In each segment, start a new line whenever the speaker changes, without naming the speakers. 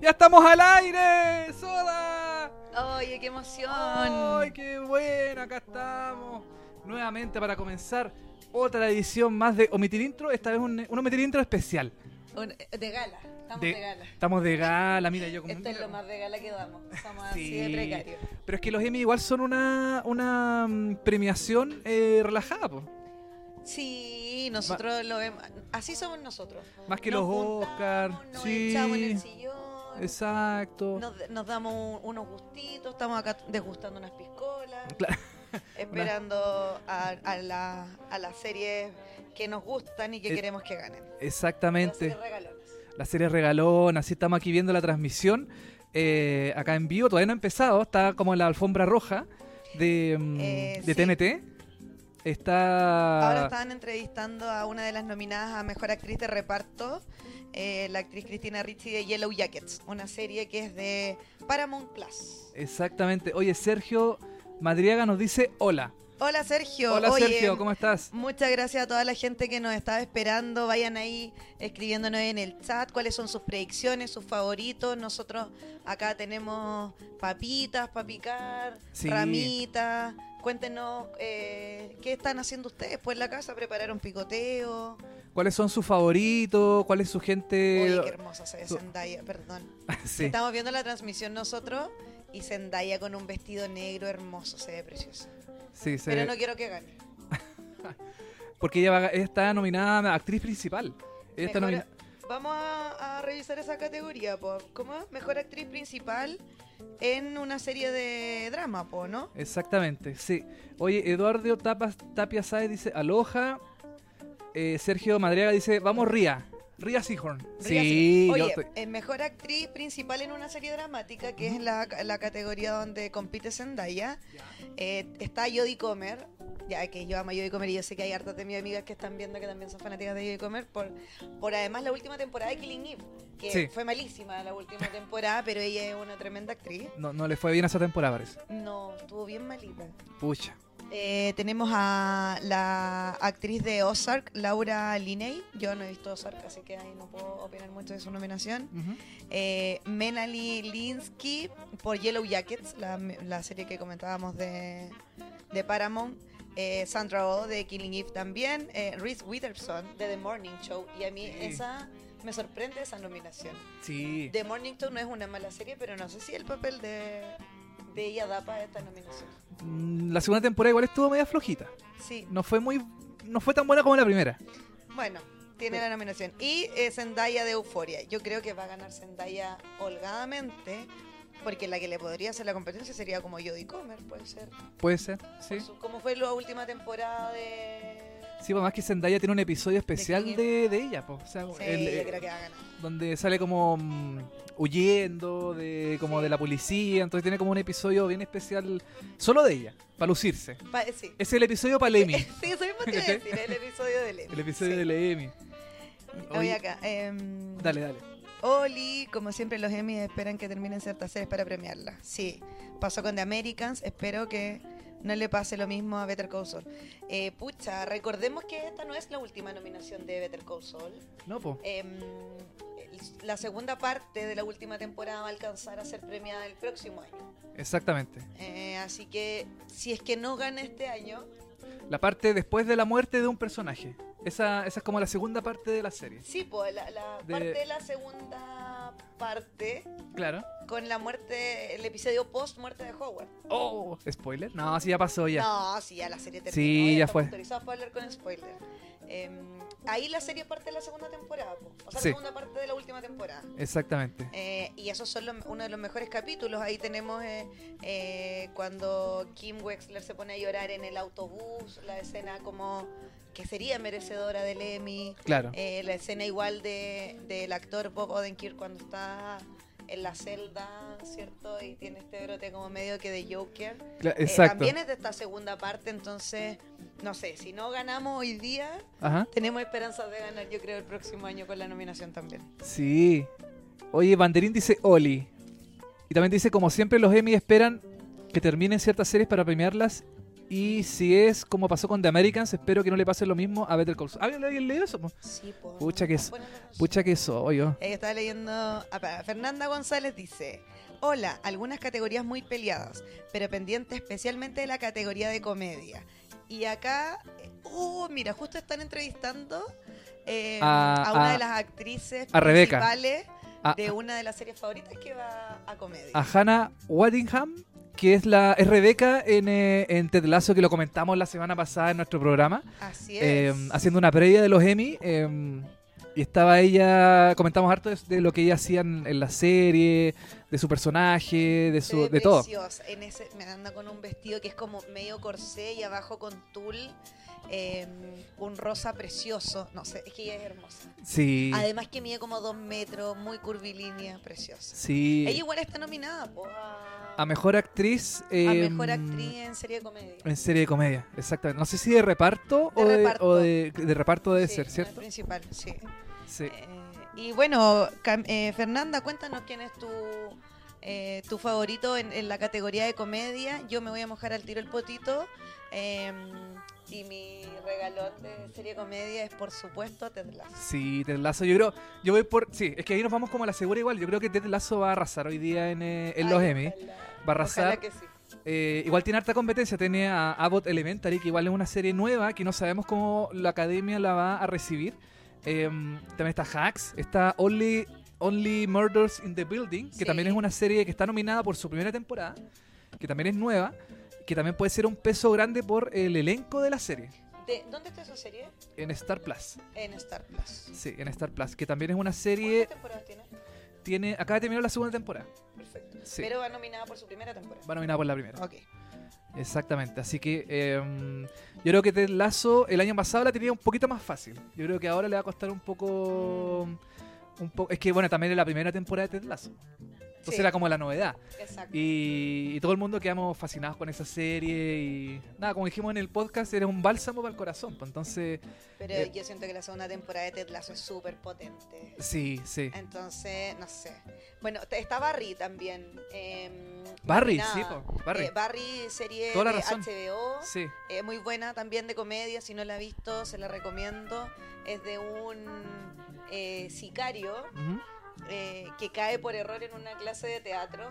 ¡Ya estamos al aire! ¡Soda!
Oye, qué emoción.
¡Ay, qué bueno! Acá estamos. Nuevamente para comenzar otra edición más de Omitir Intro. Esta vez un, un Omitir Intro especial.
Un- de gala, estamos de,
De-
gala.
Estamos de gala, mira, yo como...
Esto es lo más de gala que damos. Estamos así de
Sí.
precarios.
Pero es que los Emmy igual son una, una mm, premiación eh, relajada, po.
Sí, nosotros lo vemos. Así somos nosotros.
Más que
Nos
los
juntamos,
Oscar.
Nos
Sí.
echamos en el sillón.
Exacto.
Nos, nos damos un- unos gustitos. Estamos acá degustando unas piscolas.
Claro.
Esperando a, a la- a las series que nos gustan y que
Eh,
queremos que ganen. Las
Exactamente.
series regalonas.
La serie regalón, así estamos aquí viendo la transmisión. eh, acá en vivo, todavía no ha empezado, está como en la alfombra roja de, mm,
Eh,
de
sí.
TNT. Está...
Ahora estaban entrevistando a una de las nominadas a Mejor Actriz de Reparto, eh, la actriz Cristina Ricci de Yellow Jackets, una serie que es de Paramount Plus.
Exactamente. Oye, Sergio Madriaga nos dice hola.
Hola Sergio,
Hola
Oye,
Sergio, ¿cómo estás?
Muchas gracias a toda la gente que nos estaba esperando. Vayan ahí escribiéndonos en el chat cuáles son sus predicciones, sus favoritos. Nosotros acá tenemos papitas para picar,
Sí.
ramitas. Cuéntenos eh, qué están haciendo ustedes pues en la casa. ¿Prepararon picoteo?
¿Cuáles son sus favoritos? ¿Cuál es su gente?
Oye, qué hermosa se ve
su-
Zendaya, perdón.
Sí.
Estamos viendo la transmisión nosotros y Zendaya con un vestido negro hermoso, se ve preciosa.
Sí, se-
Pero no quiero que gane.
Porque ella, va- ella está nominada a actriz principal. Ella está
Mejor-
nomina-
Vamos a, a revisar esa categoría, po. ¿Cómo es? Mejor actriz principal en una serie de drama, po, ¿no?
Exactamente, sí. Oye, Eduardo Tapas, Tapia Sáez dice aloja. Eh, Sergio Madriaga dice, vamos Ría. Ría Seahorn.
Ría
Sí,
Oye,
yo estoy-
eh, mejor actriz principal en una serie dramática, que es la, la categoría donde compite Zendaya, eh, está Jodie Comer. Ya que yo amo a Jodie Comer y yo sé que hay hartas de mis amigas que están viendo que también son fanáticas de Jodie Comer por, por además la última temporada de Killing Eve, que
Sí.
fue malísima la última temporada, pero ella es una tremenda actriz.
no, no le fue bien a esa temporada, parece.
No, estuvo bien malita.
Pucha.
Eh, tenemos a la actriz de Ozark, Laura Linney. Yo no he visto Ozark, así que ahí no puedo opinar mucho de su nominación.
Ujú.
Eh, Menali Linsky por Yellow Jackets, la, la serie que comentábamos de, de Paramount. Eh, Sandra Oh de Killing Eve también. Eh, Reese Witherspoon de The Morning Show. Y a mí
Sí.
esa me sorprende esa nominación.
Sí.
The Morning Show no es una mala serie, pero no sé si el papel de, de ella da para esta nominación.
Mm, La segunda temporada igual estuvo media flojita.
Sí,
No fue muy... No fue tan buena como la primera.
Bueno, tiene la nominación. Y eh, Zendaya de Euforia. Yo creo que va a ganar Zendaya holgadamente, porque la que le podría hacer la competencia sería como Jodie Comer, puede ser.
Puede ser, sí.
Por su- Como fue la última temporada de...
Sí, pues más que Zendaya tiene un episodio especial
Killing
de, de ella, pues. O sea,
Sí,
el-
yo
eh,
creo que va a ganar.
donde sale como mm, huyendo de como de la policía, entonces tiene como un episodio bien especial solo de ella, para lucirse.
Pa- sí.
Es el episodio para Lemmy,
sí, eso mismo te iba a decir, el episodio de Lemmy.
el episodio
Sí.
de Lemmy.
Oye,
Oye,
acá. em,
Dale, dale.
Oli, como siempre los Emmy esperan que terminen ciertas series para premiarla. Sí, pasó con The Americans, espero que no le pase lo mismo a Better Call Saul. Eh, pucha, recordemos que esta no es la última nominación de Better Call Saul.
No, po.
Em, la segunda parte de la última temporada va a alcanzar a ser premiada el próximo año.
Exactamente.
Eh, así que si es que no gana este año,
La parte después de la muerte de un personaje. Esa, esa es como la segunda parte de la serie.
sí, pues la, la
De-
parte de la segunda parte
Claro.
con la muerte, el episodio post muerte de Howard.
Oh, spoiler. No, así ya pasó ya.
No, sí, ya la serie terminó.
Sí, ya
estamos
fue.
autorizados para hablar con spoiler. Eh, ahí la serie parte de la segunda temporada, po. o sea,
Sí.
la segunda parte de la última temporada.
Exactamente.
Eh, y esos son los- uno de los mejores capítulos. Ahí tenemos eh, eh, cuando Kim Wexler se pone a llorar en el autobús, la escena como que sería merecedora del Emmy,
Claro.
eh, la escena igual de, del actor Bob Odenkirk cuando está en la celda, ¿cierto? Y tiene este brote como medio que de Joker.
Cla-
Eh,
Exacto.
también es de esta segunda parte, entonces, no sé, si no ganamos hoy día,
Ajá.
tenemos esperanzas de ganar, yo creo, el próximo año con la nominación también.
Sí. Oye, Banderín dice Oli. Y también dice, como siempre, los Emmy esperan que terminen ciertas series para premiarlas Y si es como pasó con The Americans, espero que no le pase lo mismo a Better Call Saul. ¿Alguien, alguien leyó eso? po?
Sí, po,
Pucha
no,
que
no,
es-
ponelo en los-
Pucha que soy yo.
Ahí estaba leyendo. ah, pa- Fernanda González dice: Hola, algunas categorías muy peleadas, pero pendiente especialmente de la categoría de comedia. Y acá, eh, uh, mira, justo están entrevistando eh,
A-
a, una
a-
de las actrices
a Rebeca.
principales
A, Ah,
de una de las series favoritas que va a comedia.
a Hannah Waddingham, que es la es Rebeca en, eh, en Ted Lasso, que lo comentamos la semana pasada en nuestro programa.
Así es.
eh, haciendo una previa de los Emmy. eh, y estaba ella, comentamos harto de, de lo que ella hacía en, en la serie, de su personaje, de
Se
su
ve
de todo.
preciosa. En ese, me anda con un vestido que es como medio corsé y abajo con tul. eh, un rosa precioso. No sé, es que ella es hermosa.
Sí,
Además que mide como dos metros, muy curvilínea, preciosa.
sí.
Ella igual está nominada po, a,
A mejor actriz.
a
eh,
Mejor Actriz en Serie de Comedia.
En serie de comedia, exactamente. No sé si de reparto
De
o,
reparto.
De, o de, de reparto debe
Sí,
ser,
en
¿cierto?
principal, sí.
Sí.
Eh, y bueno, Cam- eh, Fernanda, cuéntanos quién es tu, eh, tu favorito en, en la categoría de comedia. Yo me voy a mojar al tiro el potito. eh, y mi regalón de serie de comedia es, por supuesto, Ted Lasso.
Sí, Ted Lasso, yo creo, yo voy por, sí, es que ahí nos vamos como a la segura igual, yo creo que Ted Lasso va a arrasar hoy día en, eh, en los
Ay,
Emmy,
ojalá.
va a arrasar.
Ojalá que sí.
Eh, igual tiene harta competencia, tiene a Abbott Elementary, que igual es una serie nueva, que no sabemos cómo la academia la va a recibir. Eh, también está Hacks, está Only, Only Murders in the Building, que
Sí.
también es una serie que está nominada por su primera temporada, que también es nueva, que también puede ser un peso grande por el elenco de la serie,
¿De- ¿Dónde está esa serie?
en Star Plus.
En Star Plus.
Sí, en Star Plus, que también es una
¿Cuántas
serie,
temporadas tiene?
tiene, acaba de terminar la segunda temporada.
Perfecto.
Sí,
Pero va nominada por su primera temporada.
va nominada por la primera.
Ok.
Exactamente, así que eh, yo creo que Ted Lasso el año pasado la tenía un poquito más fácil. Yo creo que ahora le va a costar un poco... Un po- es que bueno, también es la primera temporada de Ted Lasso. Entonces
Sí.
era como la novedad.
Exacto.
Y, y todo el mundo quedamos fascinados con esa serie. Y nada, como dijimos en el podcast, era un bálsamo para el corazón. pues, Entonces,
Pero
eh,
yo siento que la segunda temporada de Ted Lasso es súper potente.
sí, sí.
Eh, Entonces, no sé. Bueno, te- está Barry también. em,
Barry,
nominada.
sí, po, Barry.
Eh, Barry, serie
Toda la
de
razón.
HBO.
Sí,
eh, muy buena también de comedia. Si no la ha visto, se la recomiendo. Es de un eh, sicario
ujú.
eh, que cae por error en una clase de teatro.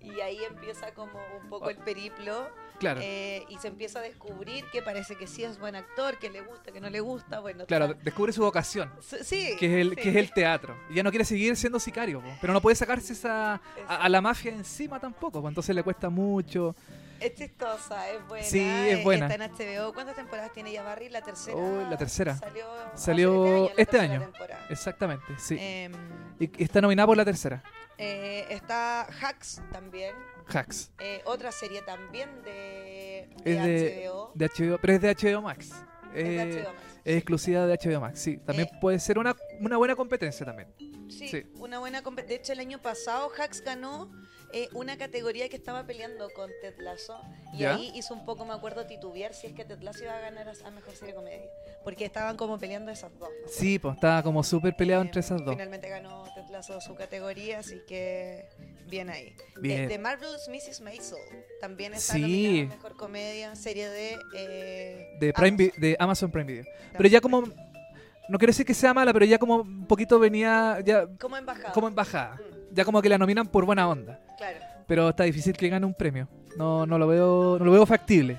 Y ahí empieza como un poco el periplo.
claro.
Eh, y se empieza a descubrir que parece que sí es buen actor, que le gusta, que no le gusta, bueno.
claro,
tal.
descubre su vocación.
S- Sí.
que es el,
sí.
que es el teatro. Y ya no quiere seguir siendo sicario, po. pero no puede sacarse esa, a, a la mafia encima tampoco, po. entonces le cuesta mucho.
Es chistosa, es buena.
Sí, es
eh,
buena.
Está en HBO. ¿Cuántas temporadas tiene ya Barry? La tercera.
Oh, la tercera.
Salió,
Salió
hace
este
la
año.
tercera temporada.
Exactamente, sí.
Em,
Y está nominada por la tercera,
eh, está Hacks también.
Hacks,
eh, otra serie también de, de
Es de-
HBO.
de HBO, pero es de HBO Max.
es de
Eh,
HBO Max.
Es exclusiva de HBO Max, sí. También
Eh.
puede ser una, una buena competencia también.
Sí,
Sí.
una buena compe- De hecho, el año pasado Hacks ganó eh, una categoría que estaba peleando con Ted Lasso. Y
¿Ya?
ahí hizo un poco, me acuerdo, titubear si es que Ted Lasso iba a ganar a, a Mejor Serie de Comedia. Porque estaban como peleando esas dos. ¿no?
Sí, pues estaba como súper peleado entre
Eh,
esas dos.
Finalmente ganó Ted Lasso su categoría, así que bien ahí.
Bien.
Eh, The Marvelous Mrs. Maisel también está
Sí.
nominada a Mejor Comedia, serie de... eh,
De, Prime Vi-
Amazon
de Amazon Prime Video. Pero
también.
ya como, no quiero decir que sea mala, pero ya como un poquito venía ya
Como embajada.
como en bajada.
Mm,
Ya como que la nominan por buena onda.
claro.
pero está difícil que gane un premio. No, no lo veo, no lo veo factible.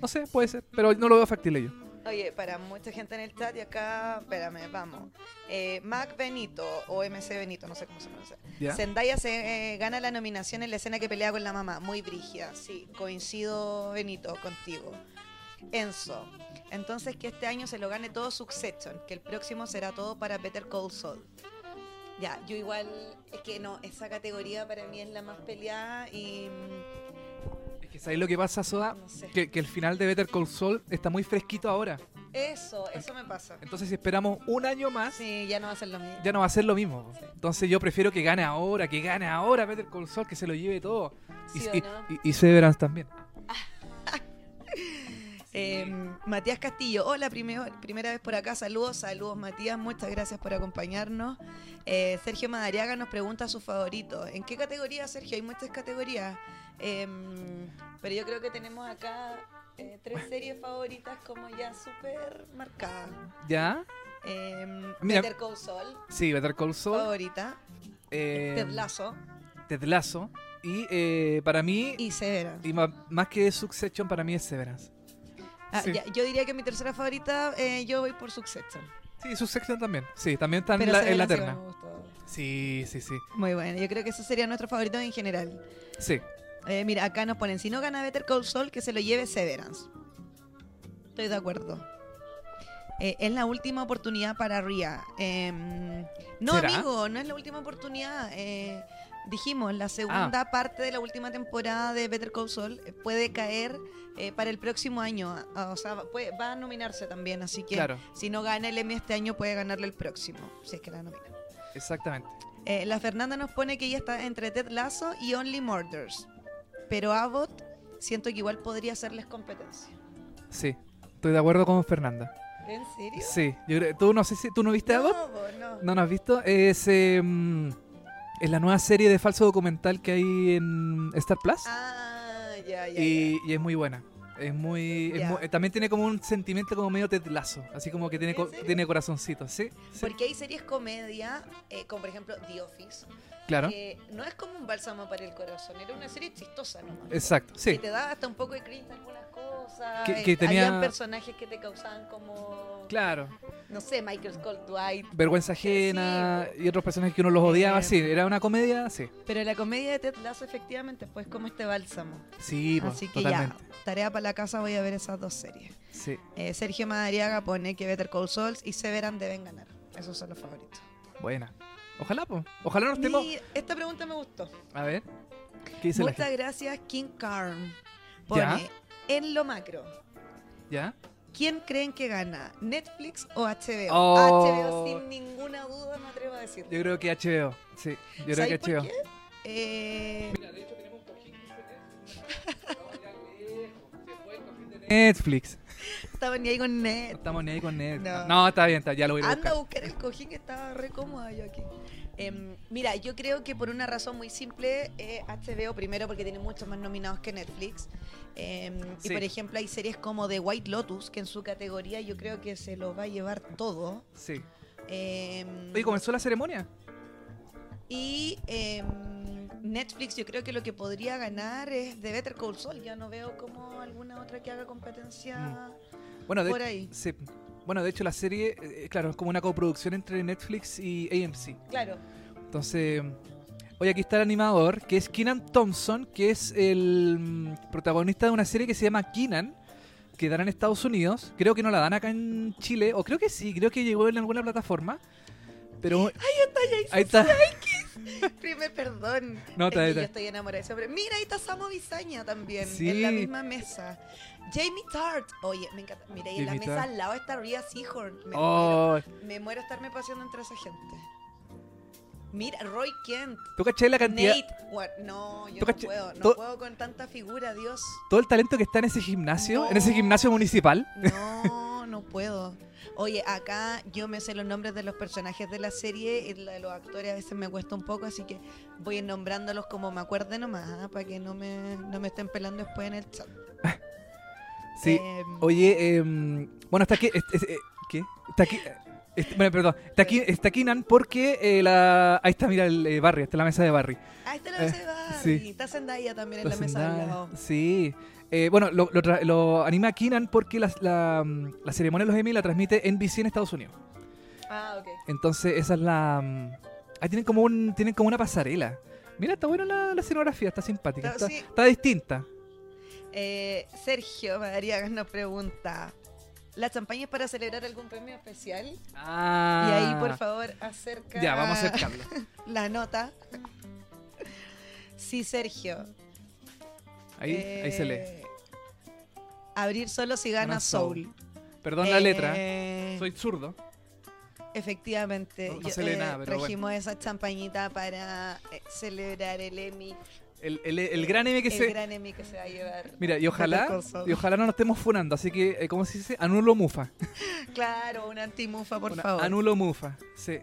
No sé, puede ser, pero no lo veo factible yo.
Oye, para mucha gente en el chat y acá, espérame, vamos. Eh, Mac Benito, o MC Benito, no sé cómo se pronuncia.
¿Ya?
Zendaya se eh, gana la nominación en la escena que pelea con la mamá. Muy brígida, sí. Coincido, Benito, contigo. Enzo. Entonces que este año se lo gane todo Succession, que el próximo será todo para Better Call Saul. Ya, yo igual, es que no, esa categoría para mí es la más peleada y mm,
Es que ¿sabéis lo que pasa, Soda?
no sé.
Ah, Que, que el final de Better Call Saul está muy fresquito ahora.
Eso, eso me pasa.
Entonces si esperamos un año más,
Sí, ya no va a ser lo mismo.
ya no va a ser lo mismo. Entonces yo prefiero que gane ahora, que gane ahora Better Call Saul, que se lo lleve todo. Y,
¿Sí o
y,
no?
y- y Severance también.
Eh, Matías Castillo, hola, primer- primera vez por acá, saludos, saludos Matías, muchas gracias por acompañarnos. Eh, Sergio Madariaga nos pregunta su favorito. ¿En qué categoría, Sergio? Hay muchas categorías, Em, pero yo creo que tenemos acá eh, tres series favoritas como ya súper marcadas.
¿Ya?
Eh,
Mira.
Better Call Saul,
Sí, Better Call Saul.
favorita.
eh,
Oh, Ted Lasso
Ted Lasso. Y eh, para mí,
y Severance.
y ma- más que Succession, para mí es Severance.
Ah,
sí.
ya, yo diría que mi tercera favorita, eh, yo voy por Succession.
Sí, Succession también. Sí, también está en
Pero
la, en la
Severance
terna.
igual me gustó.
Sí, sí, sí.
Muy bueno, yo creo que eso sería nuestro favorito en general.
Sí.
Eh, mira, acá nos ponen, si no gana Better Call Saul, que se lo lleve Severance. Estoy de acuerdo. Eh, es la última oportunidad para Ria. Em, no,
¿Será?
amigo, no es la última oportunidad. Eh, dijimos, la segunda
Ah.
parte de la última temporada de Better Call Saul eh, puede caer eh, para el próximo año. Ah, O sea, puede- va a nominarse también, así que
Claro,
si no gana el Emmy este año, puede ganarle el próximo, si es que la nomina.
exactamente.
Eh, la Fernanda nos pone que ella está entre Ted Lasso y Only Murders. Pero Abbott siento que igual podría hacerles competencia.
Sí, estoy de acuerdo con Fernanda.
¿En serio?
Sí, yo creo- tú no sé si tú no viste Abbott,
No, vos, no.
no nos has visto. Es, eh, mm, es la nueva serie de falso documental que hay en Star Plus
Ah, ya, ya. ya.
y, y es muy buena. Es muy, es
Ya.
muy- eh, también tiene como un sentimiento como medio tetlazo, así como que tiene
¿En
co-
serio?
tiene corazoncito, sí, sí,
Porque hay series comedia, eh, como por ejemplo The Office,
claro,
que no es como un bálsamo para el corazón, era una serie chistosa nomás.
exacto,
Que
Eh, sí,
te daba hasta un poco de cringe algunas cosas.
Que-
eh,
que tenía-
Habían personajes que te causaban como,
claro,
no sé, Michael Scott Dwight.
vergüenza
Sí,
ajena y otros personajes que uno los odiaba,
Eh.
sí, era una comedia, sí,
Pero la comedia de Ted Lasso efectivamente pues como este bálsamo.
sí, pues,
Así que
totalmente,
ya, tarea para la casa, voy a ver esas dos series.
sí,
Eh, Sergio Madariaga pone que Better Call Saul y Severan deben ganar. Esos son los favoritos.
buena, ojalá, pues, ojalá nos estemos,
Mi- esta pregunta me gustó.
a ver, ¿qué dice la
Muchas
gente?
gracias, King Carm. Pone,
Ya.
en lo macro,
¿Ya?
¿quién creen que gana? ¿Netflix o HBO?
Oh.
HBO sin ninguna duda me atrevo a decir.
Yo creo que HBO, sí. Yo creo que
¿Sabes por
HBO.
qué? Eh,
Netflix.
estaba ni ahí con
No
Netflix.
estamos ni ahí con Netflix. No,
Eh, No.
está bien, está, ya lo voy a ir a buscar.
Anda a Ah, buscar el cojín que estaba re cómoda yo aquí. Em, mira, yo creo que por una razón muy simple, eh, HBO primero porque tiene muchos más nominados que Netflix. Em,
Sí.
Y por ejemplo hay series como The White Lotus, que en su categoría yo creo que se lo va a llevar todo.
Sí.
Em,
Oye, ¿comenzó la ceremonia?
y em, Netflix yo creo que lo que podría ganar es The Better Call Saul. Ya no veo como alguna otra que haga competencia
Bueno, Mm. Ah, de,
por ahí.
sí. Bueno, de hecho la serie, eh, claro, es como una coproducción entre Netflix y AMC.
Claro.
Entonces, hoy aquí está el animador, que es Keenan Thompson, que es el mm, protagonista de una serie que se llama Keenan, que dará en Estados Unidos. Creo que no la dan acá en Chile, o creo que sí, creo que llegó en alguna plataforma. Pero ahí está,
Primer perdón.
No, está bien,
Es que
está
yo
bien.
estoy enamorada de ese hombre. Mira, ahí está Samo Bizaña también,
Sí.
en la misma mesa. Jamie Tart. Oye, me encanta. Mira, y en la
Jamie
mesa
Tart.
al lado está Rhea Seahorn. Me,
Oh,
muero, me muero estarme paseando entre esa gente. Mira, Roy Kent.
¿tú cachai la cantidad?
Nate. Ward- No, yo
¿Tú
no
cachai?
puedo. No
To-
puedo con tanta figura, Dios.
Todo el talento que está en ese gimnasio,
No.
en ese gimnasio municipal.
No, no puedo. Oye, acá yo me sé los nombres de los personajes de la serie y la de los actores a veces me cuesta un poco, así que voy a ir nombrándolos como me acuerde nomás, ¿ah? para que no me, no me estén pelando después en el chat.
Sí.
Eh,
Oye, em, bueno, está aquí. es- es- eh, ¿Qué? Está aquí. eh, es- bueno, perdón. Está aquí, está aquí Nan porque eh, la. Ahí está, mira, el eh, Barry, está la mesa de Barry.
Ah, está la
eh,
mesa de Barbie.
sí.
Está Zendaya también en
Los
la mesa de
Zendaya,
al lado.
Sí. Eh, bueno, lo, lo tra- lo anima Keenan porque la, la, mm, la ceremonia de los Emmy la transmite NBC en Estados Unidos.
Ah, ok.
Entonces, esa es la. mm, Ahí tienen como, un, tienen como una pasarela. Mira, está buena la, la escenografía, está simpática.
Está-
Está,
sí.
está distinta.
Eh, Sergio Madariaga nos pregunta. ¿La champaña es para celebrar algún premio especial? Y ahí, por favor, acerca
Ah. Ya, vamos a acercarlo.
la nota. Sí, Sergio.
Ahí, ahí se lee.
Eh, Abrir solo si gana,
Gana
Soul.
Soul. Perdón la letra.
Eh,
Soy zurdo.
Efectivamente.
No- no
Yo,
se lee
eh,
nada, pero
trajimos esa champañita para eh, celebrar el Emmy,
El, el- el gran M que
el
se.
gran Emmy que se va a llevar.
Mira, y ojalá,
cosa.
y ojalá no nos estemos funando, así que, eh, ¿cómo se dice? Anulo mufa.
Claro, una antimufa, por
Una-
favor.
Anulo mufa, sí.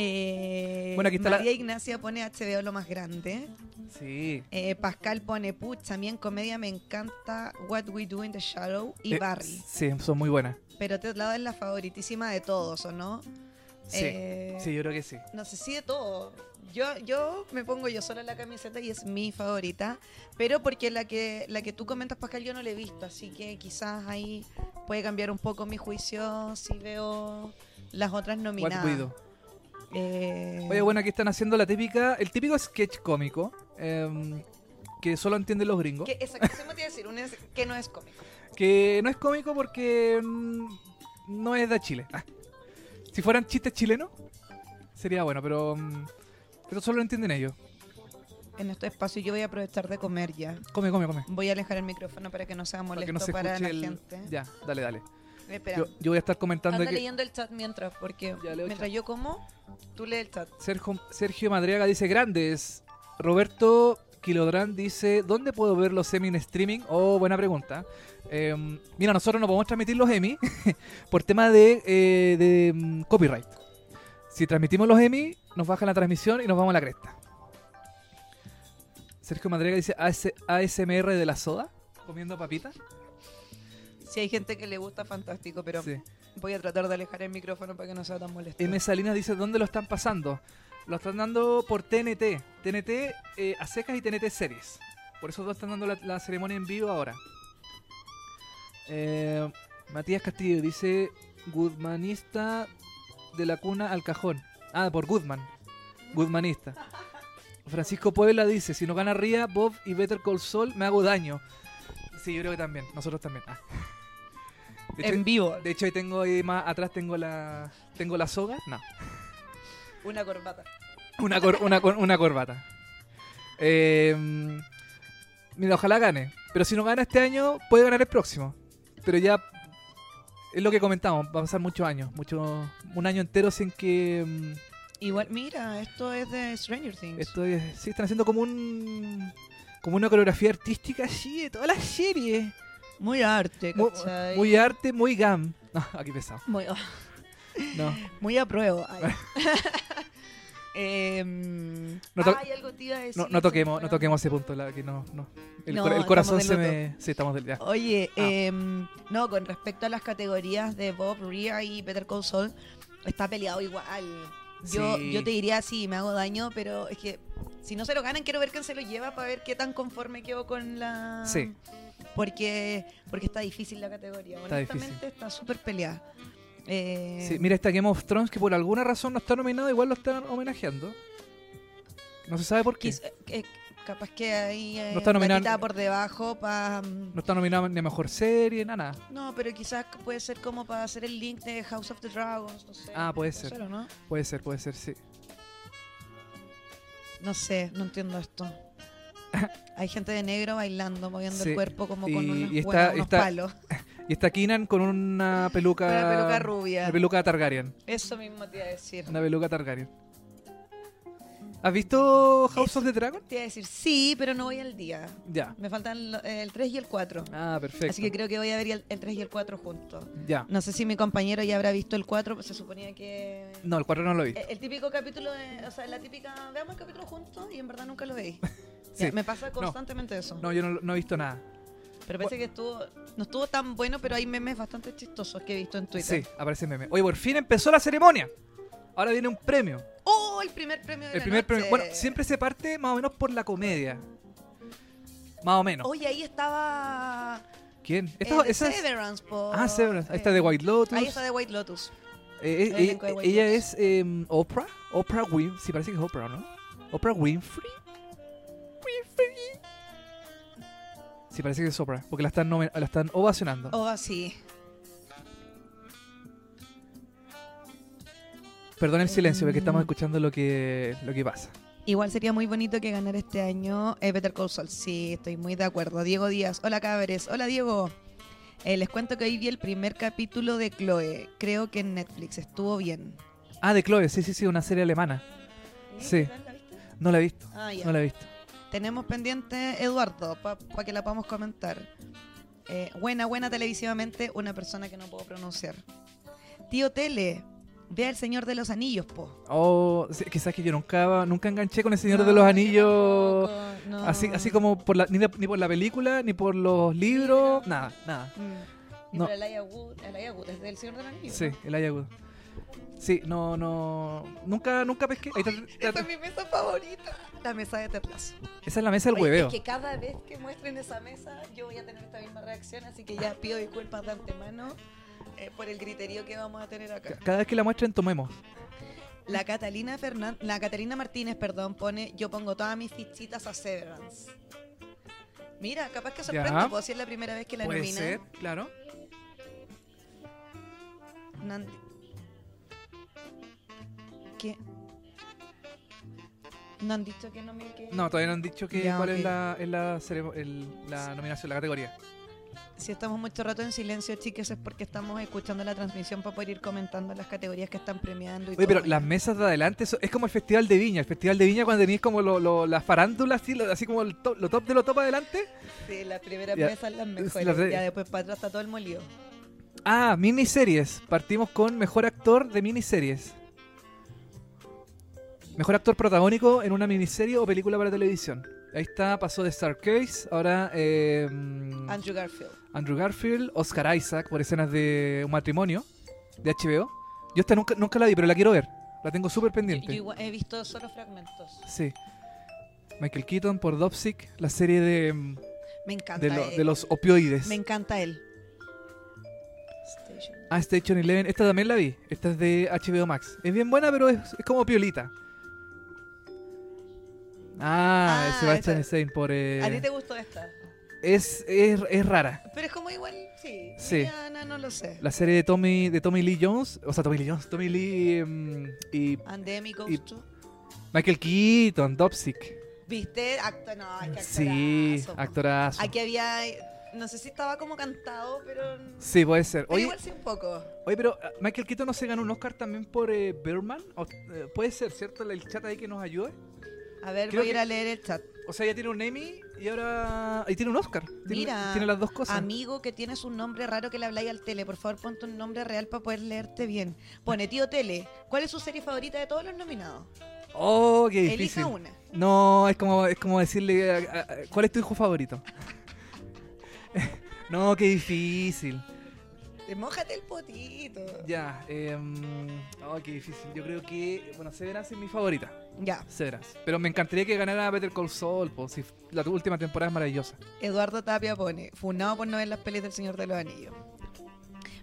Eh,
Bueno, aquí está la-
María Ignacia pone HBO lo más grande.
Sí.
Eh, Pascal pone Puch, a mí en comedia me encanta What We Do in the Shadow y
Eh,
Barry.
Sí, son muy buenas.
Pero Ted Lasso es la favoritísima de todos, ¿o no?
Sí,
Eh,
sí, yo creo que sí.
No sé si de todo. Yo, yo me pongo yo sola la camiseta y es mi favorita. Pero porque la que, la que tú comentas, Pascal, yo no la he visto. Así que quizás ahí puede cambiar un poco mi juicio si veo las otras
What
nominadas.
We Do.
Eh,
Oye, bueno, aquí están haciendo la típica, el típico sketch cómico em, que solo entienden los gringos.
que, esa, eso me te iba a decir, un es- que no es cómico.
Que no es cómico porque mm, no es de Chile. Ah. Si fueran chistes chilenos, sería bueno, pero mm, eso solo lo entienden ellos.
En este espacio yo voy a aprovechar de comer ya.
Come, come, come.
Voy a alejar el micrófono para que no sea
Para
molesto
que
para,
no se escuche
la
el...
gente. Eh,
Ya, dale, dale.
Espera,
Yo, yo voy a estar comentando
anda
aquí.
leyendo el chat mientras, porque
Ya, leo el
mientras yo como, tú lees el chat.
Sergio, Sergio Madriaga dice grandes. Roberto Kilodrán dice, ¿dónde puedo ver los Emmy en streaming? Oh, buena pregunta. Eh, mira, nosotros no podemos transmitir los Emmy por tema de, eh, de, mm, copyright. Si transmitimos los Emmy, nos bajan la transmisión y nos vamos a la cresta. Sergio Madriaga dice AS ASMR de la soda, comiendo papitas.
Si hay gente que le gusta, fantástico, pero
Sí.
voy a tratar de alejar el micrófono para que no sea tan molesto.
M. Salinas dice, ¿dónde lo están pasando? Lo están dando por TNT. TNT eh, a secas y TNT series. Por eso dos están dando la, la ceremonia en vivo ahora. Eh, Matías Castillo dice, Goodmanista de la cuna al cajón. Ah, por Goodman. Goodmanista. Francisco Puebla dice, si no gana Ría, Bob y Better Call Saul, me hago daño. Sí, yo creo que también. Nosotros también. Ah. De hecho-
en vivo,
de hecho, ahí tengo ahí más atrás tengo la tengo la soga, no,
una corbata.
una cor- una, cor- una corbata. Eh, mira, ojalá gane, pero si no gana este año puede ganar el próximo, pero ya es lo que comentamos, va a pasar muchos años, mucho un año entero sin que mm,
Igual, mira, esto es de Stranger Things.
esto es- sí están haciendo como un como una coreografía artística así de toda la serie.
Muy arte,
Muy,
¿cachai?
muy arte, muy gam. No, aquí pesado.
Muy- oh,
No.
muy a prueba. ay. Em,
No to-
ay, algo te iba a decir,
No, no toquemos,
se
no
me fue.
toquemos ese punto, la, que no, no. El,
No,
cor- el
estamos
corazón
de Oh,
se me... Sí, estamos del... ya.
Oye,
Ah.
em, no, con respecto a las categorías de Bob, Ria y Peter Call Saul, está peleado igual. Yo,
Sí.
yo te diría, sí, me hago daño, pero es que si no se lo ganan, quiero ver quién se lo lleva para ver qué tan conforme quedo con la...
Sí.
Porque, porque está difícil la categoría.
Está difícil.
Honestamente, está súper peleada. Eh,
Sí, mira, está Game of Thrones que por alguna razón no está nominado, igual lo están homenajeando. No se sabe por qué.
quiz- eh, capaz que ahí eh,
No está nominada-
patita por debajo para...
No está nominado ni a mejor serie, nada, nada.
No, pero quizás puede ser como para hacer el link de House of the Dragons, no sé.
Ah, puede ser.
Solo, ¿no?
Puede ser, puede ser, sí.
No sé, no entiendo esto. Hay gente de negro bailando, moviendo
Sí,
el cuerpo como con
y-
unos,
y está-
buenos- unos
está-
palos.
Y está Keenan con una peluca.
Con la peluca rubia.
Una peluca Targaryen.
Eso mismo te iba a decir.
Una peluca Targaryen. ¿Has visto House of the Dragon?
Te iba a decir sí, pero no voy al día.
Ya.
Me faltan lo- el 3 y el 4.
Ah, perfecto.
Así que creo que voy a ver el, el 3 y el 4 juntos.
Ya.
No sé si mi compañero ya habrá visto el 4, pues se suponía que...
No, el cuadro no lo vi.
El, el típico capítulo, de- o sea, la típica... Veamos el capítulo juntos y en verdad nunca lo veis.
Sí.
me pasa constantemente eso.
No, yo no, no he visto nada.
Pero parece que estuvo, no estuvo tan bueno, pero hay memes bastante chistosos que he visto en Twitter.
Sí, aparece meme. Oye, por fin empezó la ceremonia. Ahora viene un premio.
¡Oh! El primer premio de
El
la
primer premio.
noche.
Bueno, siempre se parte más o menos por la comedia. Más o menos.
Oye, ahí estaba.
¿Quién?
Oh, eh,
Esta-
de
esa es-
Severance. po.
Ah, Severance. Ahí está
Eh,
de White Lotus.
Ahí está de White Lotus.
Eh, eh,
el elenco de
eh,
White
ella
Lotus.
es eh, Oprah. Oprah Winfrey. Sí, parece que es Oprah, ¿no? Oprah Winfrey. Winfrey. Sí, parece que es Oprah. Porque la están, nomen- la están ovacionando.
Oh, sí.
Perdón el silencio, porque estamos
Mm.
escuchando lo que, lo que pasa.
Igual sería muy bonito que ganara este año eh, Better Call Saul. Sí, estoy muy de acuerdo. Diego Díaz. Hola, cabres. Hola, Diego. Eh, les cuento que hoy vi el primer capítulo de Chloe. Creo que en Netflix. Estuvo bien.
Ah, de Chloe. Sí, sí, sí. Una serie alemana. Sí. No la he visto.
Ah, ya.
No la he visto.
Tenemos pendiente Eduardo, para que la podamos comentar. Eh, buena, buena televisivamente, una persona que no puedo pronunciar. Tío Tele, Vea El Señor de los Anillos, po.
Oh, sí, quizás que yo nunca, nunca enganché con el Señor
No,
de los
yo
Anillos.
tampoco, no.
Así, así como por la, ni, de- ni por la película, ni por los libros, nada, nada.
Mm. Y
No.
por Elijah Wood, Elijah Wood, es del Señor de los Anillos.
Sí, el Ayahuasca. Sí, no, no. Nunca, nunca pesqué. Ahí tra- tra-
Esa es mi mesa favorita. La mesa de Tetlazo.
Esa es la mesa del
Oye,
hueveo.
Es que cada vez que muestren esa mesa, yo voy a tener esta misma reacción, así que ya pido disculpas de antemano eh, por el griterío que vamos a tener acá.
Ca- Cada vez que la muestren, tomemos.
La Catalina Fernan- la Catalina Martínez, perdón, pone yo pongo todas mis fichitas a Severance. Mira, capaz que sorprende,
Ya.
pues si es la primera vez que la
Puede
nomina.
ser, claro.
Nandi- ¿Qué? No han dicho que no me que-
No, todavía no han dicho que
Ya,
cuál
ok.
es la, es la, cere- el- la nominación, la categoría.
Si estamos mucho rato en silencio, chicas, es porque estamos escuchando la transmisión para poder ir comentando las categorías que están premiando. Y
Oye, pero
todo.
las mesas de adelante eso- es como el Festival de Viña. El Festival de Viña cuando tenéis como lo- lo- las farándulas, así, lo- así como el top- lo top de lo top adelante.
Sí, las primeras
Ya.
mesas las mejores.
las de-
Ya después para atrás está todo el molido.
Ah, miniseries. Partimos con mejor actor de miniseries. Mejor actor protagónico en una miniserie o película para televisión. Ahí está, pasó de Starcase, ahora eh, mm,
Andrew Garfield.
Andrew Garfield, Oscar Isaac por escenas de un matrimonio de HBO. Yo esta nunca, nunca la vi, pero la quiero ver. La tengo súper
Yo,
pendiente.
yo igual he visto solo fragmentos.
Sí. Michael Keaton por Dopsic, la serie de, mm,
Me encanta.
de, lo-
él.
de los opioides.
Me encanta él. Station.
Ah, Station Eleven, esta también la vi. Esta es de HBO Max. Es bien buena, pero es, es como piolita. Ah,
Ah,
Sebastian
esa.
Stein por... eh,
¿A ti te gustó esta?
es, es, es rara.
Pero es como igual, sí.
Sí.
Diana, no lo sé.
La serie de Tommy, de Tommy Lee Jones, o sea, Tommy Lee Jones, Tommy Lee mm, y
And then he goes
Y-
to-
Michael Keaton, Dopsic.
¿Viste? Acto, no, es que
Sí,
actorazo, po.
actorazo.
Aquí había, no sé si estaba como cantado, pero... pero
Sí, puede ser. Oye,
igual sí un poco.
Oye, pero ah, Michael Keaton no se ganó un Oscar también por eh, Birdman. O, eh, puede ser, ¿cierto? El chat ahí que nos ayude.
A ver,
Creo
voy a ir
que-
a leer el chat.
O sea, ya tiene un Emmy y ahora. Y tiene un Oscar. Tiene,
Mira,
tiene las dos cosas.
Amigo que tienes un nombre raro que le habláis al tele, por favor ponte un nombre real para poder leerte bien. Pone, tío tele, ¿cuál es su serie favorita de todos los nominados?
Oh, qué difícil.
Elija una.
No, es como, es como decirle. ah, ah, ah, ¿Cuál es tu hijo favorito? no, qué difícil.
Te Eh, Mójate el potito. Ya.
Ya, eh. Oh, qué difícil. Yo creo que. Bueno, Severance es mi favorita. Severance. Pero me encantaría que ganara Better Call Saul, po, si la tu- última temporada es maravillosa.
Eduardo Tapia pone, funado por no ver las pelis del Señor de los Anillos.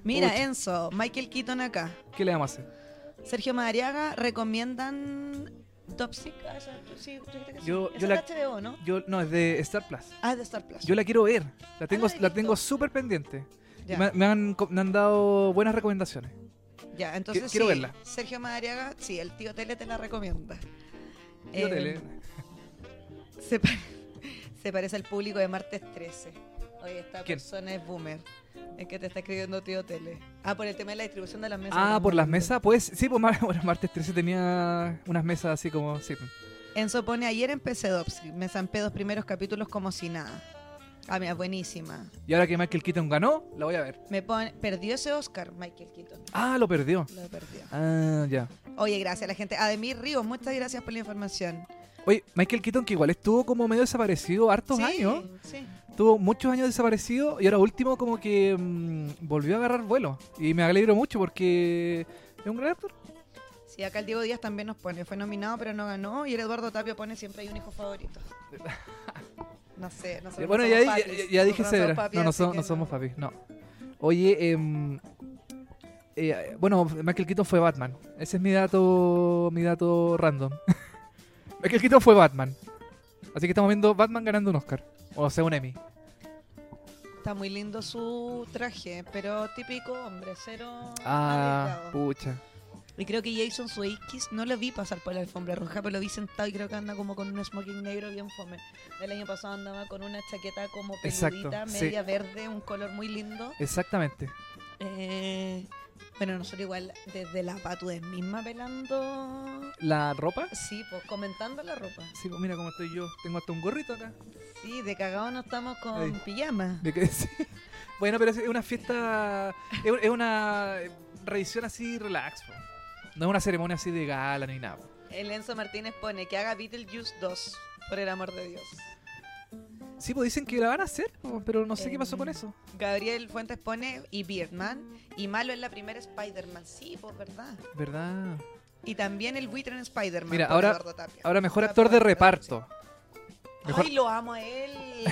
Mira,
Pucha.
Enzo, Michael Keaton acá.
¿Qué le vamos a hacer?
Sergio Madariaga, ¿recomiendan Dopsic? Ah, esa- sí, tú dijiste que sí.
Yo-
Esa
yo la-
es de HBO, ¿no?
Yo, no, es de Star Plus.
Ah, es de Star Plus.
Yo la quiero ver. La tengo,
la he
la
visto.
tengo súper pendiente. Y
Ah, ya,
Me, me han, co- me han dado buenas recomendaciones.
ya, entonces
qui- quiero
sí,
verla.
Sergio Madariaga, sí, el tío Tele te la recomienda.
Yo
Eh,
te leo.
Se, pa- se parece al público de martes 13. Oye, esta
¿Quién?
persona es boomer. Es que te está escribiendo tío Tele. Ah, por el tema de la distribución de las mesas.
Ah,
estamos
por las
hablando.
mesas, pues sí, pues mar- bueno, martes 13 tenía unas mesas así como sí.
Enzo pone, ayer empecé Dops, me zampé dos primeros capítulos como si nada. Ah, mira, buenísima.
Y ahora que Michael Keaton ganó, la voy a ver.
Me pone, perdió ese Oscar, Michael Keaton.
Ah, lo perdió.
Lo perdió.
Ah, ya.
Oye, gracias a la gente. Ademir Ríos, muchas gracias por la información.
Oye, Michael Keaton que igual estuvo como medio desaparecido hartos
Sí,
años.
Sí.
Tuvo muchos años desaparecido y ahora último como que mm, volvió a agarrar vuelo. Y me alegro mucho porque es un gran actor.
Sí, acá el Diego Díaz también nos pone. Fue nominado, pero no ganó. Y el Eduardo Tapio pone siempre hay un hijo favorito. No sé, no sé.
Bueno,
no
ya,
somos
ya-
papis.
ya- ya dije
Nosotros
Cedra.
somos papis,
No, no,
así
so-
que
no somos papi, no. Oye, em, eh, bueno, Michael Keaton fue Batman. Ese es mi dato, mi dato random. Michael Keaton fue Batman. Así que estamos viendo Batman ganando un Oscar. O sea, un Emmy.
Está muy lindo su traje, pero típico hombre, cero
Ah,
arriesgado.
pucha.
Y creo que Jason Sudeikis no lo vi pasar por la alfombra roja, pero lo vi sentado y creo que anda como con un smoking negro bien fome. El año pasado andaba con una chaqueta como
Exacto,
peludita,
sí.
media verde, un color muy lindo.
Exactamente.
Eh, bueno, nosotros igual desde la patudes misma pelando.
¿La ropa?
Sí, pues comentando la ropa.
Sí, pues mira cómo estoy yo. Tengo hasta un gorrito acá.
Sí, de cagado no estamos con
Ahí.
pijama.
¿De qué? Sí. Bueno, pero es una fiesta... Es es una revisión así eh, relax. po. No es una ceremonia así de gala ni nada.
El Enzo Martínez pone que haga Beetlejuice 2, por el amor de Dios.
Sí, pues dicen que la van a hacer, po, pero no sé qué pasó
Em,
con eso.
Gabriel Fuentes pone y Birdman. Y malo es la primera Spider-Man. Sí, pues verdad.
¿Verdad?
Y también el buitre en Spider-Man.
Mira,
por
ahora-
Eduardo Tapia.
Ahora, mejor
Eduardo
actor de
Tapia.
reparto. Mejor
Ay, lo amo a él.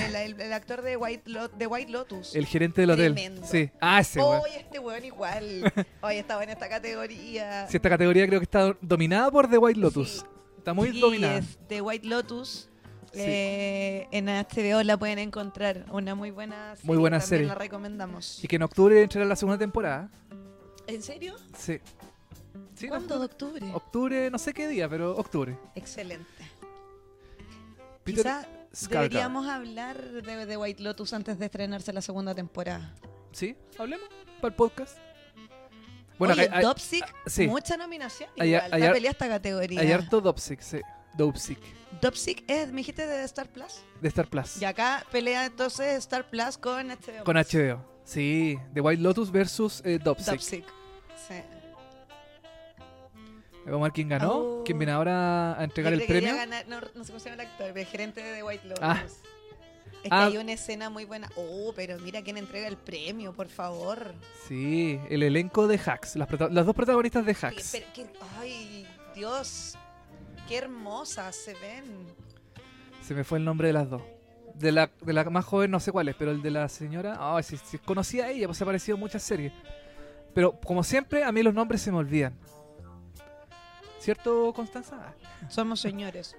El, el- el actor de White, Lo- de White Lotus.
el gerente del hotel.
Tremendo.
Sí. Ah, ese,
Hoy
weón.
este weón igual. Hoy estaba en esta categoría.
Sí, esta categoría creo que está dominada por The White Lotus.
Sí.
Está muy
Sí,
dominada.
es de White Lotus.
Sí.
Eh, en HBO la pueden encontrar. Una muy buena serie.
Muy buena
también
serie.
la recomendamos.
Y que en octubre entrará la segunda temporada.
¿En serio?
Sí. Sí, Oh. en
¿Cuándo? ¿De
octubre.
octubre?
Octubre, no sé qué día, pero octubre.
Excelente.
Peter
Quizás
Skarsgård.
deberíamos hablar de, de White Lotus antes de estrenarse la segunda temporada.
¿Sí? ¿Hablemos? ¿Para el podcast? Bueno,
Oye,
hay, hay-
Top Sick,
sí.
mucha nominación.
Hay-
Igual,
hay-
está pelea esta categoría.
hay harto Dopsic, sí. Dopsic,
Top Sick es, me dijiste, de Star Plus.
de Star Plus.
Y acá pelea entonces Star Plus con HBO.
Con HBO. Sí, The White Lotus versus eh, Dopsic.
Top Sick. Sí.
Vamos a ver Eh, quién ganó,
Oh.
quién viene ahora a entregar
Yo
el
creo que
premio.
quería ganar- no, no sé cómo se llama el actor, pero el gerente de The White Lotus.
Ah.
Es que
Ah.
hay una escena muy buena. Oh, pero mira quién entrega el premio, por favor.
Sí, el elenco de Hacks, las, prota- las dos protagonistas de
Oye,
Hacks.
pero qué- ay, Dios, qué hermosas se ven.
Se me fue el nombre de las dos. De la, de la más joven no sé cuál es, pero el de la señora, ah, sí, sí, conocía a ella, pues se ha aparecido en muchas series. Pero como siempre, a mí los nombres se me olvidan. ¿Cierto, Constanza? Ah,
Somos señores.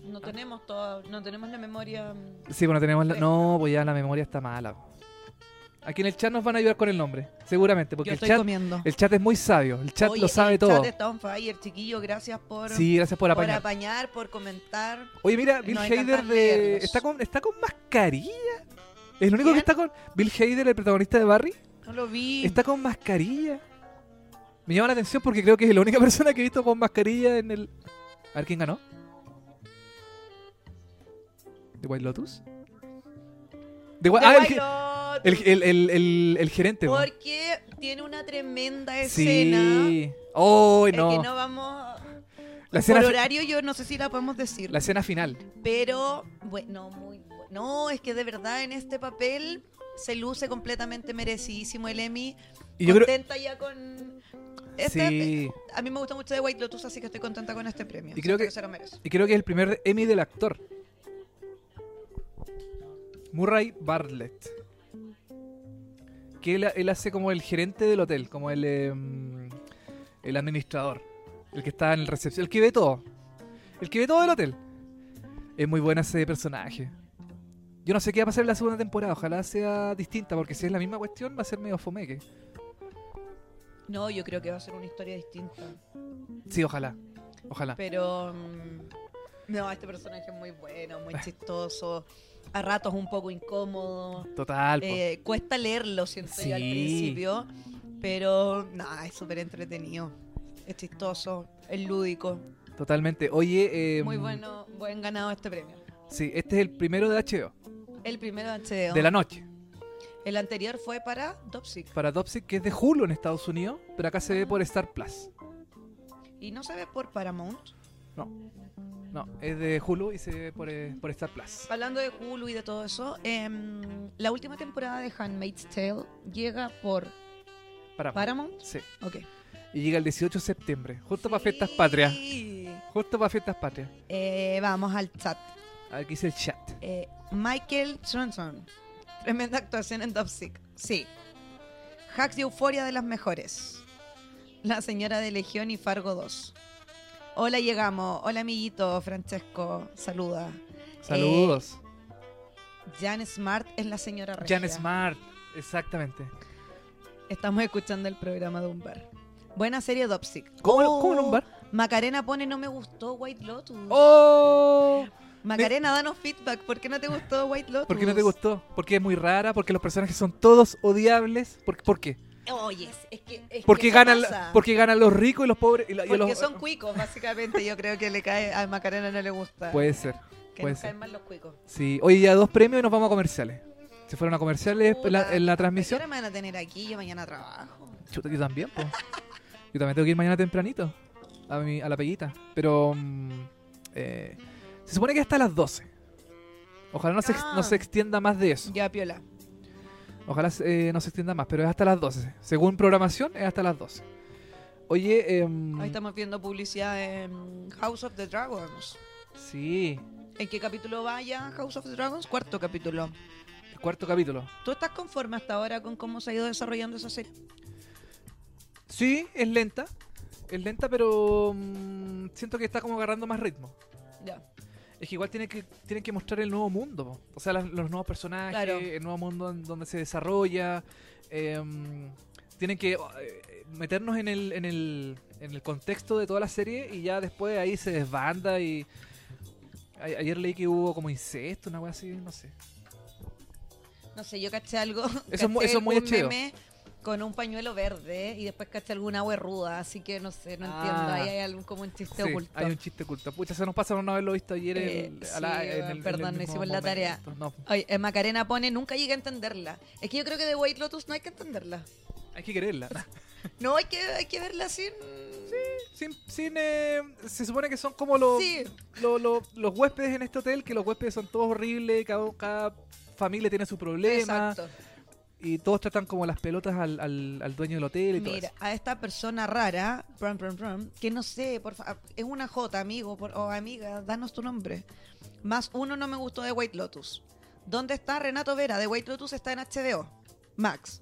No tenemos todo, no tenemos la memoria. mm,
Sí, bueno, tenemos la...
Sí.
No, pues ya la memoria está mala. Aquí en el chat nos van a ayudar con el nombre, seguramente, porque
Yo
el
estoy
chat,
comiendo.
el chat es muy sabio, el chat
Oye,
lo sabe
el
todo.
Chat está on fire, chiquillo. Gracias por,
Sí, gracias por
por
apañar.
apañar, por comentar.
Oye, mira, Bill
Nos
Hader
encantan
de...
leerlos.
está, con, está con mascarilla. Es lo único que
¿Quién?
está con. Bill Hader, el protagonista de Barry,
No lo vi.
está con mascarilla. Me llama la atención porque creo que es la única persona que he visto con mascarilla en el. A ver quién ganó. ¿The White Lotus? The Whi-
The
ah, el
White
ge-
Lotus,
el, el, el, el- el gerente. po.
Porque tiene una tremenda escena.
Sí. Oh,
Es
no.
que no vamos.
La, escena,
Por
fi-
horario, yo no sé si la podemos decir.
la escena final.
Pero, bueno, muy bueno. No, es que de verdad en este papel se luce completamente merecidísimo el Emmy.
Y yo creo.
contenta ya con. Este,
Sí.
A mí me gusta mucho de White Lotus, así que estoy contenta con este premio.
Y creo
Siento
que-
se lo merece.
Y creo que es el primer Emmy del actor. Murray Bartlett. Que él, él hace como el gerente del hotel, como el, em, el administrador. El que está en el recepción. El que ve todo. El que ve todo del hotel. Es muy buena ese personaje. Yo no sé qué va a pasar en la segunda temporada. Ojalá sea distinta, porque si es la misma cuestión va a ser medio fomeque.
No, yo creo que va a ser una historia distinta.
Sí, ojalá. Ojalá.
Pero. mm, No, este personaje es muy bueno, muy chistoso. A ratos un poco incómodo.
Total. po.
Eh, cuesta leerlo, siento yo al
Sí.
principio. Pero, nada, es súper entretenido. Es chistoso, es lúdico.
Totalmente. Oye, em,
Muy bueno, buen ganado este premio.
Sí, este es el primero de HBO.
El primero de HBO.
De la noche.
El anterior fue para Dopsic.
para Dopsic, que es de Hulu en Estados Unidos, pero acá se ve por Star Plus.
Y no se ve por Paramount.
No, es de Hulu y se ve por, eh, por Star Plus.
Hablando de Hulu y de todo eso, em, la última temporada de Handmaid's Tale llega por
Para.
Paramount.
Sí.
Ok.
Y llega el 18 de septiembre, justo para Fiestas Patrias.
Sí.
Justo para Fiestas Patrias.
Eh, vamos al chat.
Aquí dice el chat.
Eh, Michael Johnson. Tremenda actuación en Dopsic. Sí. Hacks de Euforia de las mejores. La señora de Legión y Fargo 2. Hola, llegamos. Hola, amiguito Francesco. Saluda.
Saludos.
Jan Smart es la señora Eh, regia.
Jan Smart. Exactamente.
Estamos escuchando el programa de un bar. Buena serie Dopsic.
¿Cómo,
Oh,
cómo en un bar?
Macarena pone no me gustó White Lotus.
¡Oh!
Macarena, danos feedback. ¿Por qué no te gustó White Lotus?
¿Por qué no te gustó? Porque es muy rara, porque los personajes son todos odiables. ¿Por, por qué?
Oye, es que. es que
Porque
eso
ganan,
pasa.
porque ganan los ricos y los pobres. Y la- y
Porque
los-
son cuicos, básicamente. Yo creo que le cae a Macarena no le gusta.
Puede ser.
que
puede
nos
ser.
caen mal los cuicos.
Sí, hoy ya dos premios y nos vamos a comerciales. Se fueron a comerciales en la- en la
Puta,
transmisión.
¿a qué hora me van a tener aquí? Yo mañana trabajo.
Chuta, yo también, po. Yo también tengo que ir mañana tempranito a, mi, a la peguita. Pero mm, eh, se supone que hasta las 12. Ojalá no, se, ex- no
Ah.
se extienda más de eso.
Ya, piola.
Ojalá eh, no se extienda más, pero es hasta las 12. Según programación, es hasta las 12. Oye, em,
Ahí estamos viendo publicidad en House of the Dragons.
sí,
¿En qué capítulo vaya House of the Dragons? Cuarto capítulo.
el cuarto capítulo.
¿Tú estás conforme hasta ahora con cómo se ha ido desarrollando esa serie?
Sí, es lenta. Es lenta, pero mm, siento que está como agarrando más ritmo.
Ya.
Es que igual tienen que, tienen que mostrar el nuevo mundo, po. o sea, las- los nuevos personajes,
Claro.
el nuevo mundo en donde se desarrolla. em, tienen que oh, eh, meternos en el, en, el, en el contexto de toda la serie y ya después ahí se desbanda y... a- Ayer leí que hubo como incesto, una cosa así, no sé.
No sé, yo caché algo.
Eso es muy-
caché
eso es muy
un
hacheo.
meme Con un pañuelo verde y después caché alguna ruda, así que no sé, no
Ah.
entiendo. Ahí hay algún, como un
Sí,
chiste oculto.
hay un chiste oculto. Pucha, se nos pasa por no haberlo visto ayer en-
Eh,
a la-
sí,
en el- en el
perdón, no
mismo
hicimos la tarea.
momento. No,
Ay, eh, Macarena pone, nunca llegué a entenderla. Es que yo creo que de White Lotus no hay que entenderla.
hay que quererla.
No, hay que, hay que verla sin...
Sin, sin, eh, se supone que son como los,
Sí.
lo- lo- los huéspedes en este hotel, que los huéspedes son todos horribles, cada, cada familia tiene su problema
Exacto.
y todos tratan como las pelotas al, al- al dueño del hotel y todo
Mira,
eso.
a esta persona rara, brum, brum, brum, que no sé, por fa- es una J, amigo por- o amiga, danos tu nombre. Más uno no me gustó de White Lotus. ¿Dónde está Renato Vera? De White Lotus está en HBO. Max.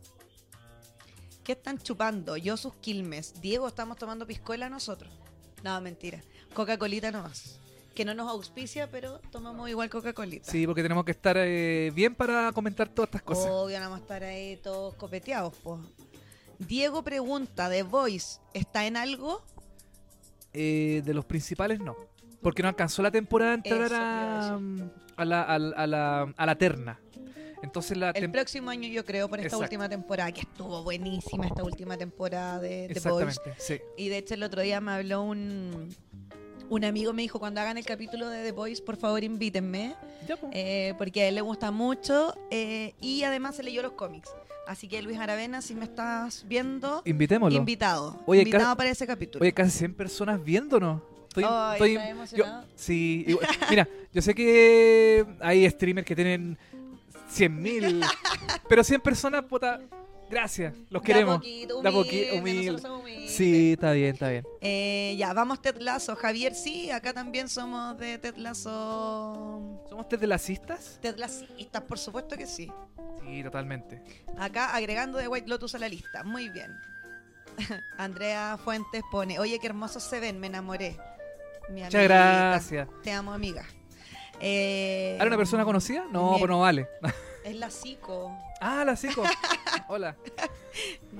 ¿Qué están chupando? Yo sus quilmes. Diego, estamos tomando piscola nosotros. No, mentira. Coca-Colita nomás. Que no nos auspicia, pero tomamos igual Coca-Colita.
Sí, porque tenemos que estar eh, bien para comentar todas estas cosas.
Obvio, no vamos a estar ahí todos copeteados, po. Diego pregunta, ¿The Voice está en algo?
Eh, de los principales no, porque no alcanzó la temporada a entrar
Eso te iba
a,
a
a la, a la- a la- a la terna. Entonces la
El
tem-
próximo año, yo creo, por esta
Exacto.
última temporada, que estuvo buenísima esta última temporada de The Voice.
Exactamente, sí.
Y de hecho, el otro día me habló un, un amigo, me dijo, cuando hagan el capítulo de The Voice, por favor, invítenme,
Ya, po.
eh, porque a él le gusta mucho eh, y además se leyó los cómics. Así que, Luis Aravena, si me estás viendo,
Invitémoslo.
invitado.
Oye,
invitado
Car-
para ese capítulo.
Oye, casi 100 personas viéndonos. Estoy,
Ay,
estoy-
¿estás
yo-
emocionado?
sí, igual- mira, yo sé que hay streamers que tienen 100.000, pero 100 personas, puta, gracias, los
De a
queremos.
poquito,
De a poqui-
humilde,
humilde.
nosotros somos humildes.
Sí, está bien, está bien.
Eh, ya, vamos Ted Lazo. Javier, sí, acá también somos de Ted Lazo.
¿Somos test de las cistas?
Ted Lacistas, por supuesto que sí.
Sí, totalmente.
Acá agregando de White Lotus a la lista. Muy bien. Andrea Fuentes pone, oye, qué hermosos se ven, me enamoré. Mi
Muchas
amiguita.
gracias.
Te amo, amiga. Eh,
¿Era una persona conocida? No,
Bien.
pues no vale.
Es la psico.
Ah, la psico. Hola.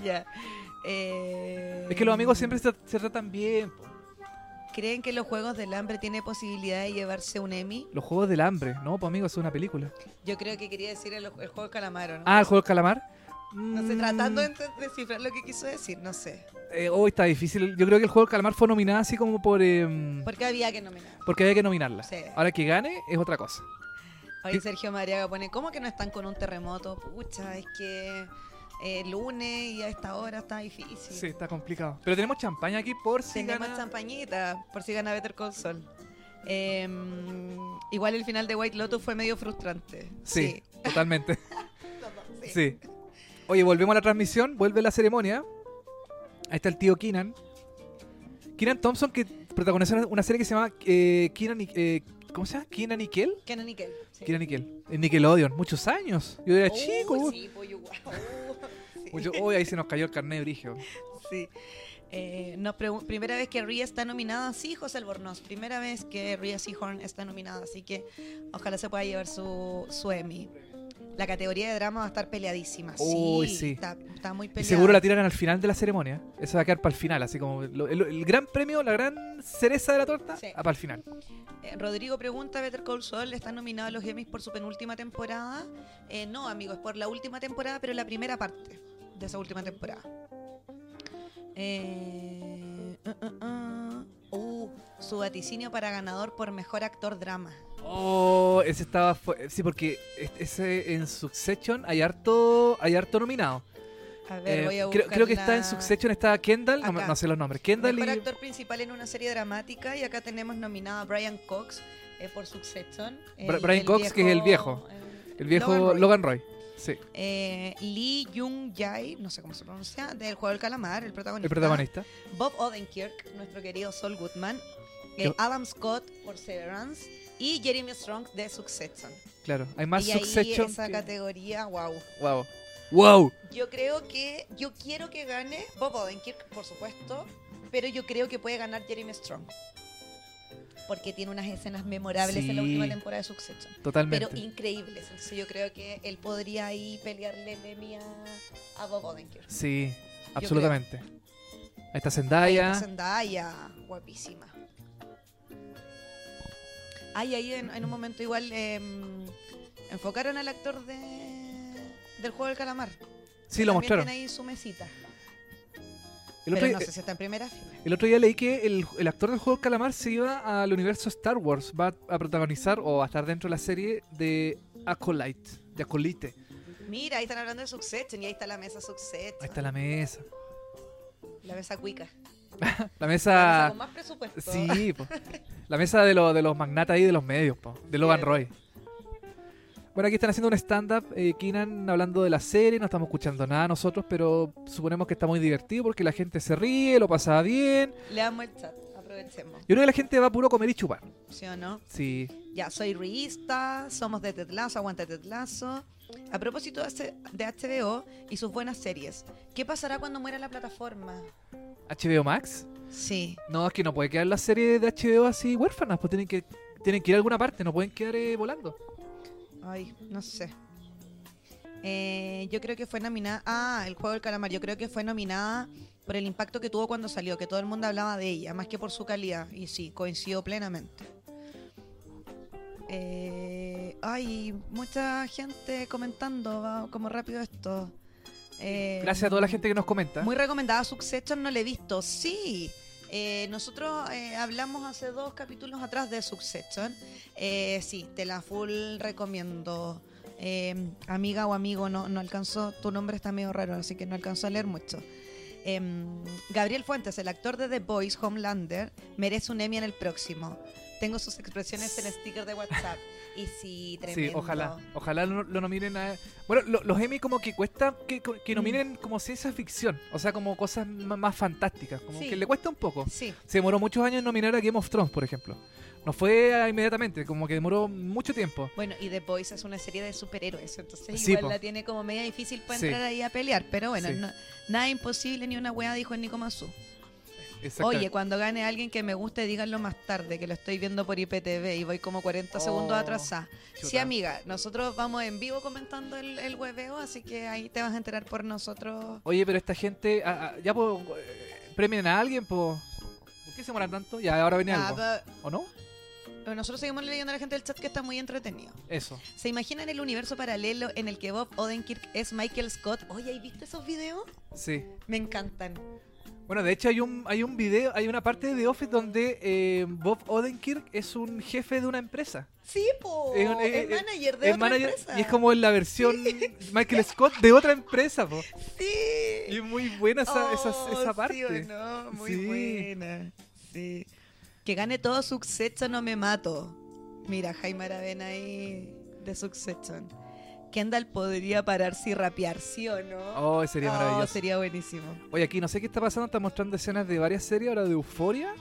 Ya. Eh,
Es que los amigos siempre se, se tratan bien. po.
¿Creen que los Juegos del Hambre tiene posibilidad de llevarse un Emmy?
Los juegos del hambre, ¿no? Pues amigos, es una película.
Yo creo que quería decir el, el Juego de Calamaro, ¿no?
Ah, el juego del calamar.
No sé,
Mm.
tratando de ent- descifrar lo que quiso decir, no sé.
Eh, hoy está difícil. Yo creo que el juego del calamar fue nominada así como por. em,
Porque había que nominar.
porque había que nominarla.
Sí.
Ahora que gane es otra cosa.
Hoy Sergio Mariaga pone, ¿cómo que no están con un terremoto? Pucha, es que eh, lunes y a esta hora está difícil.
Sí, está complicado. Pero tenemos champaña aquí por si
Tenemos
gana-
champañita, por si gana Better Call Saul. Em, igual el final de White Lotus fue medio frustrante.
Sí, totalmente.
Sí. los dos, sí.
sí. Oye, volvemos a la transmisión. Vuelve la ceremonia. Ahí está el tío Keenan. Keenan Thompson que protagoniza una- una serie que se llama eh, Keenan y- eh, ¿Cómo se llama? ¿Keenan y Kel?
Kenan Nickel. sí.
Keenan y Kel. En Nickelodeon. Muchos años. Yo era
Uy,
chico.
sí, pues, yo- wow, sí.
Mucho- Uy, ahí se nos cayó el carnet de brigio.
Sí. Eh, no, pregu- primera vez que Ria está nominada, sí, José Albornoz. Primera vez que Ria Seahorn está nominada, así que ojalá se pueda llevar su, su Emmy. La categoría de drama va a estar peleadísima.
Uy,
sí,
sí.
Está, está muy
Y
peleada.
seguro la tiran al final de la ceremonia. Eso va a quedar para el final, así como lo- el, el gran premio, la gran cereza de la torta,
Sí.
ah, para el final.
Eh, Rodrigo pregunta, ¿Better Call Saul está nominado a los Emmys por su penúltima temporada? Eh, no, amigos, por la última temporada, pero la primera parte de esa última temporada. Eh, uh, uh, uh. Uh, su vaticinio para ganador por mejor actor drama.
Oh, ese estaba fu- Sí, porque es- ese en Succession hay harto, hay harto nominado.
A
Eh,
ver, voy a
creo,
buscar
creo que está en
la-
Succession, está Kendall, no, me-
Acá.
no sé los nombres. Kendall
Mejor
y.
actor principal en una serie dramática y acá tenemos nominado a Brian Cox eh, por Succession. El-
Bra- Brian
el
Cox, que es el viejo.
el-
El viejo
Logan
Logan
Roy.
Roy. Sí,
Eh, Lee Jung Jae, no sé cómo se pronuncia, del juego del calamar, el protagonista.
el protagonista.
Bob Odenkirk, nuestro querido Saul Goodman. eh,
Yo-
Adam Scott por Severance y Jeremy Strong de Succession.
Claro. Hay más
y
Succession.
ahí esa
que-
categoría, wow.
Wow. Wow.
Yo creo que yo quiero que gane Bob Odenkirk, por supuesto, pero yo creo que puede ganar Jeremy Strong. Porque tiene unas escenas memorables en la
Sí.
última temporada de Succession.
Totalmente.
Pero increíbles. Entonces yo creo que él podría ahí pelearle Lemmy a, a Bob Odenkirk.
Sí, absolutamente. Ahí está Zendaya.
Ahí está Zendaya, ah, guapísima. Ay, ahí en, en un momento igual em, enfocaron al actor de, del juego del calamar.
sí, lo
También
mostraron.
tiene ahí su mesita.
El otro,
pero
día, eh,
no sé si está en primera fila.
el otro día leí que el, el actor del juego del Calamar se iba al universo Star Wars. Va a protagonizar o a estar dentro de la serie de Acolyte. De Acolite.
Mira, ahí están hablando de Succession y ahí está la mesa Succession.
Ahí está la mesa.
La mesa cuica.
La
La mesa
mesa.
con más presupuesto.
Sí, po. la mesa de, lo- de los magnatas y de los medios, po, de Logan
Claro.
Roy. Bueno, aquí están haciendo un stand-up, eh, Keenan hablando de la serie, no estamos escuchando nada nosotros, pero suponemos que está muy divertido porque la gente se ríe, lo pasa bien.
Leamos el chat, aprovechemos.
Yo creo que la gente va puro a comer y chupar.
¿Sí o no?
Sí,
Ya, soy Riista, somos de Tetlazo, aguanta Tetlazo. A propósito de H- de HBO y sus buenas series, ¿qué pasará cuando muera la plataforma?
HBO Max.
Sí.
No, es que no puede quedar la serie de HBO así huérfanas, pues tienen que, tienen que ir a alguna parte, no pueden quedar eh, volando.
Ay, no sé. Eh, yo creo que fue nominada. Ah, el juego del calamar. Yo creo que fue nominada por el impacto que tuvo cuando salió, que todo el mundo hablaba de ella, más que por su calidad. Y sí, coincido plenamente. Eh, ay, mucha gente comentando, va como rápido esto. Eh,
Gracias a toda la gente que nos comenta.
Muy recomendada Succession, no la he visto. Sí, eh, nosotros eh, hablamos hace dos capítulos atrás de Succession. Eh, sí, te la full recomiendo. Eh, amiga o amigo, no, no alcanzó, tu nombre está medio raro, así que no alcanzó a leer mucho. Em, Gabriel Fuentes, el actor de The Boys, Homelander, merece un Emmy en el próximo. Tengo sus expresiones en sticker de WhatsApp. Y sí, tremendo.
Sí, ojalá. Ojalá lo, lo nominen a... Bueno, lo- los Emmy como que cuesta que, que
Mm.
nominen como ciencia ficción. O sea, como cosas ma- más fantásticas. Como
Sí.
que le cuesta un poco.
Sí,
Se demoró muchos años en nominar a Game of Thrones, por ejemplo. No fue ah, inmediatamente, como que demoró mucho tiempo.
Bueno, y The Boys es una serie de superhéroes, entonces
Sí,
igual
po.
la tiene como media difícil para
Sí.
entrar ahí a pelear, pero bueno,
Sí.
no- nada imposible ni una wea dijo el Nico Mazú. Oye,
Exactamente.
cuando gane alguien que me guste, díganlo más tarde, que lo estoy viendo por IPTV y voy como 40
Oh,
segundos atrasada.
chuta.
Sí, amiga, nosotros vamos en vivo comentando el, el hueveo, así que ahí te vas a enterar por nosotros.
Oye, pero esta gente... ah, ah, ya, po, eh, premien a alguien, po. ¿Por qué se demoran tanto? Ya, ahora viene
Nada,
algo. ¿O no?
Ah, pero nosotros seguimos leyendo a la gente del chat que está muy entretenido.
Eso.
¿Se imaginan el universo paralelo en el que Bob Odenkirk es Michael Scott? Oye, ¿y viste esos videos?
Sí.
Me encantan.
Bueno, de hecho hay un, hay un video, hay una parte de The Office donde eh, Bob Odenkirk es un jefe de una empresa.
Sí, po.
Es un-
Es,
es- es-
manager de
es
otra
manager
empresa.
y es como en la versión Michael Scott de otra empresa, po. Y
Sí.
es muy buena esa, esa-
Oh,
esa parte.
sí o no, muy
Sí.
buena. Sí. Que gane todo Succession no me mato. Mira, Jaime Aravena ahí de Succession. Kendall podría pararse y rapear, ¿sí o no?
Oh, sería
Oh,
maravilloso.
sería buenísimo.
Oye, aquí no sé qué está pasando, está mostrando escenas de varias series ahora de Euforia,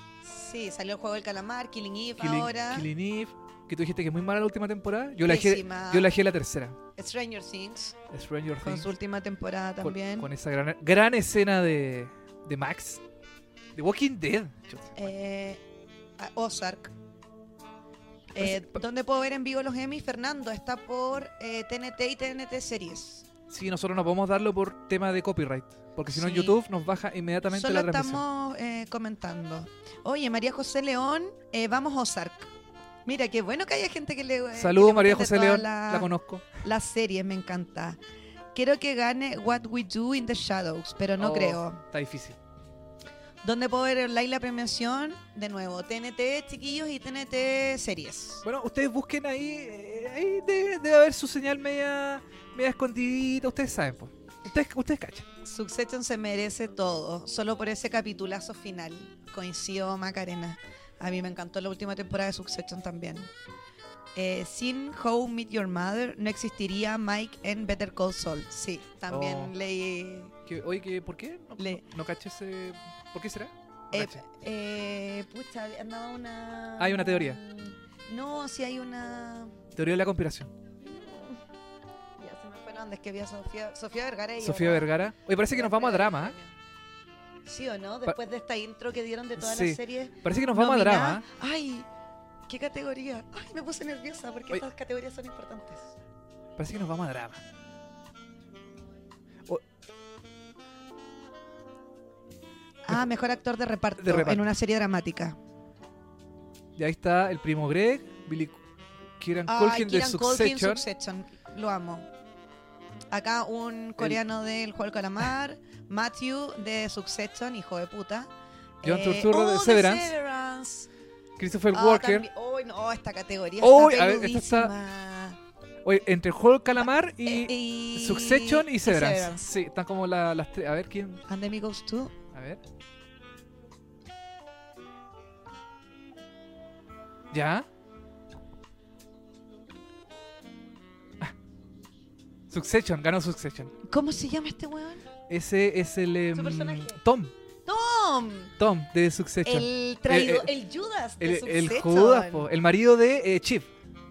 Sí, salió el juego del calamar, Killing Eve
Killing,
ahora,
Killing Eve, que tú dijiste que es muy mala la última temporada. Yo la dejé,
Pésima.
yo la dejé la tercera.
Stranger Things,
Stranger
con
Things.
su última temporada
con-
también.
Con, esa gran, gran escena de, de Max. De Walking Dead. Chuta.
Eh, a- Ozark.
Parece-
Eh,
pues,
¿Dónde puedo ver en vivo los Emmy? Fernando está por eh, TNT y TNT Series.
Sí, nosotros no podemos darlo por tema de copyright. Porque si no, en
Sí.
YouTube nos baja inmediatamente
Solo
la transmisión.
estamos eh, comentando. Oye, María José León, eh, vamos a Ozark. Mira, qué bueno que haya gente que le. eh, que
Saludos,
le
María
guste
José
toda
León.
La,
la conozco.
las series, me encanta. Quiero que gane What We Do in the Shadows, pero no
Oh.
creo.
Está difícil.
¿Dónde puedo ver online la premiación? De nuevo, TNT Chiquillos y TNT Series.
Bueno, ustedes busquen ahí, eh, ahí debe, debe haber su señal media, media escondidita, ustedes saben, pues. Ustedes, ustedes cachan.
Succession se merece todo, solo por ese capitulazo final. Coincido Macarena. A mí me encantó la última temporada de Succession también. Eh, sin How Meet Your Mother no existiría Mike en Better Call Saul. Sí, también
Oh.
leí. eh,
Que, oye, que, ¿por qué? No,
Le-
no caché ese... ¿Por qué será? No
Eh,
caché.
eh, pucha, andaba una. mm,
Hay una teoría.
No, sí hay una.
Teoría de la conspiración.
Ya se me fue, no, antes que vi a Sofía, Sofía Vergara. y yo,
Sofía
¿no?
Vergara. Oye, parece que nos vamos a drama. ¿eh?
Sí o no, después de esta intro que dieron de todas
Sí.
las series.
Parece que nos vamos a drama.
nominadas.
¿eh?
Ay, qué categoría. Ay, me puse nerviosa porque
Oye.
estas categorías son importantes.
Parece que nos vamos a drama.
Ah, mejor actor de reparto,
De reparto.
en una serie dramática.
Y ahí está el primo Greg, Billy Kieran
Ah,
Culkin de
Kieran Culkin,
Succession.
Succession. Lo amo. Acá un coreano del Juego del Calamar, Matthew de Succession, hijo de puta.
John Turturro
oh,
de Severance.
Severance.
Christopher
Ah,
Walker.
tambi- oh, no, esta categoría
Oh,
está
a ver, esta está-
peludísima.
Oye, entre Hulk Calamar y,
Eh, y-
Succession y Severance. Sí, están como la- las tres. A ver quién.
And then it goes to-
A ver. ¿Ya? Ah. Succession, ganó Succession.
¿Cómo se llama este weón?
Ese es el. em,
Su personaje.
Tom.
Tom.
Tom de Succession. Eh,
El traidor, el, Judas de
El, el
Succession.
Judas, po, el marido de eh, Chip.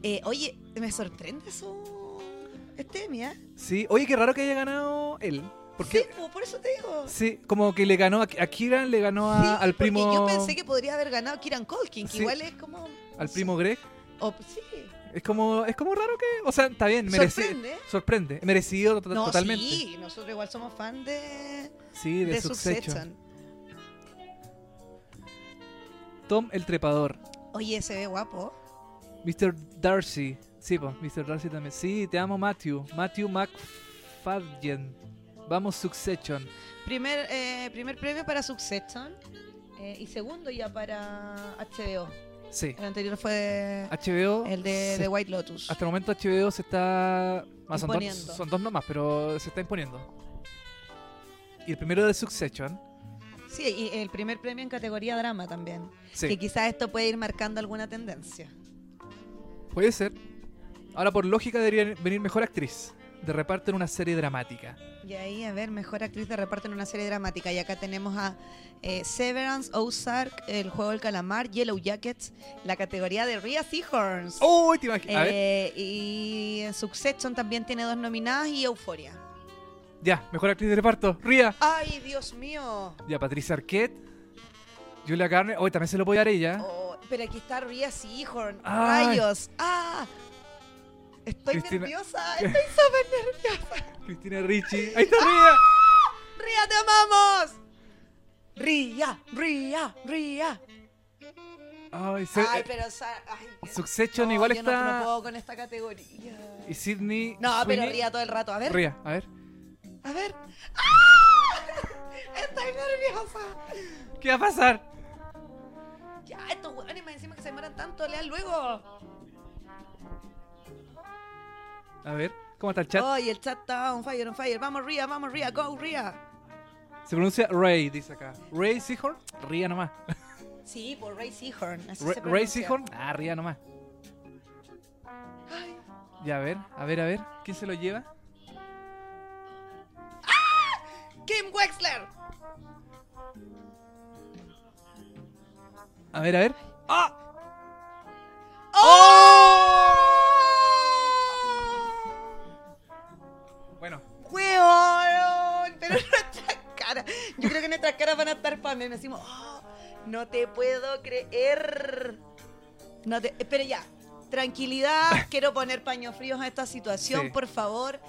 Eh, oye, me sorprende su estemia.
Sí, oye, qué raro que haya ganado él.
Sí,
Porque,
po, por eso te digo.
sí, como que le ganó a, a Kieran, le ganó a-
Sí,
al
porque
primo
Yo pensé que podría haber ganado Kieran Culkin, que
Sí.
igual es como.
al primo Greg.
o- sí,
Es como es como raro que, o sea, está bien, merece-
sorprende.
sorprende, merecido to-
No,
totalmente. Sí,
sí, nosotros igual somos fan de,
de,
de
Succession.
Succession.
Tom el trepador,
Oye, se ve guapo.
Mr. Darcy. Sí, po, Mr. Darcy también. Sí, te amo Matthew, Matthew McFadden. Vamos Succession.
Primer, eh, primer premio para Succession eh, y segundo ya para HBO.
Sí.
El anterior fue
HBO
el de,
se
de White Lotus.
Hasta el momento HBO se está... ah, son, dos,
Imponiendo.
son dos nomás, pero se está imponiendo. Y el primero de Succession.
Sí, y el primer premio en categoría drama también. Que
Sí,
quizás esto puede ir marcando alguna tendencia.
puede ser. Ahora, por lógica, debería venir mejor actriz de reparto en una serie dramática.
Y ahí, a ver, mejor actriz de reparto en una serie dramática. Y acá tenemos a eh, Severance, Ozark, El Juego del Calamar, Yellow Jackets, la categoría de Rhea Seahorns.
¡Oh! Te imagi- A ver,
Eh, y en Succession también tiene dos nominadas y Euforia.
ya, mejor actriz de reparto. Ría.
¡Ay, Dios mío!
Ya, Patricia Arquette. Julia Garner. Hoy también se lo puede dar ella.
Oh, pero aquí está Rhea Seahorn.
Ay.
¡Rayos! ¡Ah! Estoy
Cristina-
nerviosa, estoy súper nerviosa.
Cristina Ricci. ¡Ahí está Ría!
¡Ría, te amamos! ¡Ría, ría, ría!
Ay, se-
Ay,
eh,
pero... Sa- ay,
Succession
no,
igual
yo no-
está...
No, puedo con esta categoría.
Y Sidney...
No, pero
Sweeney.
ría todo el rato. A ver,
Ría, a ver.
a ver. ¡Ah! Estoy nerviosa.
¿Qué va a pasar?
Ya, estos hueones más encima que se demoran tanto, lean luego.
A ver, ¿cómo está el chat?
Oye, Oh, el chat está on fire, on fire. Vamos, ría, vamos, ría, go, ría.
Se pronuncia Ray, dice acá. Ray Seahorn, ría nomás.
Sí, por Ray Seahorn. así
Ra-
se
Ray
pronuncia.
Seahorn, ah, ría nomás.
Ay,
Ya, a ver, a ver, a ver. ¿Quién se lo lleva?
Kim Wexler.
A ver, a ver. ¡Ah!
¡Oh!
Bueno,
¡Hueón! Pero nuestras caras. Yo creo que nuestras caras van a estar para mí. Decimos, "Oh, no te puedo creer. No te... eh, Pero ya, tranquilidad. Quiero poner paños fríos a esta situación,
Sí.
por favor.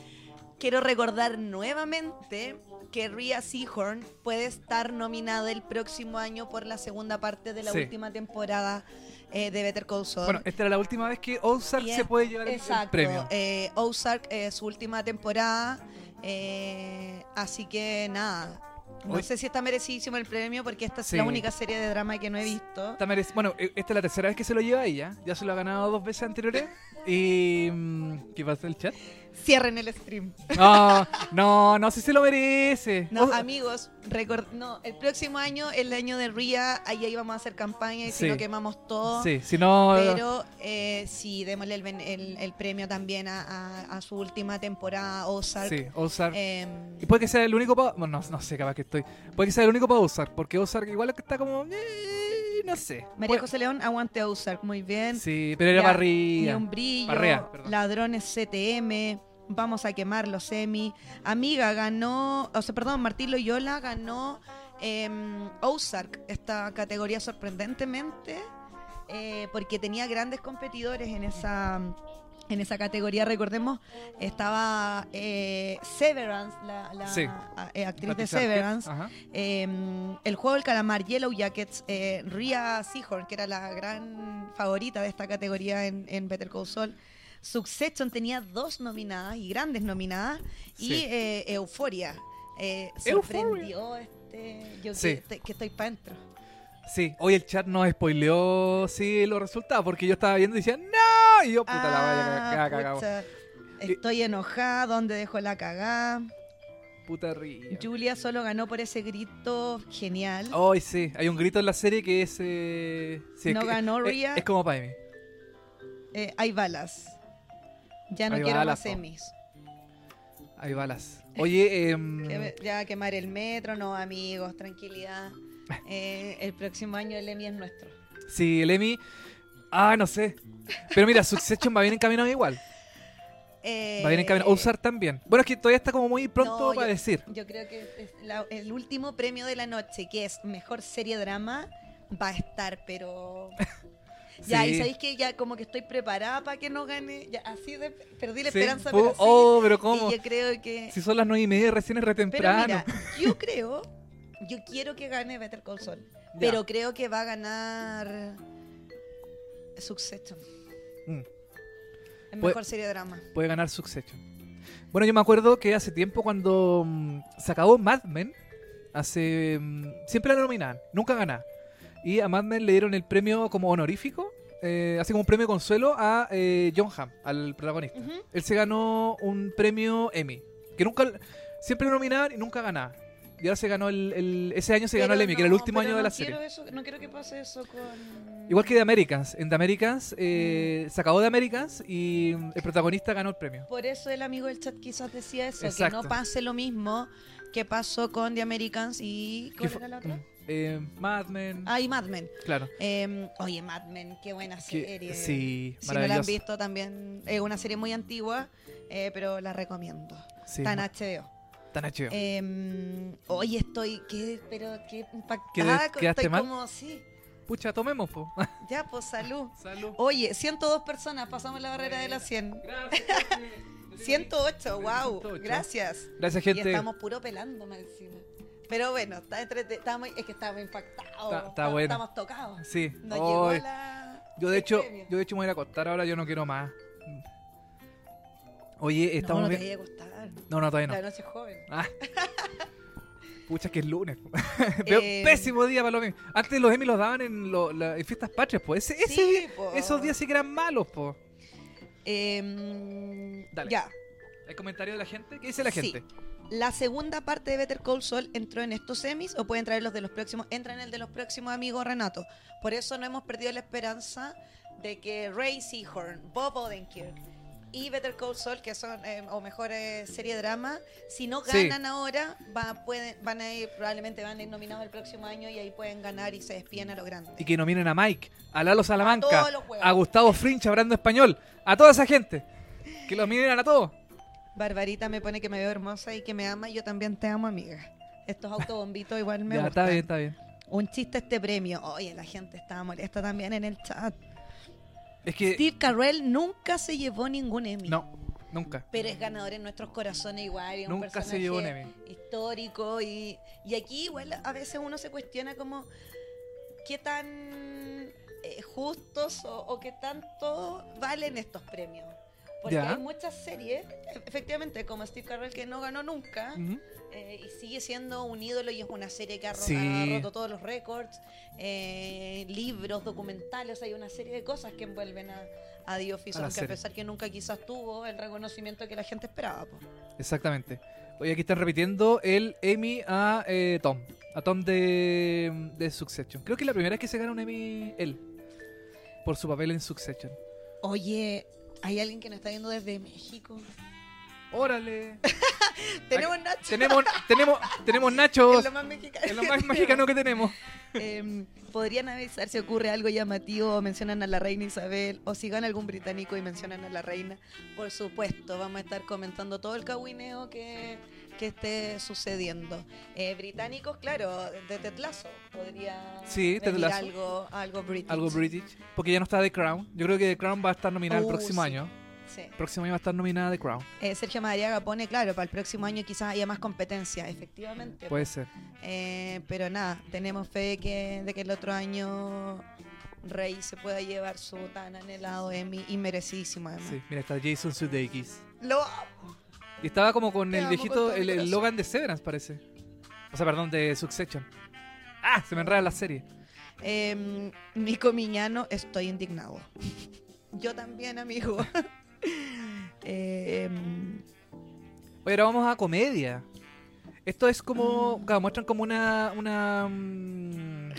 Quiero recordar nuevamente que Rhea Seahorn puede estar nominada el próximo año por la segunda parte de la
Sí.
última temporada eh, de Better Call Saul.
bueno, esta era la última vez que Ozark
Y es-
se puede llevar el- el
Exacto.
premio.
eh, Ozark es su última temporada. eh, así que nada. No
Oye.
sé si está merecidísimo el premio porque esta es
Sí.
la única serie de drama que no he visto.
Esta merece- bueno, e- esta es la tercera vez que se lo lleva ella. Ya se lo ha ganado dos veces anteriores. Y. mm, ¿Qué pasa en el chat?
Cierren el stream.
No, no, no, si se lo merece.
No,
Oh,
amigos, recor- no, el próximo año, el año de Ria, ahí ahí vamos a hacer campaña y
Sí.
si lo quemamos todo.
sí, si no.
Pero eh, sí, démosle el, ben- el- el premio también a, a- a su última temporada, Ozark.
Sí, Ozark.
Em,
Y puede que sea el único para. Bueno, no, no sé, capaz que estoy. Puede que sea el único para Ozark, porque Ozark igual que está como. eh, no sé.
María
Puede-
José León, aguante Ozark, muy bien.
Sí, pero era
Ya, Ni
parrilla.
un brillo,
Barrea, perdón.
ladrones CTM, vamos a quemar los semi. Amiga ganó, o sea, perdón, Martín Loyola ganó em, Ozark, esta categoría sorprendentemente, eh, porque tenía grandes competidores en esa. En esa categoría, recordemos, estaba eh, Severance, la, la,
Sí.
a- eh, actriz
Patricia
de
Arquette,
Severance,
ajá.
eh, el juego del calamar Yellow Jackets, eh, Rhea Seahorn, que era la gran favorita de esta categoría en, en Better Call Saul. Succession tenía dos nominadas y grandes nominadas. Y
Sí.
eh, Euforia. eh,
Euphoria.
sorprendió este. Yo
Sí.
que, te- que estoy para dentro.
Sí, hoy el chat nos spoileó sí los resultados, porque yo estaba viendo y decía, ¡No! Y yo, puta la vaya,
Ah,
cagada, cagamos.
pucha, Estoy enojada, ¿dónde dejo la cagada?
Puta ría.
Julia solo ganó por ese grito genial.
Hoy sí, hay un grito en la serie que es. eh, sí, es
No
que-
ganó
es-
Rhea.
Es, como para mí.
Eh, hay balas. Ya no
Hay
quiero
balas,
más
po.
semis.
Hay balas. Oye, em,
Que me- Ya quemar el metro, no amigos, tranquilidad. Eh, el próximo año el EMI es nuestro.
sí, el Emmy. Ah, no sé. Pero mira, Succession va bien encaminado igual.
Eh,
Va bien encaminado. Ozark también. Bueno, es que todavía está como muy pronto
No,
para
yo-
decir.
Yo creo que es la- el último premio de la noche, que es mejor serie drama, va a estar, pero. Ya,
Sí.
y sabéis que ya como que estoy preparada para que no gane. Ya, así de, perdí la
Sí,
esperanza,
pu-
pero sí.
Oh, pero
Y
¿cómo?
yo creo que.
Si son las nueve y media, recién es
pero
retemprano.
mira, yo creo. Yo quiero que gane Better Call Saul. Pero creo que va a ganar Succession.
Mm.
Es
Pues-
mejor serie de drama.
puede ganar Succession. Bueno, yo me acuerdo que hace tiempo cuando mm, se acabó Mad Men, hace, mm, siempre la nominaban, nunca ganaba. Y a Mad Men le dieron el premio como honorífico, eh, así como un premio consuelo a eh, John Hamm, al protagonista.
Ujú.
Él se ganó un premio Emmy, que nunca, siempre lo nominaban y nunca ganaba. Y ahora se ganó el, el- ese año se ganó el
Pero
Emmy, que era el
no,
último
pero
año de
no
la
quiero
serie.
eso- no quiero que pase eso con.
Igual que de Americans, en The Americans
Mm.
eh, se acabó de Americans y mm, el protagonista ganó el premio.
Por eso el amigo del chat quizás decía eso,
Exacto.
que no pase lo mismo que pasó con The Americans y.
¿Qué
¿Cuál
fue?
era la otra?
Mm, eh, Mad Men.
Ah, y Mad Men.
Claro.
Eh, oye, Mad Men, qué buena
Que-
serie.
sí,
si no la
maravilloso.
han visto también, es una serie muy antigua, eh, pero la recomiendo.
Sí,
Está en
ma-
HBO.
tan HBO.
Eh, hoy estoy, qué, pero qué
¿Quede-
impactada. co-
quedaste
estoy
mal?
como, sí,
Pucha, tomemos, po.
ya, pues salud.
Salud.
Oye, 102 personas, pasamos la barrera de las 100.
Gracias.
108, wow,
108.
gracias.
Gracias,
Y
gente.
estamos puro pelando más encima. Pero bueno, está entrete- estamos, es que estamos impactados.
Está- está bueno.
Estamos tocados.
Sí.
Nos
Hoy-
llegó la.
Yo, de
el
hecho,
premio.
yo de hecho me voy a ir a acostar ahora, yo no quiero más. Oye, estamos
no, no
bien.
te vaya a gustar.
No, no, todavía
La
no.
noche es joven.
Ah. Pucha, que es lunes. po. Veo
Eh,
pésimo día para los Emmy. Antes los Emmy los daban en, lo- la- en fiestas patrias, po. Ese, ese
Sí,
día-
po.
esos días sí que eran malos, po.
Eh,
Dale.
Ya.
¿Hay comentario de la gente? ¿Qué dice la
Sí.
gente?
La segunda parte de Better Call Saul entró en estos semis o pueden traer los de los próximos. Entra en el de los próximos, amigo Renato. Por eso no hemos perdido la esperanza de que Ray Seahorn, Bob Odenkirk y Better Call Saul, que son, eh, o mejor, eh, serie de drama, si no
Sí.
ganan ahora, va- pueden, van a ir, probablemente van a ir nominados el próximo año y ahí pueden ganar y se despiden a lo grande.
Y que nominen a Mike, a Lalo Salamanca,
todos los huevos.
a Gustavo Frinch hablando español, a toda esa gente. Que los miren a todos.
Barbarita me pone que me veo hermosa y que me ama. y Yo también te amo, amiga. Estos autobombitos igual me
ya,
gustan.
está bien, está bien.
Un chiste este premio. Oye, la gente estaba molesta también en el chat.
Es que.
Steve Carell nunca se llevó ningún Emmy.
Eh, No, nunca.
Pero es ganador en nuestros corazones igual. y un
Nunca se llevó un
personaje
Emmy.
Histórico y, y aquí igual a veces uno se cuestiona como qué tan eh, justos o, o qué tanto valen estos premios. Porque
Ya.
hay muchas series, e- efectivamente, como Steve Carell, que no ganó nunca
Ujú.
eh, y sigue siendo un ídolo y es una serie que ha, ro-
Sí.
ha roto todos los récords, eh, libros, documentales, hay una serie de cosas que envuelven a, a The Office,
A la
aunque
serie.
a pesar que nunca quizás tuvo el reconocimiento que la gente esperaba. po.
Exactamente. Oye, aquí están repitiendo el Emmy a eh, Tom. A Tom de, de Succession. Creo que es la primera vez que se gana un Emmy él. Por su papel en Succession.
Oye, hay alguien que nos está viendo desde México.
¡Órale!
Tenemos Nacho.
tenemos, tenemos, tenemos
que
Nachos.
es lo más mexicano.
Es lo más
que
mexicano que tenemos.
Eh, podrían avisar si ocurre algo llamativo o mencionan a la reina Isabel o si gana algún británico y mencionan a la reina. Por supuesto, vamos a estar comentando todo el caguineo que, que esté sucediendo. Eh, británicos, claro, de Tetlazo podría
Sí,
venir
Ted Lasso.
algo, algo british.
Algo British. Porque ya no está The Crown. Yo creo que The Crown va a estar nominada el
Uh,
próximo
sí.
año.
Sí.
El próximo año va a estar nominada The Crown.
Eh, Sergio Madariaga pone, claro, para el próximo año quizás haya más competencia, efectivamente.
Puede ser.
Eh, pero nada, tenemos fe de que, de que el otro año Rey se pueda llevar su tan anhelado Emmy y merecidísimo además.
Sí. Mira, está Jason Sudeikis.
Lo-
Y estaba como con
Te
el
amo con
viejito,
todo mi
el, el
corazón.
Logan de Severance, parece. O sea, perdón, de Succession. ¡Ah! Se me enreda la serie.
Em, Nico Miñano, estoy indignado. Yo también, amigo. Em,
Oye, ahora vamos a comedia. Esto es como.
Mm.
claro, muestran como una. una mm,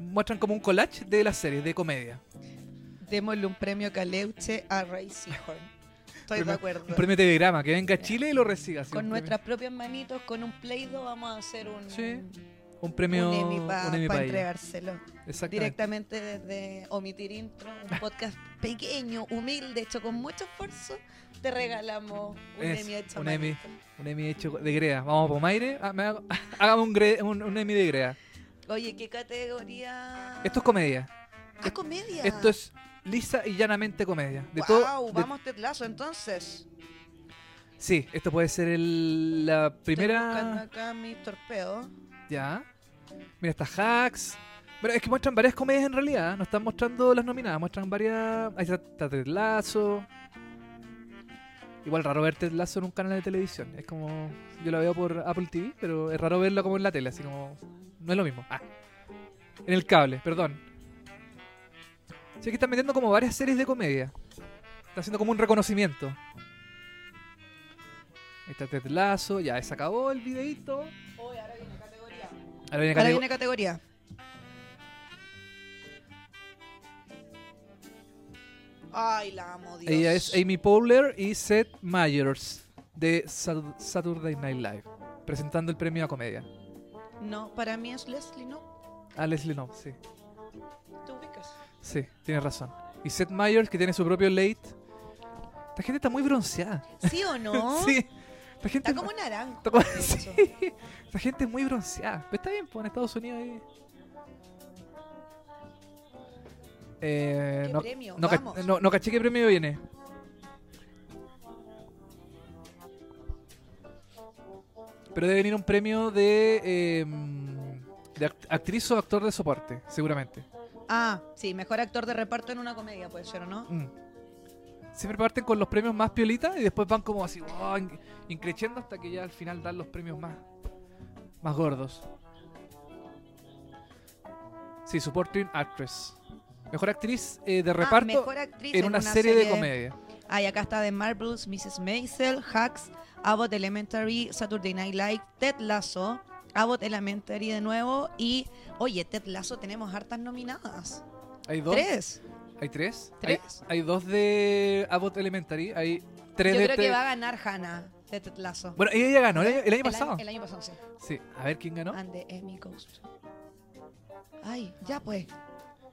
muestran como un collage de las series de comedia.
démosle un premio Caleuche a Rey Seahorn. Estoy de
Premio-
acuerdo.
Un premio telegrama, que venga a Chile y lo reciba. sí,
Con
un premio-
nuestras propias manitos, con un pleido, vamos a hacer un,
Sí, Un
un
premio.
Emmy para
un Emmy pa' ella.
entregárselo.
Exactamente.
directamente desde Omitir Intro, un podcast pequeño, humilde, hecho con mucho esfuerzo, te regalamos un
Es,
Emmy hecho
un
a
Emmy.
manito.
Un Emmy hecho de Grea. Vamos por Maire. ah, me hago- Hagamos un, gre- un, un Emmy de Grea.
Oye, ¿qué categoría?
Esto es comedia.
Ah, comedia.
Esto es lisa y llanamente comedia. De
wow,
todo. de-
vamos Tetlazo entonces.
sí, esto puede ser el- la
Estoy buscando
primera.
acá mis torpedos.
Ya. Mira, está Hacks. Pero es que muestran varias comedias en realidad. No están mostrando las nominadas. Muestran varias. Ahí está, está Ted Lasso. Igual raro ver Ted Lasso en un canal de televisión. Es como. Yo la veo por Apple TV, pero es raro verlo como en la tele. Así como. No es lo mismo. Ah. En el cable, perdón. Sí, que están metiendo como varias series de comedia. Está haciendo como un reconocimiento. Ahí está Ted Lasso. Ya, se acabó el videito.
Uy, ahora viene categoría.
Ahora viene
Ahora
catego-
viene categoría. Ay, la amo, Dios.
Ella es Amy Powler y Seth Meyers de Sat- Saturday Night Live, presentando el premio a comedia.
No, para mí es Leslie, ¿no?
Ah, Leslie no, sí,
Te ubicas.
sí, tienes razón. Y Seth Meyers, que tiene su propio late. Esta gente está muy bronceada.
¿Sí o no?
Sí, esta gente,
Está como naranjo.
Está como-
de
sí.
hecho.
esta gente es muy bronceada. Pero está bien, pues en Estados Unidos ahí. Eh,
¿Qué
no,
premio?
no, ca-
Vamos.
no- no caché qué premio viene. Pero debe venir un premio de, eh, de act- actriz o actor de soporte, seguramente.
Ah, sí, mejor actor de reparto en una comedia puede ser, ¿o no? Ah,
Mm. Siempre parten con los premios más piolitas y después van como así, wow, in- increciendo hasta que ya al final dan los premios más, más gordos. Sí, supporting actress. Mejor actriz eh, de
Ah,
reparto
mejor actriz
en una, serie, de comedia.
Ay, acá está The Marbles, Mrs. Maisel, Hacks, Abbott Elementary, Saturday Night Live, Ted Lasso, Abbott Elementary de nuevo y, oye, Ted Lasso tenemos hartas nominadas.
Hay dos.
Tres.
Hay tres.
¿Tres?
Hay, hay dos de Abbott Elementary. Hay tres
Yo
de.
creo que
Ted-
va a ganar Hannah de Ted Lasso.
Bueno, ella ya ganó el año, el año pasado.
El año Ah, pasado, sí.
Sí, a ver quién ganó.
And the Emmy Ghost. Ay, ya pues.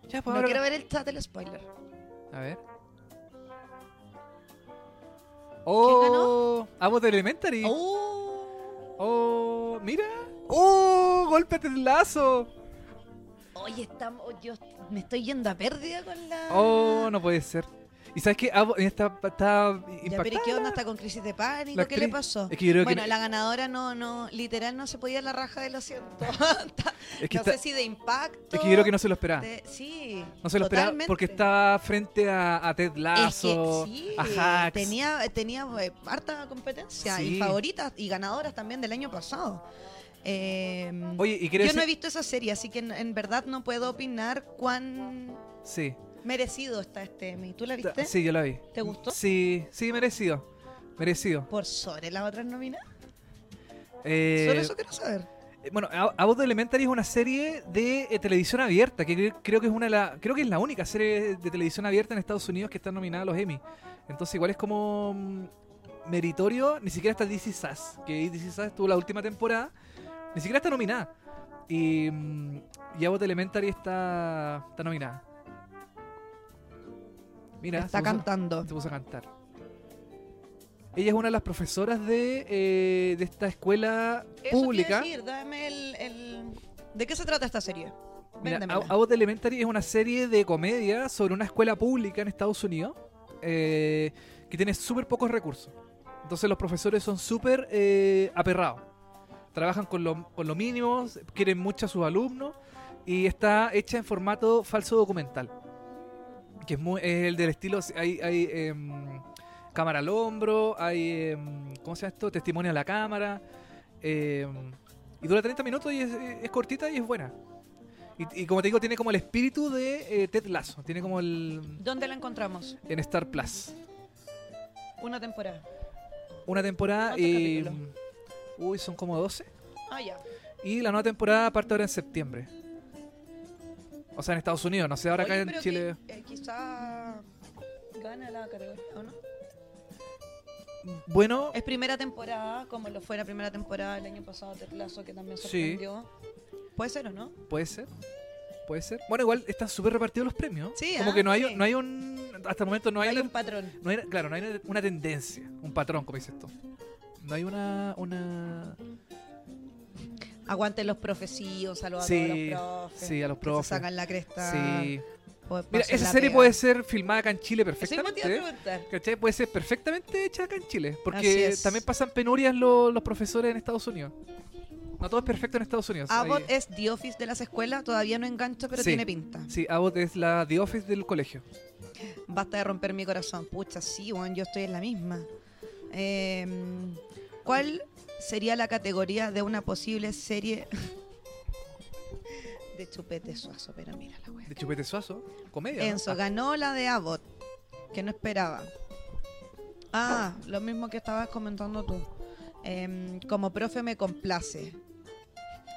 Ya, pues
No
ahora-
quiero ver el chat del spoiler.
A ver. ¡Oh! Abbott Elementary. Oh.
¡Oh!
¡Mira! ¡Oh! ¡Golpete el lazo!
oh, Oye, estamos, yo me estoy yendo a pérdida con la.
¡Oh! No puede ser. Y sabes que Abbott está, está
Ya, pero ¿y qué
impactada.
onda está con crisis de pánico?
La
¿Qué le
actriz-
pasó?
Es que yo creo que-
bueno, la ganadora no, no, literal no se podía la raja del asiento.
Es que,
no
está-
sé si de impacto.
es que yo creo que no se lo esperaba.
de- sí.
No se lo esperaba
totalmente.
porque estaba frente a, a Ted
Es que
Lasso,
sí,
a Hacks.
tenía, tenía eh, harta competencia
Sí.
y favoritas y ganadoras también del año pasado. Eh,
Oye, y
yo
quiero
no he
decir-
visto esa serie, así que en, en verdad no puedo opinar cuán
Sí.
merecido está este Emmy. ¿Tú la
Ta-
viste?
Sí, yo la vi.
¿Te gustó?
Sí, sí, merecido. Merecido.
Por sobre las otras nominadas.
Eh,
Solo eso quiero saber.
eh, Bueno, A- Abbott Elementary es una serie de eh, televisión abierta, que cre- creo que es una de la, creo que es la única serie de televisión abierta en Estados Unidos que está nominada a los Emmy. Entonces igual es como mm, meritorio, ni siquiera está DC Sass, que DC Sass tuvo la última temporada, ni siquiera está nominada. Y, mm, y Abbott Elementary está, está nominada. Mira,
Está
se puso-
cantando.
se puso a cantar. Ella es una de las profesoras de, eh, de esta escuela
Eso
pública.
quiero decir, dame el, el- ¿De qué se trata esta serie?
Mira,
Véndemela.
Ab- Abbott Elementary es una serie de comedia sobre una escuela pública en Estados Unidos eh, que tiene súper pocos recursos. Entonces los profesores son súper eh, aperrados. Trabajan con lo, con lo mínimo, quieren mucho a sus alumnos y está hecha en formato falso documental. Que es, muy, es el del estilo, hay, hay em, cámara al hombro, hay, em, ¿cómo se llama esto? Testimonio a la cámara. em, y dura 30 minutos y es, es cortita y es buena. Y, y como te digo, tiene como el espíritu de eh, Ted Lasso. Tiene como el.
¿Dónde la encontramos?
en Star Plus.
Una temporada.
Una temporada
¿Cuántos
y.
capítulos?
Uy, son como 12.
Ah, ya.
Y la nueva temporada parte ahora en septiembre. O sea, en Estados Unidos, no sé, ahora
Oye,
acá en
pero
Chile.
que, eh, quizá gana la categoría, ¿o no?
Bueno,
Es primera temporada, como lo fue la primera temporada del año pasado de Lazo, que también
Sí.
sorprendió. Puede ser, ¿o no?
puede ser. Puede ser. Bueno, igual están súper repartidos los premios.
Sí,
Como
ah,
que no hay,
sí.
no hay un. Hasta el momento no hay,
Hay
una-
un patrón.
no hay- Claro, no hay una- una tendencia, un patrón, como dices tú. No hay una. una
Aguanten los profecillos, saludos
Sí,
a todos los profes.
sí, a los
que
profes.
Se sacan la cresta.
sí.
por- por
Mira,
hacer
esa
la
serie
pega.
puede ser filmada acá en Chile
Eso mismo te iba a
perfectamente.
preguntar.
¿Cachai? Puede ser perfectamente hecha acá en Chile.
Así
Porque
es.
también pasan penurias lo- los profesores en Estados Unidos. No todo es perfecto en Estados Unidos.
Ah, Abbott
Ahí-
es The Office de las escuelas, todavía no engancho, pero
Sí.
tiene pinta.
Sí, Abbott es la The Office del colegio.
Basta de romper mi corazón. Pucha, sí, bueno, yo estoy en la misma. Eh, ¿Cuál sería la categoría de una posible serie de Chupete Suazo? Pero mira la wea.
De Chupete Suazo. Comedia. ¿no?
Enzo
Ah,
ganó la de Abbott, que no esperaba. Ah, lo mismo que estabas comentando tú. Em, como profe me complace,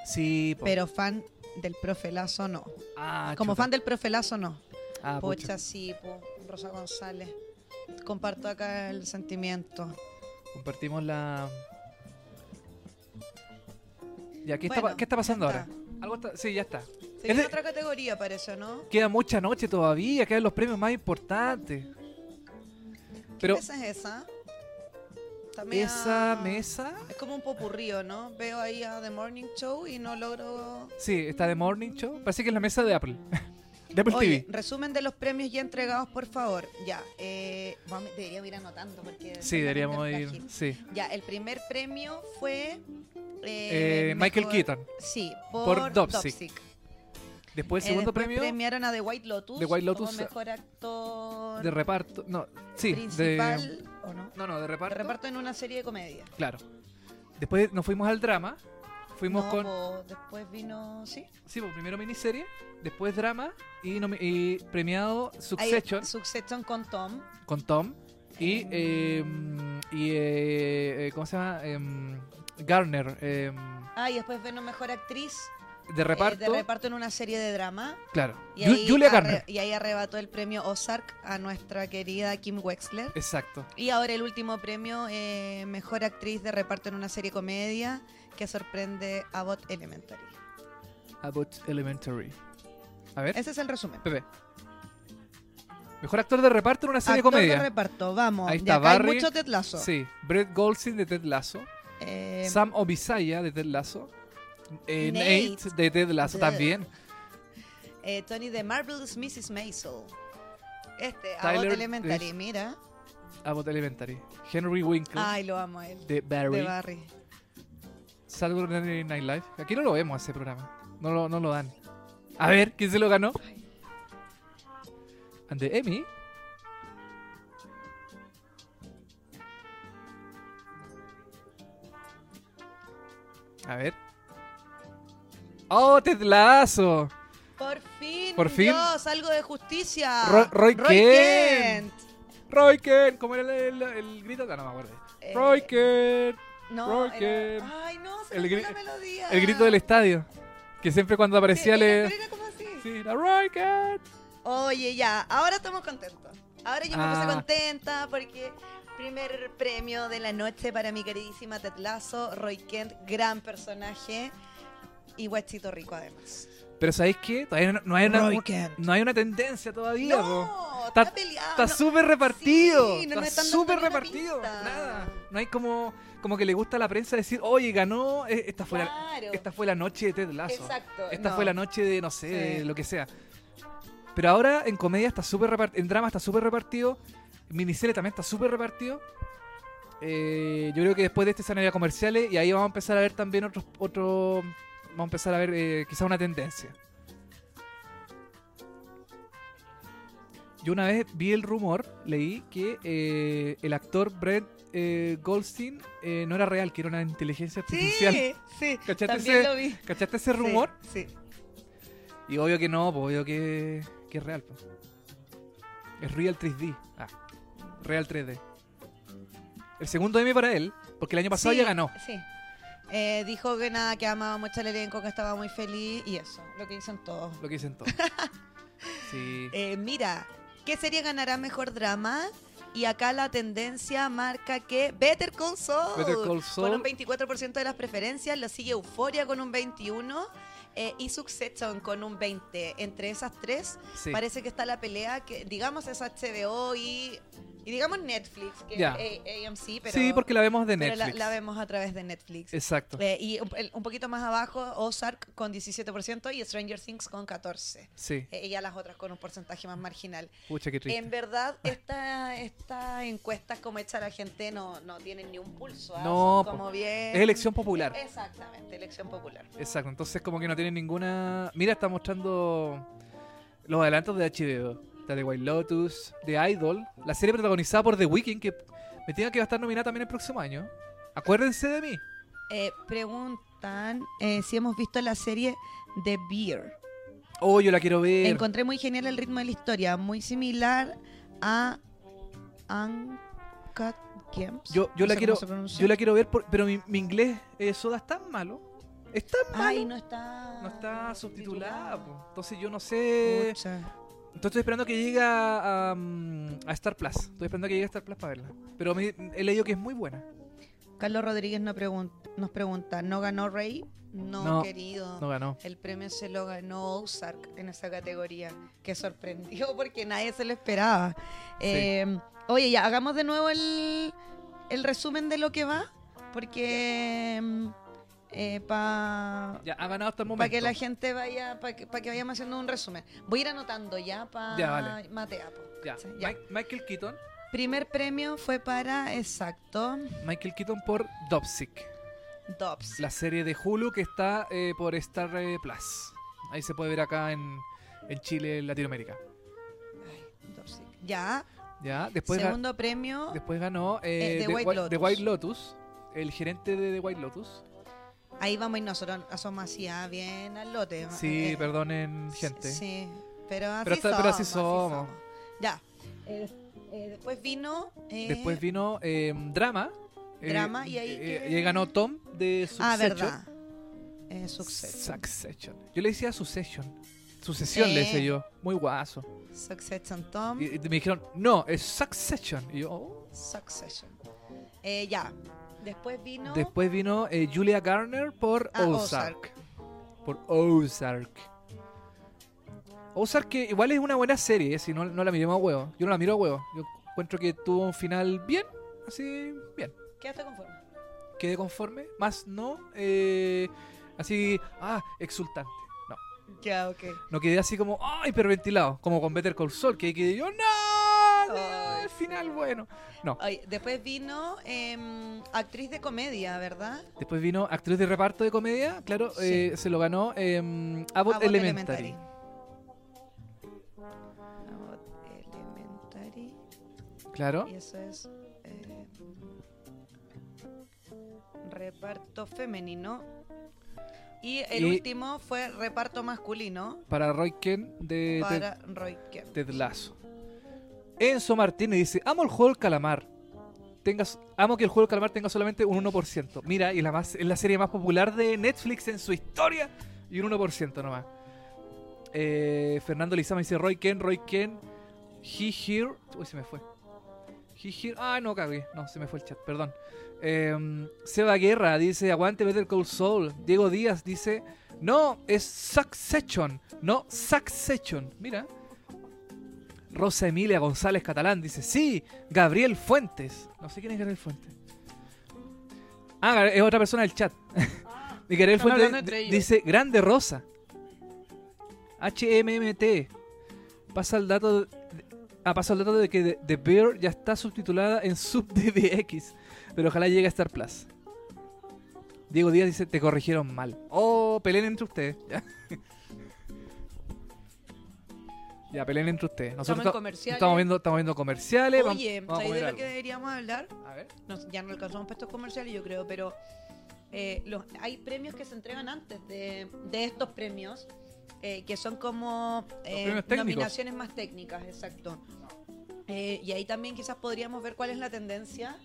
sí, po.
pero fan del profe Lazo no.
Ah,
Como
chuta.
fan del profe Lazo no.
Ah, pucha.
Pocha, sí, po, Rosa González. Comparto acá el sentimiento.
Compartimos la. Ya, ¿qué, está,
Bueno,
pa- qué está pasando
ya
ahora? Algo está- Sí, ya está.
Se
Es
viene
de-
otra categoría, parece, ¿no?
Queda mucha noche todavía, quedan los premios más importantes. Pero
¿Qué mesa es esa? Está media-
esa mesa.
Es como un popurrío, ¿no? Veo ahí a The Morning Show y no logro...
Sí, está de Morning Show. Parece que es la mesa de Apple. De Apple
Oye,
TV.
resumen de los premios ya entregados, por favor. Ya, eh, vamos- deberíamos ir anotando porque...
Sí, deberíamos
realmente es
ir.
frágil.
Sí.
Ya, el primer premio fue... eh,
Eh, Michael
mejor-
Keaton.
Sí,
por
por,
Dopsic.
Dopsic.
Después,
Eh,
segundo
después
premio
premiaron a The White Lotus.
The White Lotus, eh,
Como mejor actor
de reparto. No, sí, de.
principal. ¿O no?
No, no, de reparto.
De reparto en una serie de comedia.
Claro. Después nos fuimos al drama. Fuimos
No,
con.
po, después vino. Sí.
Sí, pues, primero miniserie. Después drama. Y, nomi- y premiado
Ahí,
Succession
Succession con Tom.
con Tom. Y. eh, y eh, eh, ¿Cómo se llama? Em, Garner. em,
Ah, y después vino mejor actriz.
de
eh,
reparto.
de reparto en una serie de drama.
Claro.
Y
Ju-
ahí
Julia
arre-
Garner.
Y ahí arrebató el premio Ozark a nuestra querida Kim Wexler.
Exacto.
Y ahora el último premio, eh, mejor actriz de reparto en una serie comedia, que sorprende a Bot Elementary.
Abbott Elementary. A ver,
Ese es el resumen.
Pepe. Mejor actor de reparto en una serie de
Actor
comedia.
de reparto, vamos.
Ahí
De
está
acá hay
Barry.
mucho tetlazo. Eh,
Sí, Brett Goldstein de Ted Lasso, Sam Obisaya de Ted Lasso, eh, Em, Nate.
Nate.
de Ted Lasso
Ugh.
también.
eh, Tony de Marvelous Mrs. Maisel. Este,
Tyler
Abbott Elementary,
es-
mira.
Abbott Elementary. Henry Winkle.
Ay, lo amo a él.
de Barry.
De Barry.
Saturday Night Live. Aquí no lo vemos ese programa. No lo, no lo dan. A ver, ¿quién se lo ganó? And the Emmy. A ver. ¡Oh, Ted Lasso!
Por fin,
Por fin.
Dios, algo de justicia.
Roy- Roy Kent.
Kent.
Roy Kent, ¿cómo era el, el- el grito? Ah, No, no me acuerdo.
Eh,
Roy Kent.
No,
Roy
era-
Kent.
Ay, no, se
El
me fue
gri-
la melodía.
El grito del estadio. Que siempre cuando
Sí,
aparecía
era-
le...
pero era como así.
Sí, era Roy Kent.
Oye, ya, ahora estamos contentos. Ahora yo me
Ah.
puse contenta porque primer premio de la noche para mi queridísima Tetlazo, Roy Kent, gran personaje y guachito rico además.
Pero ¿sabéis qué? Todavía no, no hay, una,
Roy Kent.
no hay una tendencia todavía. po.
No,
Está-
está, peleado.
Está
no.
súper repartido.
Sí, no nos
está
están dando
súper
ni una
repartido.
pista.
Nada. No hay como, como que le gusta a la prensa decir, oye, ganó. eh, Esta fue, la,
Claro.
esta fue la noche de Ted Lasso.
Exacto,
Esta
no.
fue la noche de, no sé,
Sí.
de lo que sea. Pero ahora en comedia está súper repartido. En drama está súper repartido. En miniserie también está súper repartido. Eh, yo creo que después de este se van a ir a comerciales y ahí vamos a empezar a ver también otros. otro, vamos a empezar a ver eh, quizá una tendencia. Yo una vez vi el rumor, leí que eh, el actor Brett eh, Goldstein eh, no era real, que era una inteligencia artificial.
Sí, sí,
¿Cachaste
también
ese
lo vi.
¿Cachaste ese rumor?
Sí, sí.
Y obvio que no, pues obvio que, que es real. pues. Es Real 3D. Ah, Real 3D. El segundo Emmy para él, porque el año pasado
Sí,
ya ganó.
Sí. Eh, dijo que nada, que amaba mucho el elenco, que estaba muy feliz y eso, lo que dicen todos.
Lo que dicen todos. Sí.
Eh, mira, ¿qué serie ganará mejor drama? Y acá la tendencia marca que Better Call Saul,
Better Call Saul.
con un 24% de las preferencias, lo sigue Euforia con un 21% eh, y Succession con un 20%. Entre esas tres
sí.
parece que está la pelea, que digamos es HBO y, y digamos Netflix, que
Ya.
es A- AMC, pero,
Sí, porque la vemos de
pero la-
Netflix.
la, vemos a través de Netflix.
Exacto.
Eh, y un, el- un poquito más abajo, Ozark con 17% y Stranger Things con 14%.
Sí.
Eh, y a las otras con un porcentaje más marginal.
Pucha, qué
En
triste.
verdad, esta- estas encuestas como hecha la gente no, no tienen ni un pulso. ¿ah?
No,
Son como bien...
Es elección popular.
Exactamente, elección popular.
Exacto. Entonces como que no tiene ninguna... Mira, está mostrando los adelantos de HBO. Está de White Lotus, de Idol, la serie protagonizada por The Weeknd, que me tenga que va a estar nominada también el próximo año. Acuérdense de mí.
Eh, preguntan eh, si hemos visto la serie The Beer.
Oh, yo la quiero ver.
Encontré muy genial el ritmo de la historia, muy similar a Uncut Games.
Yo- yo la
sé cómo
quiero-
se pronuncia.
Yo la quiero ver, por- pero mi, mi inglés eh, soda es tan malo. Es tan malo.
Ay, no está...
no está subtitulada. po. Eh, Entonces yo no sé.
Pucha.
Entonces estoy esperando que llegue a, a, mm, a Star Plus. Estoy esperando que llegue a Star Plus para verla. Pero me- he leído que es muy buena.
Carlos Rodríguez nos pregunta, nos pregunta, ¿no ganó Rey? No,
No,
querido.
No ganó.
El premio se lo ganó Ozark en esa categoría, que sorprendió porque nadie se lo esperaba. Eh, oye, ya, hagamos de nuevo el, el resumen de lo que va, porque em, eh, para
Ya ha ganado hasta el momento.
que la gente vaya, para que, pa' que vayamos haciendo un resumen. Voy a ir anotando ya para
Ya, vale.
Matea. po.
Ya.
Sí, ya.
Mike- Michael Keaton.
Primer premio fue para, exacto,
Michael Keaton por Dopsic.
Dobbs.
La serie de Hulu que está eh, por Star eh, Plus. Ahí se puede ver acá en, en Chile, en Latinoamérica.
Ay, Dobbs. Ya,
Ya. Después ga-
segundo premio,
Después ganó eh,
Eh, The
The,
White
White
Lotus.
The White Lotus, el gerente de The White Lotus.
ahí vamos y nosotros asomos así, ah, bien al lote.
Sí,
eh,
perdonen, gente.
Sí, pero así
Pero está-
somos.
pero así somos.
Ya. Eh, eh, después vino. eh,
Después vino eh, Drama. eh,
Drama, y ahí
eh,
que-
y ahí ganó Tom de Succession.
Ah, verdad. Eh, Succession.
Succession. Yo le decía Succession. Sucesión le
Eh.
decía yo. Muy guaso.
Succession Tom.
Y, y me dijeron, no, es Succession. Y yo, oh.
Succession. Eh, ya. Después vino.
Después vino eh, Julia Garner por
Ah,
Ozark. Por Ozark. Ozark que igual es una buena serie, eh, si no, no la miremos a huevo. Yo no la miro a huevo. Yo encuentro que tuvo un final bien, así, bien.
Quédate conforme.
Quedé conforme, más no, eh, así, ah, exultante. No,
Ya, ok.
no quedé así como, ah, hiperventilado, como con Better Call Saul, que ahí quedé yo, no, ah, el final bueno. No.
Ay, después vino em, actriz de comedia, ¿verdad?
Después vino actriz de reparto de comedia, claro,
Sí.
eh, se lo ganó eh, Abbott,
Abbott
Elementary.
Abbott Elementary.
Claro.
Y eso es. eh, reparto femenino. Y el
Y-
último fue reparto masculino
Para Roy Ken de Ted-
para Roy Kemp.
Ted Lasso. Enzo Martínez dice, amo el juego del calamar. Tengas, amo que el juego del calamar tenga solamente un 1%. Mira, y la más, es la serie más popular de Netflix en su historia. Y un 1% nomás. Eh, Fernando Lizama dice, Roy Ken, Roy Ken. He Here. Uy, se me fue. He Here. Ah, no, cagué. No, se me fue el chat, perdón. Eh, Seba Guerra dice, aguante Better Call Soul. Diego Díaz dice, no, es Succession. No, Succession. Mira. Rosa Emilia González Catalán dice, sí, Gabriel Fuentes. No sé quién es Gabriel Fuentes. Ah, Gab- es otra persona del chat. y Gabriel
Están hablando
Fuentes
entre
di-
ellos.
dice, grande Rosa. HMMT. Pasa el dato... de- ah, pasa el dato de que The- The Bear ya está subtitulada en SubDBX. Pero ojalá llegue a Star Plus. Diego Díaz dice, te corrigieron mal. Oh, peleen entre ustedes. Ya, Ya, peleen entre ustedes.
Estamos
Nosotros
en
ta-
comerciales.
estamos viendo, estamos viendo comerciales. vam-
Oye,
vamos a
¿sabéis de
comer
lo
algo.
que deberíamos hablar?
A ver.
No, ya no alcanzamos para estos comerciales, yo creo, pero eh, los, hay premios que se entregan antes de, de estos premios, eh, que son como eh,
premios técnicos.
nominaciones más técnicas, exacto. Eh, y ahí también quizás podríamos ver cuál es la tendencia,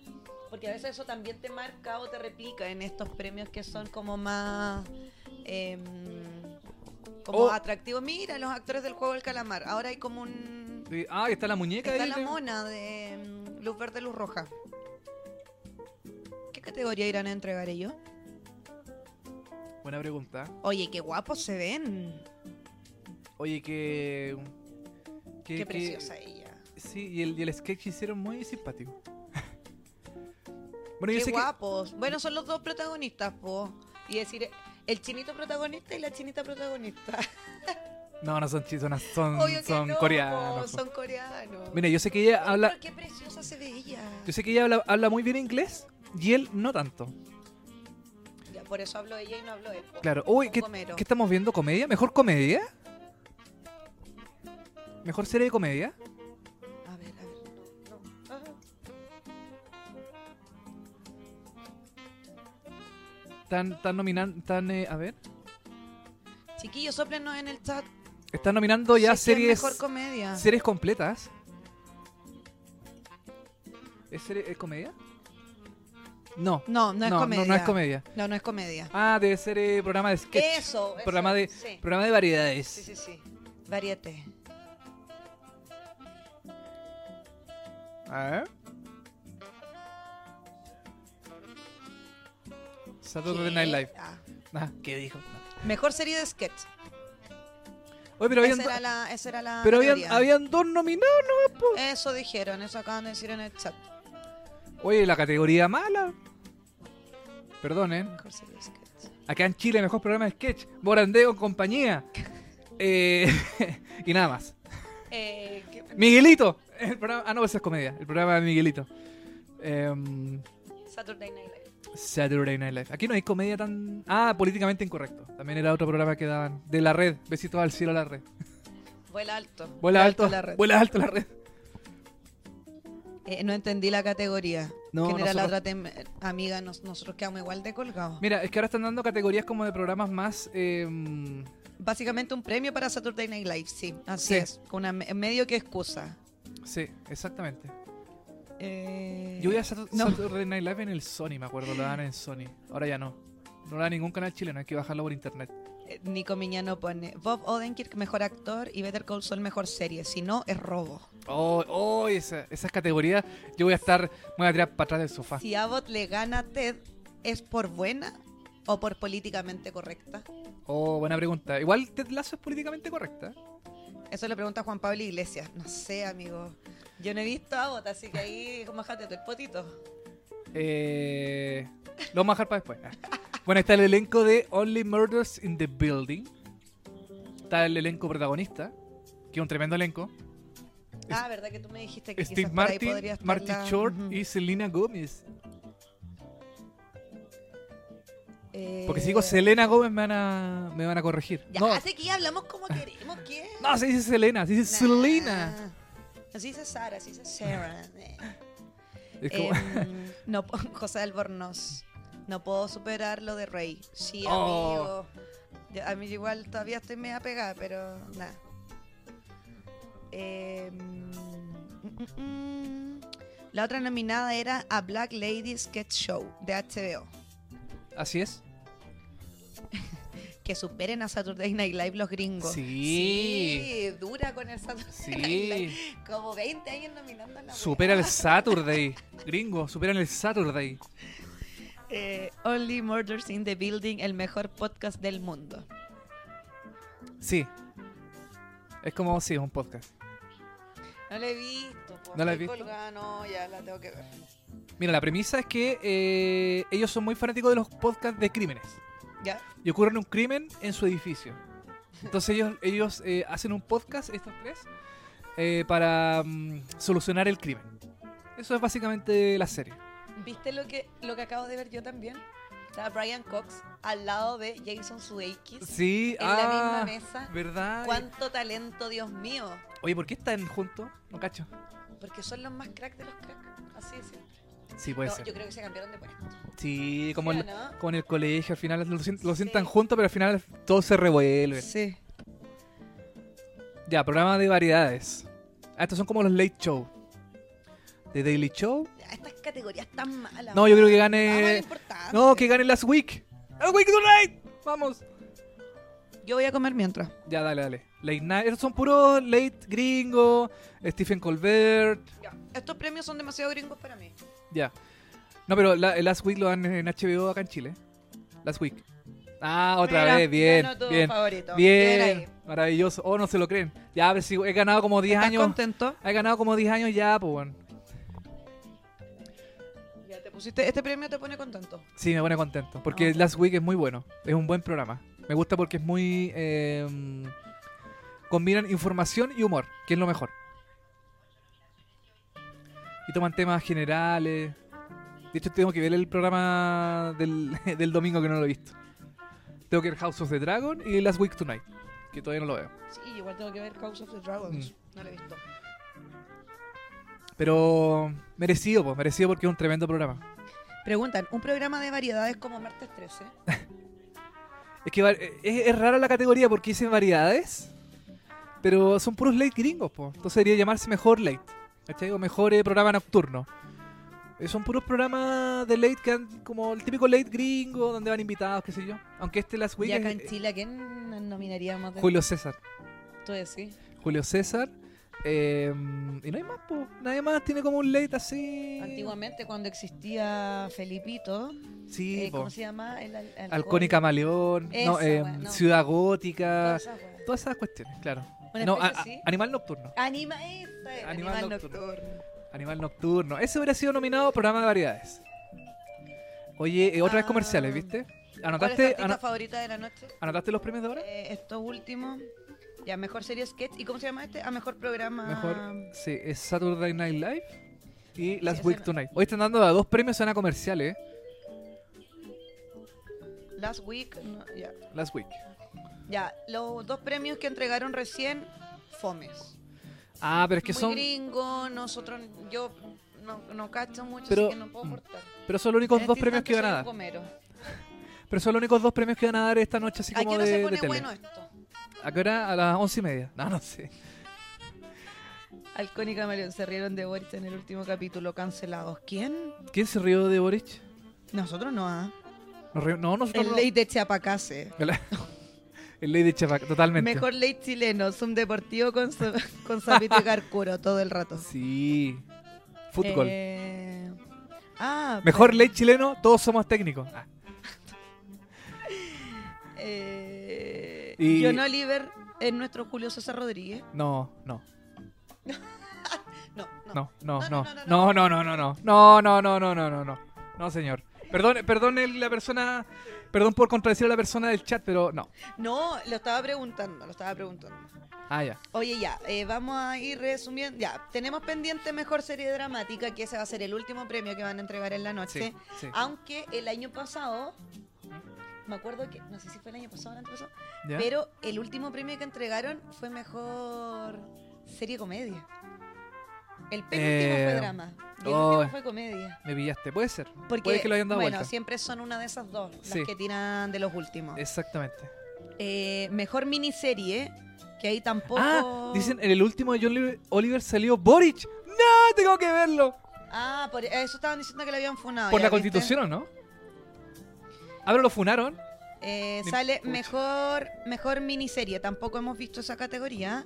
porque a veces eso también te marca o te replica en estos premios que son como más... eh, como
Oh.
atractivos. Mira, los actores del juego del calamar. Ahora hay como un...
Sí, Ah, está la muñeca
Está
ahí,
la
creo.
mona de mm, Luz Verde, Luz Roja. ¿Qué categoría irán a entregar ellos?
Buena pregunta.
Oye, qué guapos se ven.
Oye, que. que-
Qué,
que-
preciosa ella.
Sí, y el, y el sketch que hicieron muy simpático. bueno, yo
qué
sé
guapos. Bueno, son los dos protagonistas, po. Y decir, el chinito protagonista y la chinita protagonista.
que. No, no son chinos, son,
Obvio que
son
no, po,
coreanos. po.
Son coreanos.
Mira, yo sé que ella
Oye,
habla.
pero qué preciosa se ve ella.
Yo sé que ella habla, habla muy bien inglés y él no tanto.
Ya, por eso habló ella y no habló él. po.
Claro. Uy,
Un
¿qué,
gomero.
qué estamos viendo? ¿Comedia? ¿Mejor comedia? ¿Mejor serie de comedia?
A ver, a ver. No, no. Ah.
Están, tan nominando. Están, eh, a ver.
Chiquillos, soplenos en el chat.
Están nominando ya
Si es que es
series.
Mejor comedia.
Series completas. ¿Es, serie- es comedia? No.
No, no es comedia.
No, no es comedia.
No, no es comedia.
Ah, debe ser eh, programa de sketch.
Eso, eso,
Programa de,
sí.
programa de variedades.
Sí, sí, sí. Variete.
A ver. Saturday
¿Qué?
Night Live.
Ah,
Ah, ¿Qué dijo?
mejor serie de sketch.
Oye, pero habían, do-
Esa era la, esa era la
pero habían,
categoría.
habían dos nominados.
Eso dijeron, eso acaban de decir en el chat.
Oye, la categoría mala. Perdón, ¿eh?
Mejor serie de sketch.
Acá en Chile, mejor programa de sketch. Borandeo en compañía. Eh, y nada más.
Eh, ¿qué-
Miguelito. El programa, ah, no, esa es comedia. El programa de Miguelito. Em,
Saturday Night Live.
Saturday Night Live. Aquí no hay comedia tan... Ah, políticamente incorrecto. También era otro programa que daban. De la red. Besitos al cielo a la red.
Vuela alto.
Vuela alto.
la red.
Vuela alto la red.
Eh, no entendí la categoría.
No,
¿Quién era la
nosotros-
otra tem- amiga? Nos- nosotros quedamos igual de colgados.
Mira, es que ahora están dando categorías como de programas más... em,
Básicamente un premio para Saturday Night Live, sí. Así
Sí.
es. con Una me- medio que excusa.
sí, exactamente.
Eh,
Yo voy a Sat-
no.
Saturday Night Live en el Sony, me acuerdo. Lo daban en Sony. Ahora ya no. No lo da ningún canal chileno. Hay que bajarlo por internet.
Eh, Nico Miñano pone Bob Odenkirk mejor actor y Better Call Saul mejor serie. Si no, es robo.
Oh, oh, esa- esas categorías. Yo voy a estar... Me voy a tirar para atrás del sofá.
Si Abbott le gana a Ted, ¿es por buena o por políticamente correcta?
Oh, buena pregunta. Igual Ted Lasso es políticamente correcta.
Eso le pregunta Juan Pablo Iglesias. No sé, amigo. Yo no he visto a Abbott, así que ahí majate tú el potito.
Eh, lo vamos a dejar para después. Ah. Bueno, está el elenco de Only Murders in the Building. Está el elenco protagonista, que es un tremendo elenco.
Ah, verdad que tú me dijiste que
Steve
quizás por ahí
Martin,
podría estar
Martin
la-
Short
Ujú.
y Selena Gómez. Porque si
Eh,
digo Selena Gómez me van a, me van a corregir.
Ya,
no,
hace que ya hablamos como queremos, ¿qué?
no, se dice Selena, se dice Selena.
Así dice Sara, así dice Sarah. Eh,
Es como-
em, no, po- José Albornoz. No puedo superar lo de Rey. Sí,
Oh.
amigo. Yo- a mí igual todavía estoy media pegada, pero nada. Em, mm, mm, mm. la otra nominada era A Black Lady Sketch Show de HBO.
Así es.
Que superen a Saturday Night Live los gringos.
Sí.
Sí, dura con el Saturday Night Live.
Sí.
Como 20 años nominando a la
Supera
wea.
el Saturday. Gringo, superan el Saturday.
Eh, Only Murders in the Building, el mejor podcast del mundo.
Sí. Es como, sí, es un podcast.
No la he visto. po,
¿No la
estoy
has visto?
colgada, no, ya la tengo que ver.
Mira, la premisa es que eh, ellos son muy fanáticos de los podcasts de crímenes.
¿Ya?
y ocurre un crimen en su edificio. Entonces ellos, ellos eh, hacen un podcast, estos tres, eh, para mm, solucionar el crimen. Eso es básicamente la serie.
¿Viste lo que, lo que acabo de ver yo también? Estaba Brian Cox al lado de Jason Sudeikis
Sí,
en
ah,
la misma mesa.
¿verdad?
¡Cuánto talento, Dios mío!
Oye, ¿por qué están juntos? No cacho.
Porque son los más crack de los crack. Así es. siempre.
Sí, puede
No,
ser.
yo creo que se cambiaron de puesto.
Sí, como,
¿Sí
en
o
la-
no?
como en el colegio, al final lo, sien- lo
Sí.
sientan juntos, pero al final todo se revuelve.
Sí.
Ya, programa de variedades. Ah, estos son como los late show. ¿De Daily Show?
Estas categorías tan malas.
No, yo creo que
Vamos a lo
gane...
importante.
No, que gane Last Week. Last Week Tonight. Vamos.
Yo voy a comer mientras.
Ya, dale, dale. Late Night. Esos son puros late gringo. Stephen Colbert.
Estos premios son demasiado gringos para mí.
Ya. No, pero la- el Last Week lo dan en HBO acá en Chile. Last Week. Ah, otra
Mira,
vez. Bien.
ganó tu
Bien.
favorito. Bien ahí.
Bien. Maravilloso. Oh, no se lo creen. Ya, a ver si he ganado como 10
¿Estás
años.
contento?
He ganado como 10 años ya, pues bueno.
Ya te pusiste, este premio te pone contento.
Sí, me pone contento. Porque
Ah.
Last Week es muy bueno. Es un buen programa. Me gusta porque es muy. eh, combinan información y humor, que es lo mejor. Y toman temas generales. De hecho, tengo que ver el programa del, del domingo que no lo he visto. Tengo que ver House of the Dragon y Last Week Tonight, que todavía no lo veo.
Sí, igual tengo que ver House of the Dragons.
Mm.
No lo he visto.
Pero merecido, pues, merecido porque es un tremendo programa.
Preguntan, ¿un programa de variedades como Martes 13?
Es que va- es, es rara la categoría porque dicen variedades, pero son puros late gringos, pues. Entonces debería llamarse mejor late, ¿cachai? O mejor eh, programa nocturno. Eh, son puros programas de late que han- como el típico late gringo, donde van invitados, qué sé yo. Aunque este Last Week
y acá
es,
en
eh,
Chile, ¿a quién nominaríamos? De
Julio César.
Tú decís.
Julio César. eh, y no hay más, pues. Nadie más tiene como un late así.
Antiguamente, cuando existía Felipito,
Sí,
eh,
po.
¿cómo se llama? El, al- alcohol.
Halcón y Camaleón. no,
Esa,
eh,
weón, no.
Ciudad Gótica.
Todas esas weas.
Todas esas cuestiones, claro.
Una
Ah, No,
especie
a- a-
así.
Animal Nocturno.
Anima, eso es,
Animal
Animal,
Nocturno.
nocturno.
Animal Nocturno. Ese hubiera sido nominado a programa de variedades. Oye, eh, otra vez
Ah.
comerciales, ¿viste?
¿Cuál es tu
¿Anotaste,
artista
ano-
favorita de la noche?
¿Anotaste los premios de ahora?
Eh, estos últimos. Ya, mejor serie sketch. ¿Y cómo se llama este? A mejor programa.
Mejor, sí, es Saturday Night Live y Last
Ah. ese
Week
no.
Tonight. Hoy están dando a dos premios en a comerciales, eh.
Last Week. no, ya.
Last Week.
ya, los dos premios que entregaron recién, Fomes.
Ah, pero es que
Muy
son,
gringo, nosotros. Yo no, no cacho mucho,
Pero-
así que no puedo aportar.
pero son los únicos
En
dos
este
premios que
instante
van a
soy
dar.
un gomero.
Pero son los únicos dos premios que van a dar esta noche así
¿A qué
como
hora
de,
se
de
pone
tele.
bueno esto?
¿A qué hora? A las once y media. No, no sé.
Alcón y Camaleón se rieron de Boris en el último capítulo, cancelados. ¿Quién?
¿Quién se rió de Boric?
Nosotros no, ¿ah?
Nos rió- No, nosotros
El
no.
ley de Chiapacase.
El, el ley de Chapac, totalmente.
Mejor ley chileno, Zoom deportivo con, su- con Zapito y Carcuro todo el rato.
Sí. Fútbol.
Eh, ah,
Mejor ley chileno, todos somos técnicos. Ah,
eh,
Y-
John Oliver es nuestro Julio César Rodríguez.
no, no,
No, no.
no, no, no,
No,
no, no, no, no, no, no, no, no, no, no, no, no, señor. Perdón, perdón el- la persona Perdón por contradecir a la persona del chat, pero no.
No, lo estaba preguntando, lo estaba preguntando.
Ah, ya.
Oye, ya, eh, vamos a ir resumiendo. Ya, tenemos pendiente mejor serie dramática, que ese va a ser el último premio que van a entregar en la noche.
Sí, sí.
Aunque el año pasado, me acuerdo que, no sé si fue el año pasado o el antepasado,
¿Ya?
pero el último premio que entregaron fue mejor serie comedia. El penúltimo
Eh,
fue drama y el
oh.
último fue comedia.
Me pillaste, puede ser.
Porque,
puede que lo hayan dado
bueno,
vuelta.
siempre son una de esas dos, las
Sí.
que tiran de los últimos.
Exactamente.
Eh, mejor miniserie, que ahí tampoco...
Ah, dicen en el último de John Oliver- Oliver salió Boric. ¡No! Tengo que verlo.
Ah, por eso estaban diciendo que lo habían funado.
¿Por
Ah, ¿ya
la
viste?
constitución o no? Ahora lo funaron.
Eh,
Ni-
sale
pucha.
mejor, mejor miniserie. Tampoco hemos visto esa categoría.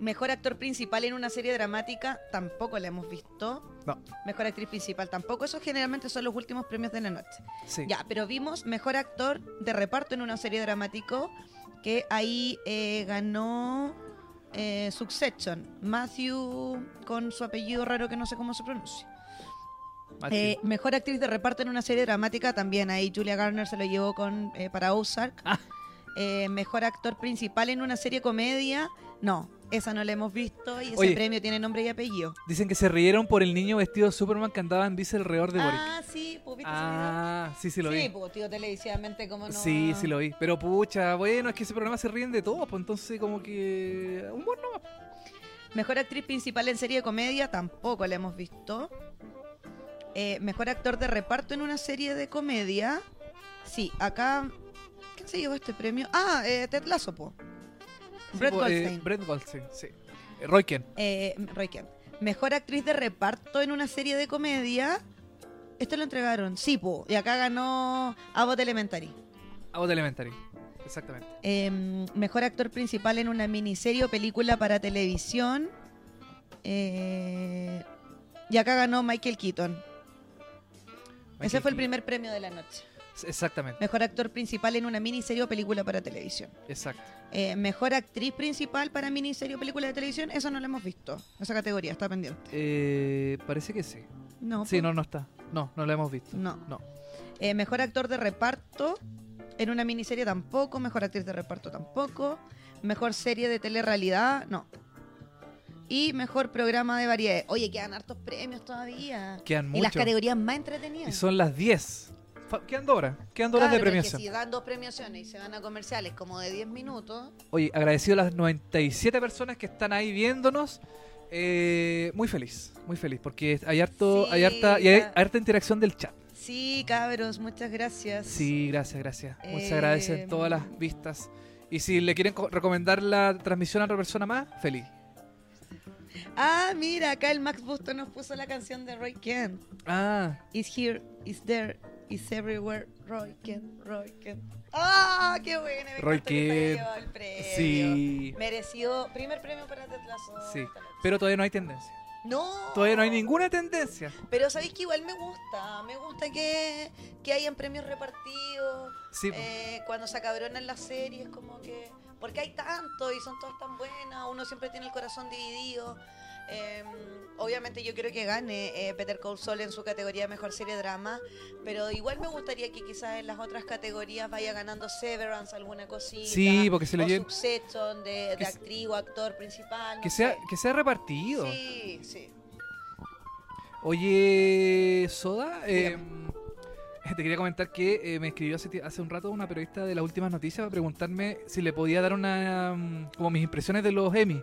Mejor actor principal en una serie dramática. Tampoco la hemos visto.
No.
Mejor actriz principal. Tampoco. Esos generalmente son los últimos premios de la noche.
Sí.
Ya, pero vimos mejor actor de reparto en una serie dramático. Que ahí eh, ganó eh, Succession. Matthew con su apellido raro que no sé cómo se pronuncia.
Mati.
Eh, mejor actriz de reparto en una serie dramática también. Ahí Julia Garner se lo llevó con eh, para Ozark.
Ah.
Eh, mejor actor principal en una serie comedia. No, esa no la hemos visto y ese
Oye.
premio tiene nombre y apellido.
Dicen que se rieron por el niño vestido de Superman que andaba en bici alrededor de Boric.
Ah, sí, pues viste
Ah, sí, sí
ese
lo
video?
vi.
Sí, pues tío, televisivamente como no.
Sí, sí lo vi. Pero pucha, bueno, es que ese programa se ríen de todo, pues entonces como que... Humor no.
Mejor actriz principal en serie de comedia tampoco la hemos visto. Eh, mejor actor de reparto en una serie de comedia. Sí, acá. ¿Quién se llevó este premio? Ah, eh, Ted Lasso, po. Brett
Sí, po, eh,
Goldstein.
Brett Goldstein, sí. Eh, Royken.
Eh, Roy Kemp. Mejor actriz de reparto en una serie de comedia. Esto lo entregaron. Sí, po. Y acá ganó Abbott Elementary.
Abbott Elementary. Exactamente.
Eh, mejor actor principal en una miniserie o película para televisión. Eh, y acá ganó Michael Keaton. Ese
Michael
fue el
Keaton.
primer premio de la noche.
S- Exactamente,
Mejor actor principal en una miniserie o película para televisión.
exacto.
Eh, mejor actriz principal para miniserie o película de televisión. Eso no lo hemos visto. Esa categoría está pendiente.
Eh, parece que sí.
No. pues,
Sí,
po.
no, no está. No, no lo hemos visto.
No.
No.
Eh, mejor actor de reparto. En una miniserie tampoco. Mejor actriz de reparto tampoco. Mejor serie de telerrealidad. No. Y mejor programa de variedades. Oye, quedan hartos premios todavía.
Quedan
Y las
muchos.
categorías más
Y
entretenidas.
son las 10. Fa- Quedan dos horas. Quedan dos horas de
Claro, pero es que
premiación.
si dan dos premiaciones y se van a comerciales como de 10 minutos.
Oye, agradecido a las 97 personas que están ahí viéndonos. Eh, muy feliz, muy feliz, porque hay harto,
Sí,
hay harta, y hay
ya.
harta interacción del chat.
Sí, cabros, muchas gracias.
Sí, gracias, gracias. Muchas
Eh,
gracias en todas las vistas. Y si le quieren co- recomendar la transmisión a otra persona más, feliz.
Ah, mira, acá el Max Busto nos puso la canción de Roy Kent.
Ah,
Is here, is there, is everywhere. Roy Kent, Roy Kent. ¡Ah, qué buena! Me
Roy
encantó que se haya
Kent.
llevado el premio.
sí.
Merecido primer premio para Ted Lasso.
Sí. Pero todavía no hay tendencia.
No.
Todavía no hay ninguna tendencia.
Pero sabéis que igual me gusta. Me gusta que, que hayan premios repartidos.
Sí, po.
eh, cuando se acabronan las series, como que. Porque hay tanto y son todas tan buenas, uno siempre tiene el corazón dividido. Eh, obviamente, yo quiero que gane eh, Peter Cole Saul en su categoría Mejor Serie Drama, pero igual me gustaría que quizás en las otras categorías vaya ganando Severance, alguna cosita.
Sí, porque se lo
o
lleven-
Succession de,
que
de
se-
actriz o actor principal. no
que sea,
sé.
que sea repartido.
Sí, sí.
Oye, Soda, eh, te quería comentar que eh, me escribió hace, ti- hace un rato una periodista de las últimas noticias para preguntarme si le podía dar una um, como mis impresiones de los Emmy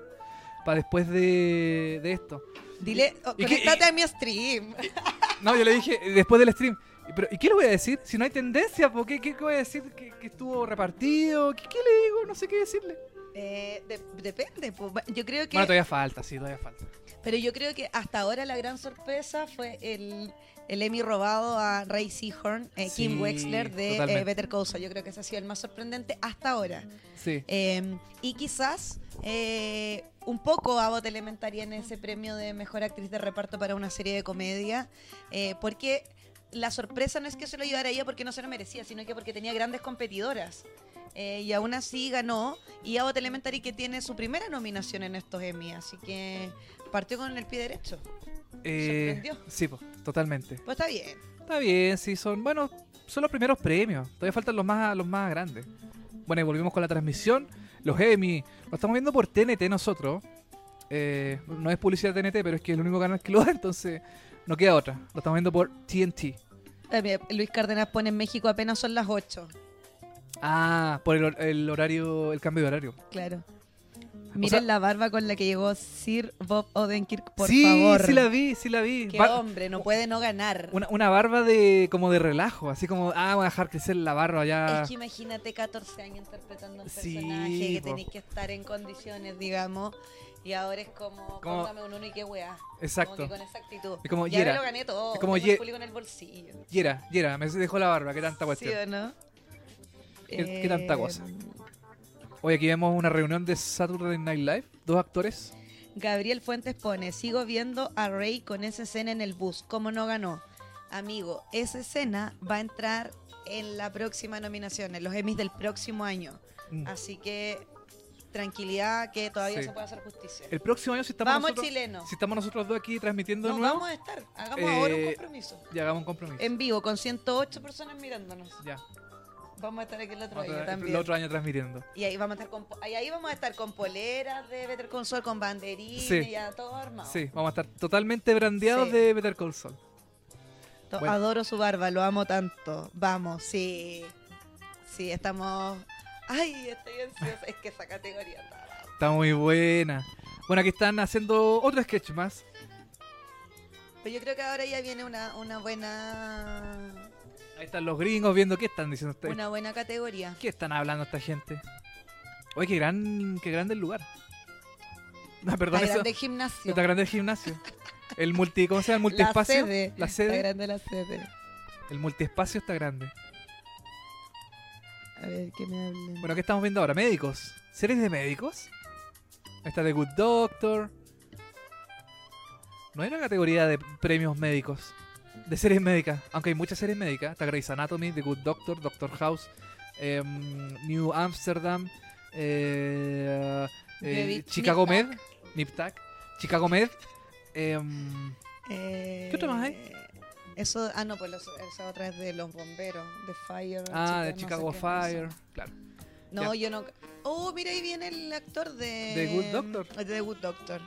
para después de, de esto.
Dile, oh,
¿Y qué-
conéctate a mi stream.
No, yo le dije eh, después del stream. "¿Y Pero, ¿Y qué le voy a decir? Si no hay tendencia, ¿por qué, ¿qué voy a decir? ¿Que, que estuvo repartido? ¿Qué, qué le digo? No sé qué decirle.
Eh, de- depende, pues, yo creo que.
Bueno, todavía falta, sí, todavía falta.
Pero yo creo que hasta ahora la gran sorpresa fue el, el Emmy robado a Ray Seahorn, eh,
Sí,
Kim Wexler de
totalmente.
eh, Better Call Saul. Yo creo que ese ha sido el más sorprendente hasta ahora.
Sí.
Eh, y quizás eh, un poco Abbott Elementary en ese premio de Mejor Actriz de Reparto para una serie de comedia, eh, porque la sorpresa no es que se lo llevara ella porque no se lo merecía, sino que porque tenía grandes competidoras. Eh, y aún así ganó. Y Abbott Elementary que tiene su primera nominación en estos Emmy, así que partió con el pie derecho.
Eh,
sorprendió.
sí, po, totalmente.
Pues está bien.
Está Está bien, sí, son. Bueno, son los primeros premios. Todavía faltan los más, los más grandes. Bueno, y volvimos con la transmisión. Los Emmy. Lo estamos viendo por TNT nosotros. Eh, no es publicidad de TNT, pero es que es el único canal que lo da, entonces no queda otra. Lo estamos viendo por TNT.
También, Eh, Luis Cárdenas pone en México apenas son las 8.
Ah, por el, hor- el horario, el cambio de horario.
Claro.
O
Miren
sea-
la barba con la que llegó Sir Bob Odenkirk, por
sí,
favor.
sí la vi, sí la vi.
Qué
Bar-
hombre, no puede no ganar.
una, una barba de como de relajo, así como, ah, voy a dejar crecer la barba ya.
Es que imagínate 14 años interpretando un
Sí,
personaje que
po.
tenéis que estar en condiciones, digamos, y ahora es como,
Como-
póngame un uno y qué weá.
Exacto.
Como que con esa actitud.
Es como
ya
Yera.
me lo gané todo.
Es como
tengo el
Ye-
público en el bolsillo.
Yera, Yera, me dejó la barba, qué tanta
¿Sí
cuestión.
o no? Eh,
¿Qué- qué tanta cosa? Hoy aquí vemos una reunión de Saturday Night Live, dos actores.
Gabriel Fuentes pone, sigo viendo a Rey con esa escena en el bus. ¿Cómo no ganó? Amigo, esa escena va a entrar en la próxima nominación, en los Emmys del próximo año.
Mm.
Así que tranquilidad que todavía
Sí.
se puede hacer justicia.
El próximo año si estamos
Vamos
nosotros,
chileno.
si estamos nosotros dos aquí transmitiendo de
No
nuevo,
vamos a estar. Hagamos ahora un
Eh,
compromiso.
y hagamos un compromiso.
En vivo, con 108 personas mirándonos.
Ya,
Vamos a estar aquí el otro
vamos a
año
tra-
también.
el otro año transmitiendo.
Y ahí vamos a estar con, po- ahí, ahí vamos a estar con poleras de Better Console, con banderines,
Sí.
ya todo armado.
Sí, vamos a estar totalmente brandeados
Ah. Sí.
de Better Call Saul.
To-
Bueno.
Adoro su barba, lo amo tanto. Vamos, sí. Sí, estamos. Ay, estoy ansiosa. es que esa categoría está.
Está muy buena. Bueno, aquí están haciendo otro sketch más.
Pero yo creo que ahora ya viene una, una buena.
Ahí están los gringos viendo qué están diciendo ustedes.
Una buena categoría.
¿Qué están hablando esta gente? Oye, qué gran, qué grande el lugar. No,
La
perdón, eso.
grande gimnasio.
Está grande el gimnasio. El multi, ¿cómo se llama? El
La
multiespacio.
sede.
La
Está
sede.
grande la sede.
El multiespacio está grande.
A ver, que me hablen.
Bueno, ¿qué estamos viendo ahora? Médicos. ¿Series de médicos? Ahí Está The Good Doctor. No hay una categoría de premios médicos. De series médicas. Aunque hay muchas series médicas. Está Grey's Anatomy, The Good Doctor, Doctor House, em, New Amsterdam, eh, eh,
Baby,
Chicago
Nip
Med, Nip Tuck, Chicago Med. em,
Eh,
¿Qué otra más hay?
Eso, ah, no, pues los- esa otra es de los bomberos, de Fire.
ah,
de
de Chicago Fire. Claro.
No, yo no. Oh, mira, ahí viene el actor de. eh,
The Good Doctor.
De The Good Doctor.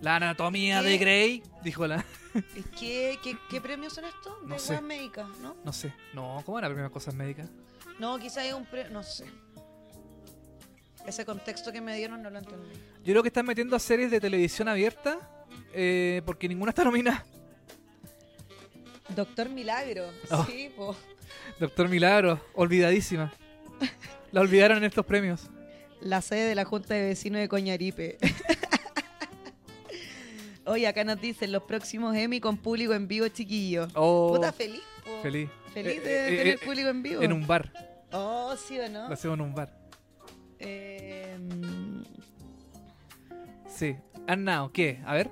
La anatomía de
¿Qué?
Grey, dijo la.
¿Y ¿Qué, qué, qué premios son estos? De
No
no
sé.
médicas, ¿no?
No sé. No, ¿cómo eran las primeras cosas médicas?
No, quizá hay un premio. No sé. Ese contexto que me dieron no lo entendí.
Yo creo que están metiendo a series de televisión abierta eh, porque ninguna está nominada.
Doctor Milagro.
Oh.
Sí, po.
Doctor Milagro, olvidadísima. La olvidaron en estos premios.
La sede de la Junta de Vecinos de Coñaripe. Oye, acá nos dicen los próximos Emmy con público en vivo, chiquillo.
Oh,
Puta, feliz, po.
feliz.
Feliz de
Eh, eh,
tener
eh,
público en vivo.
En un bar.
Oh, sí o no.
Lo hacemos en un bar.
Eh, mm,
Sí. And now, ¿qué? A ver.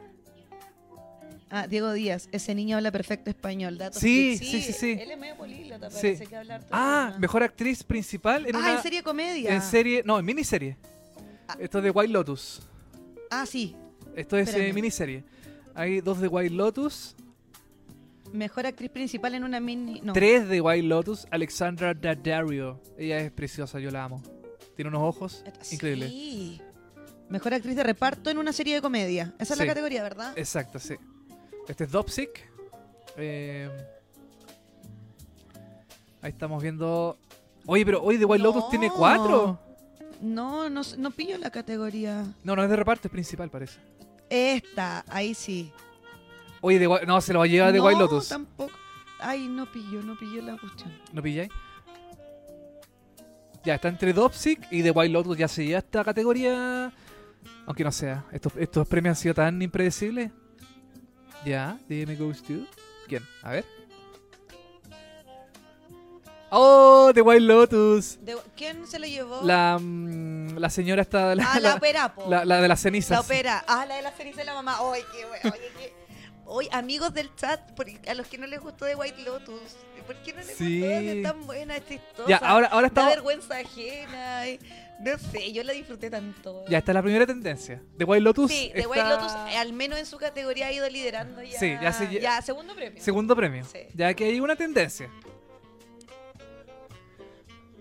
Ah, Diego Díaz, ese niño habla perfecto español. Datos
Sí,
que-
sí, sí, sí.
Él es medio políglota,
Sí.
parece que hablar todo.
Ah, mejor actriz principal en
ah,
una.
en Ah. serie de comedia.
en serie- No, en miniserie. Esto es de White Lotus.
Ah, sí.
Esto es eh,
Espérame.
miniserie. Hay dos de White Lotus,
Mejor actriz principal en una mini. No.
tres de White Lotus. Alexandra Daddario. Ella es preciosa, yo la amo. Tiene unos ojos
Sí.
increíbles.
Mejor actriz de reparto en una serie de comedia. Esa es
Sí.
la categoría, ¿verdad?
Exacto, sí. Este es Dopsic. Eh, ahí estamos viendo. Oye, pero hoy The White Lotus
No.
tiene cuatro.
No, no, s- no pillo la categoría.
No, no es de reparto, es principal, parece.
Esta, ahí sí.
Oye, The Whi- no, se lo va a llevar The White
No,
Lotus.
tampoco. Ay, no pillo, no pillo la cuestión.
¿No pilláis? Ya, está entre Dopsic y The White Lotus. Ya se lleva esta categoría. Aunque no sea. Estos, estos premios han sido tan impredecibles. Ya, DM Goes to. ¿Quién? A ver. ¡Oh! The White Lotus.
De- ¿Quién se lo llevó?
La, mm, la señora está. La,
ah, la, operapo.
la- la de las
La
cenizas.
opera. Ah, la de la ceniza de la mamá. Oye, qué wea, Oye, qué. Hoy, amigos del chat, por- a los que no les gustó de White Lotus, ¿por qué no les
Sí.
gustó? Si es tan buena, es chistosa.
Ya, ahora, ahora
Da
estamos.
vergüenza ajena. y no sé, yo la disfruté tanto.
Ya, esta es la primera tendencia. De White Lotus.
Sí, The White
está-
Lotus, eh, al menos en su categoría, ha ido liderando ya.
Sí, ya se lle-
ya, segundo premio.
Segundo premio.
Sí.
Ya que hay una tendencia.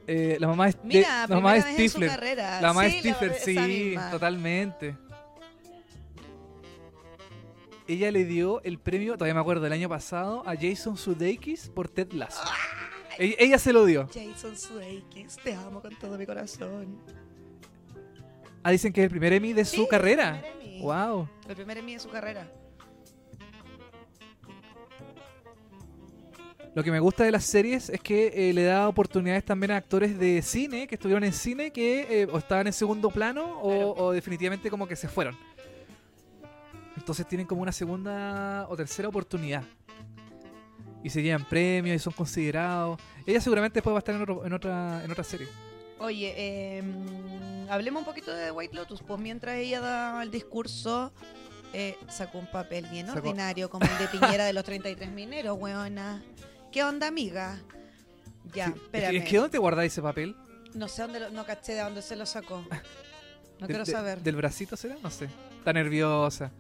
Eh, la mamá es
Mira,
la
primera
mamá de
vez en su
Stifler.
carrera.
La mamá
Sí,
es Stifler,
esa
sí,
misma.
totalmente. Ella le dio el premio, todavía me acuerdo, el año pasado a Jason Sudeikis por Ted Lasso.
Ah.
E- Ella se lo dio.
Jason Sudeikis, te amo con todo mi corazón.
Ah, dicen que es el primer Emmy de
Sí,
su
el
carrera.
primer Emmy.
Wow.
El primer Emmy de su carrera.
Lo que me gusta de las series es que eh, le da oportunidades también a actores de cine que estuvieron en cine que eh, o estaban en segundo plano o,
Claro.
o definitivamente como que se fueron. Entonces tienen como una segunda o tercera oportunidad. Y se llevan premios y son considerados. Ella seguramente después va a estar en, otro- en otra, en otra serie.
Oye, eh, mm, hablemos un poquito de White Lotus. Pues mientras ella da el discurso, eh, sacó un papel bien
Sacó-
ordinario como el de Piñera de los 33 mineros, weona. ¿Qué onda, amiga? Ya,
Sí. Es
espérame.
que- es que ¿dónde te guardáis ese papel?
No sé dónde lo, no caché de dónde se lo sacó. No
Del-
quiero
de-
saber.
¿Del bracito será? No sé. Está nerviosa.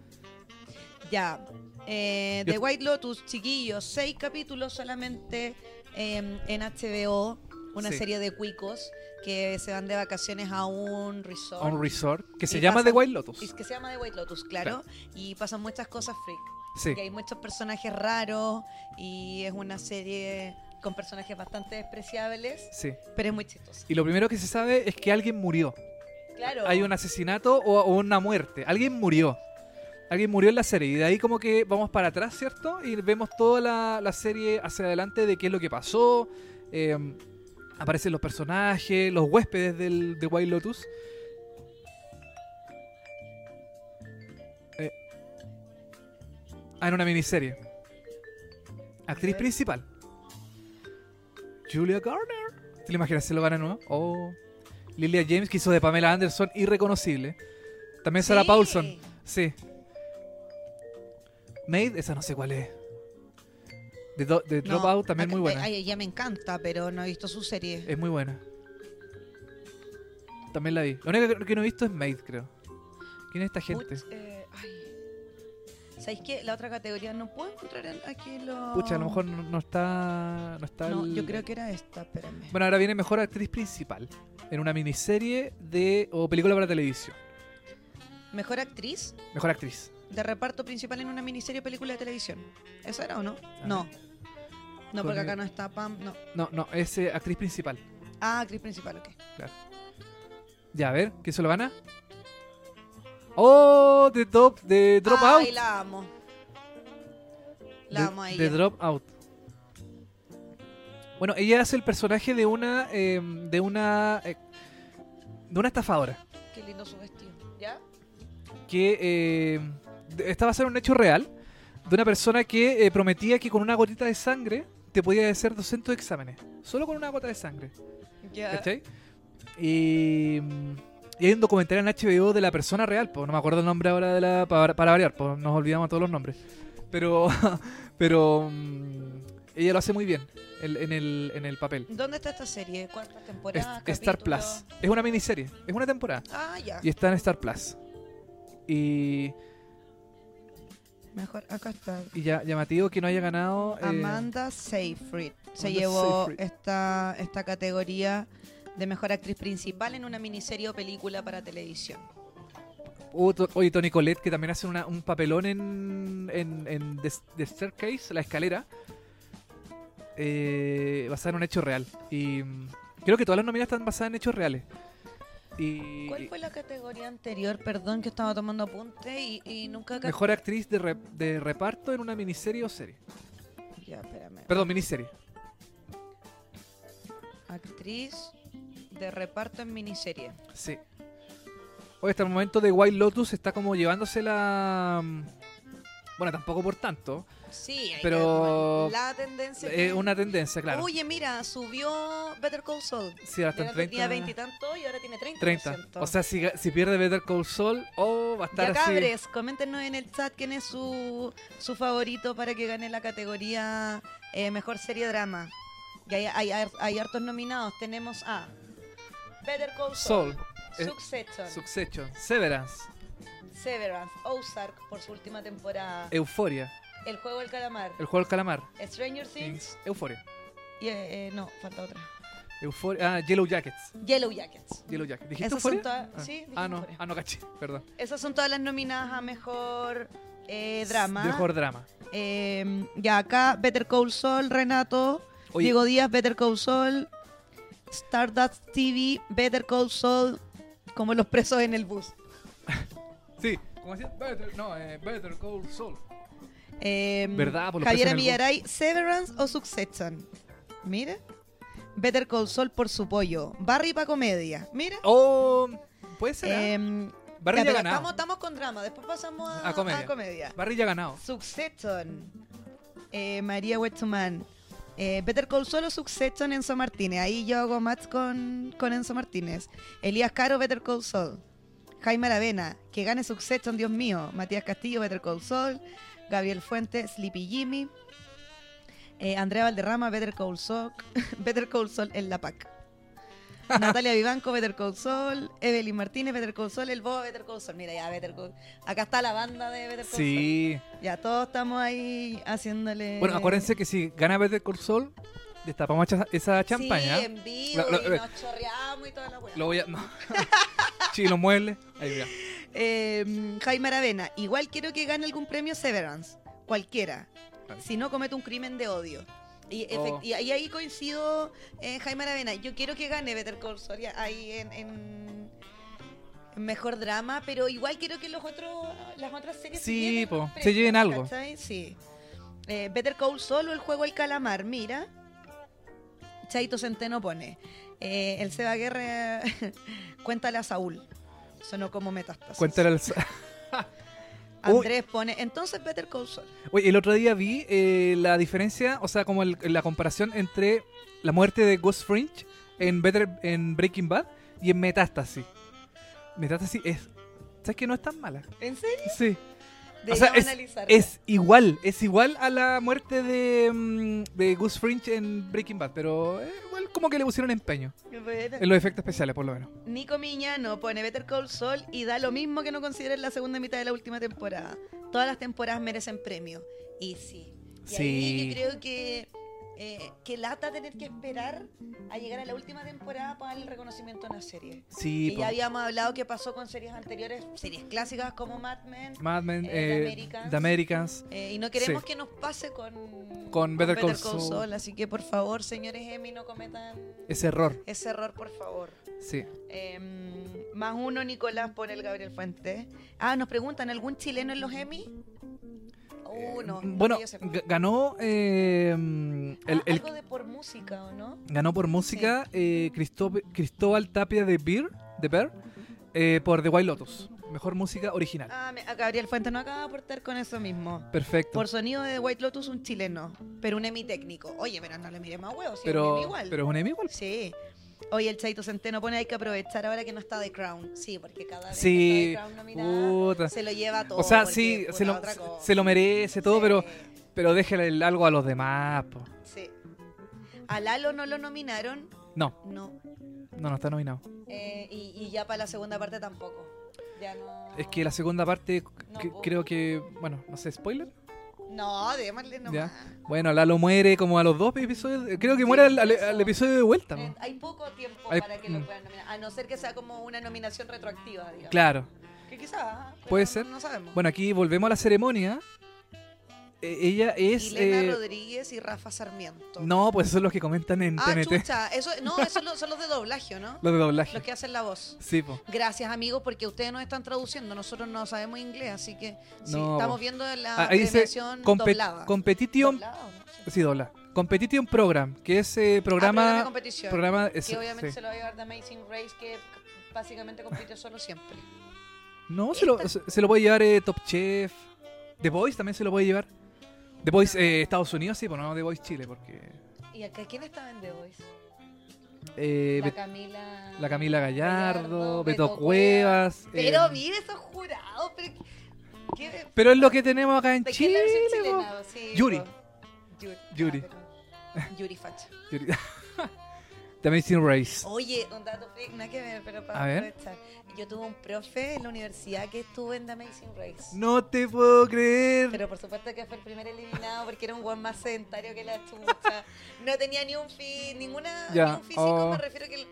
Ya. Eh,
Yo-
The White Lotus, chiquillos, seis capítulos solamente eh, en HBO, una
Sí.
serie de cuicos que se van de vacaciones a un resort.
A un resort que se
Y
llama
pasa-
The White Lotus.
y que se llama The White Lotus, claro, y pasan muchas cosas freak.
Sí.
Y hay muchos personajes raros y es una serie con personajes bastante despreciables,
Sí.
pero es muy chistosa.
Y lo primero que se sabe es que alguien murió.
Claro.
hay un asesinato o, o una muerte. Alguien murió. Alguien murió en la serie. Y de ahí como que vamos para atrás, ¿cierto? Y vemos toda la, la serie hacia adelante de qué es lo que pasó. Eh, aparecen los personajes, los huéspedes del, de White Lotus. Eh, Ah, en una miniserie. Actriz
ver.
principal. Julia Garner. ¿Te lo imaginas si lo gana nuevo? Oh. Lilia James, que hizo de Pamela Anderson, irreconocible. También Sarah
Sí.
Paulson. Sí. Maid, esa no sé cuál es. De, Do- de
No,
Dropout, también
acá-
muy buena. Eh,
ay, ella me encanta, pero no he visto su serie.
Es muy buena. También la vi. Lo único que- que no he visto es Maid, creo. ¿Quién es esta gente?
Puch- eh, ay. ¿Sabéis qué? La otra categoría no puedo encontrar en- aquí los...
Pucha, a lo mejor no, no está. No está.
No,
el-
yo creo que era esta, espérame.
Bueno, ahora viene mejor actriz principal. En una miniserie de. o película para televisión.
Mejor actriz
Mejor actriz.
de reparto principal en una miniserie o película de televisión. ¿Esa era o no?
Ah.
No.
Con
No,
el-
porque acá no está Pam. No.
No, no, es eh, actriz principal.
Ah, actriz principal, ok.
Ya, a ver, ¿quién se lo gana? ¡Oh! De, top, de Dropout.
Ay, la amo. La
de,
amo a
de
ella.
Dropout. Bueno, ella hace el personaje de una. eh, de una. eh, de una estafadora.
Qué lindo su vestido. ¿Ya?
Que. eh, de- esta va a ser un hecho real. De una persona que eh, prometía que con una gotita de sangre te podía hacer 200 exámenes. Solo con una gota de sangre.
Ya.
¿Cachai? Y, mm, y hay un documental en HBO de la persona real, po, no me acuerdo el nombre ahora de la para, para variar, po, nos olvidamos todos los nombres. Pero pero mm, ella lo hace muy bien el- en, el, en el papel.
¿Dónde está esta serie? ¿Cuántas
Es-
temporadas?
Star
capítulos?
Plus. Es una miniserie, es una temporada.
Ah, ya.
Y está en Star Plus. Y,
Mejor, acá está.
y ya llamativo que no haya ganado. eh,
Amanda Seyfried se
Amanda
llevó
Seyfried.
esta, esta categoría de mejor actriz principal en una miniserie o película para televisión.
hubo to- oye, Tony Colette, que también hace una- un papelón en, en, en The, The Staircase, la escalera, eh, basada en un hecho real. Y mm, creo que todas las nominadas están basadas en hechos reales. Y,
¿Cuál fue la categoría anterior? Perdón que estaba tomando apunte y, y nunca... ca-
Mejor actriz de, rep- de reparto en una miniserie o serie.
Ya, espérame.
Perdón, miniserie.
Actriz de reparto en miniserie.
Sí. Hoy hasta el momento de White Lotus está como llevándose la, mm, Bueno, tampoco por tanto.
Sí, hay
Pero-
que- la tendencia.
Es
que-
una tendencia, claro.
Oye, mira, subió Better Call Saul.
sí, ahora está
Tenía
en 30.
tenía 20 y tanto y ahora tiene 30.
30. O sea, si, ga- si pierde Better Call Saul, oh, va a estar
ya
así.
cabres, coméntenos en el chat quién es su, su favorito para que gane la categoría eh, Mejor Serie Drama. Y hay, hay, hay- hay hartos nominados. Tenemos a Better Call Saul,
Saul, eh,
Succession,
Succession, Severance,
Severance, Ozark por su última temporada,
Euforia,
El Juego del Calamar,
Eh, El Juego del Calamar,
Stranger Things
Things, Euforia,
y... eh, eh, no, falta otra.
Euforia, ah, Yellow Jackets.
Yellow Jackets.
Yellow Jackets. ¿Dijiste
Esas son
Euforia?
todas-
Ah.
sí, dije
ah, no,
Euphoria.
ah, no caché, perdón.
Esas son todas las nominadas a Mejor eh, Drama.
Mejor drama.
Eh, ya acá, Better Call Saul, Renato.
Oye,
Diego Díaz, Better Call Saul. Stardust TV, Better Call Saul. Como los presos en el bus.
sí, como decía, Better, no, eh, Better Call Saul.
Eh,
¿Verdad? Por los presos en
Javiera
el bus.
Millaray, Severance o Succession. Mira. Better Call Saul por su pollo. Barry pa' comedia. Mira.
Oh, puede ser. ¿ah?
Eh,
Barry
ya,
ya
pero
ha ganado.
estamos, estamos con drama, después pasamos a,
A comedia.
a comedia.
Barry ya ha ganado.
Succession. Eh, María Wetzuman. Eh, Better Call Saul o Succession Enzo Martínez. Ahí yo hago match con, con Enzo Martínez. Elías Caro, Better Call Saul. Jaime Aravena, que gane Succession, Dios mío. Matías Castillo, Better Call Saul. Gabriel Fuentes, Sleepy Jimmy. Eh, Andrea Valderrama, Better Call Saul. Better Call Saul en la PAC. Natalia Vivanco, Better Call Saul. Evelyn Martínez, Better Call Saul. El Bobo, Better Call Saul. Mira ya, Better Call Acá está la banda de Better Call Saul.
Sí.
Eh. Ya todos estamos ahí haciéndole.
Bueno, acuérdense que si gana Better Call Saul, destapamos esa- esa champaña.
Sí, en vivo,
Lo- lo-
y nos chorreamos y toda la weá.
Lo voy a. No. sí, los muebles. Ahí mira.
Eh, Jaime Aravena, igual quiero que gane algún premio Severance, cualquiera.
Claro.
Si no, comete un crimen de odio. Y,
Oh.
efect- y ahí- ahí coincido, eh, Jaime Aravena. Yo quiero que gane Better Call Saul ya, ahí en, en- en mejor drama, pero igual quiero que los otros, las otras series se
Sí,
lleven
po,
los
se lleven
premios,
algo.
¿cachai? Sí. Eh, Better Call Saul o el juego El Calamar, mira. Chaito Centeno pone. eh, el Seba Guerra cuéntale a Saúl. Sonó como metástasis.
Cuéntale al. Uy.
Andrés pone, entonces Better Call Saul.
Oye, el otro día vi eh, la diferencia, o sea, como el- la comparación entre la muerte de Ghost Fringe en, Better, en Breaking Bad y en Metástasis. Metástasis es. ¿Sabes que no es tan mala?
¿En serio?
Sí.
Deberíamos
sea, es-
analizarla.
Es igual, es igual a la muerte de, mm, de Gus Fringe en Breaking Bad, pero eh, igual como que le pusieron empeño
Bueno.
en los efectos especiales, por lo menos.
Nico Miñano pone Better Call Saul y da lo mismo que no consideren la segunda mitad de la última temporada. Todas las temporadas merecen premio. Y sí. Y ahí
Sí.
yo creo que, eh, que lata tener que esperar a llegar a la última temporada para darle el reconocimiento a una serie.
Sí,
Y
po.
ya habíamos hablado que pasó con series anteriores, series clásicas como Mad Men.
Mad Men,
eh, The
eh,
Americans.
The Americans.
eh, y no queremos
Sí.
que nos pase con,
Con Better Call Saul.
Así que por favor, señores Emmy, no cometan
Ese error,
ese error, por favor.
sí.
Eh, más uno, Nicolás, pone el Gabriel Fuentes. Ah, nos preguntan, ¿algún chileno en los Emmy? Uno.
Eh, bueno,
yo sé.
ga- ganó eh, el,
Ah,
el-
algo de por música, ¿o no?
ganó por música eh, Cristó- Cristóbal Tapia de Beer, de Bear, eh, por The White Lotus, mejor música original.
Ah, me- a Gabriel Fuentes no acaba de aportar con eso mismo.
Perfecto.
Por sonido de White Lotus, un chileno, pero un Emmy técnico. Oye, pero no le miremos a huevos, si es un
pero,
Emmy igual.
pero es un Emmy igual.
Sí. Oye, el Chaito Centeno pone hay que aprovechar ahora que no está The Crown. Sí, porque cada vez
Sí,
que está The Crown nominada,
puta.
se lo lleva todo.
O sea,
porque,
sí,
puta,
se lo,
otra
se-
cosa.
se lo merece todo,
Sí,
pero, pero déjale el algo a los demás. po.
Sí. A Lalo no lo nominaron,
No,
no.
no, no está nominado.
Eh, y, y ya para la segunda parte tampoco. Ya no.
Es que la segunda parte,
No,
que-
po.
creo que, bueno, no sé, spoiler.
No, démosle nomás.
Bueno, Lalo muere como a los dos episodios. eh, Creo que muere al, al- al episodio de vuelta. po.
Eh, hay poco tiempo
Hay-
para que lo
mm.
puedan nominar. A no ser que sea como una nominación retroactiva, digamos.
Claro.
Que quizás.
Puede ser.
No sabemos.
Bueno, aquí volvemos a la ceremonia. Eh, ella es...
Elena
eh,
Rodríguez y Rafa Sarmiento.
no, pues esos son los que comentan en
Ah,
TNT.
chucha. Eso, no, esos son los- son los de doblaje, ¿o ¿no?
Los de doblaje.
Los que hacen la voz.
Sí, po.
Gracias, amigos, porque ustedes nos están traduciendo. Nosotros no sabemos inglés, así que sí,
No.
estamos viendo la
Ah, ahí dice
premiación
compe-
doblada.
Competition...
Doblado, no sé.
Sí, dobla. Competition Program, que es eh,
Ah, programa de
programa...
competición.
Programa... es-
que obviamente
sí.
se lo va a llevar The Amazing Race, que básicamente compite solo siempre.
No, se lo, se, se lo puede llevar eh, Top Chef. The Voice también se lo puede llevar. The
Ah.
Voice eh, Estados Unidos, sí, pero no The Voice Chile, porque.
¿Y acá quién estaba en The Voice?
eh,
la
Bet-
Camila.
la Camila Gallardo,
Gallardo,
Beto,
Beto
Cuevas. eh,
Pero mira esos jurados, pero. ¿qué- qué-
pero es lo que tenemos acá en
¿De qué
Chile.
versión
po.
chilena? Sí,
Yuri.
po. Yuri.
Yuri.
Ah, perdón. Yuri Facha.
Yuri- The Amazing Race.
Oye, un dato freak, nada que ver, pero para
A ver.
aprovechar. Yo tuve un profe en la universidad que estuvo en The Amazing Race.
No te puedo creer.
Pero por supuesto que fue el primer eliminado porque era un guan más sedentario que la chucha. No tenía ni un fi, ninguna,
Ya,
ni un físico,
oh.
me refiero que el,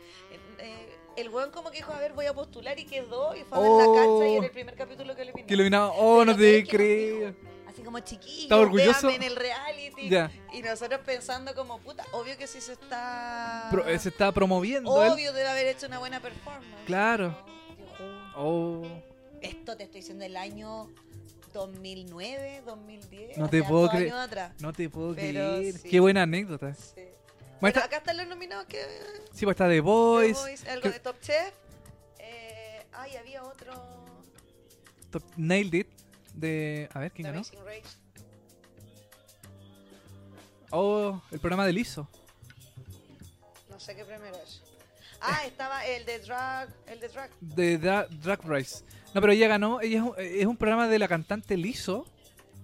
eh, el guan como que dijo, a ver, voy a postular y quedó y fue a ver la
Oh.
cancha y en el primer capítulo que eliminó.
que iluminaba. Oh, no
Pero
te
¿sabes qué nos
creo.
dijo? Así como chiquillo,
¿Estaba orgulloso?
en el reality.
Ya.
Y nosotros pensando como, puta, obvio que sí se está...
Pro- eh, se está promoviendo él.
obvio debe haber hecho una buena performance.
Claro.
Yo juro.
Oh,
Esto te estoy diciendo el año 2009, 2010.
No
o
te
sea,
puedo
dos
creer.
años atrás.
no te puedo
Pero
creer.
sí.
Qué buena anécdota.
Sí.
Bueno,
Bueno,
está-
acá están los nominados que.
sí, pues está The
The
Voice.
Voice, algo
que-
de Top Chef. Eh, ay, había otro.
Top- Nailed It. De, a ver, ¿quién
The
ganó?
Amazing Race.
Oh, el programa de Liso.
No sé qué primero es. Ah, estaba el de Drag. El de Drag.
De Dra- Drag Race. No, pero ella ganó. Ella es un, eh, es un programa de la cantante Liso.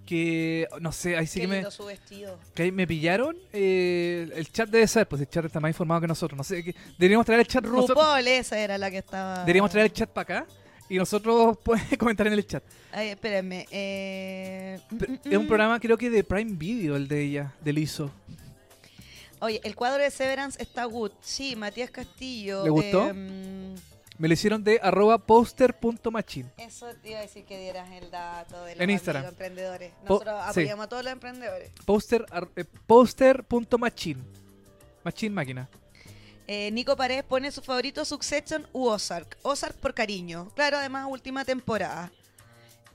Que, no sé, ahí sí
qué
que me,
lindo su vestido.
que ahí me pillaron. eh, el chat debe ser, pues el chat está más informado que nosotros. No sé, que- deberíamos traer el chat nosotros-
RuPaul, esa era la que estaba.
Deberíamos traer el chat para acá. Y nosotros pueden comentar en el chat.
Ay, espérenme. eh,
Pero
mm, mm,
Es un
mm.
programa creo que de Prime Video el de ella, de Liso.
Oye, el cuadro de Severance está good. Sí, Matías Castillo.
¿Le gustó?
em,
Me lo hicieron de arroba poster.machine.
Eso te iba a decir que dieras el dato de los
En Instagram.
amigos emprendedores.
Po-
Nosotros
sí.
apoyamos a todos los emprendedores.
Poster, ar- eh, poster.machine. Machine máquina.
Eh, Nico Paredes pone su favorito Succession u Ozark. Ozark por cariño. Claro, además última temporada.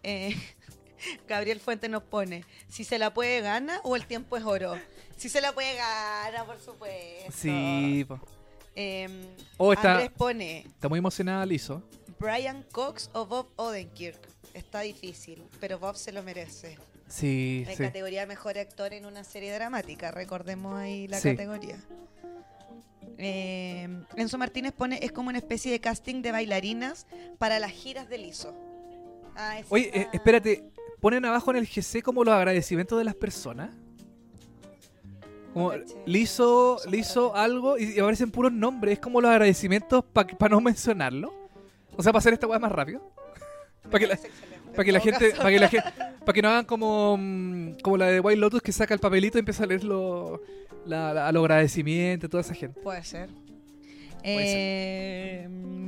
Eh, Gabriel Fuente nos pone, si se la puede gana o el tiempo es oro. Si se la puede gana, por supuesto.
Sí, po.
Eh,
Oh, está-
Andrés pone,
está muy emocionada Liso.
Brian Cox o Bob Odenkirk. Está difícil, pero Bob se lo merece.
Sí,
En
sí.
categoría mejor actor en una serie dramática, recordemos ahí la
Sí.
categoría. Eh, Enzo Martínez pone, es como una especie de casting de bailarinas para las giras de Liso. Ah, esa-
Oye, eh, espérate, ponen abajo en el GC como los agradecimientos de las personas. Como
No caché.
liso,
Son
liso
raros.
algo y y aparecen puros nombres. Es como los agradecimientos para no mencionarlo. O sea, para hacer esta weá más rápido.
Me
para que la-
parece excelente.
Para que la
En todo
gente,
caso,
para que la gente, para que no hagan como, mm, como la de White Lotus que saca el papelito y empieza a leer lo, la, la- a los agradecimientos, toda esa gente.
Puede ser.
Puede ser.
Eh, mm,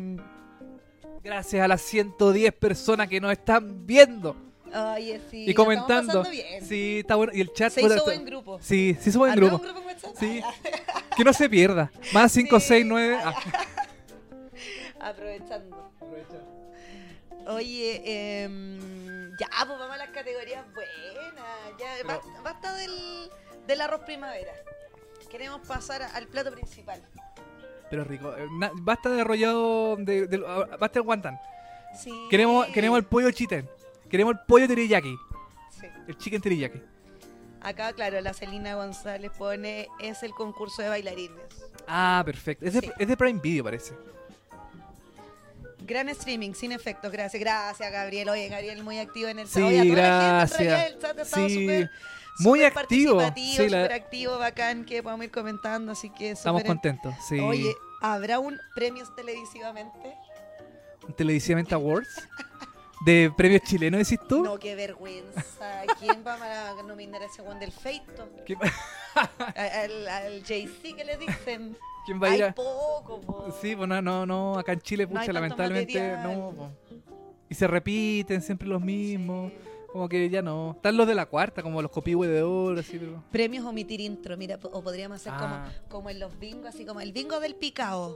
Gracias a las 110 personas que nos están viendo
Oye, eh, sí.
y
lo estamos
comentando.
pasando bien.
Sí, está bueno. Y el chat.
Em. Se
puta,
hizo
está-
buen grupo.
Sí, sí, hizo buen
¿Habrá
grupo.
un grupo en WhatsApp?
Sí.
Ah,
Que no se pierda. Más 5,
Sí.
6, 9.
ya. Aprovechando. Oye, em, ya, pues vamos a las categorías buenas. Ya,
Pero-
basta, basta del, del arroz primavera. Queremos pasar a- al plato principal.
Pero rico. eh, na- basta de arrollado. De, de- ah, basta de guantán.
Sí.
Queremos, queremos el pollo chiten. Queremos el pollo teriyaki.
Sí.
El chicken teriyaki.
Acá, claro, la Celina González pone: es el concurso de bailarines.
Ah, perfecto. Es de,
Sí.
es de Prime Video, parece.
Gran streaming, sin efectos, gracias. Gracias, Gabriel. Oye, Gabriel, muy activo en el
Sí,
chat. Oye, a toda la gente, en
gracias.
realidad, el chat ha estado
Sí,
súper-
muy
súper
activo.
participativo,
Sí, la-
súper activo, bacán, que podamos ir comentando, así que
Estamos
súper
contentos. Sí.
Oye, ¿habrá un premios televisivamente?
Un Televisivamente Awards. De premios chilenos, decís tú.
No, qué vergüenza. ¿Quién va a nominar a ese Juan del Feito?
¿Quién,
A- Al, al Jay-Z que le dicen.
quién va a
Hay
ir a.?
poco, po.
Sí, pues no, no, no. Acá en Chile,
No hay
pucha,
tanto
lamentablemente.
material.
No, po. Y se repiten siempre los mismos.
Sí.
Como que ya no. Están los de la cuarta, como los copihue de oro, así, pero.
Premios omitir intro, mira, po- o podríamos hacer
Ah.
como, como en los bingos, así como el bingo del picao.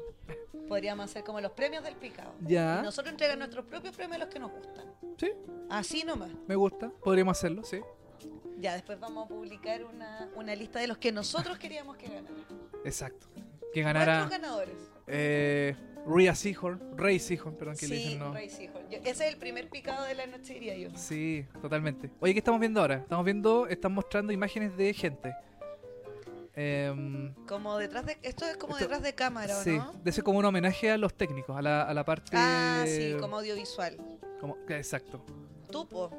Podríamos hacer como los premios del picao.
Ya.
Y nosotros entregar nuestros propios premios a los que nos gustan.
Sí,
Así nomás.
me gusta. Podríamos hacerlo, sí.
Ya, después vamos a publicar una, una lista de los que nosotros queríamos que ganaran.
Exacto. Que
Nuestros
ganara.
ganadores.
Eh, Rhea Seahorn, Ray Seahorn, perdón que le
Sí,
dicen no.
Ray Seahorn. Yo- ese es el primer picado de la noche, diría yo.
Sí, totalmente. Oye, ¿qué estamos viendo ahora? Estamos viendo, están mostrando imágenes de gente. Em,
Como detrás de. Esto es como
Esto-
detrás de cámara, ¿o
sí,
¿no?
de eso como un homenaje a los técnicos, a la, a la parte...
Ah,
Eh,
sí, como audiovisual.
como- que- exacto.
Tú, po,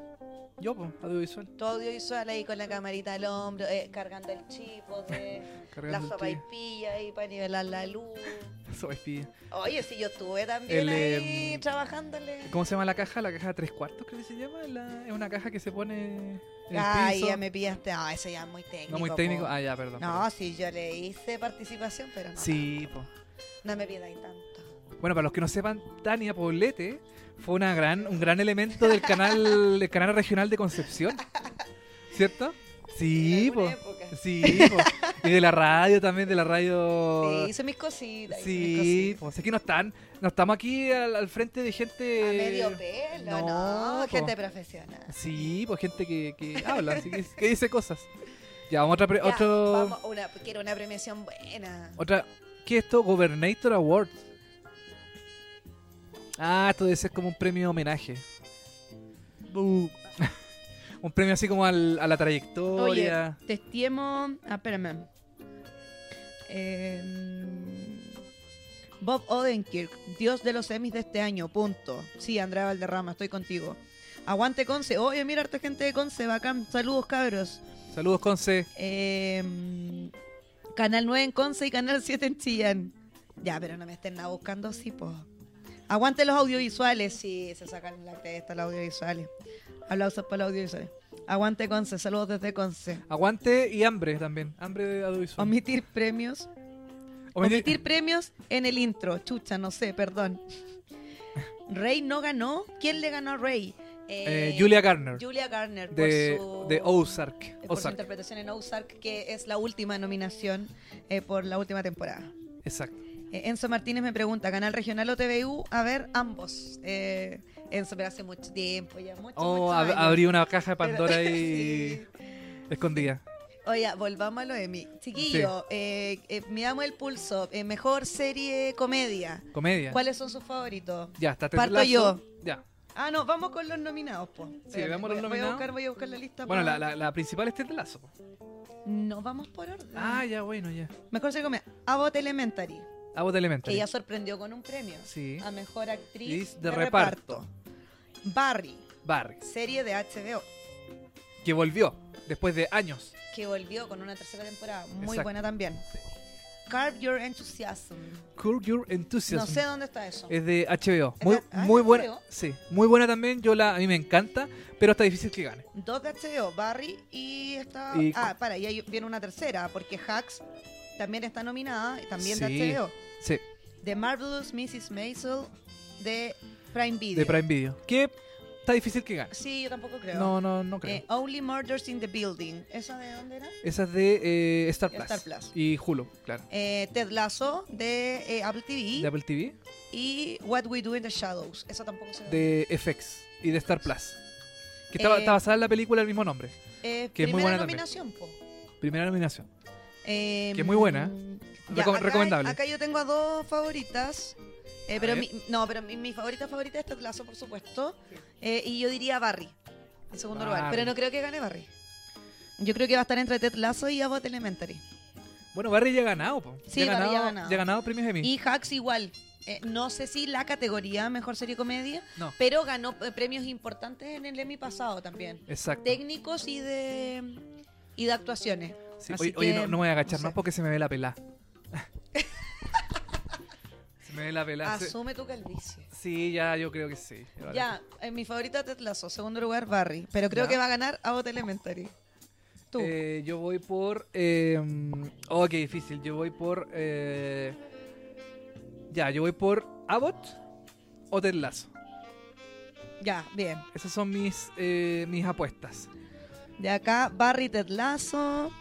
Yo, pues, audiovisual.
tu audiovisual ahí con la camarita al hombro, eh, cargando el chipo, de la
Cargando
sopa
el
y pilla ahí para nivelar la luz.
tío. Sopa y pilla.
Oye, sí, yo estuve también
El,
ahí
em,
trabajándole.
¿Cómo se llama la caja? La caja de tres cuartos, creo que se llama. La- es una caja que se pone en el
Ay,
piso.
ya me pillaste. Ah, eso ya es muy técnico.
No muy
po.
técnico. Ah, ya, perdón.
No,
perdón.
sí, yo le hice participación, pero no.
Sí, po.
No me pidáis tanto.
Bueno, para los que no sepan, Tania Poblete fue una gran, un gran elemento del canal, del canal regional de Concepción. ¿Cierto? Sí,
En
po.
alguna época.
Sí, po. Y de la radio también, de la radio.
Sí, hice mis cositas. hice mis
Oh. Sí,
cositas.
pues es que no están, no estamos aquí al, al frente de gente.
A medio pelo,
no,
no,
po.
gente profesional.
Sí, pues gente que, que habla, así que, que dice cosas. Ya, vamos a otra, pre-
Ya,
otro-
vamos, una, quiero una premiación buena.
otra. ¿Qué es esto? Governator Award. Ah, esto debe ser como un premio homenaje.
Uh.
Bu. un premio así como al- a la
Oye,
trayectoria.
testiemos. Ah, espérame. Em, Bob Odenkirk, Dios de los semis de este año, punto. Sí, Andrea Valderrama, estoy contigo. Aguante Conce. Oye, mira, harta gente de Conce, bacán. Saludos, cabros.
Saludos, Conce.
Em, Canal 9 en Conce y Canal 7 en Chillán. Ya, pero no me estén nada buscando, sí, po. Aguante los audiovisuales. Sí, se sacan la cresta los audiovisuales. Aplausos para los audiovisuales. Aguante Conce, saludos desde Conce.
Aguante y hambre también. Hambre de audiovisual.
Omitir premios.
Omitir-
Omitir premios en el intro. Chucha, no sé, perdón. Rey no ganó. ¿Quién le ganó a Rey?
eh, Julia Garner.
Julia Garner. por
de,
su-
de Ozark.
por su
Ozark.
interpretación en Ozark, que es la última nominación eh, por la última temporada.
Exacto.
Eh, Enzo Martínez me pregunta, ¿canal regional o TVU? A ver, ambos. Eh, Enzo, pero hace mucho tiempo ya, mucho,
Oh,
muchos
ab-
años.
abrí una caja de Pandora
Pero-
ahí escondida.
Oye, volvamos a lo de mí. Chiquillo, eh, eh, miramos el pulso. Eh, mejor serie comedia.
Comedia.
¿Cuáles son sus favoritos?
Ya, está Ted
Parto
Lasso.
yo.
Ya.
Ah, no, vamos con los nominados, po. Espérate,
veamos
voy-
los
Voy a
nominados.
buscar, voy a buscar la lista.
Bueno,
pa-
la, la- la principal es Ted Lasso.
No, vamos por orden.
Ah, ya, bueno, ya.
Mejor serie comedia. Abbott Elementary,
Abbott Elementary.
que ya sorprendió con un premio.
Sí.
A mejor actriz
Actriz de reparto.
Barry,
Barry.
serie de HBO,
Que volvió después de años.
que volvió con una tercera temporada muy
Exacto.
buena también. Carve Your Enthusiasm.
Curb Your
No
Enthusiasm.
sé dónde está eso.
Es de HBO.
¿Es
Muy,
de- ah,
muy
¿es de
buena.
HBO?
Sí, muy buena también. Yo la, a mí me encanta, pero está difícil que gane.
Dos de HBO, Barry y está.
Y-
Ah, para, y ahí viene una tercera, porque Hacks también está nominada, y también
Sí.
de HBO.
Sí,
The Marvelous Mrs. Maisel de Prime Video.
de Prime Video. Que está difícil que gane.
Sí, yo tampoco creo.
No, no, no creo.
Eh, Only Murders in the Building. ¿Esa de dónde era?
Esa es de eh, Star, Plus.
Star Plus.
Y Hulu, claro.
Eh, Ted Lasso de eh, Apple TV
De Apple TV,
y What We Do in the Shadows. Esa tampoco se ve.
de FX y de Star Plus. Que está,
Eh,
está basada en la película del mismo nombre.
Eh,
que es muy
primera
buena también.
nominación, po.
Primera nominación.
Eh,
Que es muy buena.
ya,
Recom-
acá-
recomendable.
Acá yo tengo a dos favoritas. Eh,
A
pero mi,
ver.
no, pero mi, mi favorita favorita es Ted Lasso, por supuesto. Eh, y yo diría Barry, en segundo lugar.
Barry.
Pero no creo que gane Barry. Yo creo que va a estar entre Ted Lasso y Abbott Elementary.
Bueno, Barry ya ha ganado, po.
Sí,
ya ha
Barry
ganado,
ya ha ganado.
ya ha ganado premios Emmy.
Y Hacks igual. Eh, no sé si la categoría mejor serie comedia,
No.
pero ganó eh, premios importantes en el Emmy pasado también.
Exacto.
Técnicos y de y de actuaciones.
Sí,
así
oye, oye,
que,
no, no me voy a agachar
no
más
sé.
porque se me ve la pelá. se me ve la pelá. Se-
Asume tu calvicie.
Sí, ya, yo creo que sí.
Ya, eh, mi favorita Ted Lasso, segundo lugar Barry, pero creo
Ya.
que va a ganar Abbott Elementary. Tú.
Eh, yo voy por. Eh, oh, qué difícil. Yo voy por. eh, ya, yo voy por Abbott o Ted Lasso.
Ya, bien.
Esas son mis, eh, mis apuestas.
De acá Barry Ted Lasso.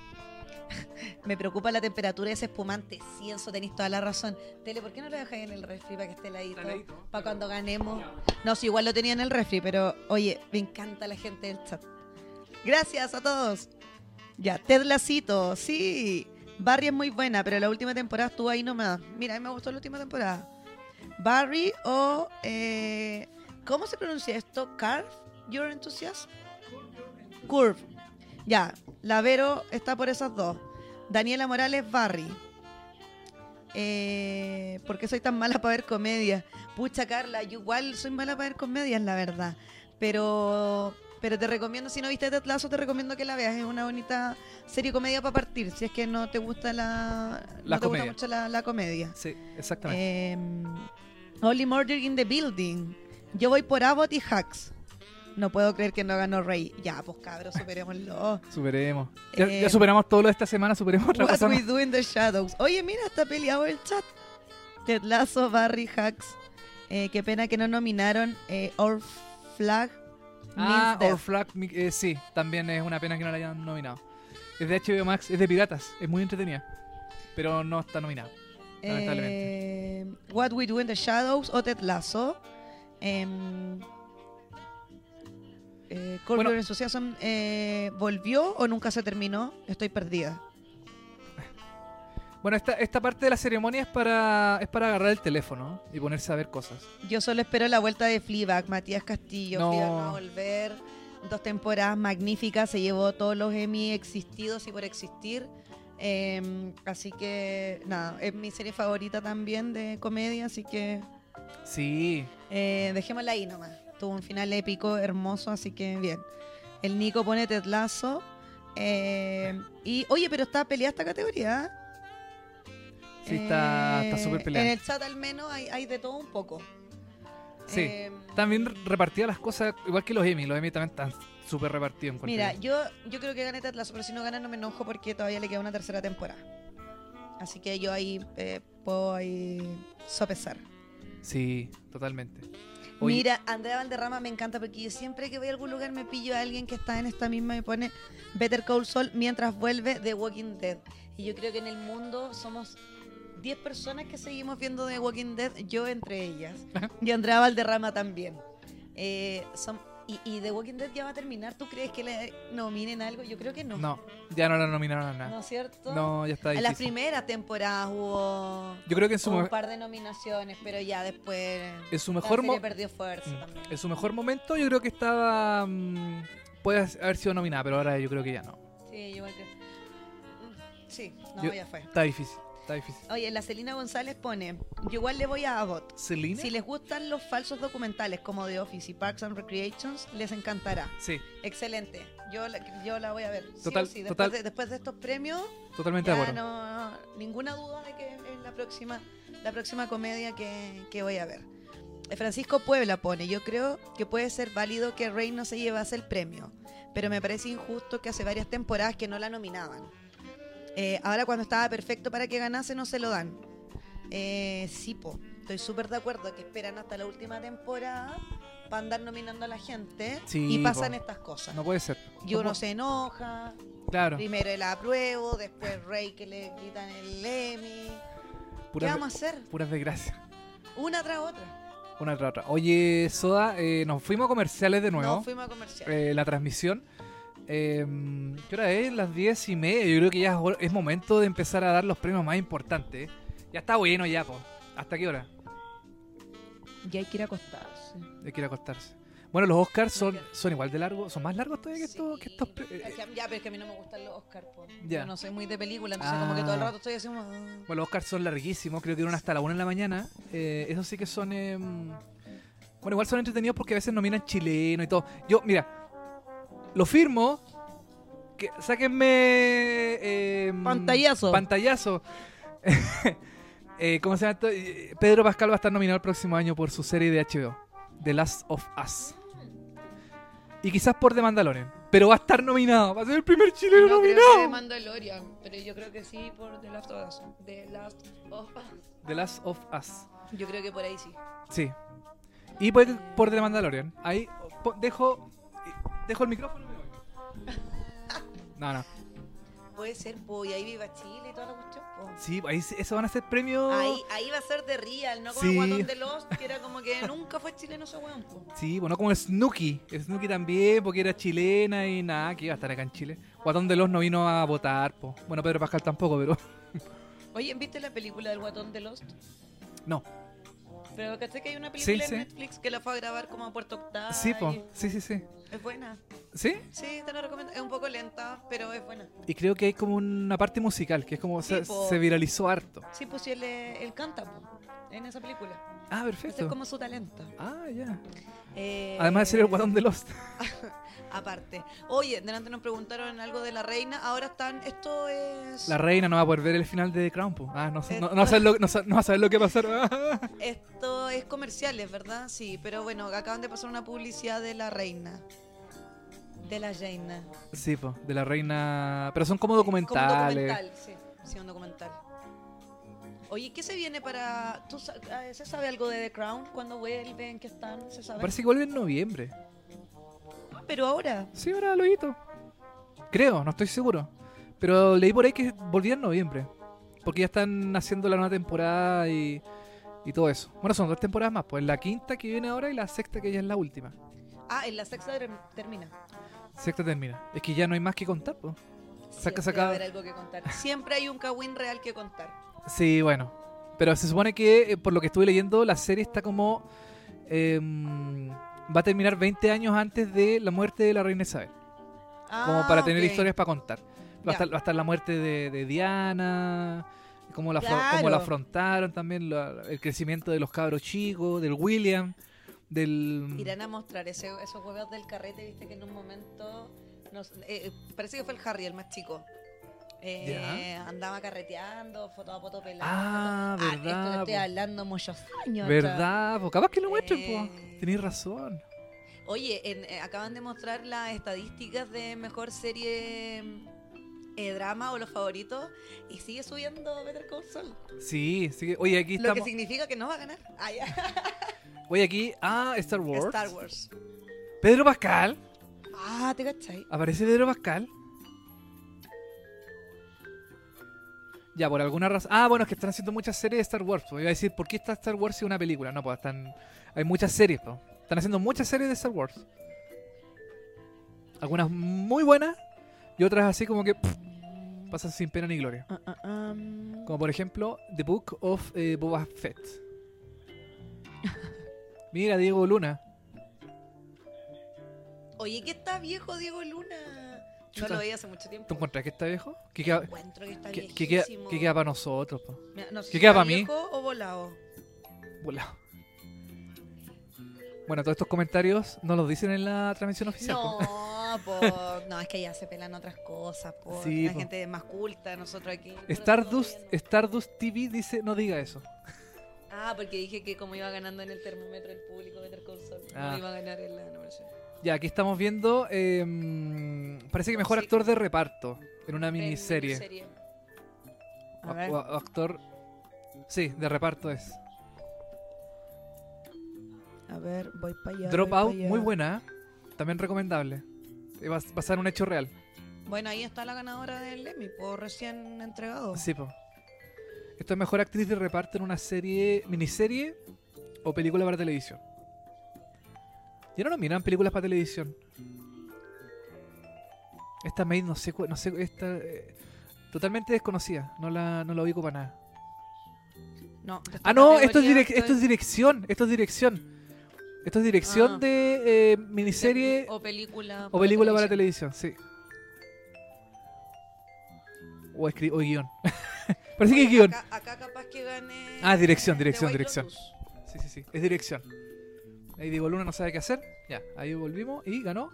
Me preocupa la temperatura de ese espumante. Sí, eso tenéis toda la razón. Tele, ¿por qué no lo dejáis en el refri para que esté heladito? Para cuando ganemos. No, sí, igual lo tenía en el refri, pero oye, me encanta la gente del chat. Gracias a todos. Ya, Ted Lacito, sí. Barry es muy buena, pero la última temporada estuvo ahí nomás. Mira, a mí me gustó la última temporada. Barry o. eh, ¿Cómo se pronuncia esto? ¿Carve? ¿Your Enthusiasm? Curve. Ya, Lavero está por esas dos. Daniela Morales, Barry. Eh, ¿Por qué soy tan mala para ver comedias? Pucha, Carla, yo igual soy mala para ver comedias, la verdad. Pero, pero te recomiendo, si no viste Ted Lasso, te recomiendo que la veas. Es una bonita serie comedia para partir, si es que no te gusta la,
La
no te
comedia.
gusta mucho la, la comedia.
Sí, exactamente.
Eh, Only Murder in the Building. Yo voy por Abbott y Hacks. No puedo creer que no ganó Rey. Ya, pues cabros, superémoslo.
Superemos. Ya,
eh,
ya superamos todo lo de esta semana, superemos otra
What
cosa.
we
más.
do in the shadows. Oye, mira, está peleado el chat. Ted Lasso, Barry Hacks. Eh, qué pena que no nominaron eh, Our Flag. Means
Ah,
Death.
Our Flag, mi- eh, sí, también es una pena que no la hayan nominado. Es de HBO Max, es de piratas, es muy entretenida. Pero no está nominada. lamentablemente.
Eh, What We Do in the Shadows o Ted Lasso. Em, eh, Curb
Bueno.
Your Enthusiasm, eh, volvió o nunca se terminó. Estoy perdida.
Bueno, esta, esta parte de la ceremonia es para, es para agarrar el teléfono y ponerse a ver cosas.
Yo solo espero la vuelta de Fleabag, Matías Castillo.
No.
Fleabag no va a volver. Dos temporadas magníficas, se llevó todos los Emmy existidos y por existir. Em, así que, nada, es mi serie favorita también de comedia, así que
Sí,
eh, dejémosla ahí nomás. Tuvo un final épico, hermoso, así que bien. El Nico pone Ted Lasso. eh, y, oye, pero está peleada esta categoría. ¿eh?
sí, está
Eh,
está súper peleada.
En el chat al menos hay, hay de todo un poco.
Sí.
Em,
También repartidas las cosas, igual que los Emmy. Los Emmy también están súper repartidos en cuanto
Mira,
a-
yo, yo creo que gane Ted Lasso, pero si no gana no me enojo porque todavía le queda una tercera temporada. Así que yo ahí eh, puedo ahí sopesar.
Sí, totalmente. Oye,
Mira, Andrea Valderrama me encanta porque yo siempre que voy a algún lugar me pillo a alguien que está en esta misma y pone Better Call Saul mientras vuelve The Walking Dead. Y yo creo que en el mundo somos 10 personas que seguimos viendo The Walking Dead, yo entre ellas. Y Andrea Valderrama también. Eh, son- y, y The Walking Dead ya va a terminar. ¿Tú crees que le nominen algo? Yo creo que no.
No, ya no la nominaron a
¿No
nada.
es cierto?
No, ya está
A las
difícil.
primeras temporadas hubo
Yo creo que en su,
un
mo-
par de nominaciones, pero ya después
en su
la
mejor
serie
mo-
perdió fuerza
Mm.
también.
En su mejor momento yo creo que estaba... mm, puede haber sido nominada, pero ahora yo creo que ya no.
Sí, yo igual que... Mm, Sí, no,
Yo-
ya fue.
Está difícil, está difícil.
Oye, la Celina González pone, yo igual le voy a Abbott.
¿Selina?
Si
Sí.
les gustan los falsos documentales como The Office y Parks and Recreations, les encantará. Excelente. Yo la, yo la voy a ver. sí o
Total- total-
sí. Después, de, después de estos premios,
totalmente de
ya
acuerdo.
no, no- ninguna duda de que es la próxima, la próxima comedia que, que voy a ver. Eh, Francisco Puebla pone, yo creo que puede ser válido que Rey no se llevase el premio, pero me parece injusto que hace varias temporadas que no la nominaban. Eh, ahora cuando estaba perfecto para que ganase no se lo dan. Eh, sí, po, estoy súper de acuerdo que esperan hasta la última temporada para andar nominando a la gente
Sí,
y pasan
po.
estas cosas.
No puede ser.
y uno
No
se enoja,
puedo- Claro.
Primero el apruebo, después Rey que le quitan el Emmy. ¿Qué
Puras,
vamos a hacer?
puras desgracias.
Una tras otra.
Una tras otra. Oye, Soda, eh, nos fuimos a comerciales de nuevo.
No fuimos a comercial.
eh, la transmisión. Eh, ¿Qué hora es? Las diez y media. Yo creo que ya es hor- es momento de empezar a dar los premios más importantes. Ya está bueno ya, po. ¿Hasta qué hora?
Ya hay que ir a acostarse.
Hay que ir a acostarse. Bueno, los Oscars son, son igual de largos. ¿Son más largos todavía que estos?
Sí.
Que estos pre-
Es que
eh,
a- ya, pero es que a mí no me gustan los Oscar. po.
Ya.
Yo no soy muy de película, entonces
Ah.
como que todo el rato estoy haciendo... ah.
bueno, los Oscars son larguísimos. Creo que duran hasta la una de la mañana. Eh, eso sí que son... em, bueno, igual son entretenidos porque a veces nominan chileno y todo. Yo, mira, lo firmo. Que, sáquenme... em,
Pantallazo.
Pantallazo. Eh, ¿Cómo se llama esto? Eh, Pedro Pascal va a estar nominado el próximo año por su serie de HBO, The Last of Us. Y quizás por The Mandalorian. Pero va a estar nominado. Va a ser el primer chileno
No creo que le
nominado.
mando el Orion, pero yo creo que sí por The Last of Us. The Last of Us.
The Last of Us.
Yo creo que por ahí sí.
Sí. Y por, por The Mandalorian. Ahí po- dejo, dejo el micrófono. y me voy. No, no.
Puede ser, po, y ahí viva Chile y toda la cuestión. po.
Sí, ahí, se- eso van a ser premios.
Ahí, ahí va a ser de real, no como
Oh. Sí.
el guatón de Lost, que era como que nunca fue chileno ese weón. po.
Sí, bueno, como Snooki. Snooki también, porque era chilena y nada, que iba a estar acá en Chile. Guatón de los no vino a votar, po. Bueno, Pedro Pascal tampoco, pero
Oye, ¿viste la película del guatón de Lost?
no.
Pero caché que hay una película
sí.
en Netflix que la fue a grabar como a Puerto Octay.
Sí, po. sí, sí, sí.
Es buena.
¿Sí?
Sí, te la recomiendo. Es un poco lenta, pero es buena.
Y creo que hay como una parte musical, que es como se,
Sí, po.
se viralizó harto.
Sí, pues sí, él, eh, él canta po, en esa película.
Ah,
Ese
perfecto.
es como su talento.
Ah, ya.
Eh,
Además de ser el guadón de Lost.
Aparte. Oye, delante nos preguntaron algo de la reina. Ahora están. Esto es.
La reina no va a poder ver el final de Crown, po. Ah, no, sé- no,
Esto-
no va a saber lo, no, sa- no va a saber lo que va a pasar. Ah.
Esto es comerciales, ¿verdad? Sí, pero bueno, acaban de pasar una publicidad de la reina.
De la reina.
Sí, po, de la reina... Pero son como
Como un
documentales.
documental, sí. Sí, un documental. Oye, ¿qué se viene para.? ¿Tú sa- eh, ¿Se sabe algo de The Crown? ¿Cuándo vuelven? ¿Qué están? ¿Se sabe?
Parece que vuelve en noviembre.
Ah, Pero ahora.
Sí, ahora lo hito. Creo, no estoy seguro. Pero leí por ahí que volvía en noviembre. Porque ya están haciendo la nueva temporada y, y todo eso. Bueno, son dos temporadas más. Pues la quinta que viene ahora y la sexta que ya es la última.
Ah, en la sexta ter- termina.
Sexta termina. Es que ya no hay más que contar, pues. Saca-
Siempre
saca-
va a haber algo que contar. Siempre hay un cagüín real que contar.
Sí, bueno. Pero se supone que, eh, por lo que estuve leyendo, la serie está como... em, va a terminar 20 años antes de la muerte de la reina Isabel. como
Ah,
para tener
ok.
historias para contar. Va a,
Ya.
estar, va a estar la muerte de, de Diana, cómo la, afro-
Claro.
cómo la afrontaron también, la- el crecimiento de los cabros chicos, del William, del...
Irán a mostrar ese- esos huevos del carrete, viste que en un momento. nos- eh, eh, parece que fue el Harry, el más chico. Eh, Andaba carreteando, foto a foto pelado.
Ah,
Ah,
verdad.
esto te estoy
po.
hablando muchos años. atrás.
verdad, po. capaz que lo muestren,
Eh.
po. Tenéis razón.
Oye, en- eh, acaban de mostrar las estadísticas de mejor serie eh, drama o los favoritos y sigue subiendo Better Call Saul.
Sí, sí. Oye, aquí
Lo
estamos.
que significa que no va a ganar. Ah, ya.
Oye, aquí... Ah, Star Wars.
Star Wars.
Pedro Pascal.
Ah, ¿te cachai?
Aparece Pedro Pascal. Ya, por alguna razón. Ah, bueno, es que están haciendo muchas series de Star Wars. po. Iba a decir, ¿por qué está Star Wars y una película? No, pues están. Hay muchas series, po. Están haciendo muchas series de Star Wars. Algunas muy buenas y otras así como que pff, pasan sin pena ni gloria.
Ah, ah, ah, mm.
Como por ejemplo, The Book of eh, Boba Fett. Mira, Diego Luna.
Oye, ¿qué está viejo Diego Luna?
Chuta.
No lo veía hace mucho tiempo.
¿Tú encuentras que está viejo? ¿Qué queda,
Encuentro que está
qué- qué queda-
viejísimo.
qué queda para nosotros, po?
Mira, no sé
qué
si
queda
está
pa' mí?
viejo o volado?
Volado. Bueno, todos estos comentarios no los dicen en la transmisión oficial.
No,
po.
po, no, es que ya se pelan otras cosas, po.
Sí,
la
po.
gente más culta, nosotros aquí.
Stardust,
No.
Stardust TV dice, no diga eso.
Ah, porque dije que como iba ganando en el termómetro el público Better Call Saul,
Ah.
no iba a ganar en la nominación.
Ya, aquí estamos viendo, em, parece que mejor
Sí.
actor de reparto en una
En
miniserie.
miniserie.
O,
A ver.
o- o actor... Sí, de reparto es.
A ver, voy para allá.
Dropout, muy buena. ¿eh? También recomendable. Eh, bas- Basada en un hecho real.
Bueno, ahí está la ganadora del Emmy, po, recién entregado.
Sí, po. Esto es mejor actriz de reparto en una serie, miniserie o película para televisión. Ya no nominan películas para televisión. Esta Maid no sé, cu- no sé, esta eh, totalmente desconocida, no la, no la ubico para nada.
No, esta
Ah, no, esto es,
categoría
direc- esto es dirección, esto es dirección. Esto es dirección
Ah.
de eh, miniserie
O película.
o película para televisión, sí. O, escri- o guión. Parece que es guión.
Acá, acá capaz que gane.
Ah, dirección,
eh,
dirección,
The White
dirección.
Lotus.
Sí, sí, sí. Es dirección. Ahí Diego Luna no sabe qué hacer. Ya, ahí volvimos y ganó.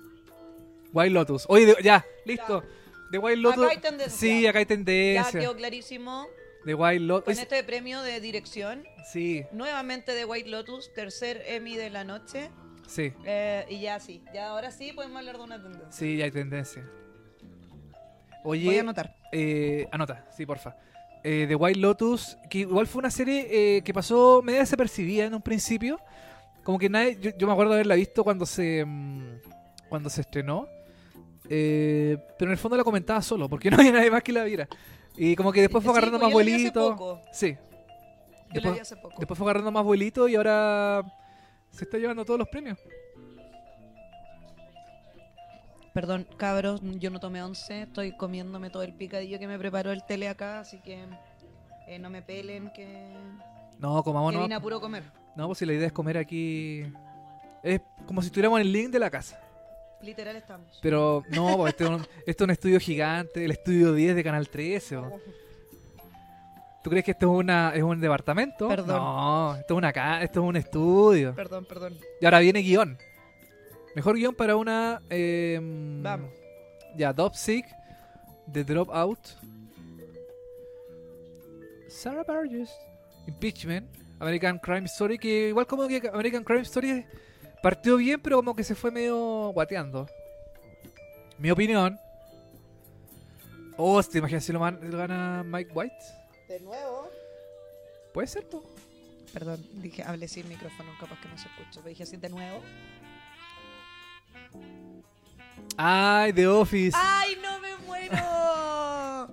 Wild Lotus. Oye, de- ya, listo. De Wild Lotus.
Acá hay tendencia.
Sí, Pues acá hay
Ya
tendencia.
quedó clarísimo.
De Wild
Con
Lotus.
este premio de dirección,
Sí,
nuevamente de White Lotus, tercer Emmy de la noche.
sí,
eh, y ya sí, ya ahora sí podemos hablar de una tendencia.
sí, ya hay tendencia. Oye,
Voy a anotar.
eh, anota, sí, porfa. Eh, The Wild Lotus, que igual fue una serie eh, que pasó media desapercibida en un principio. Como que nadie. Yo, yo me acuerdo haberla visto cuando se. mm, cuando se estrenó. Eh, pero en el fondo la comentaba solo, porque no había nadie más que la viera. Y como que después fue
Sí,
agarrando más
pues yo la vi hace
vuelito.
poco,
Sí.
Yo la vi
Después,
hace poco.
después fue agarrando más vuelito y ahora se está llevando todos los premios.
Perdón, cabros, yo no tomé once, estoy comiéndome todo el picadillo que me preparó el tele acá, así que eh, no me pelen que
No, comamos
Que
no.
vine a puro comer.
No, pues si la idea es comer aquí. Es como si estuviéramos en el link de la casa.
Literal estamos.
Pero no, pues este, es un- este es un estudio gigante, el estudio 10 de Canal 13. po. ¿Tú crees que esto es, una, es un departamento?
Perdón.
No, esto es, una, ca- esto es un estudio.
Perdón, perdón.
Y ahora viene guión. Mejor guión para una. eh,
Vamos.
Ya, Dopsic, The Dropout, Sarah Burgess, Impeachment, American Crime Story. Que igual como que American Crime Story partió bien, pero como que se fue medio guateando. Mi opinión. Oh, ¿te imaginas si lo, man- lo gana Mike White?
De nuevo.
Puede ser, po?
Perdón, dije, hablé sin micrófono, capaz que no se escuchó. Pero dije así de nuevo.
Ay, The Office.
¡Ay, no me muero!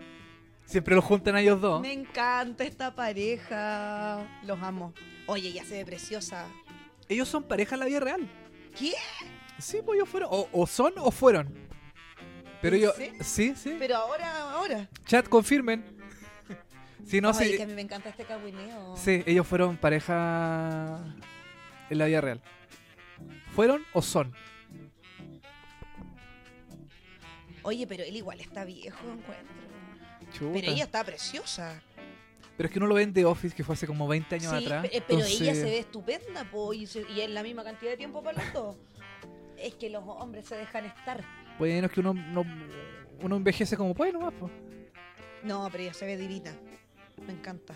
Siempre lo juntan a ellos dos.
Me encanta esta pareja. Los amo. Oye, ya se ve preciosa.
Ellos son pareja en la vida real.
¿Qué?
Sí, pues ellos fueron. O, o son o fueron. Pero
¿En
yo.
serio?
Sí, sí.
Pero ahora, ahora.
Chat, confirmen. Sí, no,
Ay,
sí.
que a mí me encanta este cagüineo.
Sí, ellos fueron pareja en la vida real. ¿Fueron o son?
Oye, pero él igual está viejo, encuentro.
Chuta.
Pero ella está preciosa.
Pero es que uno lo ve en The Office, que fue hace como 20 años
sí,
atrás.
pe- eh, pero ella
Entonces,
se ve estupenda, po, y, se- y en la misma cantidad de tiempo para los dos. Es que los hombres se dejan estar.
Bueno, es que uno, no- uno envejece como puede nomás, po.
No, pero ella se ve divina. Me encanta.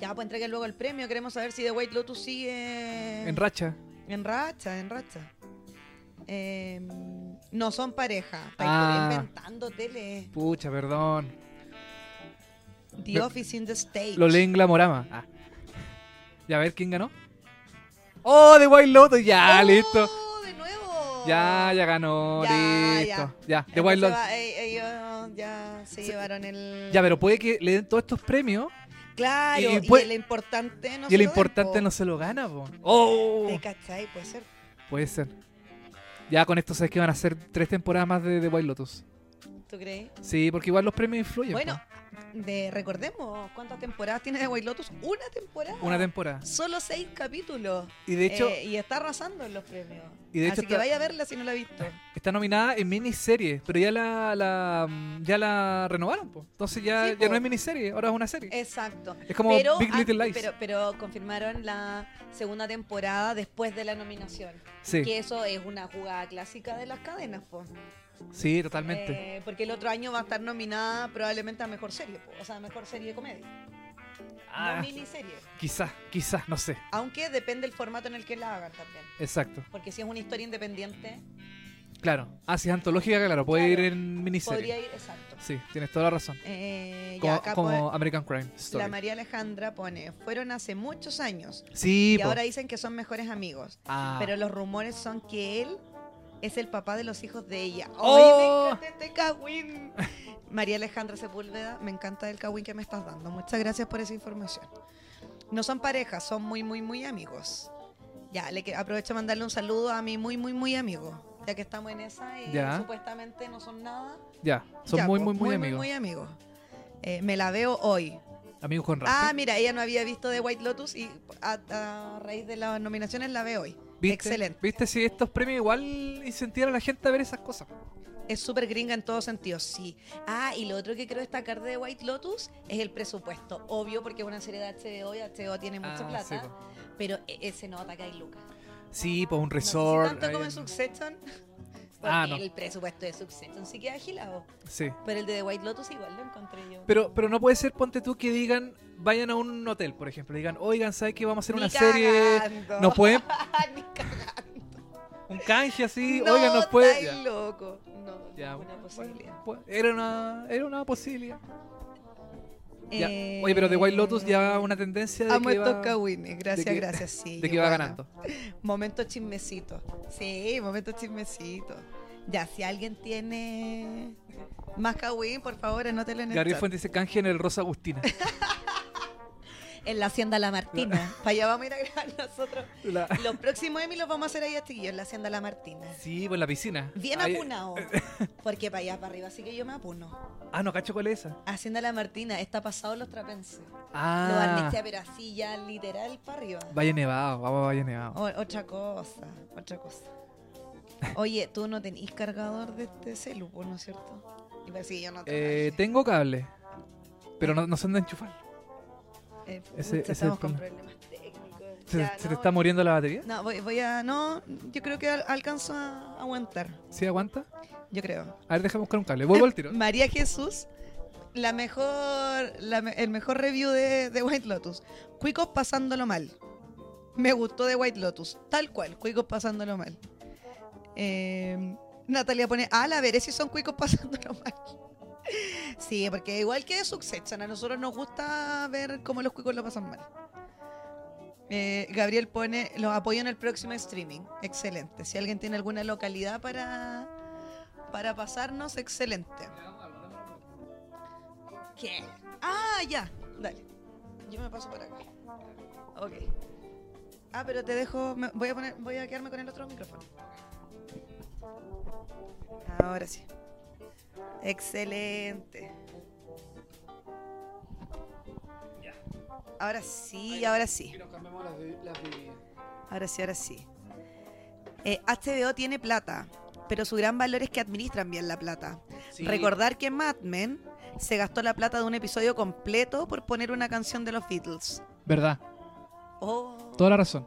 Ya, pues entreguen luego el premio. Queremos saber si The White Lotus sigue
En racha.
en racha. En racha. Eh, no son pareja. Estáis
Ah.
por ahí inventando tele.
Pucha, perdón.
The
Me-
Office in the Stage.
Lo leen Glamorama. Ah. Y a ver quién ganó. ¡Oh, The Wild Lotus! Ya,
¡Oh,
listo.
de nuevo!
Ya, ya ganó,
Ya,
listo. Ya, The Wild
Entonces
Lotus.
va- eh, ellos ya se llevaron el.
Ya, pero puede que le den todos estos premios
Claro,
Y- y
y,
puede-
el importante no
y el
se
importante
lo den,
no se lo gana, po. ¡Oh!
po. ¿Te cachai? Puede ser.
Puede ser. Ya con esto sabes que van a ser tres temporadas más de The Wild Lotus.
¿Tú crees?
Sí, pues. porque igual los premios influyen.
Bueno, de, recordemos cuántas temporadas tiene de White Lotus. Una temporada.
po. Una temporada.
Solo seis capítulos.
Y de hecho,
Eh, y está arrasando en los premios.
Y de hecho
Así que
está-
vaya a verla si no la ha visto.
está nominada en miniserie, pero ya la, la- ya la renovaron, po. Entonces ya,
Sí,
ya
po.
no es miniserie, ahora es una serie.
Exacto.
es como
pero,
Big
ah,
Little Lies.
Pero, pero confirmaron la segunda temporada después de la nominación.
sí,
Que eso es una jugada clásica de las cadenas, po.
sí, totalmente.
Eh, porque el otro año va a estar nominada probablemente a mejor serie, po. o sea, mejor serie de comedia.
Ah,
No miniserie.
quizás, quizás, no sé.
Aunque depende del formato en el que la hagan también.
Exacto,
Porque si es una historia independiente,
claro. Ah, si es antológica, claro, puede
Claro,
ir en miniserie.
podría ir. Exacto.
Sí, tienes toda la razón.
Eh,
Como,
ya acá
como
pone-
American Crime
la
Story.
María Alejandra pone: Fueron hace muchos años.
sí,
Y
po.
ahora dicen que son mejores amigos.
Ah.
Pero los rumores son que él es el papá de los hijos de ella.
¡Oh!
¡Ay, me encanta este cagüín! María Alejandra Sepúlveda, me encanta el cagüín que me estás dando. Muchas gracias por esa información. No son parejas, son muy, muy, muy amigos. Ya, le que- aprovecho a mandarle un saludo a mi muy, muy, muy amigo. Ya que estamos en esa y
Ya.
supuestamente no son nada.
Ya, son
Ya,
muy,
po,
muy, muy amigos.
Muy, muy amigos. Eh, me la veo hoy.
Amigos con
Ah,
raza.
mira, ella no había visto The White Lotus y a, a raíz de las nominaciones la ve hoy.
¿Viste?
Excelente.
¿Viste si estos premios igual incentivan a la gente a ver esas cosas?
Es súper gringa en todos sentidos, sí. Ah, y lo otro que quiero destacar de The White Lotus es el presupuesto. Obvio, porque es una serie de HBO y HBO tiene mucha
Ah, sí,
plata,
po.
pero e- ese nota que hay lucas.
Sí, pues un
No sé si
resort.
tanto como
ahí
en
en-
Succession, porque
Ah, no.
el presupuesto de Succession sí queda agilado.
Sí.
Pero el de The White Lotus igual lo encontré yo.
Pero, pero no puede ser, ponte tú, que digan, vayan a un hotel, por ejemplo, y digan, oigan, ¿sabes qué? Vamos a hacer
Ni
una serie,
cagando.
nos pueden-
Ni cagando.
un canje así,
No,
oigan, nos puede...
estáis loco. No,
Ya,
ninguna
bueno,
posibilidad.
pues, era, una, era una posibilidad. Ya.
Eh,
Oye, pero The White Lotus ya una tendencia de
Amo
que
estos
va-
cagüines, gracias,
que-
gracias, sí.
de que
yo,
va
bueno,
ganando.
Momento chismecito. Sí, momento chismecito. Ya, si alguien tiene más cagüín, por favor, anótelo en el
Gabriel
chat.
Fuentes dice canje en el Rosa Agustina.
en la Hacienda La Martina. Para allá vamos a ir a grabar nosotros.
La-
Los próximos Emmy los vamos a hacer ahí a Chiquillo, en la Hacienda La Martina.
Sí, pues la piscina.
Bien
Ahí-
apunado. Porque para allá, para arriba, así que yo me apuno.
Ah, no, cacho, ¿cuál es esa?
Hacienda La Martina, está pasado los trapenses. Lo
Ah,
arnistea, pero así ya literal para arriba.
Valle Nevado, vamos a Valle Nevado.
O- otra cosa, otra cosa. Oye, tú no tenés cargador de este celu, po, ¿no es cierto? Y parece que yo no tengo.
Eh, tengo cable, pero no, no son de enchufar.
Eh,
ese- ese
pucha, estamos
es el
con
problema.
problemas técnicos.
¿Se,
Ya,
se
no,
te está muriendo la batería?
No, voy, voy a. No, yo creo que al- alcanzo a aguantar.
¿Sí aguanta?
Yo creo.
A ver, déjame buscar un cable. Vuelvo al tiro.
María Jesús, la mejor, la me- el mejor review de, de White Lotus. Cuicos pasándolo mal. Me gustó de White Lotus. Tal cual, cuicos pasándolo mal. Eh, Natalia pone, ah, la veré si son cuicos pasándolo mal. Sí, porque igual que Succession, a nosotros nos gusta ver cómo los cuicos lo pasan mal. Eh, Gabriel pone, los apoyo en el próximo streaming. Excelente. Si alguien tiene alguna localidad para, para pasarnos, excelente. ¿Qué? Ah, ya. Dale. Yo me paso para acá. Ok. Ah, pero te dejo. me- voy, a poner, voy a quedarme con el otro micrófono. Ahora sí. Excelente. Ahora sí, ahora sí. Ahora sí, ahora sí. Eh, HBO tiene plata, pero su gran valor es que administran bien la plata. Recordar que Mad Men se gastó la plata de un episodio completo por poner una canción de los Beatles.
Verdad,
Oh,
toda la razón.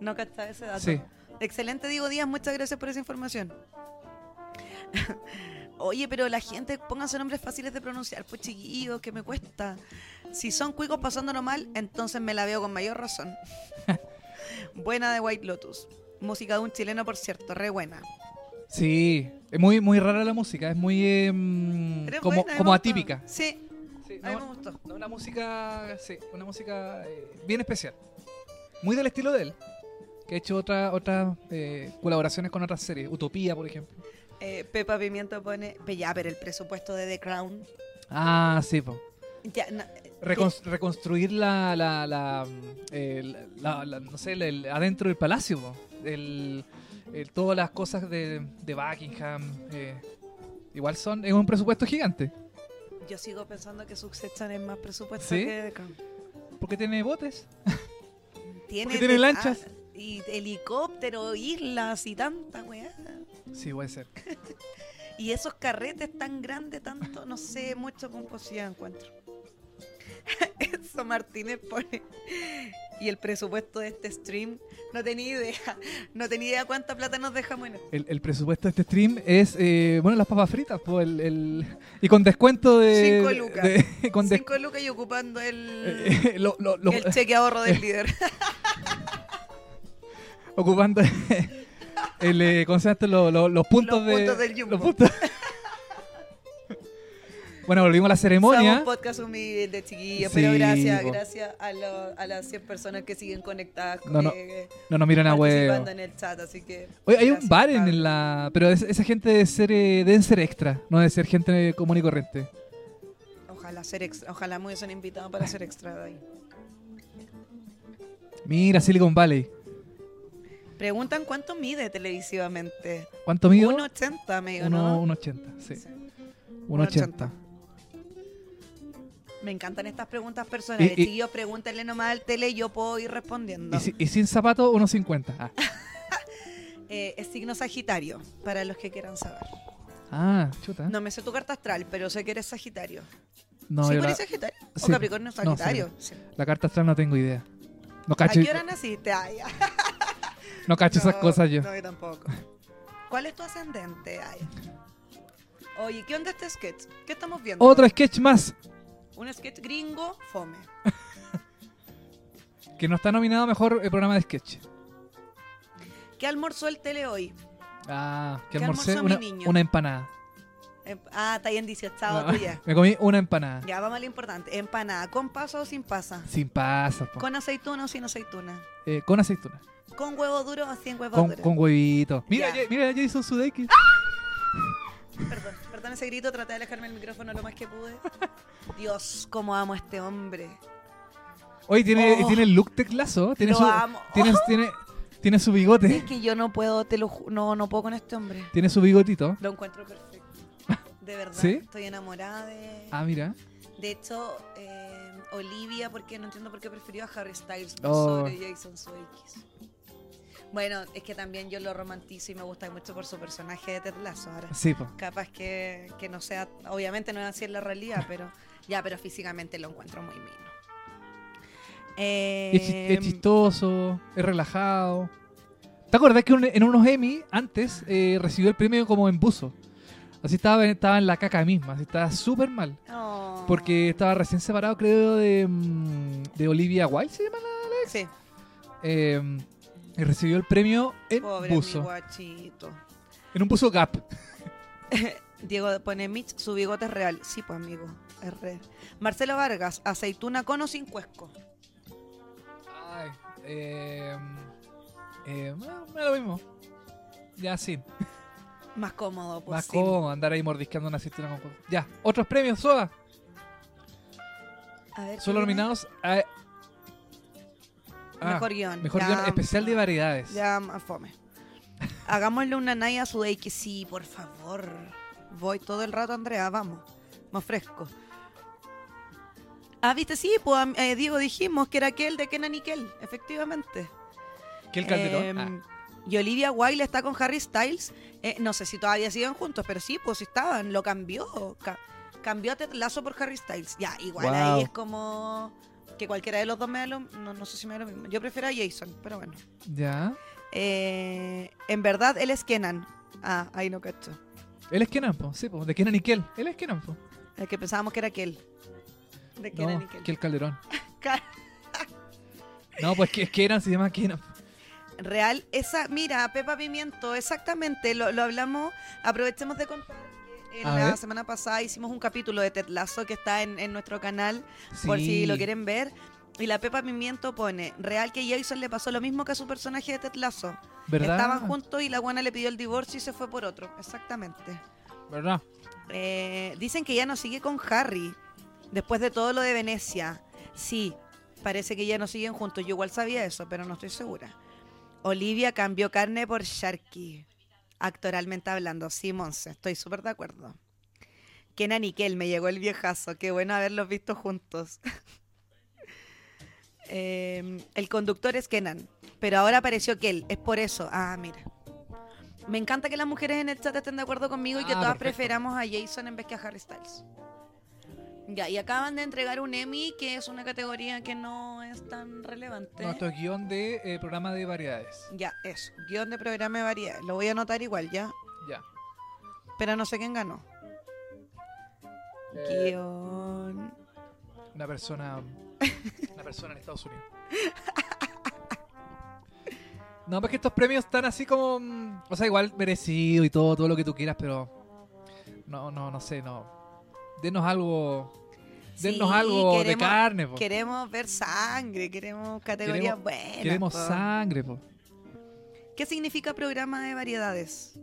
no cachaba ese dato.
Sí.
Excelente, Diego Díaz, muchas gracias por esa información. Oye, pero la gente, pónganse nombres fáciles de pronunciar, pues chiquillos, que me cuesta. Si son cuicos pasándolo mal, entonces me la veo con mayor razón. buena de White Lotus. Música de un chileno, por cierto, re buena.
Sí, es muy, muy rara la música, es muy eh, mm,
Re
como,
buena, me
como
gustó.
atípica.
Sí,
Sí,
a mí me
no,
gustó.
no, una música, sí, una música eh, bien especial. Muy del estilo de él, que ha hecho otra- otras eh, colaboraciones con otras series, Utopía, por ejemplo.
Eh, Pepa Pimiento pone, "Pe- ya, pero el presupuesto de The Crown.
Ah, sí, po.
Ya, no, eh,
Recon- reconstruir la, la, la, mm, el- la- la- no sé, el, el- adentro del palacio, po. El, el- todas las cosas de, de Buckingham, eh, igual son, es un presupuesto gigante,
yo sigo pensando que Succession es más presupuesto
¿Sí?
que The Crown.
porque tiene botes.
Tiene,
Porque tiene
de-
lanchas.
ah, y helicóptero, islas y tanta weá.
Sí, puede ser.
Y esos carretes tan grandes, tanto, no sé, mucho composición encuentro. Eso Martínez pone. Y el presupuesto de este stream, no tenía idea. No tenía idea cuánta plata nos dejamos en esto.
El, el presupuesto de este stream es, eh, bueno, las papas fritas, po, el, el- y con descuento de...
Cinco lucas.
de- con des-
Cinco lucas y ocupando el,
eh, lo- lo- lo-
el cheque ahorro del líder.
ocupando el, eh, ¿cómo se llama esto? Lo- lo- los puntos
Los
de...
puntos del Jumbo.
los puntos. bueno, volvimos a la
Somos
ceremonia.
un podcast humilde, chiquillos,
Sí,
pero gracias,
po.
gracias a, lo- a las 100 personas que siguen conectadas,
No, no,
eh,
No nos miran a huevo.
participando en el chat, así que...
Oye, hay un
gracias,
bar en
Pablo.
la... Pero es- esa gente debe ser, eh, deben ser extra, no debe ser gente común y corriente.
Ojalá ser extra, ojalá me hubiesen invitado para ser extra de ahí.
Mira, Silicon Valley.
Preguntan cuánto mide televisivamente.
¿Cuánto mide?
1,80 me digo,
Uno-
¿no?
1,80, sí.
Sí.
1,80.
Me encantan estas preguntas
Y-
personales.
y-
Chiquillos, pregúntenle nomás al tele y yo puedo ir respondiendo.
Y, si- y sin zapatos, 1,50. Ah.
Eh, es signo Sagitario, para los que quieran saber.
Ah, chuta.
No me sé tu carta astral, pero sé que eres Sagitario.
No,
¿Sí
yo
pones
la,
Sagitario? ¿O
Sí.
Capricornio
No,
Sagitario? Sí.
la carta astral no tengo idea. No
¿A
cacho,
qué hora naciste? Ay, ay,
no cacho esas
no,
cosas yo.
No, yo tampoco. ¿Cuál es tu ascendente? Ay. Oye, ¿qué onda este sketch? ¿Qué estamos viendo?
Otro sketch más
Un sketch gringo, fome.
que no está nominado a mejor eh, programa de sketch.
¿Qué almorzó el tele hoy?
Ah, que
¿Qué
almorcé
almorzó mi
una,
niño?
una empanada.
Em- Ah, está ahí en 18
No,
tuya.
me comí una empanada.
Ya vamos a lo importante. Empanada, ¿con pasa o sin pasa?
Sin pasas, po.
¿Con aceituna o sin aceituna?
Eh, con aceituna.
¿Con huevo duro o sin huevo
Con,
duro?
con huevito. Mira,
Ya. ¡Ah!
ya- mira Jason Sudeikis.
Perdón, perdón ese grito, traté de alejarme el micrófono lo más que pude. Dios, cómo amo a este hombre.
Oye, tiene,
Oh.
tiene el look teclazo. Tiene
Lo
su,
amo.
Tiene, tiene, tiene su bigote.
Es que yo no puedo, te lo ju- no, no puedo con este hombre.
Tiene su bigotito.
Lo encuentro perfecto. De verdad.
¿Sí?
Estoy enamorada de.
Ah, mira.
De hecho, eh, Olivia, porque no entiendo por qué prefirió a Harry Styles por
Oh.
sobre Jason Sudeikis. Bueno, es que también yo lo romantizo y me gusta mucho por su personaje de Ted Lasso ahora.
Sí, po.
Capaz que, que no sea, obviamente no es así en la realidad, pero ya, pero físicamente lo encuentro muy mino.
Y es, chis- es
Em,
chistoso, es relajado. ¿Te acuerdas que un- en unos Emmy antes eh, recibió el premio como en buzo? Así estaba, estaba en la caca misma, así estaba súper mal.
oh,
Porque estaba recién separado, creo, de, mm, de Olivia Wilde, ¿se llama?
sí,
Eh, y recibió el premio en
pobre mi
buzo.
guachito.
En un buzo gap.
Diego pone Mitch, su bigote es real. Sí, pues amigo, es real. Marcelo Vargas, aceituna con o sin cuesco.
Ay, eh, eh, bueno, me da lo mismo. Ya, sí.
Más cómodo, pues.
Más
sí.
cómodo andar ahí mordisqueando una aceituna con cosas. Ya, otros premios, Soda.
A ver, ¿qué
Solo
viene?
nominados a... Ah,
Mejor guión.
mejor
Ya,
guión especial de variedades.
Ya, más fome. Hagámosle una Naya a Sudeiki. Sí, por favor. Voy todo el rato, Andrea, vamos. Me ofrezco. Ah, viste, sí, pues am- eh, Diego dijimos que era aquel de Kenan y Kel, efectivamente.
Que el Calderón. Ah,
Em, Y Olivia Wilde está con Harry Styles. Eh, no sé si todavía siguen juntos, pero sí, pues sí estaban. Lo cambió. Ca- cambió a Ted Lasso por Harry Styles. Ya, igual
Wow.
ahí es como que cualquiera de los dos me da lo no, no sé si me da lo mismo. Yo prefiero a Jason, pero bueno.
ah, ya.
Eh, en verdad, él es Kenan. Ah, ahí no cacho.
Él es Kenan, po. Sí, po. De Kenan y Kel. Él es Kenan, po.
El que pensábamos que era aquel. De Kenan
No,
y Kel.
Kel Calderón.
Ca-
No, pues que Kenan se llama Kenan.
Real, esa, mira, Pepa Pimiento, exactamente, lo, lo hablamos, aprovechemos de contar que en
A
la
ver.
semana pasada hicimos un capítulo de Ted Lasso que está en, en nuestro canal,
Sí.
por si lo quieren ver. Y la Pepa Pimiento pone, real que Jason le pasó lo mismo que a su personaje de Ted Lasso.
¿Verdad?
Estaban juntos y la buena le pidió el divorcio y se fue por otro, exactamente.
¿Verdad?
Eh, dicen que ya no sigue con Harry después de todo lo de Venecia. Sí, parece que ya no siguen juntos. Yo igual sabía eso, pero no estoy segura. Olivia cambió carne por Sharky. Actoralmente hablando, sí, Monse, estoy súper de acuerdo. Kenan y Kel, me llegó el viejazo. Qué bueno haberlos visto juntos. Eh, el conductor es Kenan, pero ahora apareció Kel. Es por eso. Ah, mira. Me encanta que las mujeres en el chat estén de acuerdo conmigo y que
Ah,
todas
perfecto.
preferamos a Jason en vez que a Harry Styles. Ya, y acaban de entregar un Emmy, que es una categoría que no es tan relevante.
No, esto es guión de eh, programa de variedades.
Ya, eso. Guión de programa de variedades. Lo voy a anotar igual, ya.
Ya.
Pero no sé quién ganó.
Eh,
Guión.
una persona. Una persona en Estados Unidos. No, pues que estos premios están así como. mm, O sea, igual merecido y todo, todo lo que tú quieras, pero. No, no, no sé, no. Denos algo. Denos
Sí,
algo de
queremos-
carne, po.
Queremos ver sangre, queremos categorías
Queremos-
buenas.
Queremos
po.
sangre, po.
¿Qué significa programa de variedades?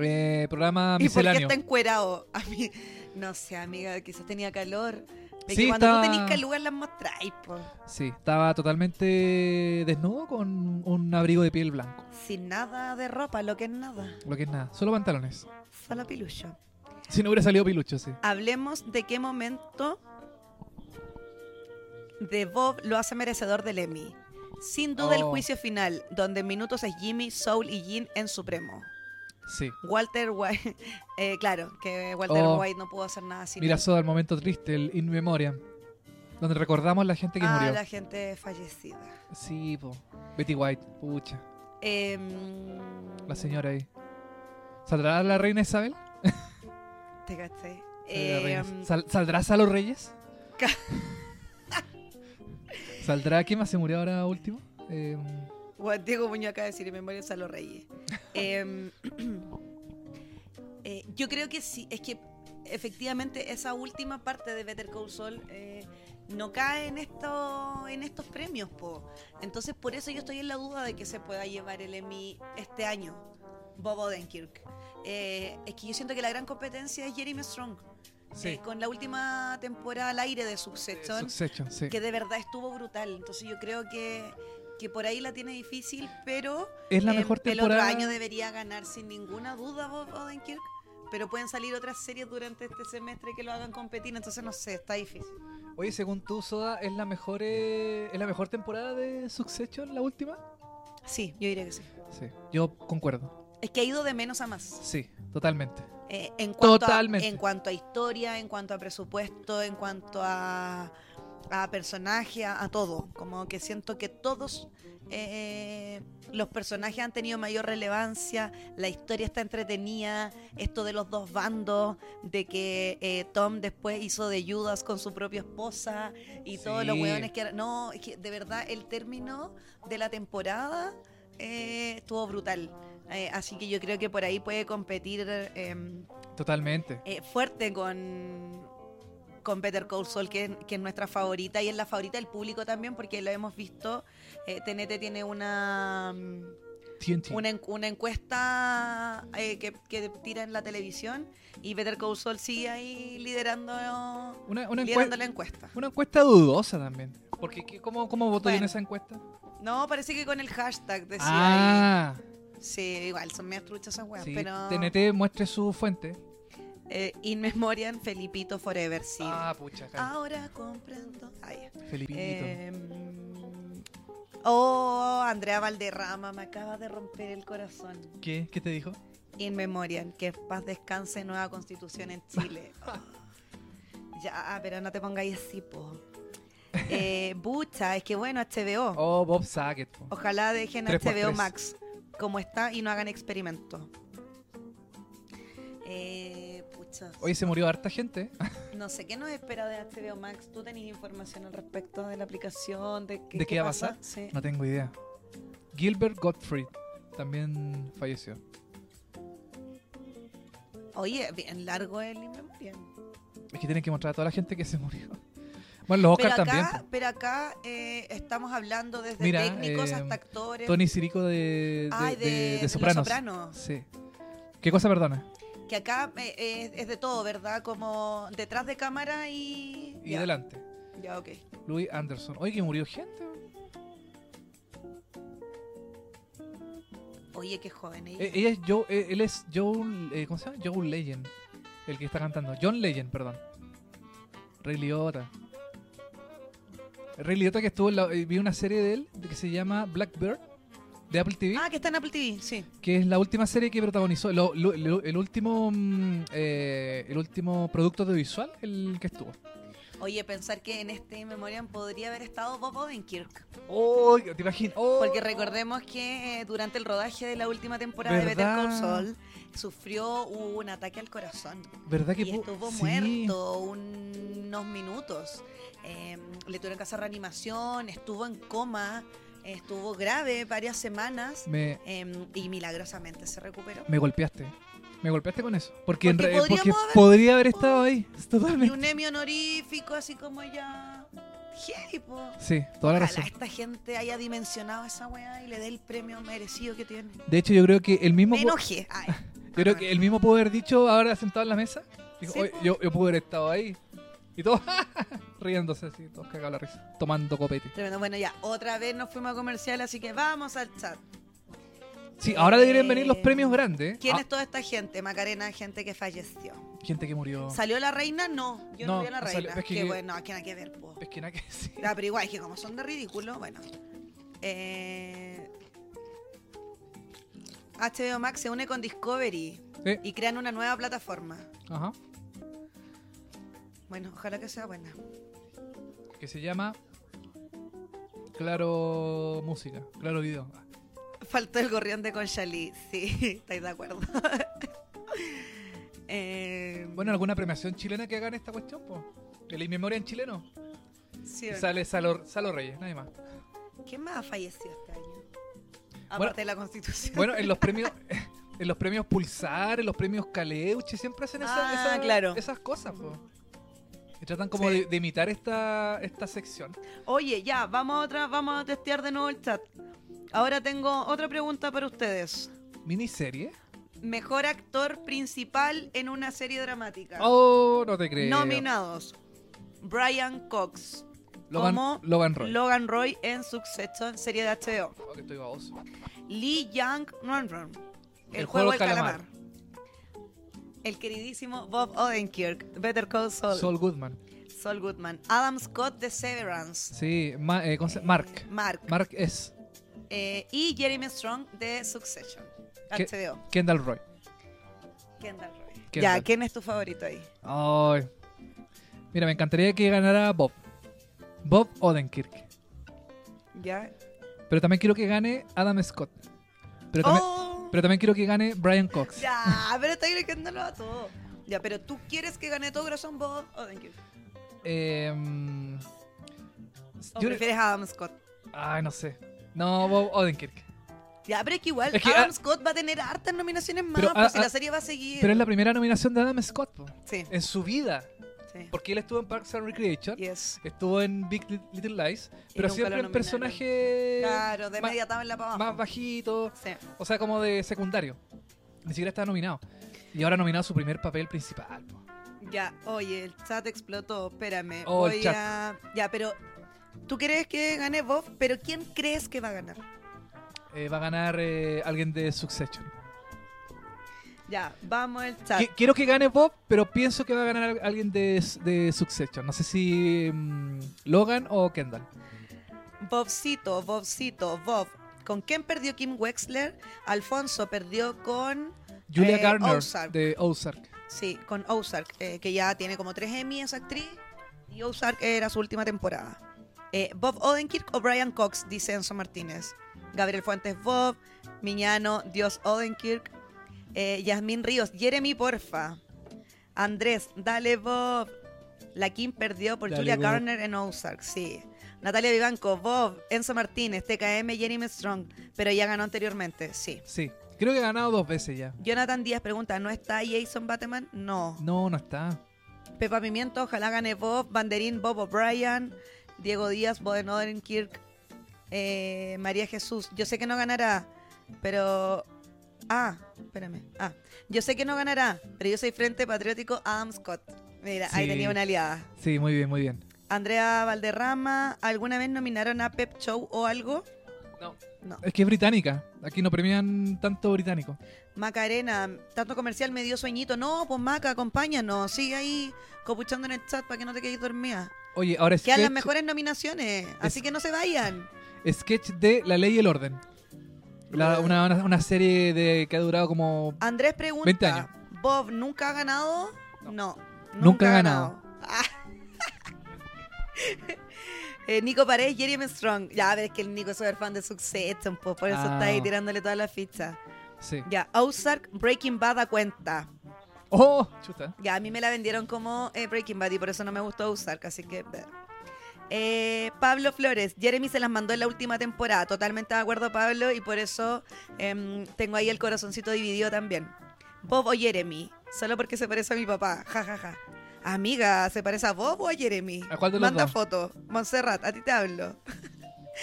Eh, programa
¿Y por qué
misceláneo.
está encuerado? A mí, no sé, amiga, quizás tenía calor. Es
Sí,
que cuando
está-
tú tenés calor las mostráis, po.
Sí, estaba totalmente desnudo con un abrigo de piel blanco.
Sin nada de ropa, lo que es nada.
Lo que es nada, solo pantalones.
Solo pilullo.
Si no hubiera salido pilucho, sí.
Hablemos de qué momento de Bob lo hace merecedor del Emmy. Sin duda el
Oh.
juicio final, donde en minutos es Jimmy, Soul y Jean en Supremo.
Sí.
Walter White, eh, claro, que Walter
Oh.
White no pudo hacer nada sin
Mira,
él.
Soda, el momento triste, el In Memoriam. Donde recordamos la gente que
Ah,
murió.
la gente fallecida.
Sí, po. Betty White, pucha.
Em,
La señora ahí. ¿Saldrá la reina Isabel?
Te caché.
Sale la reina
Em,
Isabel. ¿Sal- ¿Saldrá Salo Reyes?
Ca-
¿Saldrá quién más se murió ahora último? Eh,
Juan Diego Muñoz acaba de decir en memoria a los reyes. Em, eh, yo creo que sí, es que efectivamente esa última parte de Better Call Saul eh, no cae en, esto, en estos premios, po. Entonces por eso yo estoy en la duda de que se pueda llevar el Emmy este año, Bob Odenkirk. Eh, es que yo siento que la gran competencia es Jeremy Strong.
Sí. Eh,
eh, con la última temporada al aire de Succession,
Succession, sí.
Eh, que de verdad estuvo brutal. Entonces yo creo que, que por ahí la tiene difícil, pero
Es la
eh,
mejor
el
temporada.
otro año debería ganar sin ninguna duda Bob Odenkirk. Pero pueden salir otras series durante este semestre que lo hagan competir, entonces no sé, está difícil.
Oye, según tú, Soda, ¿es la mejor eh, es la mejor temporada de Succession, la última?
Sí, yo diría que sí.
Sí, yo concuerdo.
Es que ha ido de menos a más.
Sí, totalmente.
Eh, en, cuanto a,
Totalmente.
en cuanto a historia, en cuanto a presupuesto, en cuanto a, a personaje, a, a todo. Como que siento que todos eh, los personajes han tenido mayor relevancia, la historia está entretenida, esto de los dos bandos, de que eh, Tom después hizo de Judas con su propia esposa y todos los
Sí.
hueones que eran... No, es que de verdad el término de la temporada eh, estuvo brutal. Eh, así que yo creo que por ahí puede competir em,
Totalmente.
eh, fuerte con, con Better Call Saul, que, es- que es nuestra favorita y es la favorita del público también, porque lo hemos visto. Eh, TNT tiene una, mm,
TNT.
una, en- una encuesta eh, que, que tira en la televisión y Better Call Saul sigue ahí liderando,
Una, una, encue-
liderando la encuesta.
una encuesta dudosa también. Porque, ¿qué- ¿cómo, cómo votó yo en
Bueno.
esa encuesta?
No, parece que con el hashtag decía ahí.
ah,
Sí, igual, son medias truchas esas weas,
sí,
pero...
TNT muestre su fuente.
eh, in Memoriam, Felipito Forever, sí.
Ah, pucha, acá.
Ahora comprendo. Ah, eh, ya.
Felipito.
Em, oh, Andrea Valderrama, me acaba de romper el corazón.
¿Qué? ¿Qué te dijo?
In Memoriam, que paz descanse, nueva constitución en Chile. Oh. Ya, pero no te pongáis así, po. Eh, bucha, es que bueno, HBO.
Oh, Bob Saget. po.
Ojalá dejen a
Tres por
HBO
tres.
Max como está y no hagan experimentos. Eh, pucha,
Oye, se murió harta gente. Ah,
no sé qué nos espera de HBO Max. ¿Tú tenés información al respecto de la aplicación? ¿De qué,
¿De qué va a
pasa?
pasar?
Sí.
No tengo idea. Gilbert Gottfried también falleció.
Oye, bien largo el inmemorial.
Es que tienen que mostrar a toda la gente que se murió. Bueno, los
Pero
Oscars también.
acá, pero acá eh, estamos hablando desde
Mira,
técnicos
eh,
hasta actores.
po. Tony Sirico de, de,
Ay,
de- de
Los
Sopranos.
Sopranos.
Sí. ¿Qué cosa, perdona?
Que acá eh, eh, es, es de todo, ¿verdad? Como detrás de cámara y.
Y
ya,
adelante.
Ya, ok.
Louis Anderson. Oye, que murió gente.
Oye, qué joven ella.
Eh, ella es Joe, eh, él es Joe, eh, ¿cómo se llama? Joe Legend, el que está cantando. John Legend, perdón. Ray Liotta. Ray Liotta que estuvo, en la- eh, vi una serie de él de que se llama Blackbird de Apple TV,
Ah, que está en Apple TV, sí.
que es la última serie que protagonizó, lo- lo- lo- el último, mm, eh, el último producto audiovisual el que estuvo.
Oye, pensar que en este Memoriam podría haber estado Bob Odenkirk.
Oh, te imagino. Oh.
Porque recordemos que eh, durante el rodaje de la última temporada de Better
¿Verdad?
Call Saul sufrió un ataque al corazón.
¿Verdad que
y
pu-
estuvo
sí.
muerto unos minutos. Eh, le tuvieron que hacer reanimación, estuvo en coma, estuvo grave varias semanas
Me,
eh, y milagrosamente se recuperó.
me golpeaste. Me golpeaste con eso. Porque, en
Porque
re- eh, porque
podríamos haber-
podría haber estado ahí.
Y
Totalmente.
un Emmy honorífico, así como ya. Hey, po.
Sí, toda la
Ojalá
razón.
esta gente haya dimensionado esa weá y le dé el premio merecido que tiene.
De hecho, yo creo que el mismo,
Me
pu-
enojé. Ay,
yo creo que el mismo pudo haber dicho ahora sentado en la mesa. Dijo,
Sí,
"Oye, yo, yo pude haber estado ahí. Y todos riéndose así, todos cagados la risa, tomando copete.
Tremendo. Bueno, ya, otra vez nos fuimos a comercial, así que vamos al chat.
Sí, ahora deberían
Eh,
venir los premios grandes.
¿Quién
Ah,
es toda esta gente? Macarena, gente que falleció.
Gente que murió.
¿Salió la reina? No, yo no,
No,
vi a la
no
reina.
salió. Es que-
Qué bueno, aquí nada que ver, po.
Es que nada que sí.
Ah, pero igual, es que como son de ridículo, bueno. Eh, HBO Max se une con Discovery
Sí.
y crean una nueva plataforma.
Ajá.
Bueno, ojalá que sea buena.
Que se llama Claro Música, Claro Video.
Faltó el gorrión de Conchalí, sí, estáis de acuerdo. Eh,
Bueno, ¿alguna premiación chilena que hagan esta cuestión? Po? El Inmemoria en chileno.
sí,
Y
bueno.
sale Salo, Salo Reyes, nadie más.
¿Quién más ha fallecido este año? Aparte
Bueno.
de la Constitución.
Bueno, en los premios. En los premios Pulsar, en los premios Caleuche, siempre hacen esa-
Ah,
esa-
claro.
esas cosas. po. Y tratan como
Sí.
de, de imitar esta, esta sección.
Oye, ya, vamos a otra, vamos a testear de nuevo el chat. Ahora tengo otra pregunta para ustedes.
Miniserie.
mejor actor principal en una serie dramática.
Oh, no te creo.
Nominados: Brian Cox
Logan,
como
Logan Roy.
Logan Roy en Succession, serie de HBO.
Oh, que estoy baboso.
Lee Young Run Run. El,
El
juego
juego
del
del
calamar. El queridísimo Bob Odenkirk, Better Call Saul, Saul,
Saul Goodman.
Goodman, Adam Scott de Severance,
Sí, ma- eh, ¿cómo se- Mark.
Mark
Mark es
eh, y Jeremy Strong de Succession,
¿Qué?
HBO.
Kendall Roy.
Kendall Roy.
Kendall.
Ya, ¿quién es tu favorito ahí?
Ay. Mira, me encantaría que ganara Bob. Bob Odenkirk.
Ya.
Pero también quiero que gane Adam Scott. Pero también,
¡Oh!
pero también quiero que gane Brian Cox.
Ya, pero está lo a todo. Ya, pero tú quieres que gane todo oh, Grosson Bob Odenkirk.
Eh, mm,
¿O
yo-
prefieres a Adam Scott?
Ay, no sé. No, Bob Odenkirk.
Ya, pero es que igual
Es que,
Adam
ah,
Scott va a tener hartas nominaciones más,
pero,
pues
ah,
si la
ah,
serie va a seguir.
Pero es la primera nominación de Adam Scott po,
Sí,
en su vida.
sí.
Porque él estuvo en Parks and Recreation,
Yes.
estuvo en Big Lit- Little Lies, pero
nunca lo
siempre un
nominaron.
personaje
Claro, de
Eh, ma-
media tabla para abajo.
más bajito,
Sí.
o sea, como de secundario. Ni siquiera estaba nominado. Y ahora ha nominado su primer papel principal. po.
Ya, oye, el chat explotó, espérame.
Oh, el
voy
chat.
a... Ya, pero tú crees que gane Bob, pero ¿quién crees que va a ganar?
Eh, va a ganar eh, alguien de Succession.
Ya, vamos el chat.
Qui- quiero que gane Bob, pero pienso que va a ganar al- alguien de, s- de Succession. No sé si mm, Logan o Kendall.
Bobcito, Bobcito, Bob. ¿Con quién perdió Kim Wexler? Alfonso perdió con...
Julia
Eh,
Garner
Ozark.
de Ozark.
Sí, con Ozark, eh, que ya tiene como tres Emmy esa actriz. Y Ozark era su última temporada. Eh, Bob Odenkirk o Brian Cox, dice Enzo Martínez. Gabriel Fuentes Bob, Miñano, Dios Odenkirk, eh, Yasmín Ríos, Jeremy Porfa, Andrés, dale Bob. La Kim perdió por
Dale,
Julia
Bob.
Garner en Ozark, sí. Natalia Vivanco, Bob, Enzo Martínez, TKM, Jeremy Strong, pero ya ganó anteriormente, sí.
Sí, creo que ha ganado dos veces ya.
Jonathan Díaz pregunta, ¿no está Jason Bateman? No.
No, no está.
Pepa Pimiento, ojalá gane Bob, Banderín, Bob O'Brien, Diego Díaz, Boden Odenkirk, eh, María Jesús. Yo sé que no ganará, pero. Ah, espérame. Ah, yo sé que no ganará, pero yo soy Frente Patriótico Adam Scott. Mira, ahí
Sí.
tenía una aliada.
Sí, muy bien, muy bien.
Andrea Valderrama, ¿alguna vez nominaron a Pep Show o algo?
No.
No.
Es que es británica. Aquí no premian tanto británico.
Macarena, tanto comercial me dio sueñito. No, pues Maca, acompáñanos. Sigue ahí copuchando en el chat para que no te quedes dormida.
Oye, ahora
Quedan
sketch,
las mejores nominaciones, así que no se vayan.
sketch de La Ley y el Orden. La- una, una- una serie de, que ha durado como...
Andrés
20 años.
pregunta, ¿Bob nunca ha ganado? No, nunca,
Nunca ha
ha
ganado.
Ah. Eh, Nico Paredes, Jeremy Strong. Ya, a ver, es que el Nico es súper fan de Succession, pues, por eso
Ah.
está ahí tirándole todas las fichas.
Sí.
Ya, Ozark, Breaking Bad a cuenta.
¡Oh! Chuta.
Ya, a mí me la vendieron como eh, Breaking Bad y por eso no me gustó Ozark, así que... bleh. Eh, Pablo Flores, Jeremy se las mandó en la última temporada, totalmente de acuerdo Pablo y por eso em, tengo ahí el corazoncito dividido también. Bob o Jeremy, solo porque se parece a mi papá, jajaja. Amiga, ¿se parece a Bob o a Jeremy?
¿A cuál de los
Manda
dos?
foto. Montserrat, a ti te hablo.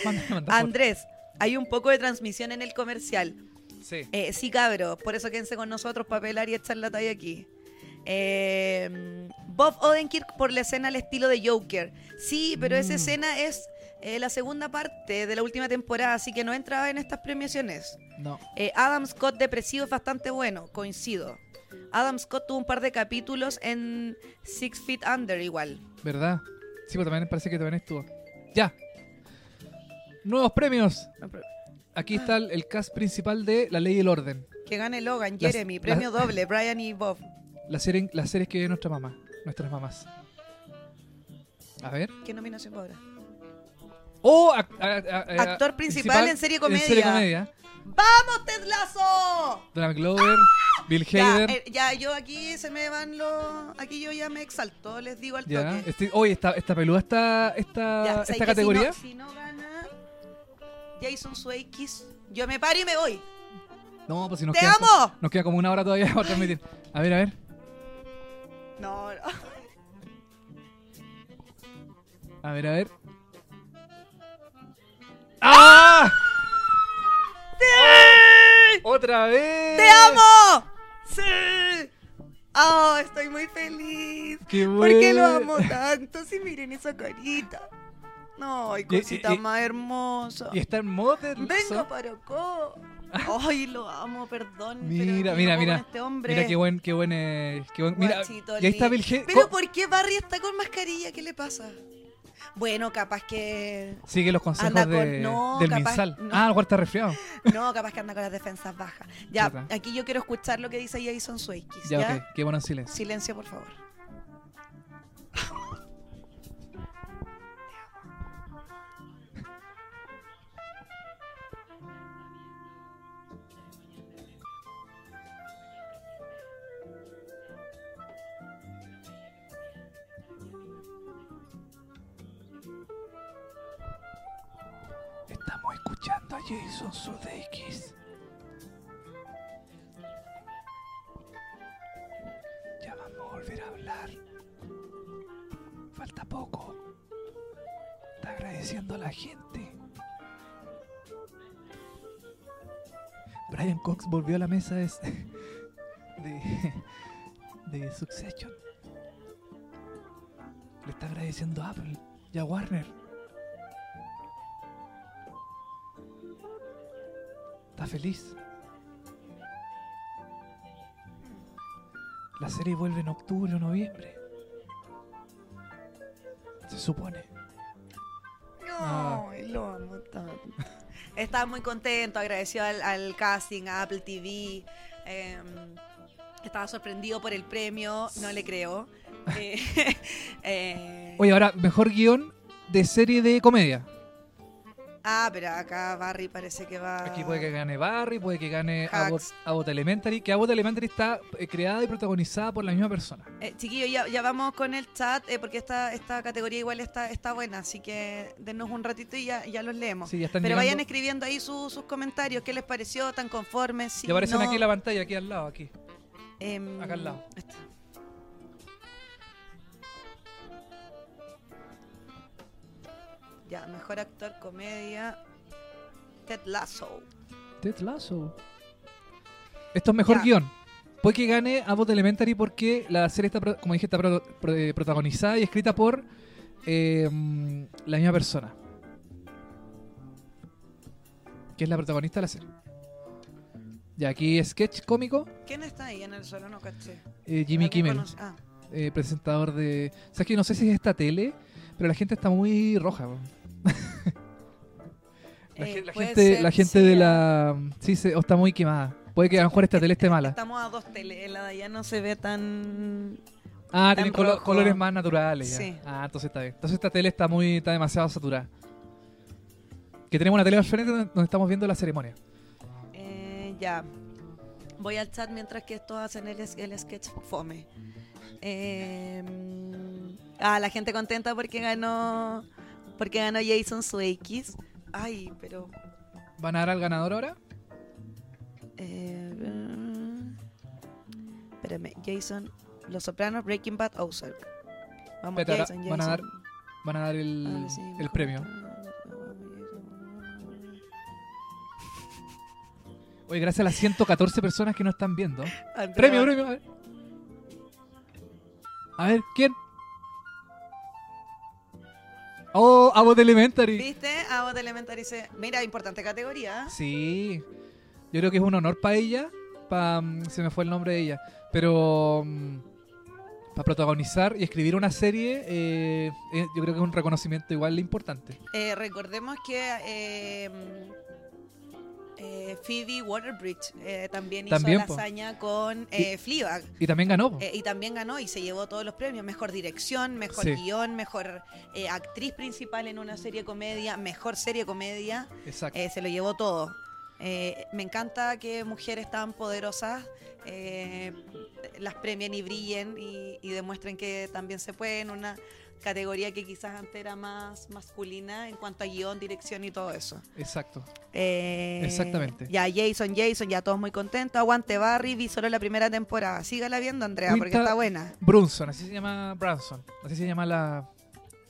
Manda- manda foto.
Andrés, hay un poco de transmisión en el comercial.
Sí.
Eh, sí, cabros, por eso quédense con nosotros para pelar y echar la talla aquí. Eh, Bob Odenkirk por la escena al estilo de Joker. Sí, pero esa
Mm.
escena es eh, la segunda parte de la última temporada, así que no entraba en estas premiaciones.
No.
Eh, Adam Scott depresivo es bastante bueno, coincido. Adam Scott tuvo un par de capítulos en Six Feet Under igual.
¿Verdad? Sí, pero también parece que también estuvo. Ya. Nuevos premios. Aquí está el, el cast principal de La Ley y el Orden.
Que gane Logan,
Las-
Jeremy,
las-
premio doble, Brian y Bob.
La serie, las series que ve nuestra mamá. Nuestras mamás. A ver.
¿Qué nominación va ahora?
¡Oh! ac- a- a- a-
Actor principal en serie
En
comedia.
serie comedia.
¡Vamos, Ted Lasso!
Donald Glover, Bill
Ya,
Hader.
eh, ya, yo aquí se me van los. Aquí yo ya me exalto, les digo al
Ya,
toque.
este- oye, esta, esta peluda, esta, esta,
Ya, ¿sabes
esta
qué?
categoría.
Si no, si no gana Jason Sudeikis, yo me paro y me voy.
No, pues si nos
¡Te
queda,
amo!
nos queda como una hora todavía para transmitir. A ver, a ver.
No, no.
A ver, a ver. ¡Ah! ¡Otra vez!
¡Te amo! ¡Sí! ¡Oh, estoy muy feliz!
Qué
Porque lo
bueno.
amo tanto. Si miren esa carita. No, y cosita
y-
más hermosa.
Y está en modo de
Vengo para Ocó. Ay, lo amo, perdón.
Mira,
pero
mira,
yo amo
mira.
a Este hombre.
Mira qué buen, qué buen, eh, qué buen- mira,
Guachito
y ahí está Oh,
lindo.
Virgen.
Pero ¿por qué Barry está con mascarilla? ¿Qué le pasa? Bueno, capaz que.
Sigue los consejos
Anda
de,
con- no,
del
capaz-
Minsal.
no.
Ah, el guarda está resfriado.
No, capaz que anda con las defensas bajas. Ya,
Chuta.
aquí yo quiero escuchar lo que dice Jason Sueikis.
Ya,
¿ya?
ok, qué bueno en silencio.
Silencio, por favor.
Estamos escuchando a Jason Sudeikis. Ya vamos a volver a hablar. Falta poco. Está agradeciendo a la gente. Brian Cox volvió a la mesa de, de, de Succession. Le está agradeciendo a Apple y a Warner. Está feliz. La serie vuelve en octubre o noviembre. Se supone. Ah.
No, lo amo tanto. Estaba muy contento, agradecido al, al casting, a Apple TV. eh, estaba sorprendido por el premio, no le creo. Eh, eh,
Oye, ahora, mejor guión de serie de comedia.
ah, pero acá Barry parece que va.
Aquí puede que gane Barry, puede que gane Abbott,
Hacks.
Abbott Elementary, que Abbott Elementary está eh, creada y protagonizada por la misma persona.
Eh, chiquillo, ya, ya vamos con el chat, eh, porque esta, esta categoría igual está, está buena, así que denos un ratito y ya, ya los leemos.
Sí, ya están
Pero
llegando.
vayan escribiendo ahí su- sus comentarios, qué les pareció, tan conformes. Sí,
Y aparecen
no.
aquí en la pantalla, aquí al lado, aquí.
Em,
Acá al lado.
está. Ya, mejor actor, comedia. Ted Lasso.
Ted Lasso. Esto es mejor
Ya.
guión. Puede que gane Abbott Elementary porque la serie está, pro- como dije, está pro- pro- eh, protagonizada y escrita por eh, mm, la misma persona. Que es la protagonista de la serie. Y aquí sketch cómico,
¿Quién está ahí en el suelo? No caché.
eh, Jimmy
¿Alguien
Kimmel,
conoce? Ah,
eh, presentador de... O sea, que no sé si es esta tele, pero la gente está muy roja. po. La,
Eh,
gen- la
puede
gente,
ser,
la gente
sí,
de
ah.
la... Sí, se, o está muy quemada. Puede que a lo mejor esta tele esté mala.
Estamos a dos teles. La de allá no se ve tan.
Ah,
Tan
tienen colo-
rojo.
colores más naturales. ya.
Sí.
Ah, entonces está bien. Entonces esta tele está muy, está demasiado saturada. Que tenemos una tele al frente donde donde estamos viendo la ceremonia.
Eh, ya. Voy al chat mientras que estos hacen el, es- el sketch fome. Eh, ah, la gente contenta porque ganó porque ganó Jason Sudeikis. Ay, pero
¿Van a dar al ganador ahora?
eh, espérame, Jason, Los Sopranos, Breaking Bad, Ozark. Vamos,
Espérate, ahora
Jason,
van a dar
Jason.
Van a dar el,
Ah, sí,
el
mejor.
premio. Oye, gracias a las 114 personas que nos están viendo.
Andrea-
Premio, premio. A ver, a ver ¿quién? Oh, Abbott Elementary.
¿Viste? Abbott Elementary se... Mira, importante categoría. ¿eh?
Sí. Yo creo que es un honor para ella. Pa, mm, se me fue el nombre de ella. Pero para protagonizar y escribir una serie, eh, eh, yo creo que es un reconocimiento igual importante.
Eh, recordemos que eh, eh, Phoebe Waterbridge eh, también,
También,
hizo
po.
la hazaña con eh, Fleabag
Y también ganó. po.
eh, y también ganó y se llevó todos los premios, mejor dirección, mejor
Sí.
guión, mejor eh, actriz principal en una serie comedia, mejor serie comedia,
Exacto.
eh, se lo llevó todo. Eh, me encanta que mujeres tan poderosas eh, las premien y brillen y, y demuestren que también se puede en una categoría que quizás antes era más masculina en cuanto a guión, dirección y todo eso.
Exacto.
Eh,
Exactamente.
Ya Jason, Jason, ya todos muy contentos. Aguante Barry, vi solo la primera temporada. Sígala viendo, Andrea, porque
Quinta-
está buena.
Brunson, así se llama Branson. Así se llama la,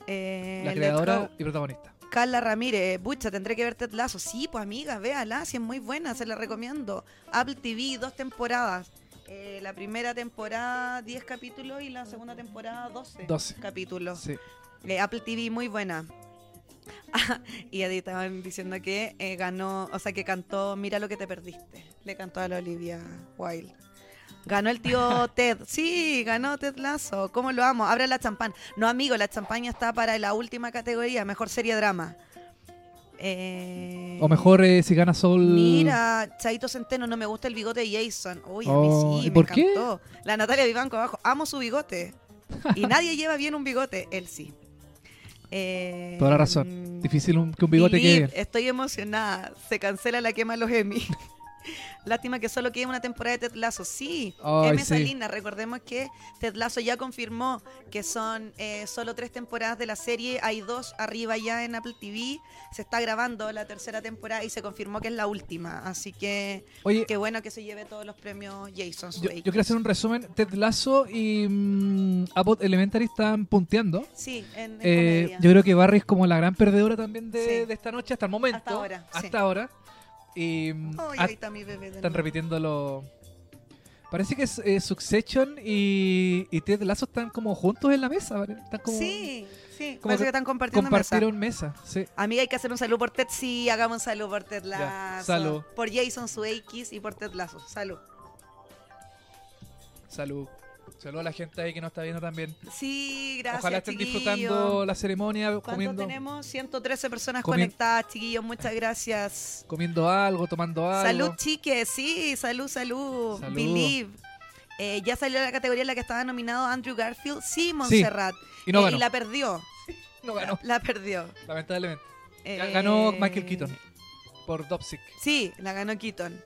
Eh,
la
let's go.
creadora y protagonista.
Carla Ramírez, bucha, tendré que ver Ted Lasso. Sí, pues amiga, véala, si es muy buena, se la recomiendo. Apple TV, dos temporadas. eh, la primera temporada 10 capítulos y la segunda temporada 12,
12.
capítulos.
Sí.
Eh, Apple TV muy buena. y ahí estaban diciendo que eh, ganó, o sea, que cantó Mira lo que te perdiste. Le cantó a la Olivia Wilde. Ganó el tío Ted. Sí, ganó Ted Lazo. ¿Cómo lo amo? Abra la champán. No, amigo, la champaña está para la última categoría, mejor serie drama. Eh,
O mejor eh, si gana Sol.
Mira, Chaito Centeno, no me gusta el bigote de Jason. Uy, a
Mm. Oh,
mí
¿y
sí, me
por qué?
encantó. La Natalia Vivanco abajo, amo su bigote. Y nadie lleva bien un bigote, él sí. Eh,
Toda la razón.
mm,
Difícil un- que un bigote quede
Lilith,
bien.
Estoy emocionada. Se cancela la quema de los Emmy. Lástima que solo quede una temporada de Ted Lasso. Sí,
Ay,
M.
sí.
Salinas. Recordemos que Ted Lasso ya confirmó que son eh, solo tres temporadas de la serie. Hay dos arriba ya en Apple TV. Se está grabando la tercera temporada y se confirmó que es la última. Así que
Oye,
qué bueno que se lleve todos los premios Jason
yo,
Sudeikis.
yo quiero hacer un resumen. Ted Lasso y mm, Abbott Elementary están punteando.
Sí, en, en
Eh,
comedia.
yo creo que Barry es como la gran perdedora también de,
Sí.
de esta noche hasta el momento.
Hasta ahora, sí.
Hasta ahora. Y mm,
Ay,
ha-
ahí está mi bebé de
están
nuevo.
repitiendo lo. Parece que es, eh, Succession y, y Ted Lasso están como juntos en la mesa. ¿vale? Están como
Sí, sí.
como
Parece
que
que están compartiendo mesa.
compartieron mesa. sí.
Amiga, hay que hacer un saludo por Ted. Sí, hagamos un saludo por Ted Lazo.
salud.
Por Jason Sudeikis y por Ted Lazo. Salud.
Salud. Salud a la gente ahí que nos está viendo también.
Sí, gracias.
Ojalá estén
chiquillos.
disfrutando la ceremonia,
¿Cuánto
comiendo,
tenemos? 113 personas
Comien-
conectadas, chiquillos. Muchas gracias.
comiendo algo, tomando algo.
Salud, chiques. Sí, salud, salud.
Salud.
Believe. Eh, ya salió la categoría en la que estaba nominado Andrew Garfield. Sí, Montserrat.
Y no
Eh,
ganó.
la Eh, perdió.
No ganó,
La perdió.
lamentablemente.
Eh,
Ganó Michael Keaton por Dopsic.
Sí, la ganó Keaton.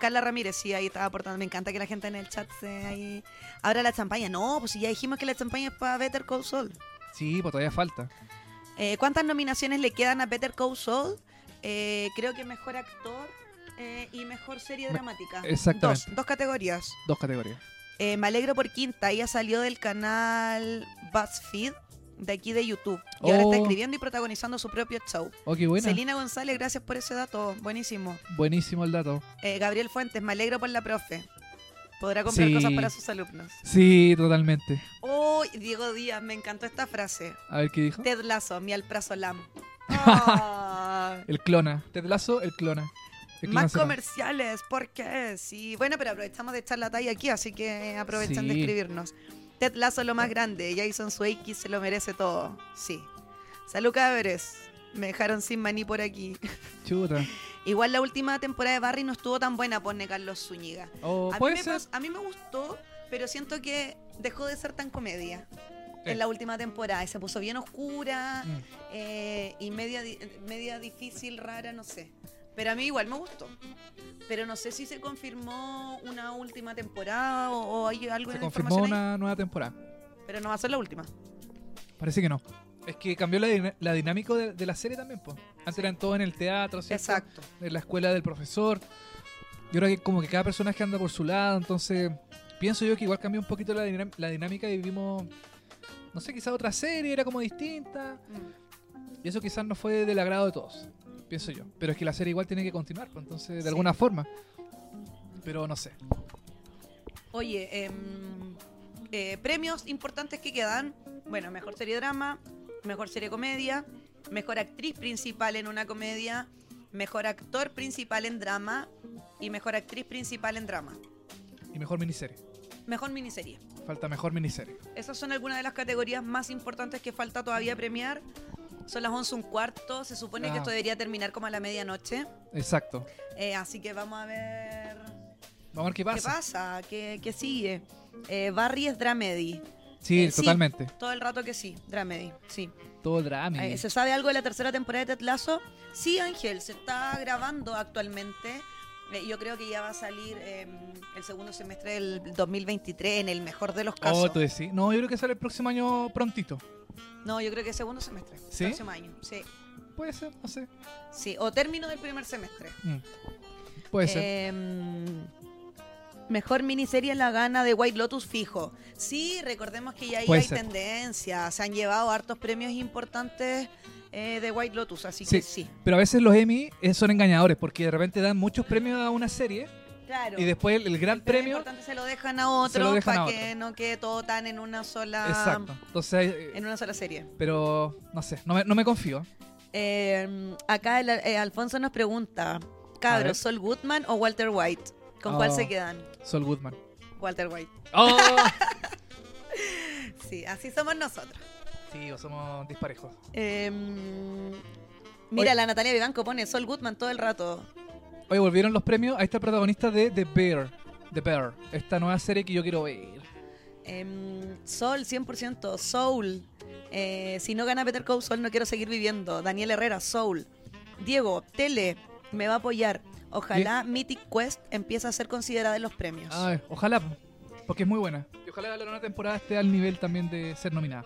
Carla Ramírez, sí, ahí estaba aportando. Me encanta que la gente en el chat se ahí. Ahora la champaña. No, pues si ya dijimos que la champaña es para Better Call Saul.
Sí, pues todavía falta.
Eh, ¿Cuántas nominaciones le quedan a Better Call Saul? Eh, creo que mejor actor eh, y mejor serie
Me-
dramática.
exactamente.
Dos, dos categorías.
Dos categorías.
Eh, me alegro por Quinta. Ella salió del canal BuzzFeed de aquí de YouTube. Y ahora
Oh.
está escribiendo y protagonizando su propio show.
Oh, qué buena.
Celina González, gracias por ese dato. Buenísimo.
Buenísimo el dato.
Eh, Gabriel Fuentes, me alegro por la profe. Podrá comprar
Sí.
cosas para sus alumnos.
Sí, totalmente.
Oh, Diego Díaz, me encantó esta frase.
A ver qué dijo.
Ted Lazo, mi alprazolam. Ah.
El clona. Ted Lasso, el clona. El clona
Más
será.
comerciales, ¿por qué? Sí, bueno, pero aprovechamos de echar la talla aquí, así que aprovechan de
Sí. Eh.
escribirnos. Ted Lazo lo más grande, Jason Sudeikis se lo merece todo, sí. Salud cabres, me dejaron sin maní por aquí.
Chuta.
Igual la última temporada de Barry no estuvo tan buena, pone Carlos Zúñiga.
O
A mí,
Oh, puede
me
ser.
pas- a mí me gustó, pero siento que dejó de ser tan comedia
Sí.
en la última temporada. Y se puso bien oscura
Mm.
eh, y media, di- media difícil, rara, no sé. Pero a mí igual me gustó. Pero no sé si se confirmó una última temporada o, o hay algo
Se
en la
confirmó
información ahí,
una nueva temporada.
Pero no va a ser la última.
Parece que no. Es que cambió la, dina- la dinámica de, de la serie también, pues. Antes eran todos en el teatro, ¿cierto?
Exacto.
En la escuela del profesor. Y ahora que como que cada personaje anda por su lado, entonces pienso yo que igual cambió un poquito la, dinam- la dinámica y vimos, no sé, quizás otra serie era como distinta.
Mm.
Y eso quizás no fue del agrado de todos, pienso yo. Pero es que la serie igual tiene que continuar, pues, entonces de
Sí.
alguna forma. Pero no sé.
Oye, em, eh, premios importantes que quedan. Bueno, mejor serie drama, mejor serie comedia, mejor actriz principal en una comedia, mejor actor principal en drama y mejor actriz principal en drama.
Y mejor miniserie.
Mejor miniserie.
Falta mejor miniserie.
Esas son algunas de las categorías más importantes que falta todavía premiar. Son las 11 un cuarto. Se supone que
Ah.
esto debería terminar como a la medianoche.
Exacto.
Eh, así que vamos a ver
Vamos a ver qué
qué
pasa.
pasa, qué, qué sigue. Eh, Barry es dramedy.
Sí,
Eh, sí.
totalmente.
Todo el rato que sí, dramedy, sí.
Todo drama.
Eh, ¿Se sabe algo de la tercera temporada de Ted Lasso? Sí, Ángel, se está grabando actualmente. Eh, yo creo que ya va a salir eh, el segundo semestre del 2023, en el mejor de los casos.
Oh, tú decís. No, yo creo que sale el próximo año prontito.
No, yo creo que segundo semestre,
¿Sí?
próximo año, sí.
Puede ser, no sé.
Sí, o término del primer semestre.
Mm. Puede ser.
Em, Mejor miniserie La Gana de White Lotus fijo. Sí, recordemos que ya ahí
Puede
hay
ser.
tendencia. Se han llevado hartos premios importantes eh, de White Lotus, así
Sí.
que sí.
Pero a veces los Emmy eh, son engañadores porque de repente dan muchos premios a una serie
Claro.
Y después el, el gran premio.
importante se lo dejan a
Se lo
otros
dejan a
para
otro.
que no quede todo tan en una sola
Exacto. Entonces, eh,
en una sola serie.
pero no sé, no me, no me confío.
Eh, acá el- eh, Alfonso nos pregunta,
A ver.
cabros, ¿Sol Goodman o Walter White? ¿Con cuál
Oh.
se quedan?
Sol Goodman.
Walter White.
¡Oh!
Sí, así somos nosotros.
sí, somos disparejos.
Eh, mira, la Natalia Vivanco pone Sol Goodman todo el rato.
Oye, volvieron los premios. Ahí está el protagonista de The Bear. The Bear. Esta nueva serie que yo quiero ver.
Em, Sol, 100%. Soul. Eh, si no gana Peter Cow, Sol, no quiero seguir viviendo. Daniel Herrera, Soul. Diego, Tele, me va a apoyar. Ojalá Mythic Quest empiece a ser considerada en los premios.
Ay, ojalá, po, porque es muy buena. Y ojalá la nueva temporada esté al nivel también de ser nominada.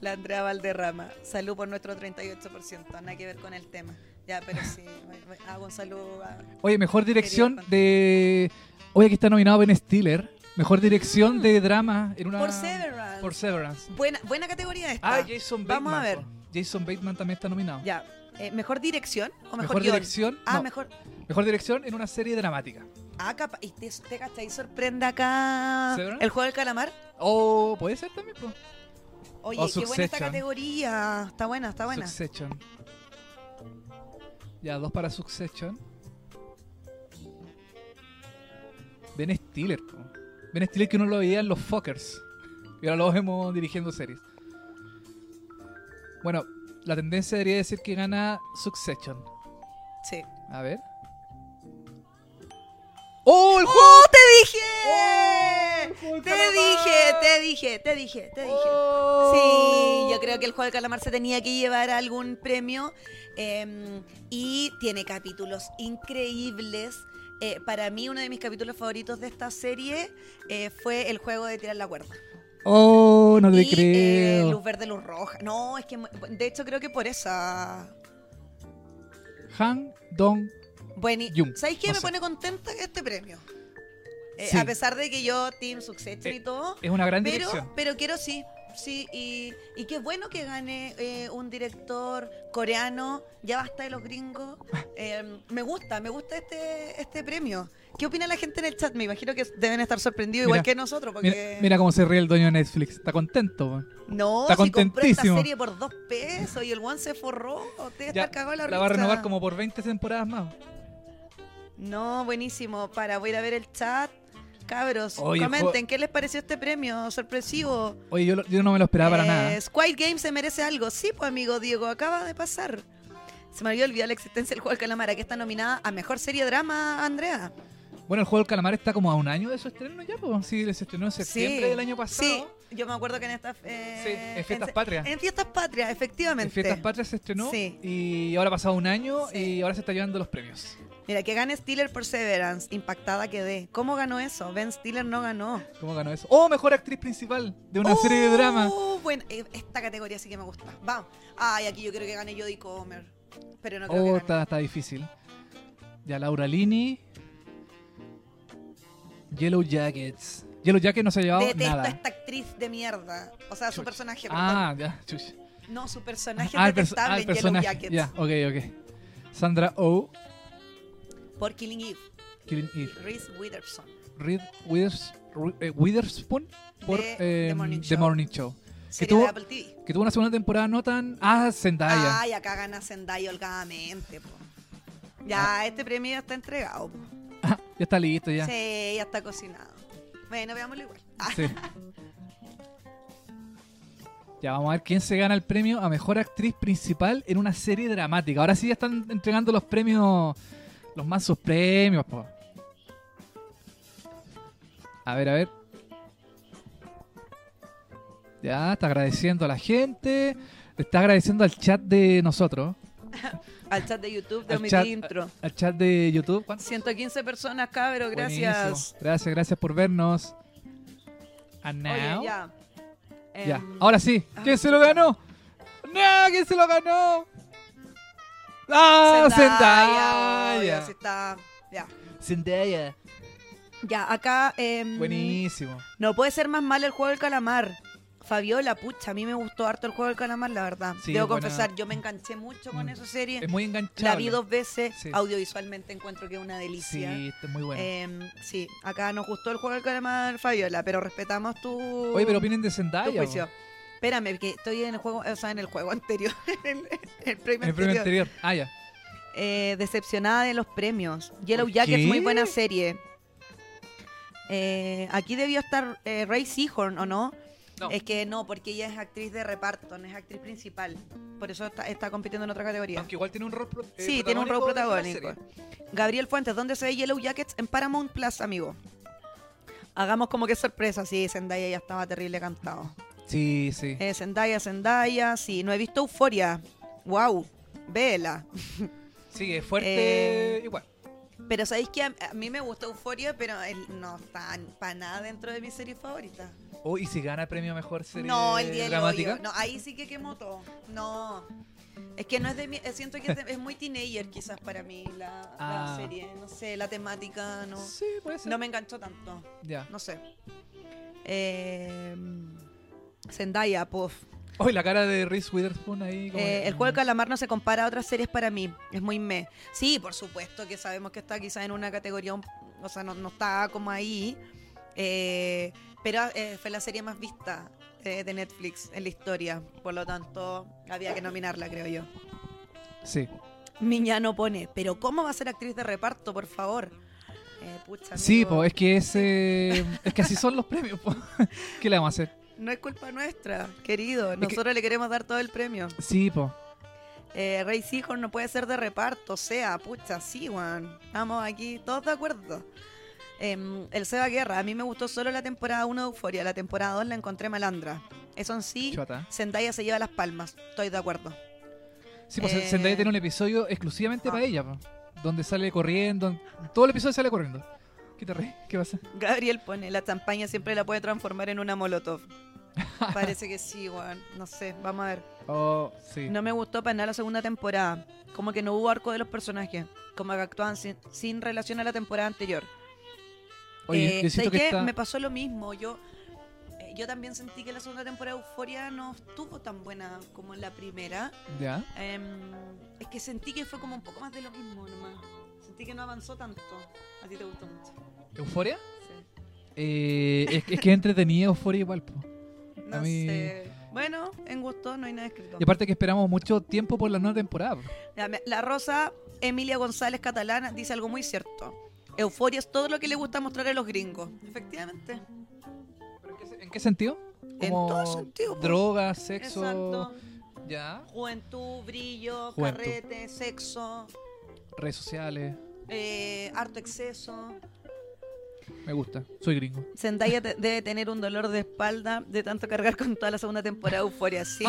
La Andrea Valderrama, salud por nuestro 38%. Nada que ver con el tema. Ya, pero sí, me- me- hago un saludo. a-
Oye, mejor dirección
Juan.
de. Oye, aquí está nominado Ben Stiller. Mejor dirección
Mm.
de drama en una.
Por Severance.
Por Severance.
Buena, buena categoría esta.
Ah, Jason Bateman.
Vamos a ver.
po. Jason Bateman también está nominado.
Ya. Eh, ¿Mejor dirección o mejor,
mejor
guión?
dirección.
Ah,
no,
mejor.
mejor dirección en una serie dramática.
Ah, capaz. ¿Y te, te cachai? Sorprende acá.
¿Severance?
El juego del calamar.
O Oh, puede ser también, po.
Oye,
O
qué buena esta
Succession.
categoría. Está buena, está buena.
Succession. Ya, dos para Succession. Ben Stiller. po. Ben Stiller que uno lo veía en los fuckers. Y ahora lo vemos dirigiendo series. Bueno, la tendencia debería decir que gana Succession.
Sí.
A ver. ¡Oh, el juego!
¡Oh, te dije!
¡Oh, el juego del
te
calamar!
dije, te dije, te dije, te dije.
¡Oh!
Sí, yo creo que el juego del calamar se tenía que llevar a algún premio eh, y tiene capítulos increíbles. Eh, para mí uno de mis capítulos favoritos de esta serie eh, fue el juego de tirar la cuerda.
¡Oh, no te
y, eh,
creo!
luz verde, luz roja. No, es que mu- de hecho creo que por esa
Han Dong.
Bueno,
Yum,
¿sabéis qué
no
me
sé.
pone contenta este premio? Eh,
Sí.
A pesar de que yo Team Succession
Eh,
y todo,
Es una gran
pero,
dirección.
pero quiero sí, sí, y, y qué bueno que gane eh, un director coreano, ya basta de los gringos. Eh, me gusta, me gusta este, este premio. ¿Qué opina la gente en el chat? Me imagino que deben estar sorprendidos
Mira,
igual que nosotros,
Mira,
porque
mira cómo se ríe el dueño de Netflix. Está contento, po.
no,
está
si compró esta
contentísimo.
serie por dos pesos y el one se forró, usted
Ya,
está cagado en la
La va a
risa.
renovar como por 20 temporadas más.
No, buenísimo. Para, voy a ir a ver el chat. Cabros,
Oye,
comenten, ¿qué les pareció este premio? Sorpresivo.
Oye, yo, lo- yo no me lo esperaba para
Eh,
nada.
Squid Game se merece algo. Sí, pues amigo Diego, acaba de pasar. Se me había olvidado la existencia del juego del calamar, que está nominada a mejor serie drama, Andrea.
Bueno, el juego del calamar está como a un año de su estreno ya, pues. Sí, se estrenó en septiembre
Sí,
del año pasado.
Sí, yo me acuerdo que en estas eh,
Sí, en Fiestas
en,
Patrias.
en Fiestas Patrias,
En
efectivamente.
Fiestas Patrias se estrenó
Sí.
y ahora ha pasado un año
Sí.
y ahora se está llevando los premios.
Mira, que gane Stiller Perseverance, impactada quedé. ¿Cómo ganó eso? Ben Stiller no ganó.
¿Cómo ganó eso? ¡Oh, mejor actriz principal de una
Oh,
serie de drama!
Bueno, eh, esta categoría sí que me gusta. Vamos. Ay, aquí yo creo que gane Jodie Comer. Pero no creo
Oh,
que gane.
está, está difícil. Ya Laura Lini. Yellow Jackets. Yellow Jackets no se ha llevado
Detesto
nada.
a esta actriz de mierda. O sea, su
Chuch.
personaje. perdón.
Ah, ya, chucha.
No, su personaje
Ah,
es
el perso-
detestable
ah, el
en Yellow Jackets.
Ya, ok, ok. Sandra Oh,
Por Killing Eve.
Killing Eve.
Reese Witherspoon.
E. Reed Withers- Ru- eh, Witherspoon por
De
eh,
The Morning
The
Show.
Morning Show.
Serie
tuvo-
de Apple TV.
Que tuvo una segunda temporada no tan. Ah, Zendaya.
Ay, acá gana Zendaya holgadamente, po. Ya, este premio ya está entregado, po.
ya está listo, Ah. ya.
Sí, ya está cocinado. Bueno, veámoslo igual. Ah,
Sí. Ya vamos a ver quién se gana el premio a mejor actriz principal en una serie dramática. Ahora sí ya están entregando los premios, los más sus premios. po. A ver, a ver. Ya, está agradeciendo a la gente. Está agradeciendo al chat de nosotros.
Al chat de YouTube de
Al
mi
chat-
intro.
Al chat de YouTube. ¿Cuántos?
115 personas, cabro, gracias.
Buenísimo. Gracias, gracias por vernos. And now-
Oye, ya.
Ya,
Em,
ahora sí. ¿Quién se lo ganó? ¡No! ¿Quién se lo ganó? ¡Ah!
Zendaya,
Zendaya.
obvio, sí está- ya.
Zendaya.
Ya, acá. em,
Buenísimo.
No puede ser más mal el juego del calamar. Fabiola, pucha, a mí me gustó harto el juego del calamar, la verdad.
Sí,
Debo
buena.
confesar, yo me enganché mucho con
Mm.
esa serie.
Es muy enganchable.
La vi dos veces,
Sí.
audiovisualmente encuentro que es una
Sí,
delicia.
está muy bueno.
Em, sí, acá nos gustó el juego del calamar, Fabiola, pero respetamos tu,
Oye, pero opinen de
tu
Zendaya.
juicio.
po.
Espérame, que estoy en el juego, o sea, en el juego anterior, en el, en el premio
En el premio
anterior.
anterior. Ah, ya.
Eh, decepcionada de los premios. Yellow
¿Por
Jackets,
qué?
muy buena serie. Eh, aquí debió estar eh, Ray Seahorn, ¿o no?
No.
Es que no, porque ella es actriz de reparto, no es actriz principal. Por eso está, está compitiendo en otra categoría.
Aunque igual tiene un rol pro- eh,
Sí, tiene un rol
dentro de la
protagónico. Gabriel Fuentes, ¿dónde se ve Yellow Jackets? En Paramount Plus, amigo. Hagamos como que sorpresa, sí, Zendaya ya estaba terrible cantado.
serie. Sí, sí.
Eh, Zendaya, Zendaya, sí, no he visto Euforia. Wow, vela.
Sí, es fuerte
eh,
igual.
Pero sabéis que a, a mí me gustó Euforia, pero él no está para nada dentro de mi serie favorita.
Oh, y si gana el premio a mejor serie
no, el día del
dramática.
odio. No, ahí sí que quemó todo. No. Es que no es de mi, eh, siento que es, de- es muy teenager quizás para mí la, la
Ah.
serie, no sé, la temática, no.
Sí, puede ser.
No me enganchó tanto.
Ya.
No sé. Eh, Zendaya, puff.
Oye, la cara de Reese Witherspoon ahí. Como
Eh, el juego del calamar no se compara a otras series para mí. Es muy me. Sí, por supuesto que sabemos que está quizás en una categoría, un- o sea, no, no está como ahí. Eh, pero eh, fue la serie más vista eh, de Netflix en la historia. Por lo tanto, había que nominarla, creo yo.
Sí.
Miña no pone, pero ¿cómo va a ser actriz de reparto, por favor? Eh, pucha,
Sí,
amigo,
po, es que ese, es que así son los premios, po. ¿Qué le vamos a hacer?
No es culpa nuestra, querido.
que-
Nosotros le queremos dar todo el premio.
Sí, po.
Eh, Rey Seahorn no puede ser de reparto, o sea, pucha, sí, weón. Estamos aquí todos de acuerdo. Em, el Seba Guerra, a mí me gustó solo la temporada 1 de Euforia, la temporada 2 la encontré malandra. Eso en sí,
Chota.
Zendaya se lleva las palmas, estoy de acuerdo.
Sí, pues
Eh,
Zendaya tiene un episodio exclusivamente
ah.
para ella, po, donde sale corriendo, todo el episodio sale corriendo. ¿Qué te ríes? ¿Qué pasa?
Gabriel pone, la champaña siempre la puede transformar en una molotov. Parece que sí, weón. No sé, vamos a ver.
Oh, sí.
No me gustó para nada la segunda temporada. Como que no hubo arco de los personajes. Como que actuaban sin- sin relación a la temporada anterior.
Oye,
Eh,
yo siento
¿sabes
que
qué?
está...
Me pasó lo mismo. Yo, eh, yo también sentí que la segunda temporada de Euforia no estuvo tan buena como en la primera.
¿Ya?
Em, es que sentí que fue como un poco más de lo mismo nomás. Sentí que no avanzó tanto. A ti te gustó mucho.
¿Euforia?
Sí.
Eh, es, es que es entretenida Euforia igual, po.
No
A mí-
sé. Bueno, en gusto no hay nada escrito.
Y aparte que esperamos mucho tiempo por la nueva temporada. po.
La, la Rosa Emilia González Catalana dice algo muy cierto. Euforia es todo lo que le gusta mostrar a los gringos. Efectivamente.
¿Pero en qué se- ¿En qué sentido?
En
Como
todo sentido. po.
Drogas, sexo.
Exacto.
Ya.
Juventud, brillo,
Juventud.
carrete, sexo,
Redes sociales.
eh, harto exceso.
Me gusta. Soy gringo.
Zendaya te- debe tener un dolor de espalda de tanto cargar con toda la segunda temporada de Euforia, sí.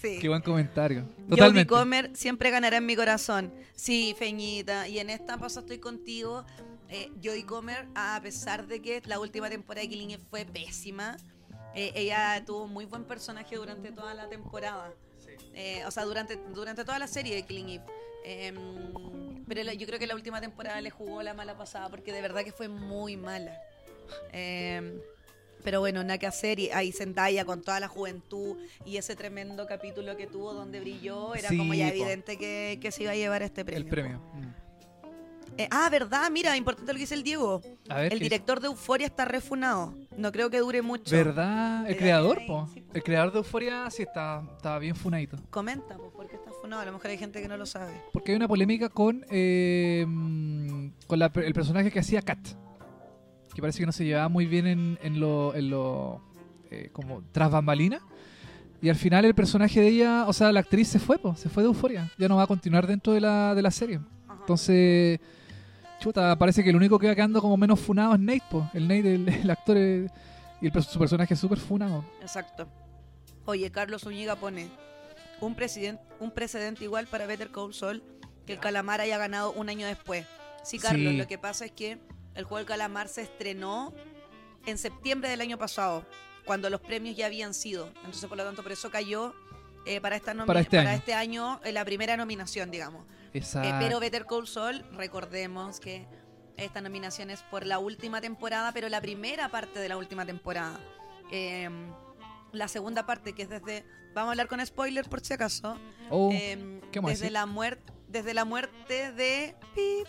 sí.
Qué buen comentario.
Jodie
Totalmente.
Comer siempre ganará en mi corazón. Sí, Feñita. Y en esta paso estoy contigo. Eh, Jodie Comer, a pesar de que la última temporada de Killing Eve fue pésima, eh, ella tuvo un muy buen personaje durante toda la temporada. Eh, o sea, durante, durante toda la serie de Killing Eve. Em, pero la- yo creo que la última temporada le jugó la mala pasada porque de verdad que fue muy mala. Em, pero bueno, nada que hacer. Y ahí Zendaya con toda la juventud y ese tremendo capítulo que tuvo donde brilló, era
Sí,
como ya
po.
evidente que, que se iba a llevar este premio.
El premio.
po.
Mm.
Eh, ah, ¿verdad? Mira, importante lo que dice el Diego.
A ver.
El
¿qué-
director de Euforia está refunado. No creo que dure mucho.
¿Verdad? El
Eh,
creador,
ahí,
po.
sí, po.
El creador de Euforia sí está, estaba bien funadito.
Comenta, pues, porque está funado. A lo mejor hay gente que no lo sabe.
Porque hay una polémica con eh, mm, con la per- el personaje que hacía Kat. Que parece que no se llevaba muy bien en, en lo, en lo eh, como tras bambalina. Y al final el personaje de ella, o sea, la actriz se fue, po, se fue de Euforia. Ya no va a continuar dentro de la, de la serie.
Ajá.
Entonces, chuta, parece que el único que va quedando como menos funado es Nate, po. El Nate, el, el actor, eh, y el per- su personaje es súper funado.
Exacto. Oye, Carlos Uñiga pone un, president- un precedente igual para Better Call Saul que el Calamar haya ganado un año después. Sí, Carlos,
Sí.
lo que pasa es que el juego del Calamar se estrenó en septiembre del año pasado, cuando los premios ya habían sido. Entonces, por lo tanto, por eso cayó eh, para, esta nomi-
Para este año.
año, eh, la primera nominación, digamos. Eh,
Exacto.
pero Better Call Saul, recordemos que esta nominación es por la última temporada, pero la primera parte de la última temporada. Eh, la segunda parte, que es desde. Vamos a hablar con spoiler por si acaso.
Oh,
Em,
¿qué vamos a
desde
decir?
la muerte. Desde la muerte de. ¡Pip!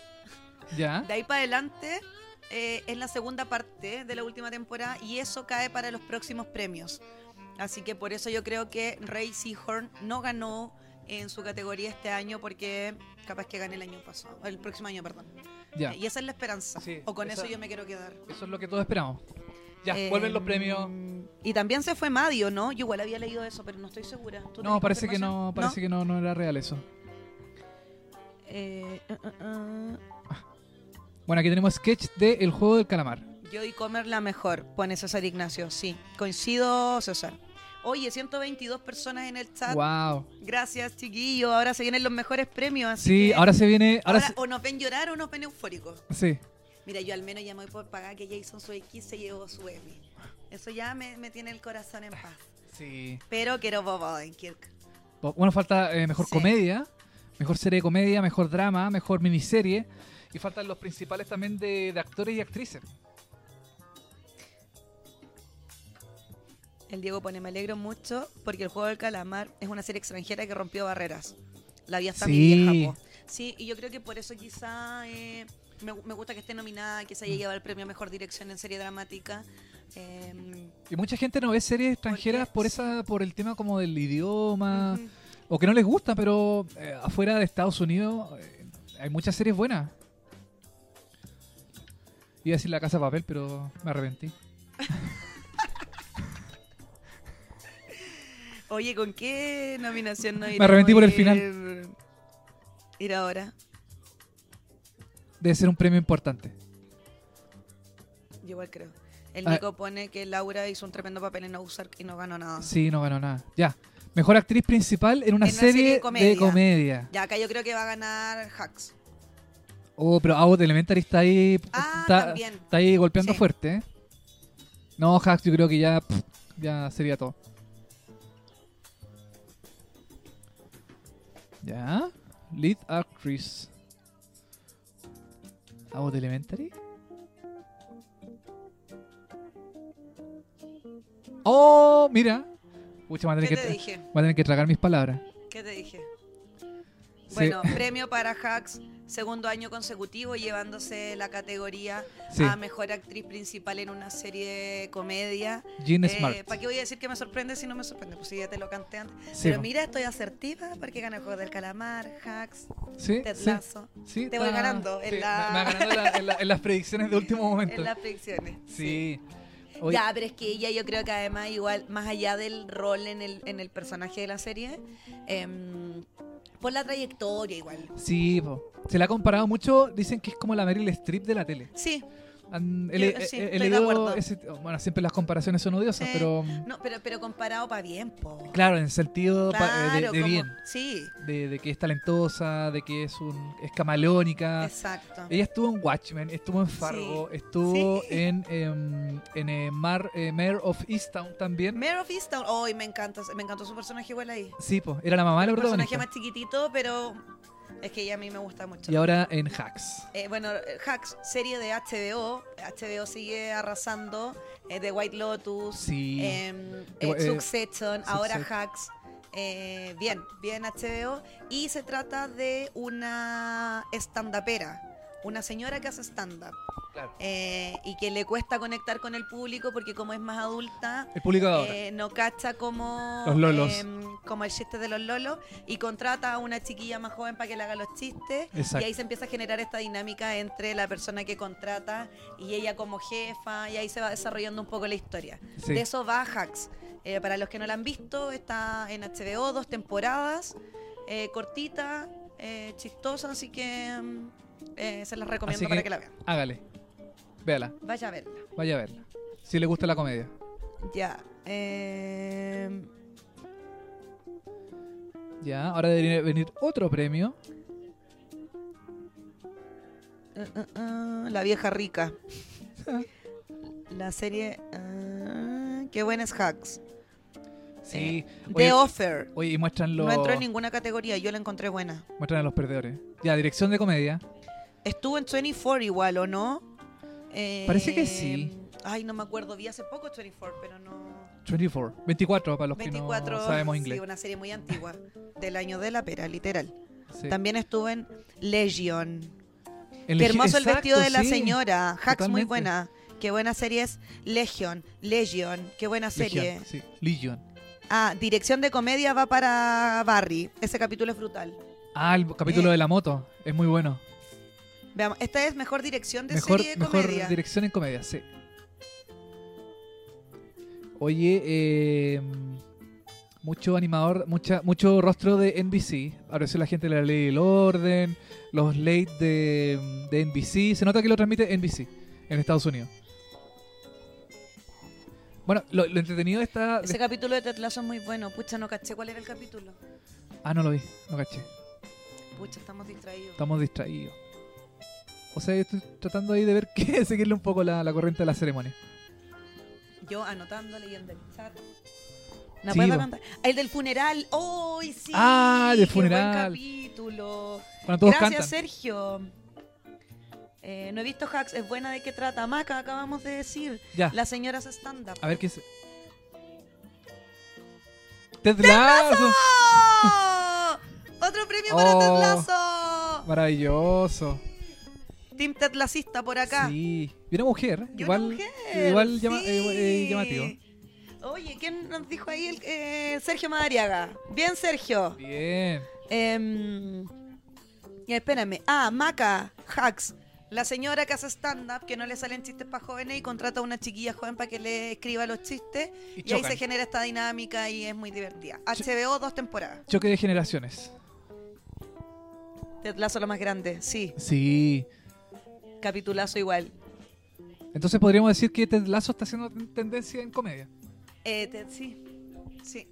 ya.
De ahí para adelante. eh, es la segunda parte de la última temporada y eso cae para los próximos premios. Así que por eso yo creo que Ray Seahorn no ganó en su categoría este año porque capaz que gane el año pasado, el próximo año, perdón.
Ya.
Y esa es la esperanza.
Sí,
o con
esa-
eso yo me quiero quedar.
Eso es lo que todos esperamos. Ya,
Eh,
vuelven los premios.
Y también se fue Madio, ¿no? Yo igual había leído eso, pero no estoy segura. ¿Tú
No,
tenés
parece que no,
confirmación?
parece que no, no era real eso.
¿No? Eh, uh, uh, uh.
Bueno, aquí tenemos sketch de El Juego del Calamar.
Yo y comer la mejor, pone César Ignacio. Sí, coincido, César. Oye, 122 personas en el chat.
Wow.
Gracias, chiquillo. Ahora se vienen los mejores premios. así
Sí,
que
ahora se viene, ahora,
ahora o nos ven llorar o nos ven eufóricos.
se- sí.
Mira, yo al menos ya me voy por pagar que Jason Sudeikis se llevó su Emmy. Eso ya me, me tiene el corazón en paz.
Sí.
Pero quiero Bob Odenkirk.
Bo- Bueno, falta eh, mejor
Sí.
comedia, mejor serie de comedia, mejor drama, mejor miniserie. Y faltan los principales también de, de actores y actrices.
El Diego pone, me alegro mucho porque el juego del calamar es una serie extranjera que rompió barreras. La vi hasta
Sí.
mi vieja. po. Sí, y yo creo que por eso quizá eh, me, gu- me gusta que esté nominada, que se haya llevado el premio a Mejor Dirección en Serie Dramática. Eh,
Y mucha gente no ve series extranjeras por
Porque-
esa por el tema como del idioma
ujú.
o que no les gusta, pero eh, afuera de Estados Unidos eh, hay muchas series buenas. Iba a decir La Casa de Papel, pero me arrepentí.
Oye, ¿con qué nominación no
arrepentí por el
final. Ir ahora.
Debe ser un premio importante.
Yo igual creo. El
Ah.
Nico pone que Laura hizo un tremendo papel en no usar y no ganó nada.
Sí, no ganó nada. Ya. Mejor actriz principal en una,
Ah. En una
serie,
serie
de
de
comedia.
comedia. Ya acá yo creo que va a ganar Hacks.
Oh, pero Abbott Elementary está ahí.
Ah,
está,
también.
está ahí golpeando
Sí.
fuerte, ¿eh? No, Hacks, yo creo que ya, pff, ya sería todo. Ya. Lead actress. Abbott Elementary. Oh, mira. Pucha, voy a tener
¿Qué
que,
te
tra-
dije?
voy a tener que tragar mis palabras.
¿Qué te dije?
Sí.
Bueno, premio para Hacks, segundo año consecutivo, llevándose la categoría
Sí.
a mejor actriz principal en una serie de comedia.
Jean Smart.
¿Para qué voy a decir eh, que me sorprende si no me sorprende? Pues sí, ya te lo canté antes.
Sí,
Pero
po.
mira, estoy asertiva porque gané el juego del calamar, Hacks,
Sí,
Ted
sí,
Lasso,
sí,
Te voy
está-
ganando en
sí,
la-
me- me va ganando en, la- en la- en las predicciones de último momento.
en las ficciones.
Sí. Oye,
Ya, pero es que ella yo creo que además igual, más allá del rol en el, en el personaje de la serie, em, por la trayectoria igual.
Sí, po. se la ha comparado mucho. Dicen que es como la Meryl Streep de la tele.
Sí,
Han-
Yo-
he le-
sí,
he- he
estoy de
leído
acuerdo.
ese- bueno, siempre las comparaciones son odiosas,
Sí.
pero
no, pero, pero comparado para bien, po.
claro, en el sentido pa- eh, de- de,
Claro, como-
bien,
Sí,
de, de que es talentosa, de que es un es camaleónica.
exacto.
Ella estuvo en Watchmen, estuvo en Fargo, estuvo
Sí.
en em, en eh, Mar, eh, Mare of Easttown también.
Mare of Easttown, hoy me encanta, me encantó su personaje igual ahí.
Sí, pues, era la mamá de la
Un personaje
protagonista.
más chiquitito, pero es que ella a mí me gusta mucho.
Y ahora en Hacks.
Eh, bueno, Hacks, serie de HBO. HBO sigue arrasando. eh, The White Lotus.
Sí.
em,
The
eh,
Whi- eh,
Succession. Ahora
Succession.
Hacks. eh, bien, bien HBO. Y se trata de una estandapera. Una señora que hace stand-up.
Claro.
eh, y que le cuesta conectar con el público porque como es más adulta,
El público de ahora.
eh, no cacha como
Los lolos.
em, como el chiste de los lolos y contrata a una chiquilla más joven para que le haga los chistes
Exacto.
y ahí se empieza a generar esta dinámica entre la persona que contrata y ella como jefa y ahí se va desarrollando un poco la historia
Sí.
de eso va Hacks Eh, para los que no la han visto está en HBO dos temporadas eh, cortita eh, chistosa así que em, eh, se las recomiendo
Así que-
para que la vean
Hágale. Véala,
vaya a verla
vaya a verla. Si le gusta la comedia.
ya em,
Ya, ahora debería venir otro premio.
Ah, ah, ah, la vieja rica. La serie. ah, qué buenas hacks.
Sí. Oye,
The Offer.
oye, y muestran, los,
Eh, No entró en ninguna categoría, yo la encontré buena.
muestran a los perdedores. Ya, dirección de comedia.
Estuvo en 24 igual, ¿o no? Eh,
Parece que sí.
Ay, no me acuerdo, vi hace poco 24, pero no.
24. 24 para los que
24,
no sabemos
sí,
inglés.
una serie muy antigua, del año de la pera, literal.
Sí.
También estuve en Legion.
El
Qué
legi-
hermoso el
Exacto,
vestido de la
sí.
señora. Hacks muy
totalmente.
buena. Qué buena serie es Legion. Legion. Qué buena serie.
Legion, sí. Legion.
Ah, dirección de comedia va para Barry. Ese capítulo es brutal.
Ah, el capítulo
Eh.
de la moto. Es muy bueno.
Veamos, esta es mejor dirección de
Mejor,
serie de
mejor
comedia.
dirección en comedia, sí. Oye, eh, mucho animador, mucha, mucho rostro de NBC. Apareció la gente de la ley del orden, los late de, de NBC. Se nota que lo transmite NBC en Estados Unidos. Bueno, lo, lo entretenido de esta... de-
Ah, Ese capítulo de Tetlazo es muy bueno. Pucha, no caché cuál era el capítulo.
Ah, no lo vi, no caché.
Pucha, estamos distraídos.
Estamos distraídos. O sea, yo estoy tratando ahí de ver qué, seguirle un poco la, la corriente de la ceremonia.
Yo anotando, leyendo el chat.
Sí,
Napapa
va.
canta- El del funeral. ¡Ay, sí!
Ah, el del
qué buen
funeral.
capítulo.
Cuando todos
Gracias,
cantan.
Sergio. Eh, no he visto hacks. Es buena de qué trata. Maca, acabamos de decir.
Ya.
Las señoras stand-up.
A ver qué es. Ted Lasso.
¡Oh! ¡Otro premio para
Ah. Oh.
Ted Lasso!
Maravilloso.
Team Ted Lassista por acá.
Sí. Y una mujer.
Y
igual,
una mujer,
igual llama-
sí.
eh, eh, llamativo.
Oye, ¿quién nos dijo ahí? El, eh, Sergio Madariaga. Bien, Sergio.
Bien.
Em, ya, espérame. Ah, Maca, Hacks. La señora que hace stand-up, que no le salen chistes para jóvenes y contrata a una chiquilla joven para que le escriba los chistes.
Y
Y, ahí
chocan.
se genera esta dinámica y es muy divertida. HBO, dos temporadas.
Choque de generaciones.
Ted Lasso lo más grande, sí.
Sí.
Capitulazo igual.
Entonces podríamos decir que Ted Lasso está haciendo ten- tendencia en comedia.
Eh, Ted, sí. Sí,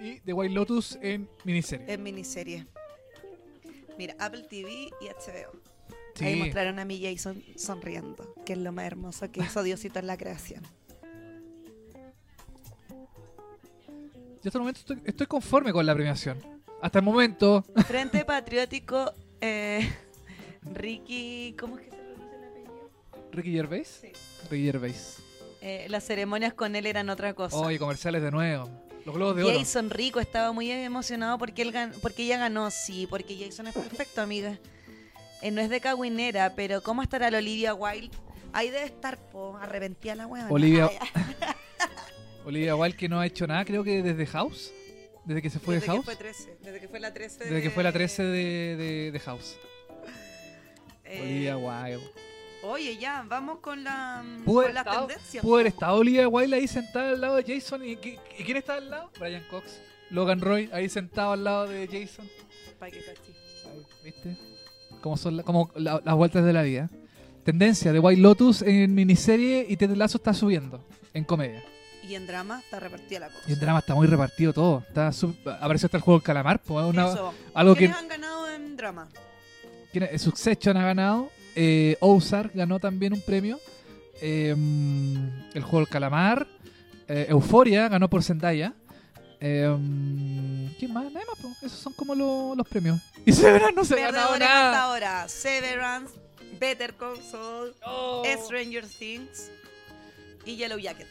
Y The White Lotus en miniserie.
es miniserie. Mira, Apple TV y HBO.
sí.
Ahí mostraron a mi Jason sonriendo, que es lo más hermoso que hizo Diosito en la creación.
Yo hasta el momento estoy, estoy conforme con la premiación. Hasta el momento.
Frente Patriótico, eh, Ricky, ¿cómo es que se pronuncia el apellido?
Ricky Gervais.
Sí.
Ricky Gervais.
Eh, las ceremonias con él eran otra cosa.
Oye, comerciales de nuevo. Los globos de oro.
Jason Rico estaba muy emocionado porque él gan- porque ella ganó, sí, porque Jason es perfecto, amiga. Eh, no es de caguinera, pero ¿cómo estará la Olivia Wilde? Ahí debe estar, po, arrepentía la huevona.
Olivia-
Ay,
Olivia Wilde que no ha hecho nada, creo que desde House. Desde que se fue
desde
de
que
House.
fue 13, desde que fue la 13.
Desde que fue la 13 de, de- de House.
eh,
Olivia Wilde.
Oye, ya, vamos con la mm,
Pudo
con
haber
las
estado-
tendencias.
Pudo haber estado Olivia Wilde ahí sentada al lado de Jason. ¿Y, qui- y quién estaba al lado? Brian Cox. Logan Roy ahí sentado al lado de Jason.
Pa' que cachis.
Ahí, ¿Viste? Como son la- como la- las vueltas de la vida. Tendencia de White Lotus en miniserie y Ted Lasso está subiendo en comedia.
Y en drama está repartida la cosa.
Y en drama está muy repartido todo. Está sub- apareció hasta el juego del calamar. po, una-
Eso.
algo que
¿Quiénes han ganado en drama?
¿Quién es? Succession ha ganado. eh, Ozark ganó también un premio. eh, el juego del calamar. eh, Euforia ganó por Zendaya. eh, ¿Quién más? Nada más, po. Esos son como lo- los premios. Y Severance no se ha ganado
Perdedores hasta
nada.
ahora. Severance, Better Call Saul,
Oh.
Stranger Things y Yellow Jacket.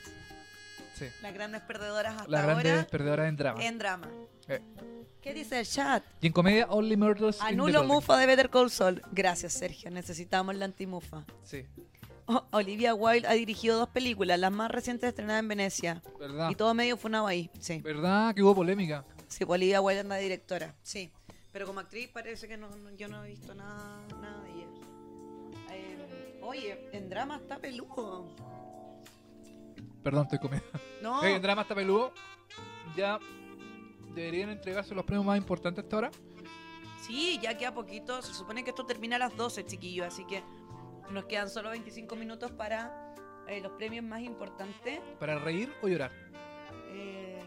Sí,
Las grandes perdedoras hasta
las grandes
ahora
perdedoras en drama.
en drama.
Eh.
¿Qué dice el chat?
Y en comedia, Only Murders. in the
Anulo
Building.
Mufa de Better Call Saul. Gracias, Sergio. Necesitamos la antimufa.
Sí,
Oh, Olivia Wilde ha dirigido dos películas, las más recientes estrenadas en Venecia.
verdad.
Y todo medio funado ahí. Sí.
¿Verdad que hubo polémica?
Sí, pues Olivia Wilde anda de directora. Sí. Pero como actriz parece que no, no- yo no he visto nada, nada de ella. Eh, oye, en drama está peludo.
Perdón, estoy comiendo.
No.
Eh, en drama está peludo. Ya deberían entregarse los premios más importantes hasta ahora.
Sí, ya queda poquito. Se supone que esto termina a las 12, chiquillos. Así que nos quedan solo 25 minutos para eh, los premios más importantes.
Para reír o llorar.
Eh,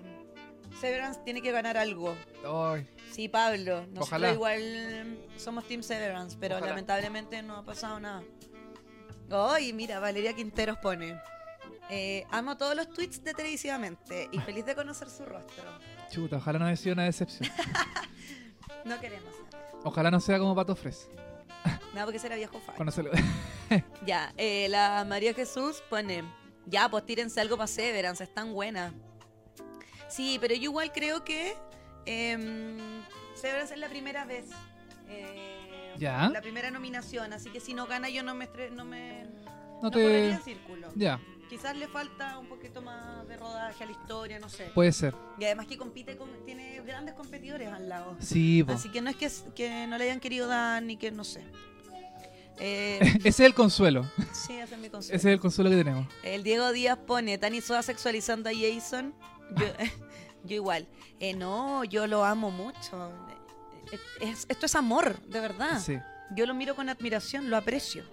Severance tiene que ganar algo.
Ay,
Sí, Pablo. Nosotros
Ojalá.
igual mm, somos Team Severance, pero
Ojalá.
lamentablemente no ha pasado nada. Ay, mira, Valeria Quinteros pone. eh, amo todos los tweets de televisivamente y feliz de conocer su rostro.
chuta, ojalá no haya sido una decepción.
No queremos.
Ojalá no sea como Pato Fres.
Nada porque será viejo fan.
Cuando se le-
Ya, eh, la María Jesús pone Ya, pues tírense algo para Severance, es tan buena. Sí, pero yo igual creo que em, Severance es la primera vez. eh,
Ya.
La primera nominación, así que si no gana yo no me, estre- no me
No
no
te.
correría en círculo.
Ya,
Quizás le falta un poquito más de rodaje a la historia, no sé.
puede ser.
Y además que compite con, tiene grandes competidores al lado.
Sí, pues. po.
Así que no es que, que no le hayan querido dar ni que no sé. Eh,
Ese es el consuelo.
sí, ese es mi
Ese
consejo.
es el consuelo que tenemos.
El Diego Díaz pone, Tani Soda sexualizando a Jason. Yo, yo igual. Eh, no, yo lo amo mucho. Eh, es- esto es amor, de verdad.
Sí.
Yo lo miro con admiración, lo aprecio.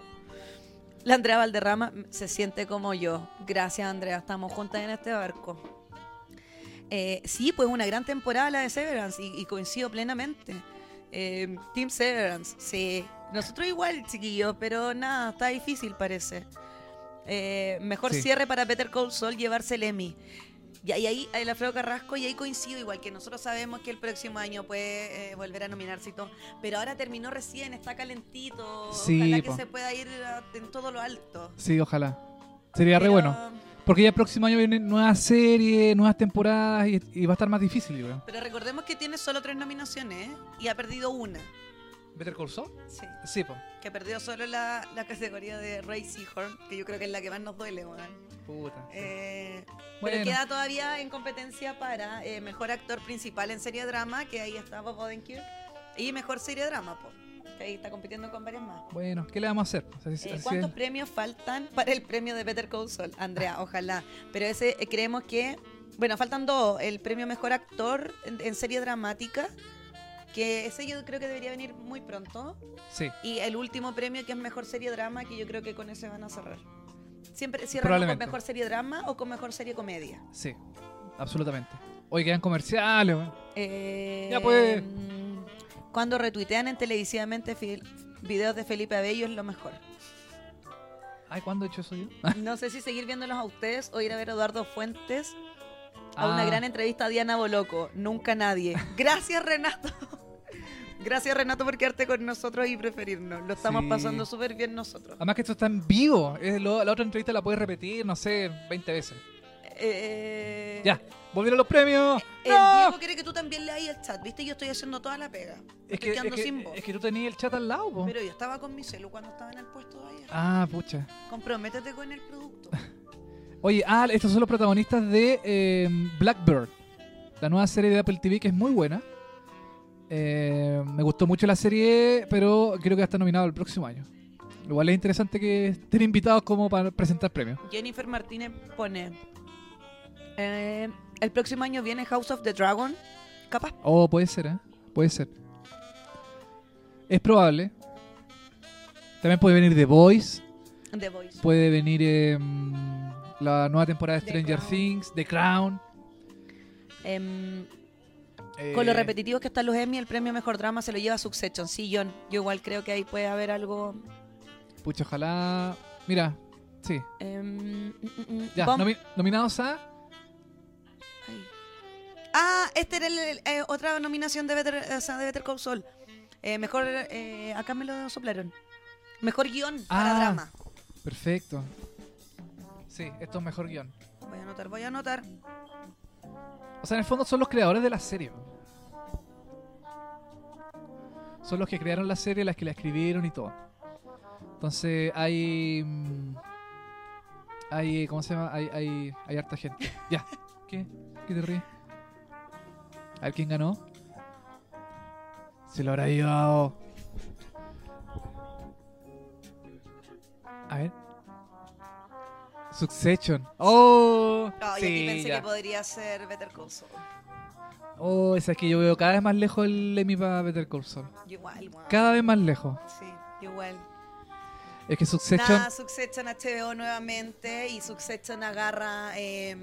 La Andrea Valderrama se siente como yo. Gracias, Andrea. Estamos juntas en este barco. Eh, sí, pues una gran temporada la de Severance y, y coincido plenamente. Eh, Team Severance, sí. Nosotros igual, chiquillos, pero nada, está difícil parece. Eh, mejor
Sí.
cierre para Peter Cole Sol llevarse el Emmy. Y ahí, ahí el Alfredo Carrasco, y ahí coincido, igual que nosotros sabemos que el próximo año puede eh, volver a nominarse y todo. Pero ahora terminó recién, está calentito.
Sí,
Ojalá
po.
que se pueda ir a- en todo lo alto.
Sí, ojalá. Sería re
Pero-
bueno. Porque ya el próximo año vienen nuevas series, nuevas temporadas y, y va a estar más difícil, yo creo.
Pero recordemos que tiene solo tres nominaciones ¿eh? y ha perdido una.
¿Better Call Saul?
Sí.
Sí, po.
Que ha perdido solo la, la categoría de Ray Seahorn, que yo creo que es la que más nos duele, weón.
Puta.
Eh,
Bueno.
Pero queda todavía en competencia para eh, mejor actor principal en serie drama, que ahí está Bob Odenkirk, y mejor serie drama, po, que ahí está compitiendo con varias más.
Bueno, ¿qué le vamos a hacer? O sea, si-
Eh,
así
¿Cuántos
es.
premios faltan para el premio de Better Call Saul, Andrea? Ojalá. Pero ese eh, creemos que. Bueno, faltan dos. El premio Mejor Actor en, en serie dramática, que ese yo creo que debería venir muy pronto.
Sí,
Y el último premio, que es Mejor Serie Drama, que yo creo que con ese van a cerrar. Siempre cierran con
Probablemente.
Mejor Serie Drama o con Mejor Serie Comedia.
sí. Absolutamente. Hoy quedan comerciales, weón.
Eh,
Ya, pues.
mm, Cuando retuitean en televisivamente fil- videos de Felipe Abello es lo mejor.
Ay, ¿cuándo he hecho eso yo?
No sé si seguir viéndolos a ustedes o ir a ver a Eduardo Fuentes a una
Ah.
gran entrevista a Diana Boloco. Nunca nadie. Gracias, Renato. Gracias, Renato, por quedarte con nosotros y preferirnos. Lo estamos
Sí. Ah.
pasando súper bien nosotros.
Además que esto está en vivo. Es lo- la otra entrevista la puedes repetir, no sé, 20 veces.
Eh,
Ya, volvieron los premios.
El
¡No!
Diego quiere que tú también leas ahí el chat, ¿viste? Yo estoy haciendo toda la pega. Me
Es
estoy
que, es,
quedando
que-
sin voz.
es que tú tenías el chat al lado, po.
Pero yo estaba con mi celu cuando estaba en el puesto de ayer.
Ah, pucha.
Comprométete con el producto.
Oye, ah, estos son los protagonistas de eh, Blackbird, la nueva serie de Apple TV que es muy buena. Eh, me gustó mucho la serie, pero creo que va a estar nominado el próximo año. Igual es interesante que estén invitados como para presentar premios.
Jennifer Martínez pone: eh, El próximo año viene House of the Dragon. Capaz.
Oh, puede ser, ¿eh? Puede ser. Es probable. También puede venir The Voice,
The Voice.
puede venir eh, mm, la nueva temporada de
The
Stranger
Crown.
Things, The Crown.
Em,
eh,
Con lo repetitivos que están los Emmy, el premio Mejor Drama se lo lleva Succession. Sí, John. Yo igual creo que ahí puede haber algo.
Pucha, ojalá. Mira, sí.
em, mm, mm,
Ya,
Bump-
nomi- nominados a
Ay. Ah, esta era el- el- eh, otra nominación de Better, o sea, de Better Call Saul. Eh, mejor, eh, acá me lo soplaron. Mejor guión para
Ah.
drama.
Perfecto. Sí, esto es mejor guión.
Voy a anotar, voy a anotar.
O sea, en el fondo son los creadores de la serie. Son los que crearon la serie, las que la escribieron y todo. Entonces hay... mm, Hay... ¿Cómo se llama? Hay, hay, hay harta gente. Ya. ¿Qué? ¿Qué te ríes? A ver quién ganó. Se lo habrá llevado. A ver. Succession. ¡Oh!
Ay, aquí pensé
ya.
que podría ser Better Call Saul.
Oh, esa es que yo veo cada vez más lejos el Emmy para Better Call Saul.
Yo igual, weón.
Cada vez más lejos.
Sí, yo igual.
Es que Succession.
Nada, Succession HBO nuevamente y Succession agarra em,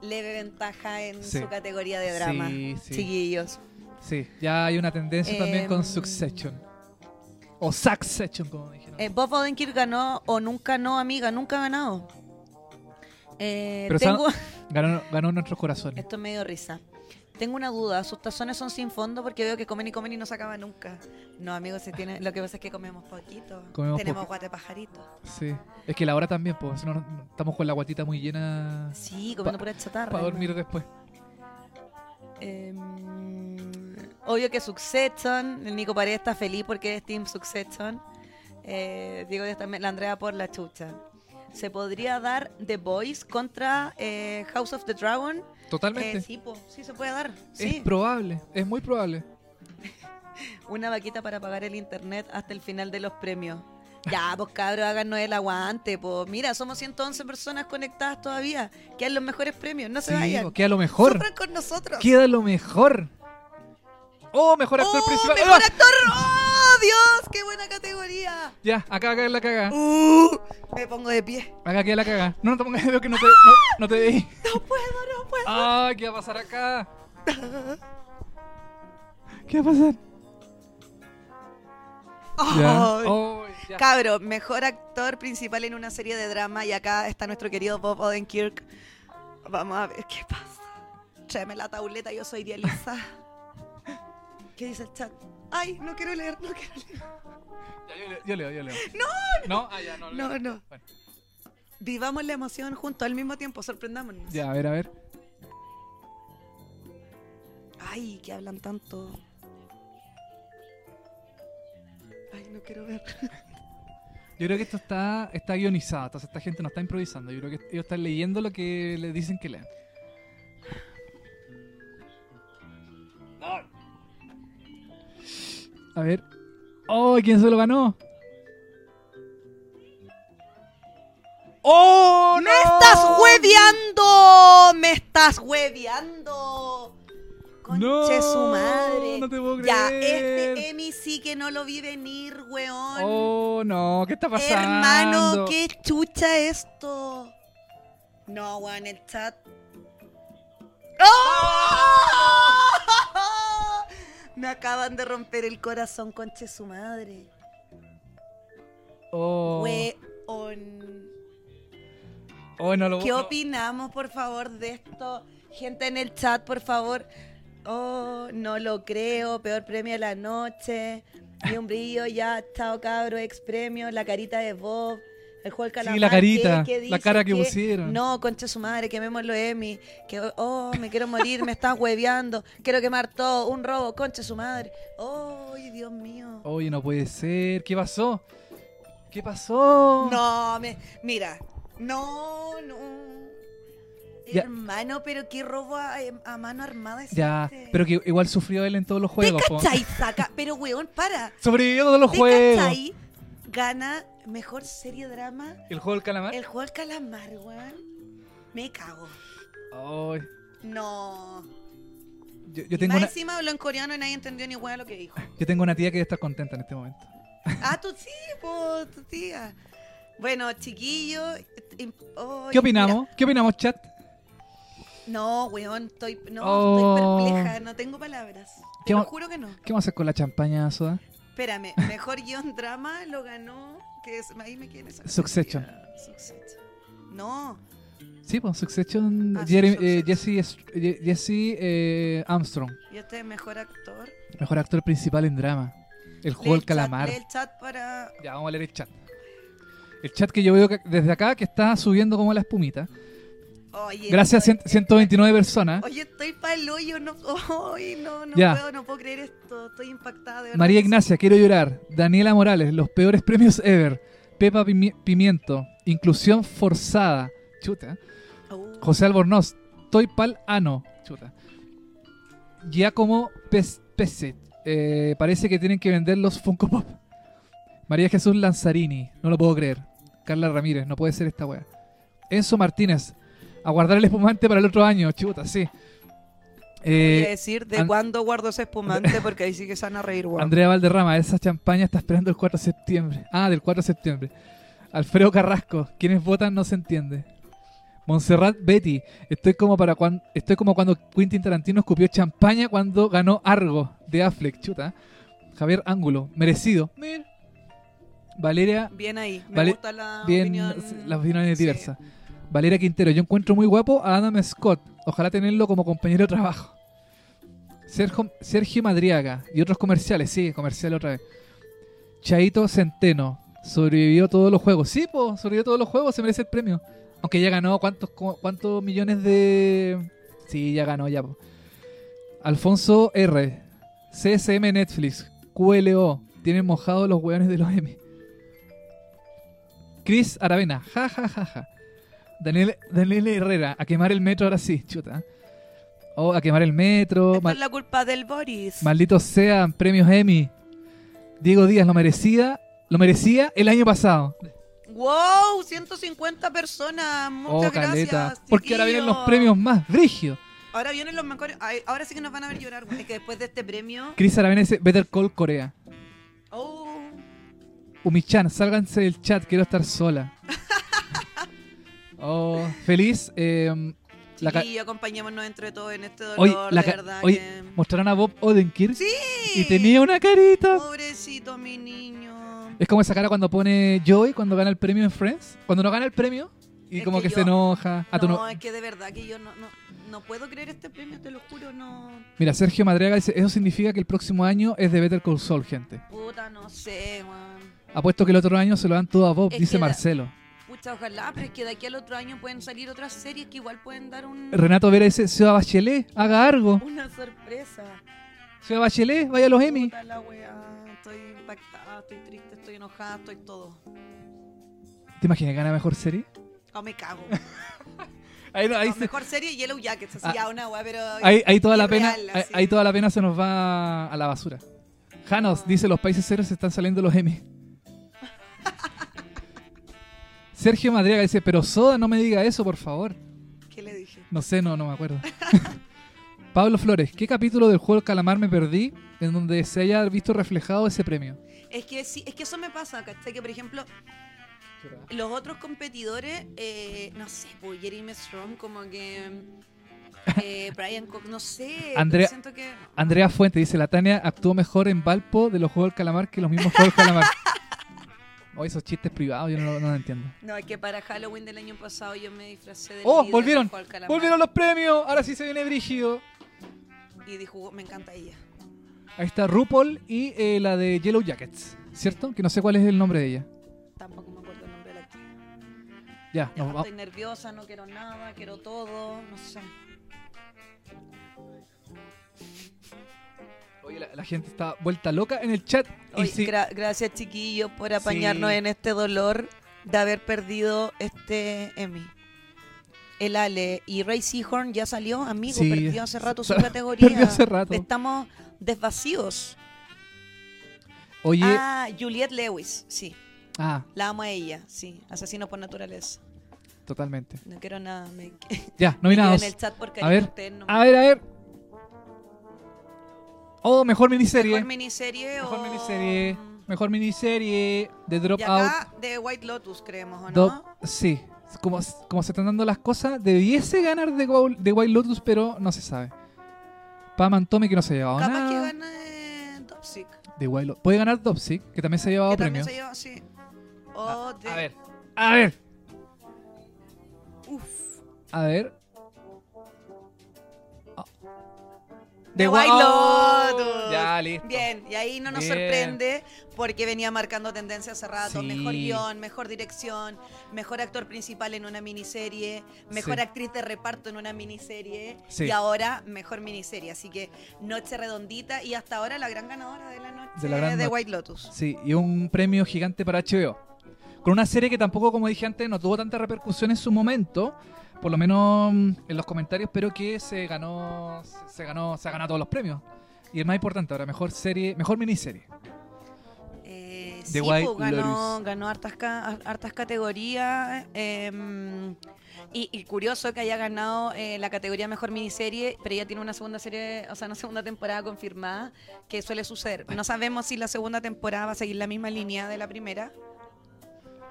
leve ventaja en
Sí.
su categoría de drama.
Sí, sí.
Chiquillos.
Sí, ya hay una
Eh,
tendencia también con
mm.
Em,
Succession. O Succession, como dijeron.
Eh, Bob Odenkirk ganó o nunca no, amiga, nunca ha ganado. Eh,
Pero
tengo...
Eh,
ganó, ganó nuestros corazones.
Esto me dio risa.
Tengo una duda, ¿sus tazones son sin fondo? Porque veo que comen y comen y no se acaba nunca. No, amigos, se tiene, lo que pasa es que comemos poquito.
Comemos
Tenemos
poco.
guatepajaritos.
Sí. Es que la hora también, pues. si no, no- estamos con la guatita muy llena
Sí, comiendo
Pa-
pura chatarra.
para dormir después.
Eh, obvio que Succession, el Nico Paredes está feliz porque es Team Succession. Eh, Diego Díaz también, la Andrea por la chucha. Se podría dar The Voice contra eh, House of the Dragon.
Totalmente.
Eh, sí, po, sí, se puede dar.
Es
Sí.
probable, es muy probable.
Una vaquita para pagar el internet hasta el final de los premios. Ya, pues cabros, háganos el aguante. Pues mira, somos 111 personas conectadas todavía. Que los mejores premios, no se
Sí,
vayan.
pues, queda lo mejor.
Sufran con nosotros.
Queda lo mejor. Oh, mejor actor
¡Oh,
principal.
mejor
¡Ah!
actor! ¡Oh, Dios! ¡Qué buena categoría!
Ya, acá queda la caga.
Uh, me pongo de pie.
Acá queda la caga. No, no te pongas veo que no te, no, no te veí.
No puedo, no puedo.
Ah, ¿qué va a pasar acá? ¿Qué va a pasar?
Ay.
Ya. Oh, ya.
Cabro, mejor actor principal en una serie de drama y acá está nuestro querido Bob Odenkirk. Vamos a ver qué pasa. Tráeme la tauleta, yo soy dializada. ¿Qué dice el chat? Ay, no quiero leer, no quiero leer.
Ya, yo, leo, yo leo, yo leo. No, no. ah, ya, no, leo.
No, no.
Bueno.
Vivamos la emoción juntos al mismo tiempo, sorprendámonos.
Ya, a ver, a ver.
Ay, que hablan tanto. Ay, no quiero ver.
Yo creo que esto está, está guionizado, entonces esta gente no está improvisando. Yo creo que ellos están leyendo lo que les dicen que lean. A ver. ¡Oh! ¿Quién se lo ganó? ¡Oh! ¡No!
¡Me estás hueveando! ¡Me estás hueveando! Conche
¡No!
su madre.
No te puedo creer.
ya, este Emi sí que no lo vi venir, weón.
¡Oh, no! ¿Qué está pasando?
Hermano, qué chucha esto. No, weón, el chat. ¡Oh! Me acaban de romper el corazón, conche su madre.
¡Oh!
Weón.
oh, no lo
¿Qué
no.
opinamos, por favor, de esto? Gente en el chat, por favor. Oh, no lo creo. Peor premio de la noche. Ni un brillo, ya. Chao, cabro. Ex premio. La carita de Bob. El juego del calamar.
Sí, la carita,
¿qué- qué
la
dice?
cara que
¿Qué?
pusieron.
No, concha su madre. Quemémoslo, Emi. Que, oh, me quiero morir. me estás hueveando. Quiero quemar todo. Un robo. Concha su madre. Oh, Dios mío.
Oye, no puede ser. ¿Qué pasó? ¿Qué pasó?
No, me- mira, no, no.
Ya.
Hermano, pero qué robo a, em, a mano armada es
Ya,
este?
pero que igual sufrió él en todos los juegos.
¿Te
po.
cachai, saca? Pero, weón, para.
Sobrevivió a todos los
¿Te
juegos.
cachai? Gana mejor serie drama
El juego del calamar.
el juego del calamar, weón. Me cago.
Ay,
No.
yo, yo
Y
tengo
más
una,
encima habló en coreano y nadie entendió ni weón lo que dijo.
yo tengo una tía que debe estar contenta en este momento.
ah, tu sí, po, tu tía. Bueno, chiquillo. im- oh,
¿Qué opinamos? ¿Qué opinamos, chat?
No, weón, estoy, no,
Oh.
estoy perpleja, no tengo palabras.
¿Qué
Te lo
va-
juro que no.
¿Qué vamos a hacer con la champaña, Soda?
Espérame, mejor guión drama lo ganó, que es, ahí me quieren esa
Succession.
cantidad. Succession. No,
Sí, pues Succession,
Ah, sí,
Jeremy- eh,
Succession.
Jesse, Est- Je- Jesse eh, Armstrong,
y este es mejor actor.
mejor actor principal en drama. El
Lee
juego del
chat,
calamar.
lee el chat para...
Ya, vamos a leer el chat. El chat que yo veo que- desde acá que está subiendo como la espumita.
Oye,
Gracias,
estoy-
cien- 129 personas.
Oye, estoy pa'l hoyo, no, ay, no, no
Ya.
puedo, no puedo creer esto, estoy impactada. De verdad.
María Ignacia, quiero llorar. Daniela Morales, los peores premios ever. Pepa Pimi- Pimiento, inclusión forzada. Chuta. ¿eh?
Uh,
José Albornoz, Toy Pal Ano. Chuta. Giacomo Pes- Pese. eh, parece que tienen que vender los Funko Pop. María Jesús Lanzarini, no lo puedo creer. Carla Ramírez, no puede ser esta wea. Enzo Martínez, aguardar el espumante para el otro año. Chuta, sí. Eh,
voy a decir de
an-
cuándo guardo ese espumante porque ahí sí que se van a reír, weón.
Andrea Valderrama, esa champaña está esperando el 4 de septiembre. Ah, del 4 de septiembre. Alfredo Carrasco, quienes votan no se entiende. Montserrat Betty, estoy como para cuan- estoy como cuando Quentin Tarantino escupió champaña cuando ganó Argo de Affleck, chuta. Javier Ángulo, merecido.
Bien,
Valeria,
Bien ahí, me
Vale,
gusta la
bien,
opinión.
las opiniones
sí.
diversas. Valeria Quintero, yo encuentro muy guapo a Adam Scott. Ojalá tenerlo como compañero de trabajo. Sergio, Sergio Madriaga y otros comerciales, sí, comercial otra vez. Chaito Centeno sobrevivió todos los juegos. Sí, po, sobrevivió todos los juegos, se merece el premio. Aunque ya ganó cuántos, cu- cuántos millones de. Sí, ya ganó, ya. po. Alfonso R. CSM Netflix. QLO. Tienen mojados los hueones de los M. Chris Aravena. Ja, ja, ja, ja. Daniel, Daniel Herrera. A quemar el metro ahora sí, chuta. O a quemar el metro.
Esta
Mal-
es la culpa del Boris.
Malditos sean, premios Emmy. Diego Díaz lo merecía, lo merecía el año pasado.
¡Wow! 150 personas. Muchas
oh, caleta.
gracias.
Porque ahora vienen los
chiquillos.
premios más. Brigio.
Ahora vienen los mejores. ay, ahora sí que nos van a ver llorar, güey. Que después de este premio.
Chris Aravena dice Better Call Corea.
¡Oh!
Umichan, sálganse del chat, quiero estar sola. Oh, feliz. eh, La ca-
Chiquillo, acompañémonos entre todos en este dolor,
Oye, la
de
ca-
verdad.
oye,
que-
mostraron a Bob Odenkirk
Sí.
y tenía una carita.
Pobrecito mi niño.
Es como esa cara cuando pone Joey cuando gana el premio en Friends. Cuando no gana el premio y
Es
como que,
que
se
yo-
enoja. Ah, tú
no,
no-
es que de verdad que yo no, no, no puedo creer este premio, te lo juro, no.
Mira, Sergio Madriaga dice: Eso significa que el próximo año es de Better Call Saul, gente.
Puta, no sé, weón.
Apuesto que el otro año se lo dan todo a Bob,
Es
dice
que da-
Marcelo.
Pucha, ojalá, pero es que de aquí al otro año pueden salir otras series que igual pueden dar un,
Renato Vera dice, Seba Bachelet, haga algo.
una sorpresa.
Seba Bachelet, vaya a los Emmy.
Puta la weá, estoy impactada, estoy triste, estoy enojada, estoy todo.
¿Te imaginas que gana mejor serie?
Ah, me cago.
Ahí, no, ahí,
No,
se-
mejor serie Yellow Jackets, así
Ah.
ya una weá, pero...
ahí- ahí toda la
Irreal,
pena, ahí,
así.
ahí toda la pena se nos va a la basura. Janos dice, los países ceros están saliendo los Emmy. Sergio Madriaga dice, pero Soda no me diga eso, por favor.
¿Qué le dije?
No sé, no, no me acuerdo. Pablo Flores, ¿qué capítulo del juego El Calamar me perdí en donde se haya visto reflejado ese premio?
Es que sí, es que eso me pasa, ¿cachai? Que por ejemplo, los otros competidores, eh, no sé, pues Jeremy Strong, como que. eh, Brian Cox, no sé.
Andrea-
siento que.
Andrea Fuente dice, la Tania actuó mejor en Valpo de los Juegos del Calamar que los mismos Juegos del Calamar. O esos chistes privados, yo no, lo- no lo entiendo.
No, es que para Halloween del año pasado yo me disfracé de.
¡Oh,
líder
volvieron!
de Juan Calamar.
Volvieron los premios, ahora sí se viene Brígido.
Y dijo, me encanta ella.
Ahí está RuPaul y eh, la de Yellow Jackets, ¿cierto? Que no sé cuál es el nombre de ella.
Tampoco me acuerdo el nombre de la actriz.
Ya,
Ya,
nos vamos.
estoy nerviosa, no quiero nada, quiero todo, no sé.
Oye, la, la gente está vuelta loca en el chat. Y
Oye,
si-
gra- gracias chiquillos por apañarnos
Sí.
en este dolor de haber perdido este Emmy. El Ale y Ray Seahorn ya salió, amigo,
Sí,
perdió hace rato su
sa-
categoría.
perdió hace rato.
Estamos desvacíos.
Oye, ah.
Ah, Juliette Lewis, sí. La amo a ella, sí. Asesino por naturaleza.
totalmente.
No quiero nada. Me, me
Ya,
quedo
nominados.
en el chat porque
A ver,
ustedes no
A ver, a ver. Oh, mejor miniserie.
Mejor miniserie
Mejor
o-
miniserie. Mejor miniserie de
Y
Dropout.
acá de White Lotus, creemos, ¿o no?
Do- sí, como, como se están dando las cosas, debiese ganar de, Gou- de White Lotus, pero no se sabe. Pam and Tommy, que no se ha llevado
Capaz que
nada.
gane Dopsic.
De White Lotus. Puede ganar Dopsy, que también se ha llevado
que también
premio. Ah,
se lleva, sí. O de-
A ver, a ver,
Uf.
a ver. Ah.
The
Gua-
White
¡Oh!
Lotus.
Ya, listo.
Bien, y ahí no nos
Bien.
sorprende porque venía marcando tendencia hace rato.
Sí.
Mejor guión, mejor dirección, mejor actor principal en una miniserie, mejor
Sí.
actriz de reparto en una miniserie
Sí.
y ahora mejor miniserie. Así que noche redondita y hasta ahora la gran ganadora de la noche
De la gran
de
noche.
White Lotus.
Sí, y un premio gigante para HBO. Con una serie que tampoco, como dije antes, no tuvo tanta repercusión en su momento, por lo menos mm, en los comentarios, pero que se ganó, se- se ganó, se ha ganado todos los premios. Y el más importante ahora, mejor serie, mejor miniserie.
Eh,
The
sí,
White
po, ganó,
Lotus.
ganó hartas, ca- hartas categorías. em, y, y curioso que haya ganado eh, la categoría mejor miniserie, pero ya tiene una segunda serie, o sea, una segunda temporada confirmada, que suele suceder. No sabemos si la segunda temporada va a seguir la misma línea de la primera,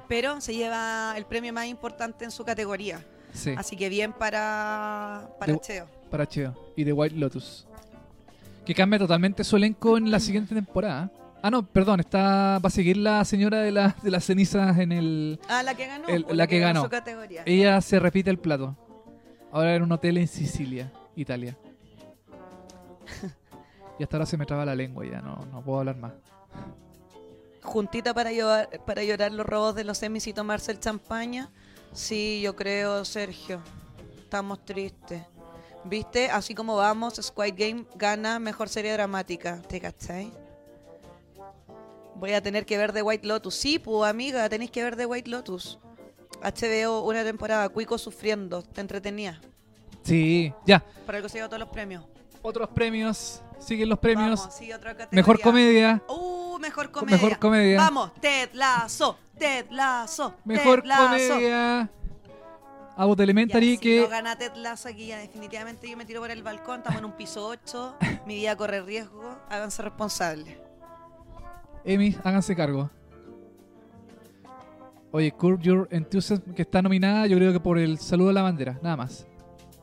pero se lleva el premio más importante en su categoría.
Sí,
Así que bien para, para
The-
Cheo.
para HBO. Y The White Lotus. Que cambia totalmente su elenco en la siguiente temporada. Ah, no, perdón, está, va a seguir la señora de, la- de las cenizas en el...
Ah, la que ganó.
El-
po,
la que ganó.
su categoría.
Ella se repite el plato. Ahora en un hotel en Sicilia, Italia. Y hasta ahora se me traba la lengua, ya no, no puedo hablar más.
Juntita para llorar, para llorar los robos de los semis y tomarse el champaña. Sí, yo creo, Sergio. Estamos tristes. ¿Viste? Así como vamos, Squid Game gana mejor serie dramática. ¿Te cachai? Voy a tener que ver The White Lotus. Sí, pues amiga, tenéis que ver The White Lotus. HBO, una temporada, Cuico sufriendo. Te entretenía.
Sí, ya.
Por algo se llevó todos los premios.
Otros premios. Siguen los premios.
Vamos, sí, otra categoría.
mejor comedia.
Uh, mejor comedia.
Mejor comedia.
Vamos, Ted Lazo, Ted Lazo,
Mejor
Ted Lazo.
comedia. Abbott
Ya,
Elementary
si
que...
no gana Ted Lasso aquí, ya definitivamente yo me tiro por el balcón, estamos en un piso 8, mi vida corre riesgo, háganse responsables.
Emmy, háganse cargo. Oye, Curb Your Enthusiasm, que está nominada, yo creo que por el saludo a la bandera, nada más.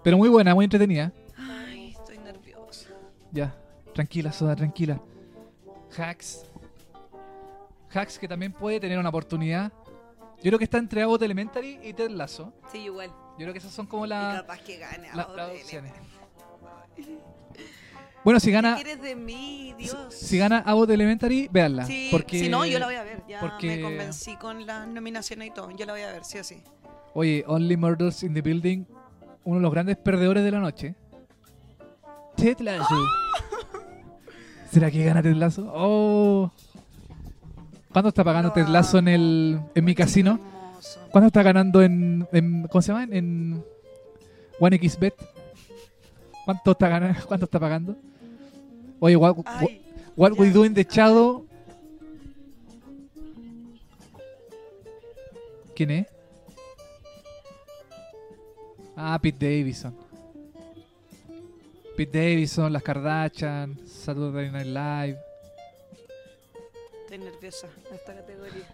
Pero muy buena, muy entretenida.
Ay, estoy nerviosa.
Ya, tranquila, Soda, tranquila. Hacks. Hacks que también puede tener una oportunidad. Yo creo que está entre Abbott Elementary y Ted Lasso.
Sí, igual.
Yo creo que esas son como
y
la-
capaz que gane
la-
ahora,
las
Elena.
opciones. Bueno, si
¿Qué
gana,
quieres de mí, Dios?
si gana Abbott Elementary, véanla.
Sí,
porque...
si no, yo la voy a ver. Ya
porque-
me convencí con las nominaciones y todo. Yo la voy a ver, sí o sí.
Oye, Only Murders in the Building, uno de los grandes perdedores de la noche. Ted Lasso. ¿Será que gana Ted Lasso? Oh. ¿Cuánto está pagando
Lo
Ted Lasso en,
amo.
el, en mi casino?
Hermoso.
¿Cuánto está ganando en, en- ¿Cómo se llama? En 1xBet. ¿Cuánto está, ganando, ¿Cuánto está pagando? Oye, what, what-
Ay,
what we
ya.
do in the shadow. ¿Quién es? Ah, Pete Davidson. Pete Davidson, las Kardashian, Saturday Night Live.
estoy nerviosa en esta categoría.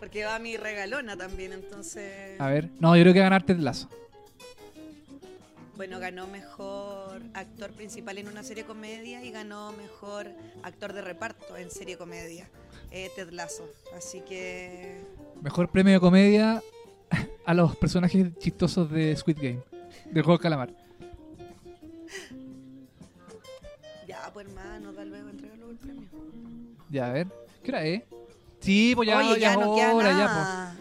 Porque va mi regalona también, entonces.
A ver, no, yo creo que va a ganar Ted Lasso.
Bueno, ganó mejor actor principal en una serie comedia y ganó mejor actor de reparto en serie comedia, eh, Ted Lasso. Así que
Mejor premio de comedia a los personajes chistosos de Squid Game, del juego del calamar.
ya, pues hermano, da luego, entrega luego el premio.
Ya, a ver. ¿Qué hora es? Sí, pues ya,
Oye,
ya,
ya,
es
no queda
hora, ya, pues.
nada.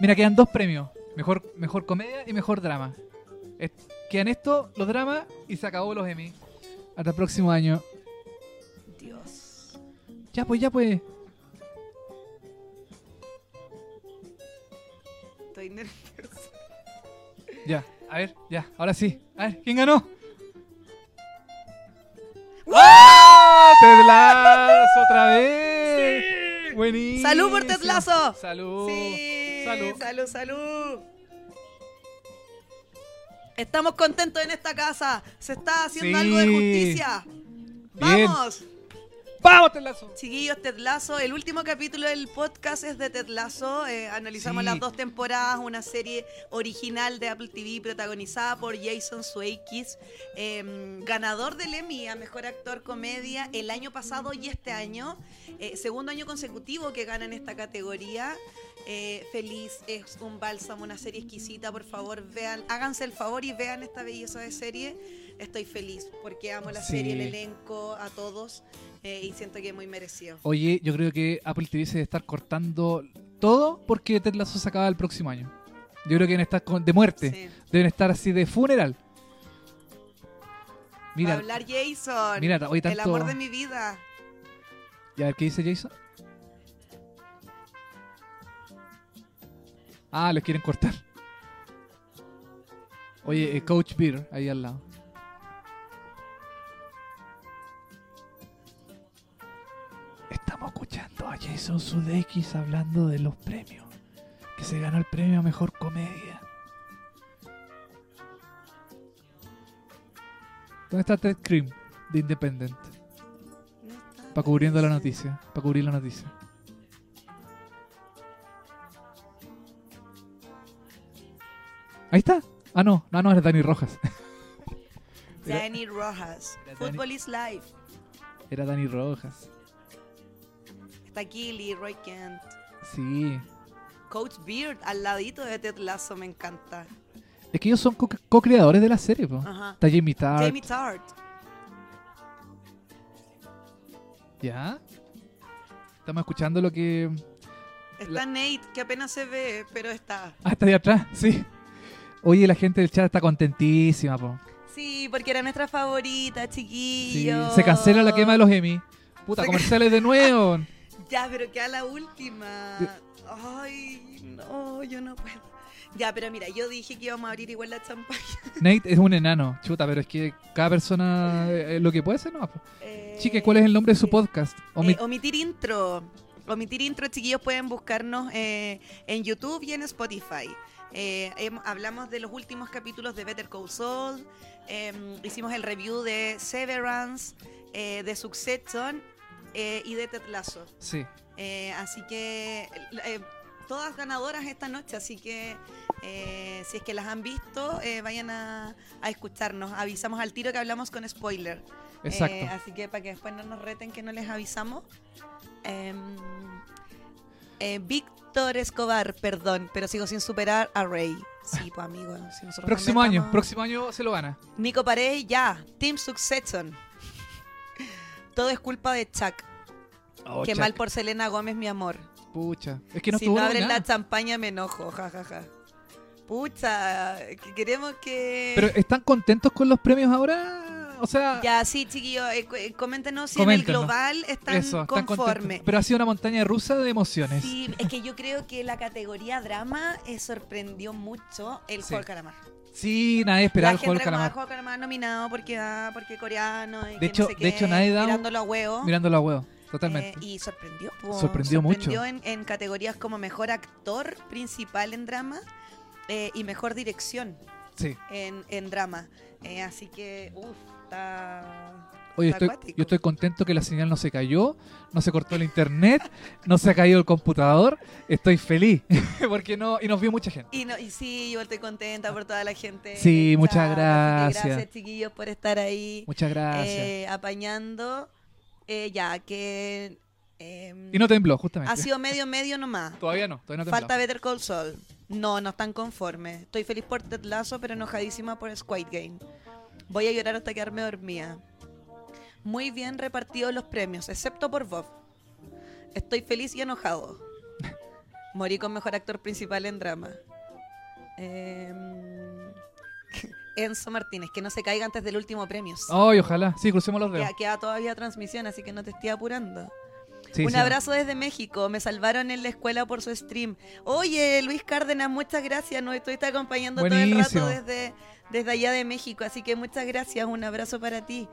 Mira, quedan dos premios. Mejor, mejor comedia y mejor drama. Es- quedan esto, los dramas, y se acabó los Emmy. Hasta el próximo año.
Dios.
Ya pues, ya pues.
Estoy nerviosa.
Ya, a ver, ya, ahora sí. A ver, ¿quién ganó? Ted Lasso otra vez. Buenísimo.
¡Salud por Ted Lasso!
Salud.
Sí,
Salud.
salud, salud. Estamos contentos en esta casa. Se está haciendo
Sí.
algo de justicia.
Bien.
Vamos.
¡Vamos, Ted Lasso!
Chiquillos, Ted Lasso, el último capítulo del podcast es de Ted Lasso. Eh, analizamos
Sí.
las dos temporadas, una serie original de Apple TV protagonizada por Jason Sudeikis, eh, ganador del Emmy a Mejor Actor Comedia el año pasado y este año. Eh, segundo año consecutivo que gana en esta categoría. Eh, feliz, es un bálsamo, una serie exquisita, por favor, vean, háganse el favor y vean esta belleza de serie. Estoy feliz porque amo la
Sí.
serie, el elenco, a todos eh, y siento que es muy merecido.
Oye, yo creo que Apple TV se debe estar cortando todo porque Ted Lasso se acaba el próximo año. Yo creo que deben estar con- de muerte.
Sí.
Deben estar así de funeral.
Va a
Mira,
hablar Jason,
mira, hoy
el
tanto.
amor de mi vida.
Y a ver qué dice Jason. Ah, los quieren cortar. Oye, eh, Coach Beer, ahí al lado. Estamos escuchando a Jason Sudeikis hablando de los premios. Que se ganó el premio a Mejor Comedia. ¿Dónde está Ted Cream de Independent? Para cubriendo la noticia. Para cubrir la noticia. Ahí está. Ah, no. No, no, es Dani Rojas.
Danny Rojas,
Mira, Dani-
Football is Life.
Era Dani Rojas.
Está Gilly, Roy Kent,
Sí.
Coach Beard al ladito de Ted Lasso, me encanta.
Es que ellos son co- co-creadores de la serie, po.
Ajá.
Está Jamie Tart.
Jamie Tart.
¿Ya? Estamos escuchando lo que...
Está Nate, que apenas se ve, pero está.
Ah, está de atrás, sí. Oye, la gente del chat está contentísima, po.
Sí, porque era nuestra favorita,
Sí,
chiquillo.
Se cancela la quema de los Emmy. Puta,
Se ca-
comerciales de nuevo.
Ya, pero queda la última. Ay, no, yo no puedo. Ya, pero mira, yo dije que íbamos a abrir igual la champaña.
Nate es un enano, chuta, pero es que cada persona eh, lo que puede ser, ¿no? po.
Eh,
Chique, ¿cuál es el nombre de su
eh,
podcast? Omi-
eh, omitir intro. Omitir intro, chiquillos, pueden buscarnos eh, en YouTube y en Spotify. Eh, hem- hablamos de los últimos capítulos de Better Call Saul, em, hicimos el review de Severance, eh, de Succession eh, y de Ted Lasso.
Sí.
Eh, así que eh, todas ganadoras esta noche, así que eh, si es que las han visto, eh, vayan a, a escucharnos. Avisamos al tiro que hablamos con spoiler. Eh,
Exacto.
así que para que después no nos reten que no les avisamos. Em, eh, Víctor Escobar, perdón, pero sigo sin superar a Rey. Sí, pues amigo. si nosotros
próximo año,
también estamos-
próximo año se lo gana.
Nico Paredes, ya. Team Succession. Todo es culpa de Chuck.
Oh,
Qué
Chuck,
mal por Selena Gómez, mi amor.
Pucha. Es que no
si
estuvo
no abren
nominada.
la champaña me enojo, jajaja. Pucha, que queremos que...
Pero ¿están contentos con los premios ahora? O sea,
Ya, sí, chiquillos, eh, cu- eh, coméntenos si en
Coméntenos.
el global están
eso, están
conformes.
contentos. Pero ha sido una montaña rusa de emociones.
Sí, es que yo creo que la categoría drama eh, sorprendió mucho el
Sí.
Juego del Calamar.
Sí, nadie esperaba
la
el juego del
gente reclamaba
calamar.
el Juego del Calamar nominado porque, ah, porque coreano y
De
que
hecho-
no sé
de
qué,
hecho, nadie da un-
tirándolo a huevo.
Mirándolo a huevo, totalmente.
Eh, y sorprendió. po.
Sorprendió mucho.
en, en categorías como mejor actor principal en drama eh, y mejor dirección
sí.
en, en drama. Eh, así que, uff, está...
Oye,
está
estoy,
acuático.
yo estoy contento que la señal no se cayó, no se cortó el internet, no se ha caído el computador. Estoy feliz porque no y nos vio mucha gente.
Y, no, y sí, yo estoy contenta por toda la gente.
Sí,
del
muchas
chat, así que
gracias.
Gracias, chiquillos, por estar ahí
Muchas gracias.
eh, apañando. Eh, ya, que... eh,
y no tembló,
ha
justamente.
sido medio, medio nomás.
Todavía no, todavía no tembló.
Falta Better Call Saul. No, no están conformes. Estoy feliz por Ted Lasso, pero enojadísima por Squid Game. Voy a llorar hasta quedarme dormida. Muy bien repartidos los premios, excepto por Bob. Estoy feliz y enojado. Morí con mejor actor principal en drama. Em, Enzo Martínez, que no se caiga antes del último premio.
Ay, ojalá. Sí, crucemos los dedos.
Queda, queda todavía transmisión, así que no te estoy apurando.
Sí,
Un
sí.
abrazo desde México. Me salvaron en la escuela por su stream. Oye, Luis Cárdenas, muchas gracias. Nos estuviste acompañando
Buenísimo.
todo el rato desde, desde allá de México. Así que muchas gracias. Un abrazo para ti.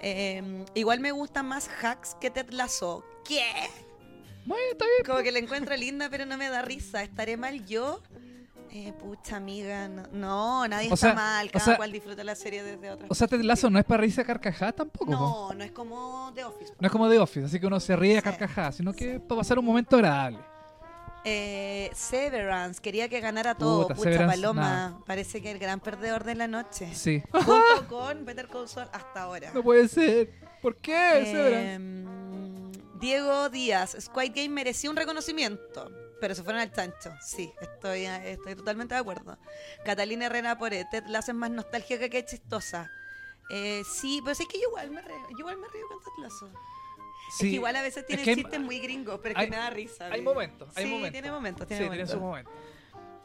Eh, igual me gustan más hacks que Ted Lasso. ¿Qué?
Bueno, está bien.
Como que la encuentro linda, pero no me da risa. ¿Estaré mal yo? Eh, pucha amiga, no, no, nadie
O
está
sea,
mal.
o
Cada
sea-
cual disfruta la serie desde otra.
O sea, Ted Lasso no es para reírse a carcajadas tampoco. po.
no, no es como The Office.
No es como The Office, así que uno se ríe a
Sí.
carcajadas, sino que es para pasar un momento agradable.
Eh, Severance, quería que ganara todo.
Puta,
Pucha
Severance,
Paloma,
nada.
parece que el gran perdedor de la noche.
Sí.
Junto con Better Call Saul hasta ahora.
No puede ser. ¿Por qué?
Eh,
Severance?
Em, Diego Díaz, Squid Game merecía un reconocimiento, pero se fueron al chancho. Sí, estoy, estoy totalmente de acuerdo. Catalina Herrera por Ted la hacen más nostálgica que chistosa. Eh, sí, pero sí que yo igual me río, yo igual me río con Ted Lasso.
Sí.
Es que igual a veces tiene
que hay-
chistes muy gringos, pero es
hay-
que me da risa.
Hay
amigo.
momentos, hay
sí,
momentos.
tiene momentos,
Sí,
tiene
tiene
momentos.
su momento.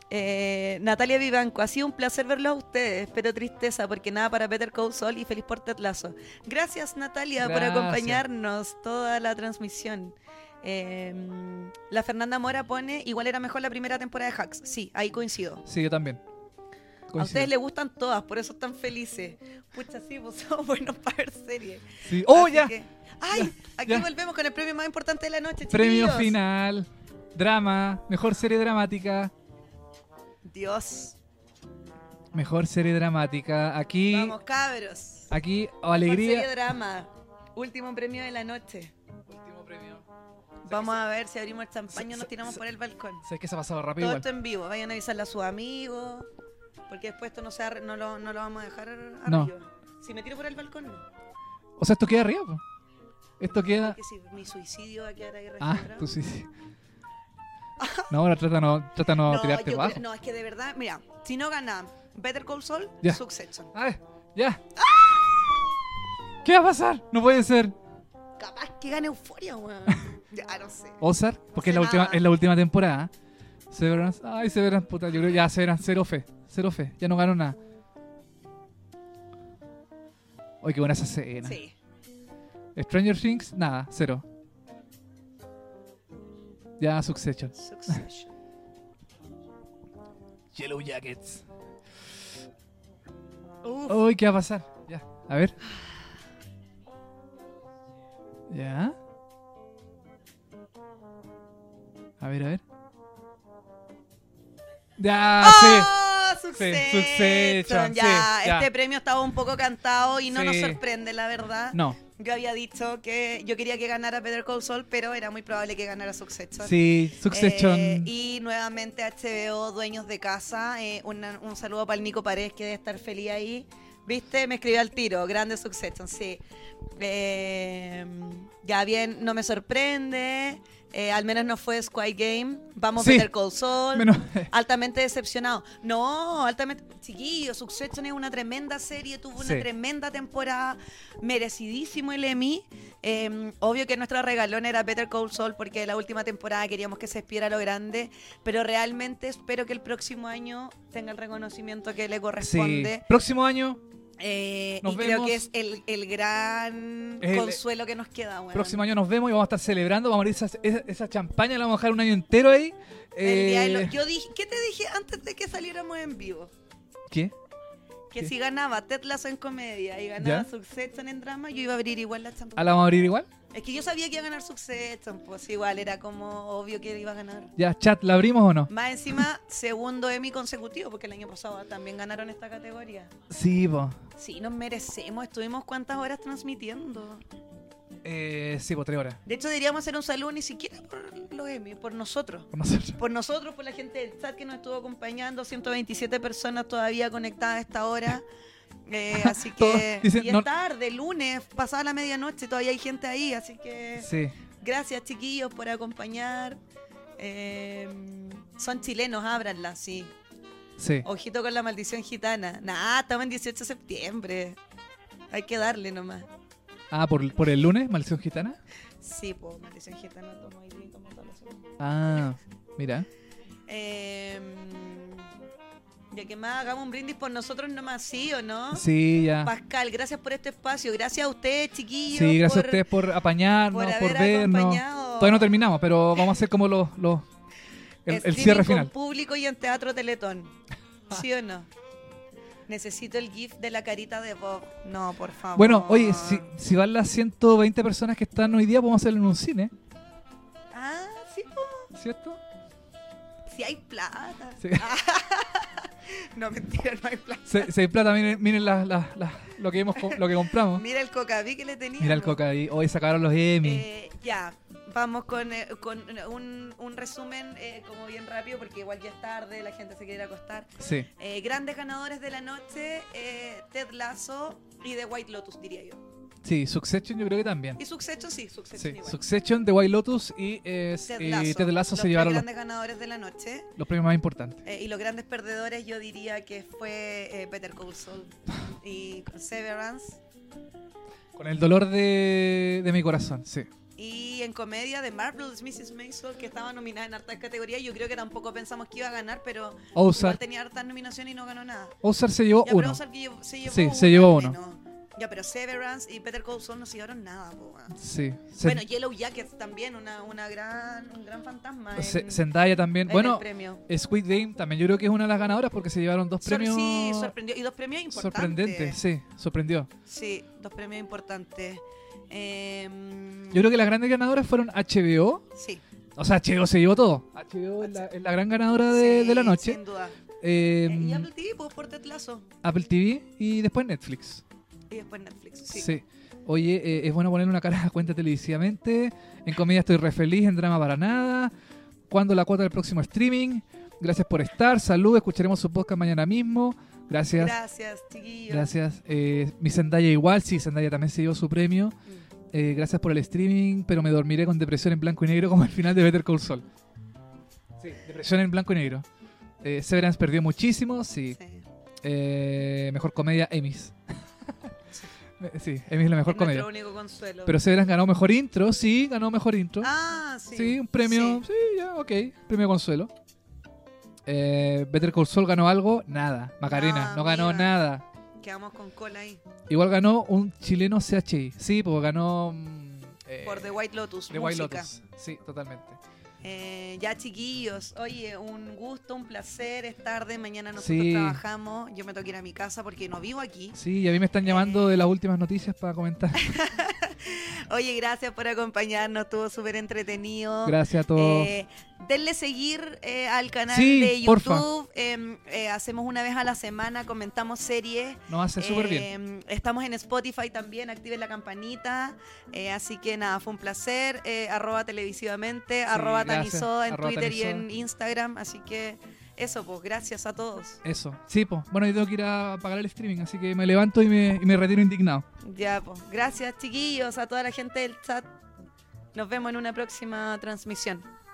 Eh, Natalia Vivanco, ha sido un placer verlos a ustedes, pero tristeza porque nada para Peter Cole Sol y feliz por Ted Lasso. Gracias Natalia
Gracias.
por acompañarnos toda la transmisión. Eh, la Fernanda Mora pone, igual era mejor la primera temporada de Hacks. Sí, ahí coincido.
Sí, yo también.
A ustedes
Coincido.
les gustan todas, por eso están felices. Pucha, sí, pues somos buenos para ver series.
Sí. ¡Oh,
Así
ya!
que- ¡Ay! aquí
ya.
volvemos con el premio más importante de la noche,
Premio
chiquillos.
final. Drama. Mejor serie dramática.
Dios.
Mejor serie dramática. Aquí.
Vamos, cabros.
Aquí, o
Mejor
alegría.
serie drama. Último premio de la noche.
Último premio.
Vamos a ver si abrimos el champaño
se-
o nos tiramos
se-
por el balcón.
Sabes que se ha pasado rápido
Todo
igual.
esto en vivo. Vayan a avisarle a sus amigos. Porque después esto no, se arre- no, lo, no lo vamos a dejar
No.
arriba. Si me tiro por el balcón, no.
O sea, esto queda arriba. po. Esto queda.
Porque si mi suicidio va a quedar ahí
Ah,
registrado.
tú sí. sí. No, ahora trata no, trata no, tirarte
yo
abajo.
creo- no, es que de verdad, mira, si no gana Better Call Saul,
Ya.
Succession.
Ay, ya. ¿Qué va a pasar? No puede ser.
Capaz
que gane Euforia, weón.
Ya, no sé.
Ozark, porque es la,
Sé
última,
nada.
es la última temporada. Severance, ay, Severance, puta, yo creo que ya Severance, cero fe, cero fe, ya no ganó nada. Ay, qué buena esa escena.
Sí.
Stranger Things, nada, cero. Ya Succession.
Succession.
Yellow Jackets.
Uf.
Uy, ¿qué va a pasar? Ya, a ver. Ya. A ver, a ver. Ya, sí.
¡Oh, Succession!
Succession,
ya,
sí, ya.
este premio estaba un poco cantado y no
Sí.
nos sorprende, la verdad.
No,
Yo había dicho que yo quería que ganara Better Call Saul, pero era muy probable que ganara Succession.
sí, Succession.
Eh, y nuevamente HBO, dueños de casa. eh, una- un saludo para el Nico Paredes, que debe estar feliz ahí. ¿Viste? Me escribió al tiro. Grande Succession, sí. Eh, ya bien, no me sorprende. eh, al menos no fue Squid Game. Vamos
Sí.
a Better Call Saul.
Menos-
Altamente decepcionado. No, altamente. Chiquillo, Succession es una tremenda serie, tuvo una
Sí.
tremenda temporada, merecidísimo el Emmy. Eh, obvio que nuestra regalón era Better Call Saul porque la última temporada queríamos que se espiera lo grande, pero realmente espero que el próximo año tenga el reconocimiento que le
sí.
corresponde.
Próximo año,
Eh,
Nos
y creo
vemos.
que es el, el gran
El-
consuelo que nos queda. weón.
próximo año nos vemos y vamos a estar celebrando. Vamos a abrir esa, esa, esa champaña, la vamos a dejar un año entero ahí.
El día de lo-
Eh,
Yo dije, ¿qué te dije antes de que saliéramos en vivo?
¿Qué?
Que
¿Qué?
si ganaba Ted Lasso en comedia y ganaba
¿Ya?
Succession en drama, yo iba a abrir igual la champaña.
¿Ah, la vamos a abrir igual?
Es que yo sabía que iba a ganar Succession, pues igual era como obvio que iba a ganar.
Ya, chat, ¿la abrimos o no?
Más encima, segundo Emmy consecutivo, porque el año pasado también ganaron esta categoría.
Sí, po.
Sí, nos merecemos. Estuvimos cuántas horas transmitiendo.
Eh, sí, po, tres horas.
De hecho, deberíamos hacer un saludo ni siquiera por los Emmy, por nosotros.
Con nosotros.
Por nosotros, por la gente del chat que nos estuvo acompañando, 127 personas todavía conectadas a esta hora. Eh, así que
Todos dicen,
y es
no-
tarde, lunes, pasada la medianoche, todavía hay gente ahí, así que
Sí.
gracias chiquillos por acompañar. Eh, son chilenos, ábranla, sí.
Sí.
Ojito con la maldición gitana. Nah, estamos en 18 de septiembre. Hay que darle nomás.
Ah, por, por el lunes, Maldición Gitana.
Sí, pues, maldición gitana, tomo ahí, tomo toda la semana.
Ah, mira.
Eh, ya que más hagamos un brindis por nosotros nomás, ¿sí o no?
Sí, ya.
Pascal, gracias por este espacio. Gracias a ustedes, chiquillos.
Sí, gracias a
por,
ustedes por apañarnos,
por
por,
haber
vernos.
acompañado.
Todavía no terminamos, pero vamos a hacer como los, los el, el
Streaming
cierre
con
final.
público y en Teatro Teletón. ¿Sí o no? Necesito el GIF de la carita de Bob. No, por favor.
Bueno, oye, si, si van las 120 personas que están hoy día, podemos hacerlo en un cine,
Ah, sí, po,
¿cierto?
si hay plata.
Sí.
No, mentira, no hay plata.
Se, se plata, miren, miren las- las- las- lo que hemos co- lo que compramos.
Mira el cocaví que le tenía.
Mira el coca ahí. Hoy sacaron los Emmy.
Eh, ya, vamos con, eh, con un, un resumen eh, como bien rápido porque igual ya es tarde, la gente se quiere ir a acostar.
Sí.
Eh, grandes ganadores de la noche, eh, Ted Lasso y The White Lotus, diría yo.
Sí, Succession yo creo que también.
Y Succession, sí,
Sí,
Succession igual.
Succession, The White Lotus y eh,
Ted
eh,
Lasso,
Ted Lasso
los
se
tres
llevaron los,
grandes ganadores de la noche.
los premios más importantes.
Eh, y los grandes perdedores yo diría que fue eh, Better Call Saul y Severance.
Con el dolor de, de mi corazón, sí.
Y en comedia de Marvelous Mrs. Maisel, que estaba nominada en hartas categorías. Yo creo que tampoco pensamos que iba a ganar, pero Igual
Ozark,
tenía hartas nominaciones y no ganó nada.
Ozark se llevó
Ya, pero
uno.
Ozark que llevó- se llevó
Sí,
uno.
se llevó
al
uno.
menos. Ya, pero Severance y Peter Cole Saul no se llevaron nada, po, weón.
Sí. Zen-
Bueno, Yellow Jackets también, una, una gran, un gran fantasma. En,
Z- Zendaya también.
eh, en el
Bueno,
premio.
Squid Game también yo creo que es una de las ganadoras porque se llevaron dos
Sor-
premios
sí, sorprendió. Y dos premios importantes.
sorprendentes. Sí, sorprendió.
Sí, dos premios importantes. Em,
Yo creo que las grandes ganadoras fueron HBO.
Sí,
O sea, HBO se llevó todo. HBO es la, es la gran ganadora de,
sí,
de la noche.
Sin duda.
Eh,
Eh, y Apple TV, pues, por Ted Lasso.
Apple TV y después Netflix.
Y después Netflix.
Sí.
Sí.
Oye, eh, es bueno poner una cara a la cuenta televisivamente. En comedia estoy re feliz, en drama para nada. ¿Cuándo la cuota del próximo streaming? Gracias por estar. Salud, escucharemos su podcast mañana mismo. Gracias.
Gracias, chiquillos.
Gracias. Eh, mi Zendaya igual, sí, Zendaya también se llevó su premio.
Mm.
Eh, gracias por el streaming, pero me dormiré con depresión en blanco y negro como al final de Better Call Saul. Sí, depresión en blanco y negro. Eh, Severance perdió muchísimo, sí.
Sí.
Eh, mejor comedia, Emmys. Eh, Sí, Emmy es la mejor
es
comedia.
nuestro único consuelo.
Pero Severance ganó mejor intro, sí, ganó mejor intro.
ah, sí.
sí, un premio. Sí. ya, ok. Premio Consuelo. Eh, Better Call Saul ganó algo, nada. Macarena,
Ah,
no ganó
amiga.
nada.
Quedamos con cola ahí.
Igual ganó un chileno CHI. Sí, porque ganó. mm, eh,
Por The White Lotus.
The White
música.
Lotus. Sí, totalmente.
Eh, ya chiquillos, oye, un gusto, un placer, es tarde, mañana nosotros
Sí.
trabajamos, yo me tengo que ir a mi casa porque no vivo aquí.
Sí, y a mí me están llamando de las últimas noticias para comentar.
Oye, gracias por acompañarnos, estuvo súper entretenido.
Gracias a todos.
Eh, denle seguir eh, al canal
Sí,
de
porfa.
YouTube. em, eh, hacemos una vez a la semana, comentamos series.
Nos hace súper bien.
Em, Estamos en Spotify también, activen la campanita. Eh, así que nada, fue un placer. Eh, arroba televisivamente, arroba
gracias.
Tanisoda en
Arroba
Twitter y
Tanisoda.
en Instagram. Así que eso, pues gracias a todos.
Eso. Sí, pues. Bueno, yo tengo que ir a pagar el streaming, así que me levanto y me, y me retiro indignado.
Ya, pues gracias chiquillos, a toda la gente del chat. Nos vemos en una próxima transmisión.